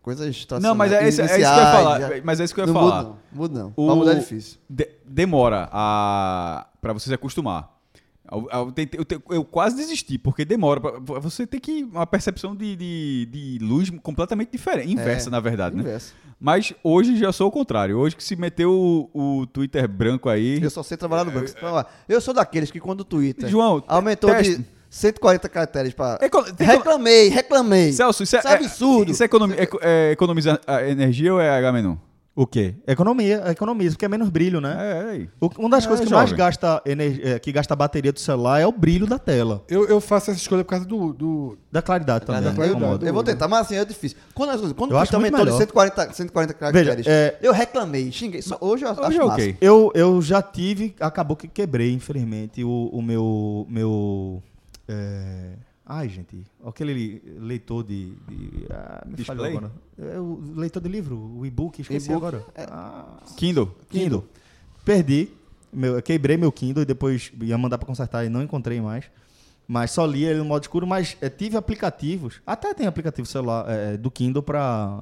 Speaker 3: coisas tradicionais.
Speaker 4: Não, mas é, isso- é isso que eu ia
Speaker 3: iniciais,
Speaker 4: falar.
Speaker 3: já-
Speaker 4: Mas é isso que eu
Speaker 3: não
Speaker 4: ia falar.
Speaker 3: Mudo, não. Mudo, não.
Speaker 4: O-
Speaker 3: Pra mudar é difícil.
Speaker 4: de- demora a para você se acostumar. Eu, eu tentei- eu te- eu quase desisti, porque demora. pra- você tem que. Uma percepção de, de, de luz completamente diferente. Inversa, na verdade, né?
Speaker 3: Inverso.
Speaker 4: Mas hoje já sou o contrário. Hoje que se meteu o, o Twitter branco aí.
Speaker 3: Eu só sei trabalhar no banco. Então, ó, eu sou daqueles que quando o Twitter
Speaker 4: João, te-
Speaker 3: aumentou
Speaker 4: teste.
Speaker 3: de 140 caracteres pra...
Speaker 4: É co- tem co-
Speaker 3: Reclamei, reclamei.
Speaker 4: Celso, isso é,
Speaker 3: é absurdo.
Speaker 4: Isso é, economi- é- é economizar a energia ou é H-Menu?
Speaker 1: O quê? Economia, economia, porque é menos brilho, né?
Speaker 4: É, é aí.
Speaker 1: O- uma das
Speaker 4: É,
Speaker 1: coisas que
Speaker 4: jovem.
Speaker 1: mais gasta energia, que gasta a bateria do celular é o brilho da tela.
Speaker 2: Eu, eu faço essa escolha por causa do. do-
Speaker 1: Da claridade também.
Speaker 2: Da
Speaker 1: né?
Speaker 2: claridade.
Speaker 1: Incomoda.
Speaker 2: do
Speaker 3: Eu vou
Speaker 2: olho.
Speaker 3: tentar, mas assim, é difícil. Quando as coisas, quando
Speaker 1: Eu
Speaker 3: o
Speaker 1: acho
Speaker 3: Twitter
Speaker 1: muito
Speaker 3: aumentou de
Speaker 1: melhor.
Speaker 3: 140, 140 caracteres,
Speaker 1: é-
Speaker 3: eu reclamei, xinguei. Só- hoje eu
Speaker 4: Hoje
Speaker 3: acho
Speaker 4: é
Speaker 3: massa.
Speaker 4: ok.
Speaker 1: Eu, eu já tive, acabou que quebrei, infelizmente, o, o meu. meu é, Ai, gente, aquele leitor de. de ah, me falhou
Speaker 4: Display?
Speaker 1: agora. É o leitor de livro, o e-book, esqueci
Speaker 3: E-book, É.
Speaker 1: agora. Ah,
Speaker 4: Kindle.
Speaker 1: Kindle. Perdi, meu, eu quebrei meu Kindle e depois ia mandar pra consertar e não encontrei mais. Mas só li ele no modo escuro, mas eh, tive aplicativos, até tem aplicativo celular eh, do Kindle para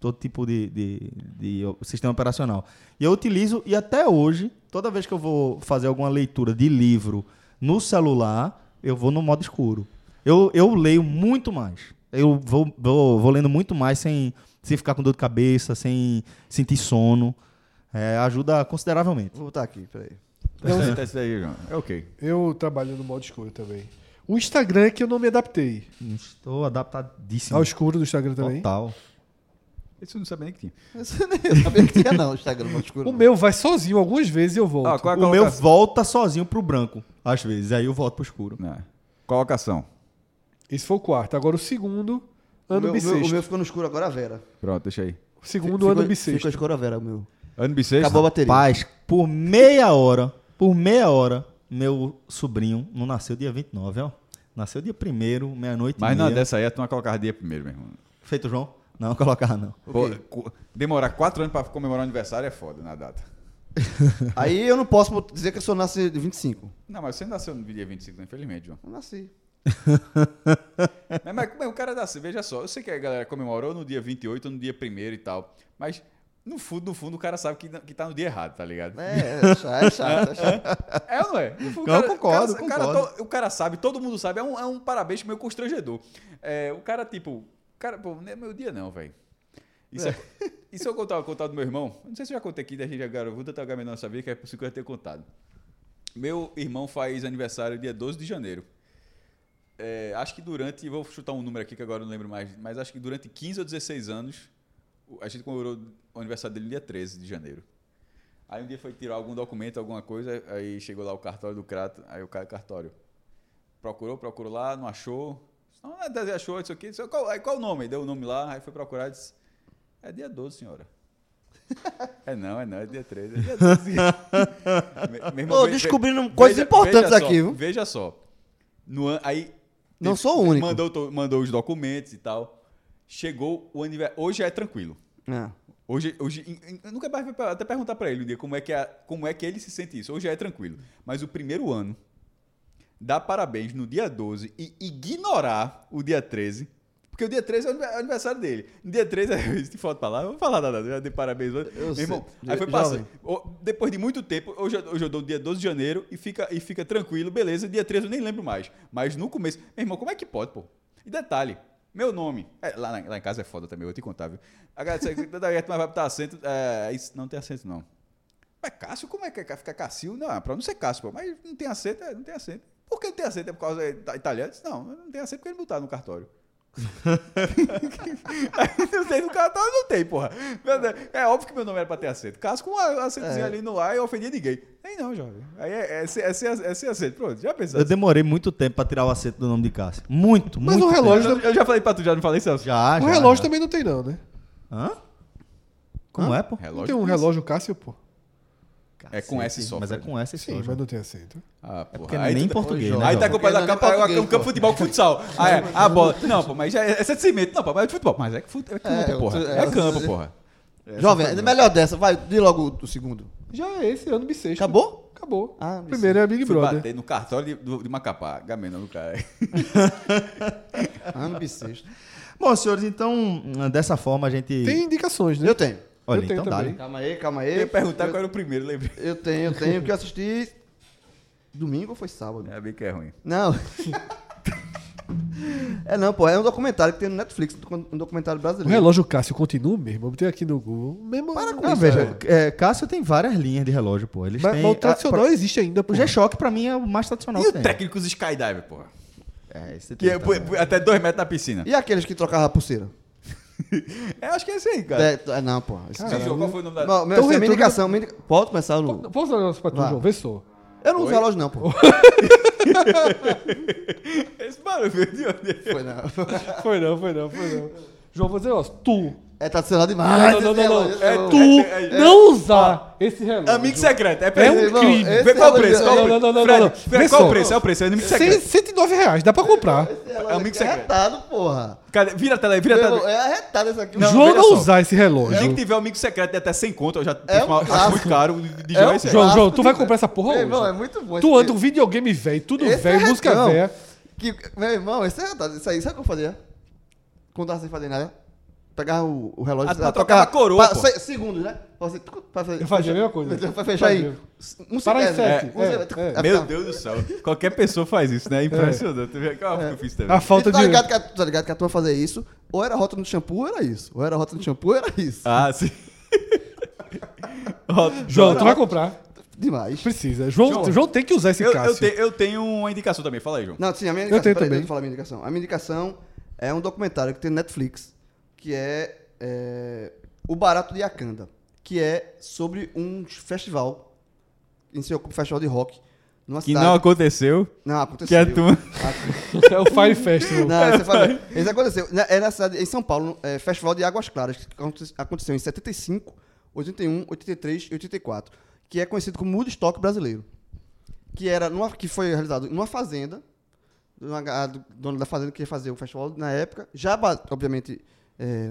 Speaker 1: todo tipo de, de- de o- sistema operacional. E eu utilizo, e até hoje, toda vez que eu vou fazer alguma leitura de livro no celular, eu vou no modo escuro. Eu, eu leio muito mais. Eu vou, vou, vou lendo muito mais sem, sem ficar com dor de cabeça, sem sentir sono. É, ajuda consideravelmente.
Speaker 3: Vou botar aqui, peraí.
Speaker 4: Testa-
Speaker 3: Então,
Speaker 4: testa aí, João. É ok.
Speaker 2: Eu trabalho no modo escuro também. O Instagram é que eu não me adaptei.
Speaker 1: Estou adaptadíssimo.
Speaker 2: Ao escuro do Instagram também.
Speaker 1: Total.
Speaker 4: Isso eu não sabia nem que tinha.
Speaker 3: Eu sabia que tinha não, o Instagram no modo escuro.
Speaker 2: O meu vai sozinho algumas vezes e eu volto.
Speaker 4: Ah, qual é a
Speaker 1: O meu
Speaker 4: colocação?
Speaker 1: volta sozinho pro branco, às vezes. Aí eu volto pro escuro.
Speaker 4: Não. Colocação.
Speaker 2: Esse foi o quarto. Agora o segundo,
Speaker 3: O
Speaker 2: ano
Speaker 3: meu- o meu,
Speaker 2: bissexto.
Speaker 3: o meu ficou no escuro agora, é Vera.
Speaker 4: Pronto, deixa aí.
Speaker 2: O segundo,
Speaker 3: Ficou-
Speaker 2: ano bissexto.
Speaker 3: Ficou escuro a Vera, o meu.
Speaker 4: Ano bissexto.
Speaker 3: Acabou a bateria.
Speaker 1: Paz, por meia hora, por meia hora, meu sobrinho não nasceu dia 29, ó. Nasceu dia 1 meia-noite e
Speaker 4: Mas não,
Speaker 1: meia.
Speaker 4: dessa aí é tu não colocava dia primeiro, meu irmão.
Speaker 1: Feito João? Não, colocar não.
Speaker 4: Pô, cu- demorar quatro anos pra comemorar o aniversário é foda na data.
Speaker 3: Aí eu não posso bot- dizer que eu sou nasci de 25.
Speaker 4: Não, mas você nasceu no dia 25, infelizmente, João.
Speaker 3: Não nasci.
Speaker 4: Mas, mas, mas o cara da veja só, eu sei que a galera comemorou no dia 28 ou no dia 1 e tal, mas no fundo, no fundo, o cara sabe que, não- que tá no dia errado, tá ligado? É,
Speaker 3: É, é chato, é chato. É chato.
Speaker 4: ou não é? No fundo, o
Speaker 1: Não, eu concordo,
Speaker 4: o cara, o cara
Speaker 1: concordo.
Speaker 4: to- o cara sabe, todo mundo sabe, é um, é um parabéns meio constrangedor. É, o cara, tipo, o cara, pô, não é meu dia não, velho. Isso, é. isso eu contava, contava do meu irmão, não sei se eu já contei aqui, da gente agora, eu vou tentar menor essa vez, que é possível que eu já ter contado. Meu irmão faz aniversário dia 12 de janeiro. É, acho que durante, vou chutar um número aqui que agora eu não lembro mais, mas acho que durante 15 ou 16 anos, o- a gente comemorou o aniversário dele no dia 13 de janeiro. Aí um dia foi tirar algum documento, alguma coisa, aí chegou lá o cartório do Crato, aí o cara cartório. Procurou, procurou lá, não achou. Não, não achou isso aqui. Disse, qual, aí qual o nome? Deu o nome lá, aí foi procurar e disse, é dia 12, senhora. é não, é não, é dia 13, é dia 12. Me- meu irmão,
Speaker 3: Ô,
Speaker 4: ve- ve-
Speaker 3: descobrindo coisas importantes
Speaker 4: veja só,
Speaker 3: aqui, viu?
Speaker 4: Veja só. No an- aí.
Speaker 3: Não sou o único.
Speaker 4: Mandou, to- mandou os documentos e tal. Chegou o aniversário. Hoje é tranquilo.
Speaker 3: É.
Speaker 4: Hoje, hoje em- em- eu nunca mais vou pe- até perguntar pra ele um dia como é, que é- como é que ele se sente isso. Hoje é tranquilo. Mas o primeiro ano, dar parabéns no dia 12 e ignorar o dia 13. Porque o dia 13 é o anive- aniversário dele. No dia 13, aí, se falta pra lá, eu vou falar nada, eu já dei parabéns. hoje. Meu
Speaker 3: sei.
Speaker 4: irmão, aí foi
Speaker 3: Jovem.
Speaker 4: passando. Ô, Depois de muito tempo, hoje, eu- hoje eu dou o dia 12 de janeiro e fica, e fica tranquilo, beleza. Dia 13 eu nem lembro mais. Mas no começo, meu irmão, como é que pode, pô? E detalhe, meu nome. é, lá, na- lá em casa é foda também, eu vou te contar, viu? A galera disse, toda vez que vai botar acento. é, isso não tem acento, não. Mas Cássio, como é que é? fica Cássio? Não, pra não ser Cássio, pô. Mas não tem acento, é, não tem acento. Por que não tem acento? É por causa da italiano? Disse, Não, não tem acento porque eles botaram no cartório. não tem no cartório, não tem, porra. Meu Deus, É óbvio que meu nome era pra ter acento. Cássio com um acentozinho ali no ar e eu ofendia ninguém. Nem não, jovem. Aí é, é, sem- é, sem- é sem acento. Pronto, já pensou.
Speaker 1: Eu demorei muito tempo pra tirar o acento do nome de Cássio. Muito,
Speaker 2: Mas
Speaker 1: muito.
Speaker 2: o relógio,
Speaker 4: Eu, eu já falei pra tu, já não falei, Celso?
Speaker 1: Já,
Speaker 2: o
Speaker 1: já,
Speaker 2: relógio
Speaker 1: já.
Speaker 2: também não tem, não, né?
Speaker 1: Hã? Como é, pô?
Speaker 2: Não
Speaker 4: Relógio.
Speaker 2: tem um relógio Cássio, pô.
Speaker 4: É com S só,
Speaker 1: Mas é
Speaker 4: cara.
Speaker 1: com S só.
Speaker 2: Sim,
Speaker 1: já.
Speaker 2: mas não tem acento.
Speaker 4: Ah, porra.
Speaker 1: Porque nem em português, né?
Speaker 4: Aí tá
Speaker 1: João?
Speaker 4: comparando a
Speaker 3: Porque não é
Speaker 4: capa, é
Speaker 3: português,
Speaker 4: um campo de
Speaker 3: pô.
Speaker 4: futebol com futsal. Ah, é, a bola. Não, pô, mas já é, é sete cimento. Não, pô, mas é de futebol. Mas é, que fute- é campo,
Speaker 3: É,
Speaker 4: porra.
Speaker 3: eu-
Speaker 4: É
Speaker 3: eu-
Speaker 4: campo, porra.
Speaker 3: Jovem, é melhor dessa. Vai, dê logo o segundo.
Speaker 2: Já é esse ano bissexto.
Speaker 3: Acabou?
Speaker 2: Acabou.
Speaker 3: Ah,
Speaker 2: Primeiro é Big
Speaker 4: Fui
Speaker 2: Brother.
Speaker 4: bater no cartório de, do- de Macapá. Gamena do cara.
Speaker 3: Ano bissexto.
Speaker 1: Bom, senhores, então, dessa forma a gente.
Speaker 2: Tem indicações, né?
Speaker 3: Eu tenho.
Speaker 1: Olha,
Speaker 2: eu tenho
Speaker 1: então dá.
Speaker 2: também.
Speaker 1: né?
Speaker 3: Calma aí, calma
Speaker 4: Eu
Speaker 3: aí.
Speaker 4: ia perguntar
Speaker 3: eu,
Speaker 4: qual era o primeiro, lembrei.
Speaker 3: eu tenho, eu tenho, que eu assisti domingo ou foi sábado?
Speaker 4: É bem que é ruim.
Speaker 3: Não. é não, pô. É um documentário que tem no Netflix, um documentário
Speaker 2: O
Speaker 3: brasileiro.
Speaker 2: relógio Cássio continua mesmo. Eu botei aqui no Google. Mesmo... Para
Speaker 1: Não, veja, é, Cássio tem várias linhas de relógio, pô. Eles
Speaker 2: Mas,
Speaker 1: têm.
Speaker 2: mas o tradicional
Speaker 1: a- pra-
Speaker 2: existe ainda, pô.
Speaker 1: O G-Shock, pra mim, é o mais tradicional
Speaker 4: E
Speaker 1: que
Speaker 4: o
Speaker 1: tem.
Speaker 4: técnico dos skydiver, porra?
Speaker 1: É, esse
Speaker 4: Que
Speaker 1: tem
Speaker 4: é
Speaker 1: também.
Speaker 4: pu- pu- até dois metros na piscina.
Speaker 3: E aqueles que trocavam a pulseira?
Speaker 4: É, acho que é assim, cara.
Speaker 3: É, é, não, pô. Isso-
Speaker 4: João, qual foi o nome da.
Speaker 3: Não, meu,
Speaker 2: Então,
Speaker 3: essa é minha
Speaker 2: retorno-
Speaker 3: indicação. minha indica- Pode começar no.
Speaker 2: Posso dar um negócio pra tu,
Speaker 3: Vá.
Speaker 2: João? Vê só.
Speaker 3: Eu não uso relógio, não, pô.
Speaker 4: Esse barulho veio de onde?
Speaker 3: Foi, não.
Speaker 2: Foi não, foi não, foi não. João, vou dizer, ó, tu.
Speaker 3: É, tá celular demais.
Speaker 2: não, não, não,
Speaker 3: esse relógio,
Speaker 2: não.
Speaker 3: esse
Speaker 2: É
Speaker 3: relógio.
Speaker 2: tu não usar esse relógio.
Speaker 4: Amigo secreto, é
Speaker 2: É
Speaker 4: preço.
Speaker 2: um
Speaker 4: Irmão,
Speaker 2: crime.
Speaker 4: Vê
Speaker 3: esse
Speaker 4: qual o
Speaker 3: é o
Speaker 4: preço, qual
Speaker 2: não,
Speaker 4: o preço.
Speaker 2: não, não,
Speaker 4: Fred,
Speaker 2: não, não.
Speaker 4: Vê
Speaker 2: Vê
Speaker 4: qual o
Speaker 2: só.
Speaker 4: preço, é o preço, é inimigo
Speaker 2: Cem-
Speaker 4: secreto.
Speaker 2: 109 reais, dá pra comprar.
Speaker 3: Esse relógio aqui
Speaker 4: Amigo
Speaker 3: é
Speaker 4: secreto.
Speaker 3: arretado, porra.
Speaker 4: Cadê? Vira a tela aí, vira a
Speaker 3: Meu irmão,
Speaker 4: tela.
Speaker 3: É arretado esse aqui.
Speaker 4: Não,
Speaker 2: João
Speaker 4: veja
Speaker 2: não um
Speaker 4: só.
Speaker 2: usar esse
Speaker 4: Nem
Speaker 2: relógio.
Speaker 4: que tiver um amigo secreto de até 100 conto, eu já
Speaker 3: É um
Speaker 4: acho
Speaker 3: clássico.
Speaker 4: muito caro de- de
Speaker 3: É
Speaker 4: jogar
Speaker 3: um
Speaker 4: isso aí.
Speaker 2: João,
Speaker 3: clássico
Speaker 2: João, tu vai
Speaker 3: demais.
Speaker 2: comprar essa porra
Speaker 3: Meu
Speaker 2: hoje.
Speaker 3: irmão, é muito bom.
Speaker 2: Tu
Speaker 3: esse
Speaker 2: anda um videogame velho, tudo
Speaker 3: Esse
Speaker 2: velho,
Speaker 3: é
Speaker 2: música
Speaker 3: retão.
Speaker 2: velha.
Speaker 3: Que, meu irmão, esse é, isso aí, sabe o que eu fazia? Quando tava sem fazer nada, pegava o, o relógio
Speaker 4: Ah, pra
Speaker 3: ah,
Speaker 4: trocar
Speaker 3: tocava-
Speaker 4: a coroa,
Speaker 3: pra-
Speaker 4: pô.
Speaker 3: se- segundos, né? Pra você- tuc, pra fazer-
Speaker 2: Eu fazia a mesma coisa.
Speaker 3: Pra fechar aí.
Speaker 2: Fazia.
Speaker 3: Um
Speaker 2: Para em
Speaker 3: segundo, né?
Speaker 2: sete,
Speaker 3: Um
Speaker 2: é,
Speaker 3: segundo, tuc,
Speaker 2: é.
Speaker 3: aí
Speaker 4: Meu
Speaker 3: ficava-
Speaker 4: Deus do céu. Qualquer pessoa faz isso, né? É impressionante. Tu vê que eu fiz também.
Speaker 2: A falta
Speaker 3: E tá
Speaker 2: de.
Speaker 3: ligado, que a, tá ligado que a tua fazia isso? Ou era rótulo no shampoo, ou era isso. Ou era rótulo no shampoo, ou era isso.
Speaker 4: Ah, sim. Ó,
Speaker 2: João,
Speaker 4: Dora,
Speaker 2: tu vai comprar.
Speaker 3: Demais.
Speaker 2: Precisa. João,
Speaker 4: tá João.
Speaker 2: João tem que usar esse
Speaker 4: eu, eu,
Speaker 2: Cássio.
Speaker 4: te- eu tenho uma indicação também. Fala aí, João.
Speaker 3: Não, sim, a minha
Speaker 2: Eu
Speaker 3: indicação.
Speaker 2: tenho
Speaker 3: peraí,
Speaker 2: também.
Speaker 3: deixa eu falar a minha indicação. A minha indicação é um documentário que tem no Netflix, que é, é, O Barato de Akanda, que é sobre um festival, em seu festival de rock, numa
Speaker 4: Que
Speaker 3: cidade.
Speaker 4: não aconteceu,
Speaker 3: Não, aconteceu.
Speaker 4: que é tu.
Speaker 2: É o Fire Festival.
Speaker 3: Não, você fala. Isso aconteceu. Na- É na cidade, em São Paulo, é, Festival de Águas Claras, que aconte- aconteceu em 75, 81, 83 um, e 84, que é conhecido como Woodstock brasileiro. Que, era numa, que foi realizado numa fazenda, uma, a do- dona da fazenda que queria fazer o festival na época, já, ba- obviamente, é,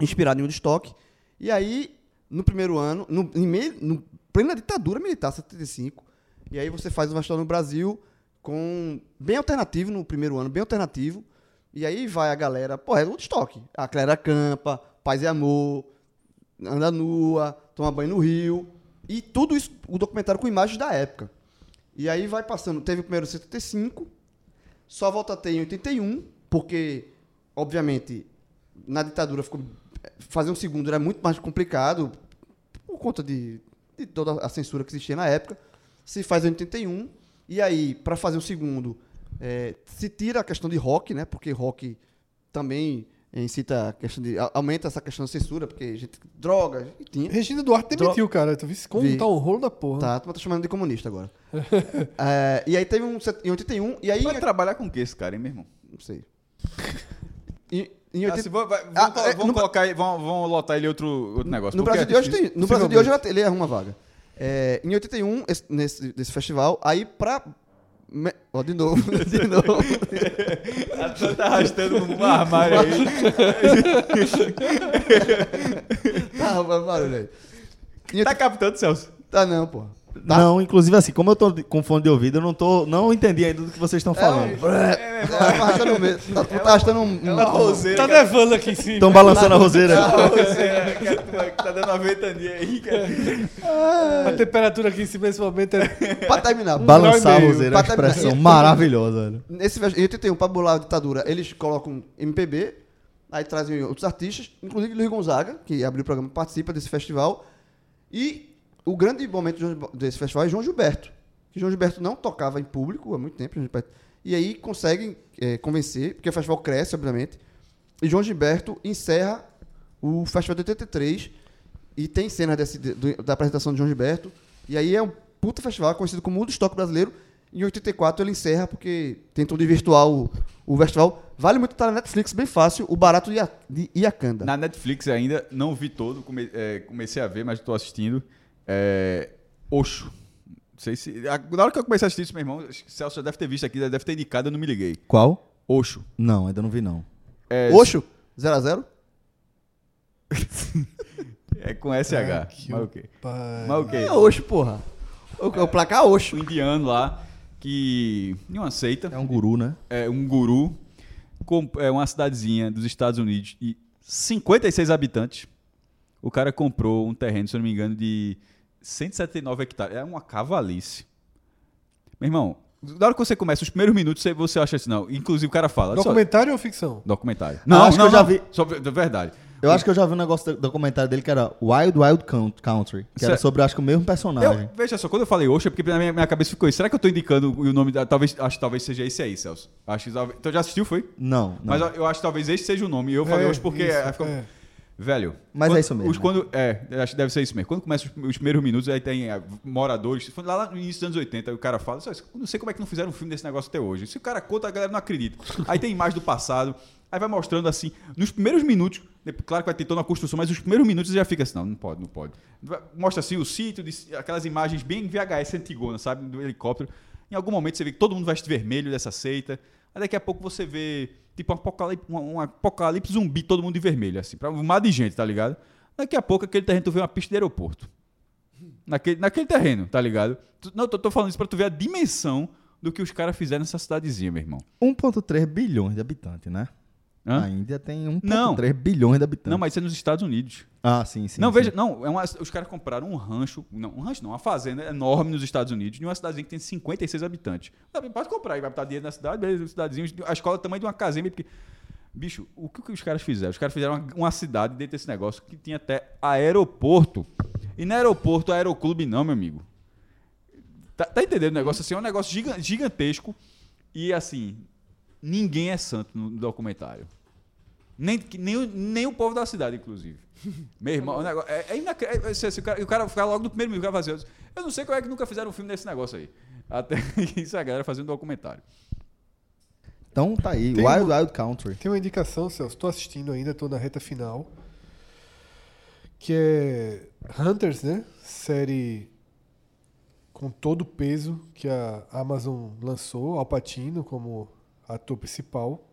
Speaker 3: inspirado em Woodstock. E aí, no primeiro ano, no, em meio, no plena ditadura militar, 75, e aí você faz um festival no Brasil com bem alternativo no primeiro ano, bem alternativo. E aí vai a galera, pô, é Woodstock. A Clara campa, paz e amor, anda nua, toma banho no rio. E tudo isso, o documentário com imagens da época. E aí vai passando, teve o primeiro em 75, só volta a ter em 81, porque, obviamente, na ditadura ficou. Fazer um segundo era muito mais complicado, por conta de, de toda a censura que existia na época. Se faz em 81, e aí, para fazer o segundo, eh, se tira a questão de rock, né? Porque rock também eh, incita a questão de. a- aumenta essa questão da censura, porque gente, drogas, e tinha.
Speaker 2: Regina Duarte demitiu, cara. Tu viu como
Speaker 3: Vi.
Speaker 2: tá um rolo da porra.
Speaker 3: Tá, tu tá chamando de comunista agora. Eh, e aí teve um. set- em 81, e aí. é-
Speaker 4: Vai trabalhar com o que esse cara, hein, meu irmão?
Speaker 3: Não sei. E, em
Speaker 4: Ah,
Speaker 3: 80,
Speaker 4: se vão, vai- vão
Speaker 3: Ah,
Speaker 4: co-
Speaker 3: é,
Speaker 4: vão
Speaker 3: no-
Speaker 4: colocar aí- vão, vão lotar ele outro, outro negócio.
Speaker 3: no
Speaker 4: porque é
Speaker 3: Brasil de hoje tem, no Brasil de hoje
Speaker 2: Possivelmente.
Speaker 3: ela- ele arruma vaga. É, em 81, esse, nesse desse festival, aí pra. me- Ó, de novo, de novo.
Speaker 4: A Tana tá arrastando um armário aí.
Speaker 3: tá, mas barulho aí. Em
Speaker 4: Tá
Speaker 3: 80
Speaker 4: captando, Celso?
Speaker 3: Tá não, pô. Tá.
Speaker 1: Não, inclusive assim, como eu tô de- com fone de ouvido, eu não tô, não entendi ainda do que vocês estão falando.
Speaker 3: É, tá arrastando mesmo. Tá, tá arrastando um.
Speaker 4: É uma
Speaker 3: um-
Speaker 4: roseira.
Speaker 2: Tá
Speaker 4: cara.
Speaker 2: nevando aqui em cima.
Speaker 4: Então-
Speaker 1: Estão balançando a roseira.
Speaker 4: É uma roseira, cara, tu vai- Tá dando uma ventania aí, cara.
Speaker 2: A temperatura aqui em cima nesse momento é.
Speaker 3: Pra terminar.
Speaker 1: Balançar a
Speaker 3: Pra
Speaker 1: roseira, a
Speaker 3: terminar.
Speaker 1: expressão maravilhosa, velho.
Speaker 3: Nesse, em 81, pra bolar a ditadura, eles colocam um MPB, aí trazem outros artistas, inclusive Luiz Gonzaga, que abriu o programa, participa desse festival. E o grande momento de- desse festival é João Gilberto. Que João Gilberto não tocava em público há muito tempo. João Gilberto. E aí conseguem eh, convencer, porque o festival cresce, obviamente. E João Gilberto encerra o Festival de 83 e tem cena desse- do- da apresentação de João Gilberto. E aí é um puta festival conhecido como o do estoque brasileiro. Em 84 ele encerra porque tentam de virtual o, o festival. Vale muito estar na Netflix, bem fácil, o barato de, Ia- de Iacanda.
Speaker 4: Na Netflix ainda, não vi todo, come- é, comecei a ver, mas tô assistindo. É, Oxo. Não sei se. a- na hora que eu comecei a assistir isso, meu irmão, acho que o Celso já deve ter visto aqui, já deve ter indicado, eu não me liguei.
Speaker 1: Qual?
Speaker 4: Oxo.
Speaker 1: Não, ainda não vi não.
Speaker 4: É,
Speaker 3: Oxo, 0x0.
Speaker 4: É com SH. Mas o quê?
Speaker 2: Pai.
Speaker 4: Mas o quê?
Speaker 3: É Oxo, porra. O, o placar é Oxo.
Speaker 4: Um indiano lá que. Em uma seita.
Speaker 1: É um guru, né?
Speaker 4: é, um guru, com, é uma cidadezinha dos Estados Unidos e 56 habitantes. O cara comprou um terreno, se eu não me engano, de 179 hectares. É uma cavalice. Meu irmão, na hora que você começa os primeiros minutos, você- você acha assim, não. Inclusive o cara fala. só-
Speaker 2: Documentário ou ficção?
Speaker 4: documentário.
Speaker 1: Ah, acho que eu já vi.
Speaker 4: Só, ver- verdade.
Speaker 5: Eu acho que eu já vi um negócio do documentário dele que era Wild Wild Coun- Country, que era
Speaker 4: Isso é-
Speaker 5: sobre, acho que o mesmo
Speaker 4: Eu,
Speaker 5: personagem.
Speaker 4: veja só, quando eu falei Osho, é porque na minha, minha cabeça ficou isso. Será que eu tô indicando o nome da. Talvez, acho que talvez seja esse aí, Celso. Acho que, talvez- então já assistiu, foi?
Speaker 5: Não, não.
Speaker 4: Mas eu, eu acho que talvez esse seja o nome. Eu falei
Speaker 2: É,
Speaker 4: Osho porque.
Speaker 2: isso,
Speaker 4: é, ficou-
Speaker 2: é.
Speaker 4: Velho.
Speaker 5: Mas
Speaker 4: quando-
Speaker 5: é isso mesmo,
Speaker 4: Os,
Speaker 5: né?
Speaker 4: quando, é, acho que deve ser isso mesmo. Quando começa os, os primeiros minutos, aí tem é, moradores. foi Lá, lá no início dos anos 80, aí o cara fala: "Só isso, eu não sei como é que não fizeram um filme desse negócio até hoje. Se o cara conta, a galera não acredita. Aí tem imagem do passado. Aí vai mostrando assim, nos primeiros minutos, né, claro que vai ter toda uma construção, mas os primeiros minutos já fica assim, não, não pode, não pode. Vai- Mostra assim o sítio, de- aquelas imagens bem VHS antigona, sabe, do helicóptero. Em algum momento você vê que todo mundo veste vermelho dessa seita. Aí daqui a pouco você vê, tipo, um apocalipse, um, um apocalipse zumbi, todo mundo de vermelho, assim, pra um mar de gente, tá ligado? Daqui a pouco aquele terreno tu vê uma pista de aeroporto. Naquele, naquele terreno, tá ligado? Tu- não, tô, tô falando isso pra tu ver a dimensão do que os caras fizeram nessa cidadezinha, meu irmão.
Speaker 5: 1,3 bilhões de habitantes, né?
Speaker 4: Hã?
Speaker 1: Ah,
Speaker 5: A Índia tem
Speaker 1: um
Speaker 4: Não.
Speaker 5: 1,3 bilhões de
Speaker 1: então.
Speaker 5: habitantes.
Speaker 4: Não, mas isso é nos Estados Unidos.
Speaker 5: Ah, sim, sim.
Speaker 4: não,
Speaker 5: sim.
Speaker 4: veja, não, é uma- os caras compraram um rancho, não, um rancho não, uma fazenda enorme nos Estados Unidos, de uma cidadezinha que tem 56 habitantes. Tá bem, Pode comprar, aí vai botar dinheiro na cidade, beleza, cidadezinha, a escola é do tamanho de uma casinha, porque... Bicho, o que, que os caras fizeram? Os caras fizeram uma, uma cidade dentro desse negócio que tinha até aeroporto. E não é aeroporto, é aeroclube não, meu amigo. Tá, tá entendendo o negócio? Assim, é um negócio giga- gigantesco e, assim, ninguém é santo no documentário. Nem, que- nem, o- nem o povo da cidade, inclusive. Meu irmão, o negócio. É, é inacreditável. o, cara, o cara ficar logo no primeiro minuto, o cara fala assim, Eu não sei como é que nunca fizeram um filme desse negócio aí. Até que isso é a galera fazendo um documentário.
Speaker 5: Então tá aí,
Speaker 2: Tem
Speaker 5: Wild
Speaker 2: uma-
Speaker 5: Wild Country.
Speaker 2: Tem uma indicação, Celso, tô assistindo ainda, tô na reta final. Que é Hunters, né? Série com todo o peso que a Amazon lançou, Al Pacino como ator principal.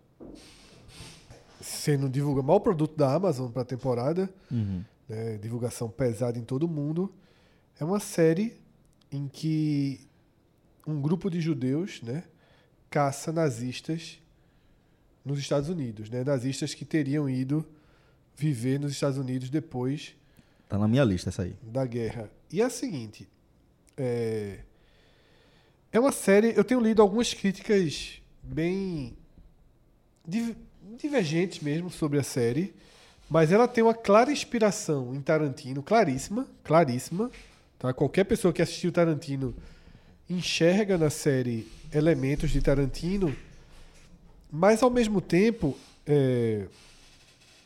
Speaker 2: Sendo divulga mal produto da Amazon para a temporada, né, divulgação pesada em todo mundo. É uma série em que um grupo de judeus, né, caça nazistas nos Estados Unidos, né? Nazistas que teriam ido viver nos Estados Unidos depois
Speaker 5: Tá na minha lista essa aí.
Speaker 2: da guerra. E é a seguinte, é, é uma série. Eu tenho lido algumas críticas bem div- divergentes mesmo sobre a série, mas ela tem uma clara inspiração em Tarantino, claríssima, claríssima. Tá? Qualquer pessoa que assistiu Tarantino enxerga na série elementos de Tarantino, mas ao mesmo tempo é,
Speaker 1: Tá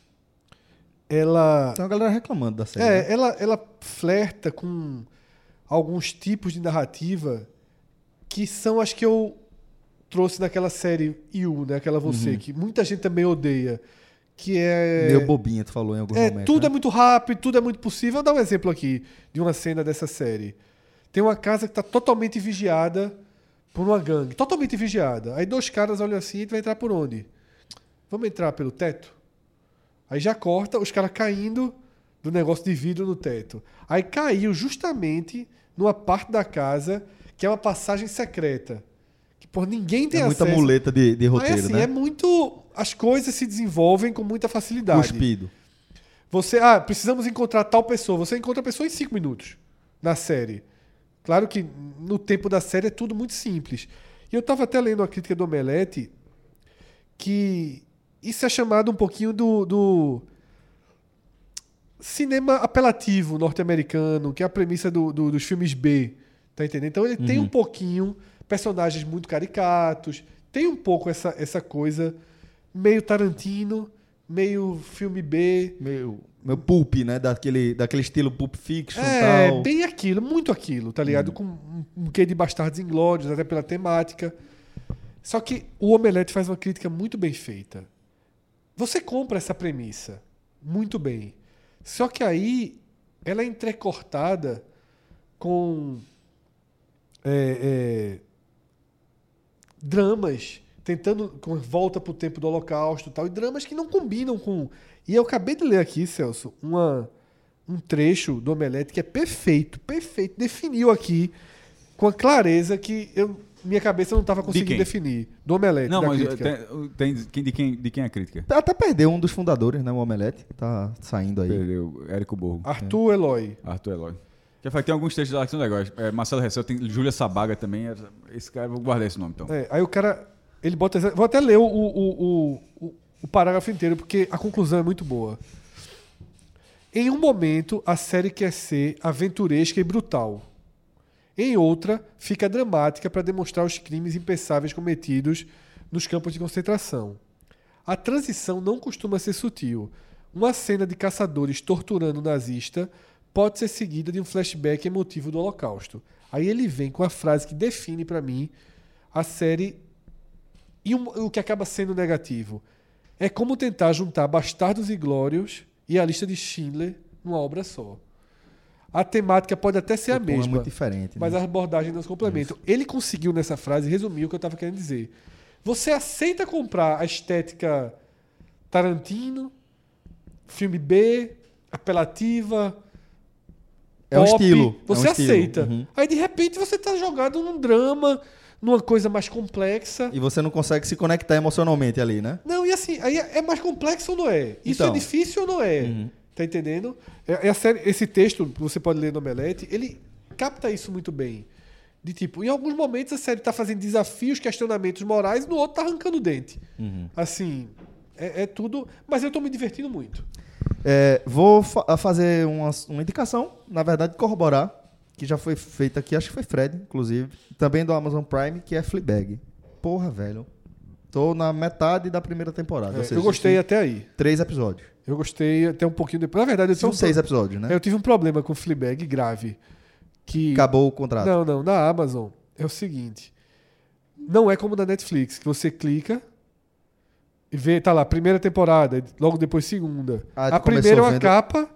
Speaker 2: ela
Speaker 5: Tem uma galera reclamando da
Speaker 1: assim,
Speaker 5: série. né?
Speaker 2: é, ela, ela flerta com alguns tipos de narrativa que são as que eu trouxe naquela série You, né? Aquela você, que muita gente também odeia. Que é.
Speaker 5: Meio bobinha, tu falou em algum
Speaker 2: É,
Speaker 5: momento.
Speaker 2: tudo
Speaker 5: né?
Speaker 2: é muito rápido, tudo é muito possível. Vou dar um exemplo aqui de uma cena dessa série. Tem uma casa que está totalmente vigiada por uma gangue. Totalmente vigiada. Aí dois caras olham assim e tu vai entrar por onde? Vamos entrar pelo teto? Aí já corta os caras caindo do negócio de vidro no teto. Aí caiu justamente numa parte da casa que é uma passagem secreta. Que, por ninguém tem
Speaker 5: É muita
Speaker 2: acesso.
Speaker 5: muleta de, de roteiro,
Speaker 2: Aí, assim,
Speaker 5: né?
Speaker 2: é muito... As coisas se desenvolvem com muita facilidade.
Speaker 5: Cuspido.
Speaker 2: Você, ah, precisamos encontrar tal pessoa. Você encontra a pessoa em cinco minutos na série. Claro que no tempo da série é tudo muito simples. E eu estava até lendo uma crítica do Omelete que isso é chamado um pouquinho do, do cinema apelativo norte-americano, que é a premissa do- do- dos filmes B. Tá entendendo? Então ele tem um pouquinho personagens muito caricatos, tem um pouco essa, essa coisa meio Tarantino, meio filme B,
Speaker 5: Meio, meio pulp, né? Daquele, daquele estilo pulp fiction e
Speaker 2: é,
Speaker 5: tal.
Speaker 2: bem aquilo, muito aquilo, tá ligado? Com um, um quê de Bastardos Inglórios, até pela temática. Só que o Omelete faz uma crítica muito bem feita. Você compra essa premissa muito bem. Só que aí ela é entrecortada com é, é, dramas tentando com volta pro tempo do Holocausto e tal e dramas que não combinam com e eu acabei de ler aqui Celso uma um trecho do Omelete que é perfeito perfeito definiu aqui com a clareza que eu minha cabeça não estava conseguindo
Speaker 4: quem?
Speaker 2: definir do Omelete
Speaker 4: Não,
Speaker 2: da
Speaker 4: mas
Speaker 2: É, crítica.
Speaker 4: tem, tem- quem- de, quem, de quem é a crítica?
Speaker 5: Até perdeu um dos fundadores, né? O Omelete. Tá saindo aí.
Speaker 4: Perdeu, Érico Borgo.
Speaker 2: Arthur Eloy
Speaker 4: Arthur Eloy. Já falei, tem alguns textos lá que são legais. É, Marcelo Ressel, tem Júlia Sabaga também. Esse cara, vou guardar esse nome então.
Speaker 2: É, aí o cara. Ele bota. exa- Vou até ler o, o, o, o- o parágrafo inteiro, porque a conclusão é muito boa. Em um momento, a série quer ser aventuresca e brutal. Em outra, fica dramática para demonstrar os crimes impensáveis cometidos nos campos de concentração. A transição não costuma ser sutil. Uma cena de caçadores torturando o nazista pode ser seguida de um flashback emotivo do Holocausto. Aí ele vem com a frase que define para mim a série e um- o que acaba sendo negativo. É como tentar juntar Bastardos e Glórios e a lista de Schindler numa obra só. A temática pode até ser a
Speaker 1: O tom É
Speaker 2: mesma.
Speaker 1: muito diferente.
Speaker 2: Mas
Speaker 1: né?
Speaker 2: as abordagens não se complementam. Ele conseguiu nessa frase resumir o que eu estava querendo dizer. Você aceita comprar a estética Tarantino, filme B, apelativa.
Speaker 1: É um
Speaker 2: pop,
Speaker 1: estilo, é um
Speaker 2: Você
Speaker 1: estilo,
Speaker 2: aceita.
Speaker 1: uhum.
Speaker 2: Aí de repente você tá jogado num drama, numa coisa mais complexa.
Speaker 1: E você não consegue se conectar emocionalmente ali, né?
Speaker 2: Não, e assim, aí é é mais complexo ou não é? Isso
Speaker 1: Então.
Speaker 2: é difícil ou não é? Tá entendendo? É- é a série- esse texto, que você pode ler no Omelete, ele capta isso muito bem. De tipo, em alguns momentos a série tá fazendo desafios, questionamentos morais, no outro tá arrancando o dente. Assim, é, é tudo. Mas eu tô me divertindo muito.
Speaker 1: É, vou fa- fazer uma, uma indicação, na verdade, corroborar, que já foi feita aqui, acho que foi Fred, inclusive, também do Amazon Prime, que é Fleabag. Porra, velho. Tô na metade da primeira temporada. ou
Speaker 2: É,
Speaker 1: seja,
Speaker 2: eu gostei
Speaker 1: existem
Speaker 2: até aí.
Speaker 1: Três episódios.
Speaker 2: Eu gostei até um pouquinho depois. Na verdade, eu tive,
Speaker 1: São
Speaker 2: um,
Speaker 1: seis episódios, né?
Speaker 2: eu tive um problema com o Fleabag grave. Que
Speaker 1: Acabou o contrato.
Speaker 2: Não, não. Na Amazon é o seguinte. Não é como na Netflix, que você clica e vê, tá lá, primeira temporada, e logo depois segunda.
Speaker 1: Ah, tu
Speaker 2: a
Speaker 1: começou
Speaker 2: primeira é uma
Speaker 1: vendo-
Speaker 2: capa.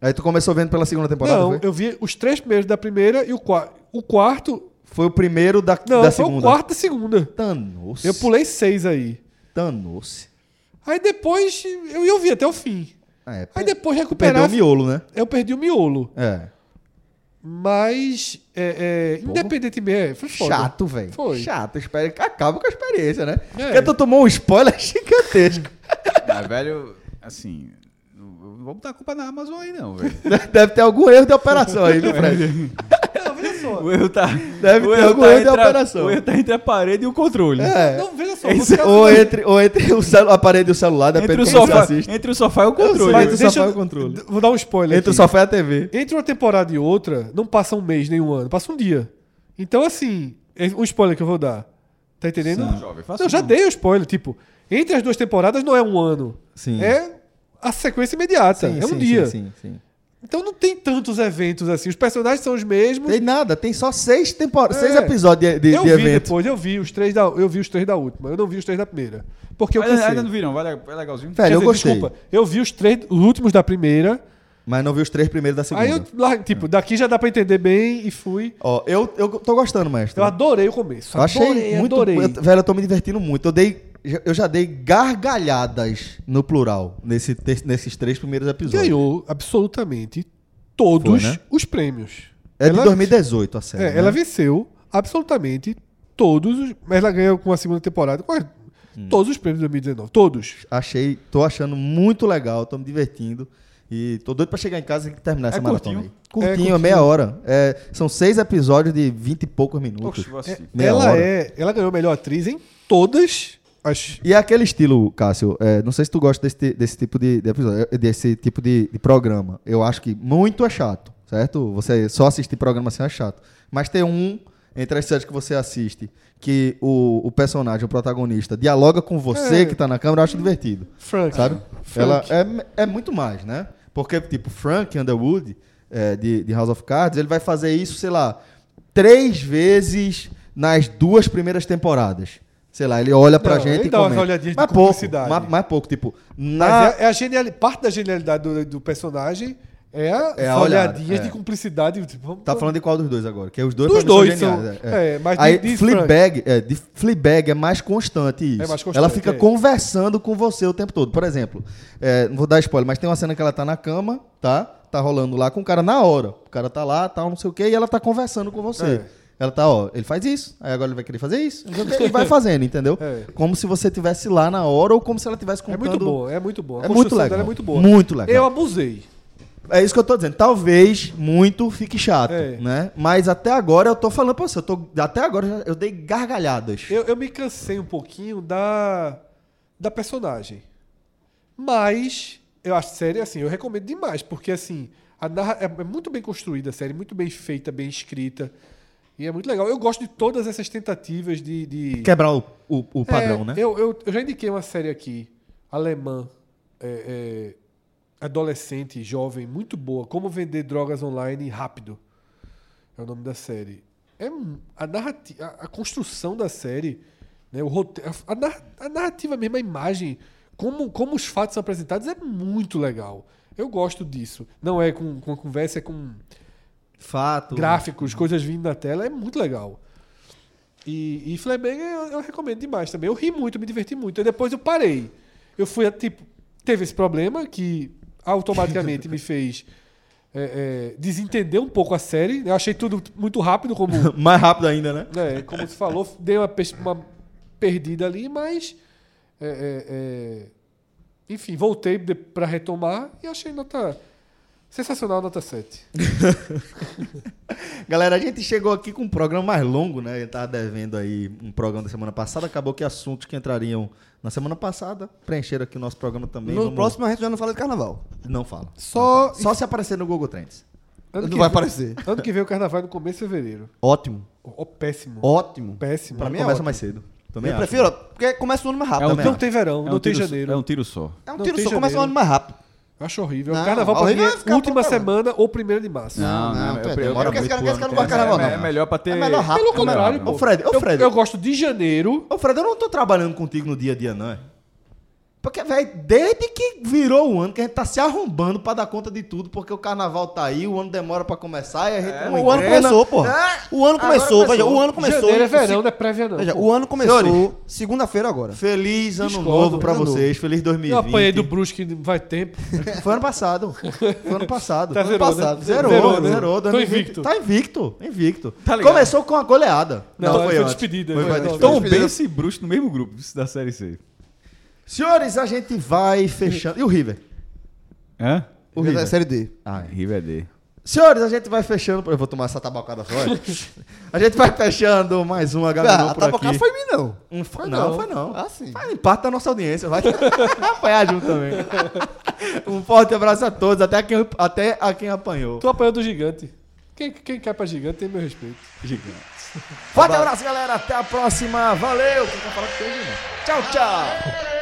Speaker 1: Aí tu começou vendo pela segunda temporada,
Speaker 2: Não,
Speaker 1: foi?
Speaker 2: eu vi os três primeiros da primeira e o quarto. O quarto.
Speaker 1: Foi o primeiro da,
Speaker 2: Não,
Speaker 1: da
Speaker 2: foi
Speaker 1: segunda.
Speaker 2: o quarto da segunda.
Speaker 1: Thanos.
Speaker 2: Eu pulei seis aí.
Speaker 1: Thanos.
Speaker 2: Aí depois eu, eu vi até o fim.
Speaker 1: É, per-
Speaker 2: Aí um depois
Speaker 1: tu perdeu
Speaker 2: recuperar.
Speaker 1: o miolo, né?
Speaker 2: Eu perdi o miolo.
Speaker 1: É.
Speaker 2: Mas, é, é, independentemente. é, Foi foda.
Speaker 1: Chato, velho.
Speaker 2: Foi.
Speaker 1: Chato. Espera, acaba com a experiência, né?
Speaker 2: É.
Speaker 1: Porque tu tomou um spoiler gigantesco.
Speaker 4: Ah, velho, assim. Não vou botar a culpa na Amazon aí, não, velho.
Speaker 1: Deve ter algum erro de operação aí, viu, Fred?
Speaker 4: O erro tá.
Speaker 1: Deve
Speaker 4: o
Speaker 1: ter
Speaker 4: erro
Speaker 1: algum
Speaker 4: tá
Speaker 1: erro de
Speaker 4: entre a-
Speaker 1: operação.
Speaker 4: O erro tá entre a parede e o controle.
Speaker 1: É.
Speaker 2: Não, veja só.
Speaker 4: Esse-
Speaker 2: você-
Speaker 1: Ou entre, ou entre o, celu- a parede e o celular, depende
Speaker 4: Entre
Speaker 1: do que
Speaker 4: o,
Speaker 1: você
Speaker 4: sofá,
Speaker 1: assiste.
Speaker 4: entre o sofá e o
Speaker 1: Mas
Speaker 4: controle.
Speaker 2: Mas
Speaker 1: tu só
Speaker 2: deixa
Speaker 1: faz
Speaker 2: eu,
Speaker 1: o controle.
Speaker 2: Vou dar um spoiler
Speaker 1: Entre o
Speaker 2: aqui.
Speaker 1: sofá e a TV.
Speaker 2: Entre uma temporada e outra, não passa um mês nem um ano, passa um dia. Então, assim, é um spoiler que eu vou dar. Tá entendendo?
Speaker 4: Sim, jovem, faça
Speaker 2: não, já
Speaker 4: um.
Speaker 2: dei o spoiler. Tipo, entre as duas temporadas não é um ano.
Speaker 1: Sim.
Speaker 2: É a sequência imediata.
Speaker 1: Sim,
Speaker 2: é um
Speaker 1: sim,
Speaker 2: dia.
Speaker 1: Sim, sim, sim.
Speaker 2: Então não tem tantos eventos assim. Os personagens são os mesmos.
Speaker 1: Tem nada, tem só seis, tempor...
Speaker 2: É.
Speaker 1: seis episódios de, de,
Speaker 2: eu
Speaker 1: de
Speaker 2: vi
Speaker 1: evento.
Speaker 2: depois, eu vi os três da. Eu vi os três da última. Eu não vi os três da primeira. Porque eu
Speaker 4: Mas
Speaker 2: cansei.
Speaker 4: ainda não viram, vai le- é legalzinho.
Speaker 1: Velho,
Speaker 2: Quer
Speaker 1: eu
Speaker 2: dizer,
Speaker 1: gostei.
Speaker 2: Desculpa, eu vi os três os últimos da primeira.
Speaker 1: Mas não vi os três primeiros da segunda. É.
Speaker 2: Aí eu, lá, tipo, daqui já dá pra entender bem e fui.
Speaker 1: Ó, eu, eu tô gostando, mestre.
Speaker 2: Né? Eu adorei o começo.
Speaker 1: Eu achei
Speaker 2: adorei,
Speaker 1: muito.
Speaker 2: adorei.
Speaker 1: eu- velho, eu tô me divertindo muito. Eu, dei, eu já dei gargalhadas no plural nesse, te- nesses três primeiros episódios.
Speaker 2: Ganhou absolutamente todos
Speaker 1: Foi, né?
Speaker 2: os prêmios.
Speaker 1: É de 2018 a série.
Speaker 2: é,
Speaker 1: né?
Speaker 2: ela venceu absolutamente todos os. Mas ela ganhou com a segunda temporada. com a-
Speaker 1: Hum.
Speaker 2: Todos os prêmios de 2019. Todos.
Speaker 1: Achei, tô achando muito legal, tô me divertindo. E tô doido pra chegar em casa e terminar essa maratona aí.
Speaker 4: curtinho?
Speaker 1: Curtinho,
Speaker 2: É,
Speaker 1: é,
Speaker 2: curtinho.
Speaker 1: meia hora. É, são seis episódios de vinte e poucos minutos.
Speaker 4: Oxe, vou assistir.
Speaker 1: Meia
Speaker 2: ela
Speaker 1: hora.
Speaker 2: é. Ela ganhou melhor atriz em todas as.
Speaker 1: E é aquele estilo, Cássio, é, não sei se tu gosta desse, ti- desse tipo de, de episódio, é, desse tipo de, de programa. Eu acho que muito é chato, certo? Você só assistir programa assim é chato. Mas tem um entre as séries que você assiste que o, o personagem, o protagonista, dialoga com você
Speaker 2: É.
Speaker 1: que tá na câmera, eu acho divertido.
Speaker 2: Frank.
Speaker 1: Sabe?
Speaker 2: Frank.
Speaker 1: Ela é, é muito mais, né? Porque, tipo, Frank Underwood, é, de, de House of Cards, ele vai fazer isso, sei lá, três vezes nas duas primeiras temporadas. Sei lá, ele olha pra
Speaker 2: Não,
Speaker 1: gente
Speaker 2: ele
Speaker 1: e
Speaker 2: dá umas
Speaker 1: comenta.
Speaker 2: olhadinhas de
Speaker 1: mas pouco,
Speaker 2: cumplicidade.
Speaker 1: mas, mas pouco, tipo, na...
Speaker 2: Mas é, é a geniali- parte da genialidade do, do personagem é, a
Speaker 1: É a olhada,
Speaker 2: olhadinhas
Speaker 1: é.
Speaker 2: de cumplicidade. Tipo, vamos-
Speaker 1: Tá falando de qual dos dois agora? Que os dois,
Speaker 2: Dos
Speaker 1: pra mim,
Speaker 2: dois
Speaker 1: são
Speaker 2: são-
Speaker 1: geniais.
Speaker 2: é, mas
Speaker 1: Aí,
Speaker 2: de- de
Speaker 1: Fleabag, é, de Fleabag é mais constante isso.
Speaker 2: É mais constante,
Speaker 1: ela fica
Speaker 2: é.
Speaker 1: conversando com você o tempo todo. Por exemplo, é, não vou dar spoiler, mas tem uma cena que ela tá na cama, tá? Tá rolando lá com o cara na hora. O cara tá lá, tal, não sei o quê, e ela tá conversando com você.
Speaker 2: É.
Speaker 1: Ela tá, ó, ele faz isso, aí agora ele vai querer fazer isso, não sei o quê, e vai fazendo, entendeu?
Speaker 2: É.
Speaker 1: Como se você tivesse lá na hora ou como se ela tivesse
Speaker 2: É
Speaker 1: contando...
Speaker 2: muito bom, é muito bom. A
Speaker 1: É muito
Speaker 2: construção dela
Speaker 1: legal.
Speaker 2: é muito boa.
Speaker 1: Muito legal.
Speaker 2: Eu abusei.
Speaker 1: É isso que eu tô dizendo. Talvez muito fique chato,
Speaker 2: É.
Speaker 1: né? Mas até agora eu tô falando pra você. Eu tô, até agora eu já- eu dei gargalhadas.
Speaker 2: Eu, eu me cansei um pouquinho da da personagem. Mas eu acho série assim, eu recomendo demais, porque assim, a narra é é muito bem construída a série, muito bem feita, bem escrita. E é muito legal. Eu gosto de todas essas tentativas de. de-
Speaker 1: Quebrar o, o, o padrão,
Speaker 2: É,
Speaker 1: né?
Speaker 2: Eu, eu, eu já indiquei uma série aqui, alemã, é, é, adolescente, jovem, muito boa. Como vender drogas online rápido. É o nome da série. É um- a, narrativa, a, a construção da série, né, o rote- a, a narra- a narrativa mesmo, a imagem, como, como os fatos são apresentados, é muito legal. Eu gosto disso. Não é com, com a conversa, é com
Speaker 1: Fato.
Speaker 2: gráficos, coisas vindo na tela, é muito legal. E, e Fleabag eu, eu recomendo demais também. Eu ri muito, me diverti muito. Aí depois eu parei. Eu fui, tipo, teve esse problema que automaticamente me fez é, é, desentender um pouco a série. Eu achei tudo muito rápido, como,
Speaker 1: Mais rápido ainda, né?
Speaker 2: né, como se falou, dei uma, pes- uma perdida ali, mas. é, é, é, enfim, voltei de- pra retomar e achei nota. Sensacional, nota 7.
Speaker 1: Galera, a gente chegou aqui com um programa mais longo, né? A gente tava devendo aí um programa da semana passada. Acabou que assuntos que entrariam na semana passada preencheram aqui o nosso programa também.
Speaker 3: No
Speaker 1: Vamos-
Speaker 3: próximo a gente já não fala de carnaval.
Speaker 1: Não fala.
Speaker 2: Só
Speaker 1: Só se aparecer no Google Trends.
Speaker 2: Ano que
Speaker 3: Não vai
Speaker 2: vem-
Speaker 3: aparecer.
Speaker 2: Ano que vem o carnaval é no começo de fevereiro.
Speaker 3: Ótimo.
Speaker 2: Ó, ó, péssimo.
Speaker 3: Ótimo.
Speaker 2: péssimo.
Speaker 1: Pra
Speaker 3: mim é
Speaker 1: começa
Speaker 3: ótimo.
Speaker 1: mais cedo. Também
Speaker 3: Eu
Speaker 1: acho. né?
Speaker 3: prefiro, ó, porque começa o ano mais rápido.
Speaker 4: É um
Speaker 2: não
Speaker 4: também acho.
Speaker 2: tem verão, não tem janeiro.
Speaker 4: É um tiro só.
Speaker 3: É um
Speaker 2: não
Speaker 3: tiro
Speaker 2: tem
Speaker 3: só, começa o
Speaker 2: janeiro.
Speaker 3: ano mais rápido.
Speaker 2: Eu Acho horrível.
Speaker 3: Não,
Speaker 2: o carnaval pra mim
Speaker 3: horrível vai
Speaker 2: é
Speaker 3: ficar
Speaker 2: última
Speaker 3: pra caramba.
Speaker 2: semana ou primeiro de março.
Speaker 3: não,
Speaker 4: é
Speaker 3: tu é
Speaker 4: pre-
Speaker 3: doido.
Speaker 4: eu-
Speaker 3: Porque esse cara-
Speaker 4: eu-
Speaker 3: esse cara não gosta de
Speaker 4: é-
Speaker 3: carnaval, não.
Speaker 4: é- É melhor pra ter.
Speaker 3: É melhor rápido.
Speaker 2: Pelo contrário,
Speaker 4: Pô,
Speaker 1: Ô, Fred, ô,
Speaker 2: Eu,
Speaker 1: Fred.
Speaker 2: eu gosto de janeiro.
Speaker 1: Ô, Fred, eu não tô trabalhando contigo no dia a dia, não, é? Porque, velho, desde que virou o ano que a gente tá se arrombando pra dar conta de tudo, porque o carnaval tá aí, o ano demora pra começar e a gente não
Speaker 3: O ano
Speaker 1: engrena.
Speaker 3: É, começou, porra. O ano
Speaker 1: Agora
Speaker 3: começou, veja,
Speaker 1: começou.
Speaker 3: o ano começou. né?
Speaker 2: janeiro é verão,
Speaker 3: Se-
Speaker 2: não é pré-verão.
Speaker 3: Veja,
Speaker 2: pô.
Speaker 3: o ano
Speaker 1: Senhores.
Speaker 3: começou segunda-feira agora.
Speaker 1: Feliz ano
Speaker 2: Discordo,
Speaker 1: novo pra
Speaker 3: ano novo.
Speaker 1: vocês, feliz
Speaker 2: Eu
Speaker 1: 2020.
Speaker 2: apanhei do Brusque não vai tempo.
Speaker 1: Foi ano passado. Foi ano passado.
Speaker 2: Tá
Speaker 1: Foi ano
Speaker 2: zerou,
Speaker 1: passado.
Speaker 2: né?
Speaker 1: Zerou,
Speaker 2: Zerou,
Speaker 1: zerou,
Speaker 2: né? Tô
Speaker 1: 2020.
Speaker 2: invicto.
Speaker 1: Tá invicto, invicto.
Speaker 4: Tá ligado.
Speaker 1: Começou com a goleada.
Speaker 2: Não, foi
Speaker 1: antes.
Speaker 2: despedida.
Speaker 1: Foi-
Speaker 2: Foi-
Speaker 1: foi
Speaker 2: não,
Speaker 1: despedida.
Speaker 4: Tom
Speaker 2: Então,
Speaker 4: Benz e Bruxo no mesmo grupo isso da Série C.
Speaker 1: Então, Senhores, a gente vai fechando. E o River?
Speaker 4: Hã?
Speaker 1: O River.
Speaker 3: É Série D.
Speaker 4: River D.
Speaker 1: Senhores, a gente vai fechando. Eu vou tomar essa tabacada fora. a gente vai fechando mais uma
Speaker 3: Ah,
Speaker 1: galera
Speaker 3: a
Speaker 1: por
Speaker 3: tabocada
Speaker 1: aqui.
Speaker 3: foi em mim, não.
Speaker 1: Um fa- não, foi não.
Speaker 3: Ah, sim.
Speaker 1: Faz parte da nossa audiência. Vai apanhar junto também. um forte abraço a todos, até a quem, até a quem apanhou.
Speaker 2: Tô apanhando do gigante. Quem, quem cai pra gigante tem meu respeito.
Speaker 1: Forte abraço, galera. Até a próxima. Valeu. Quem quer falar com ele, né? Tchau, tchau.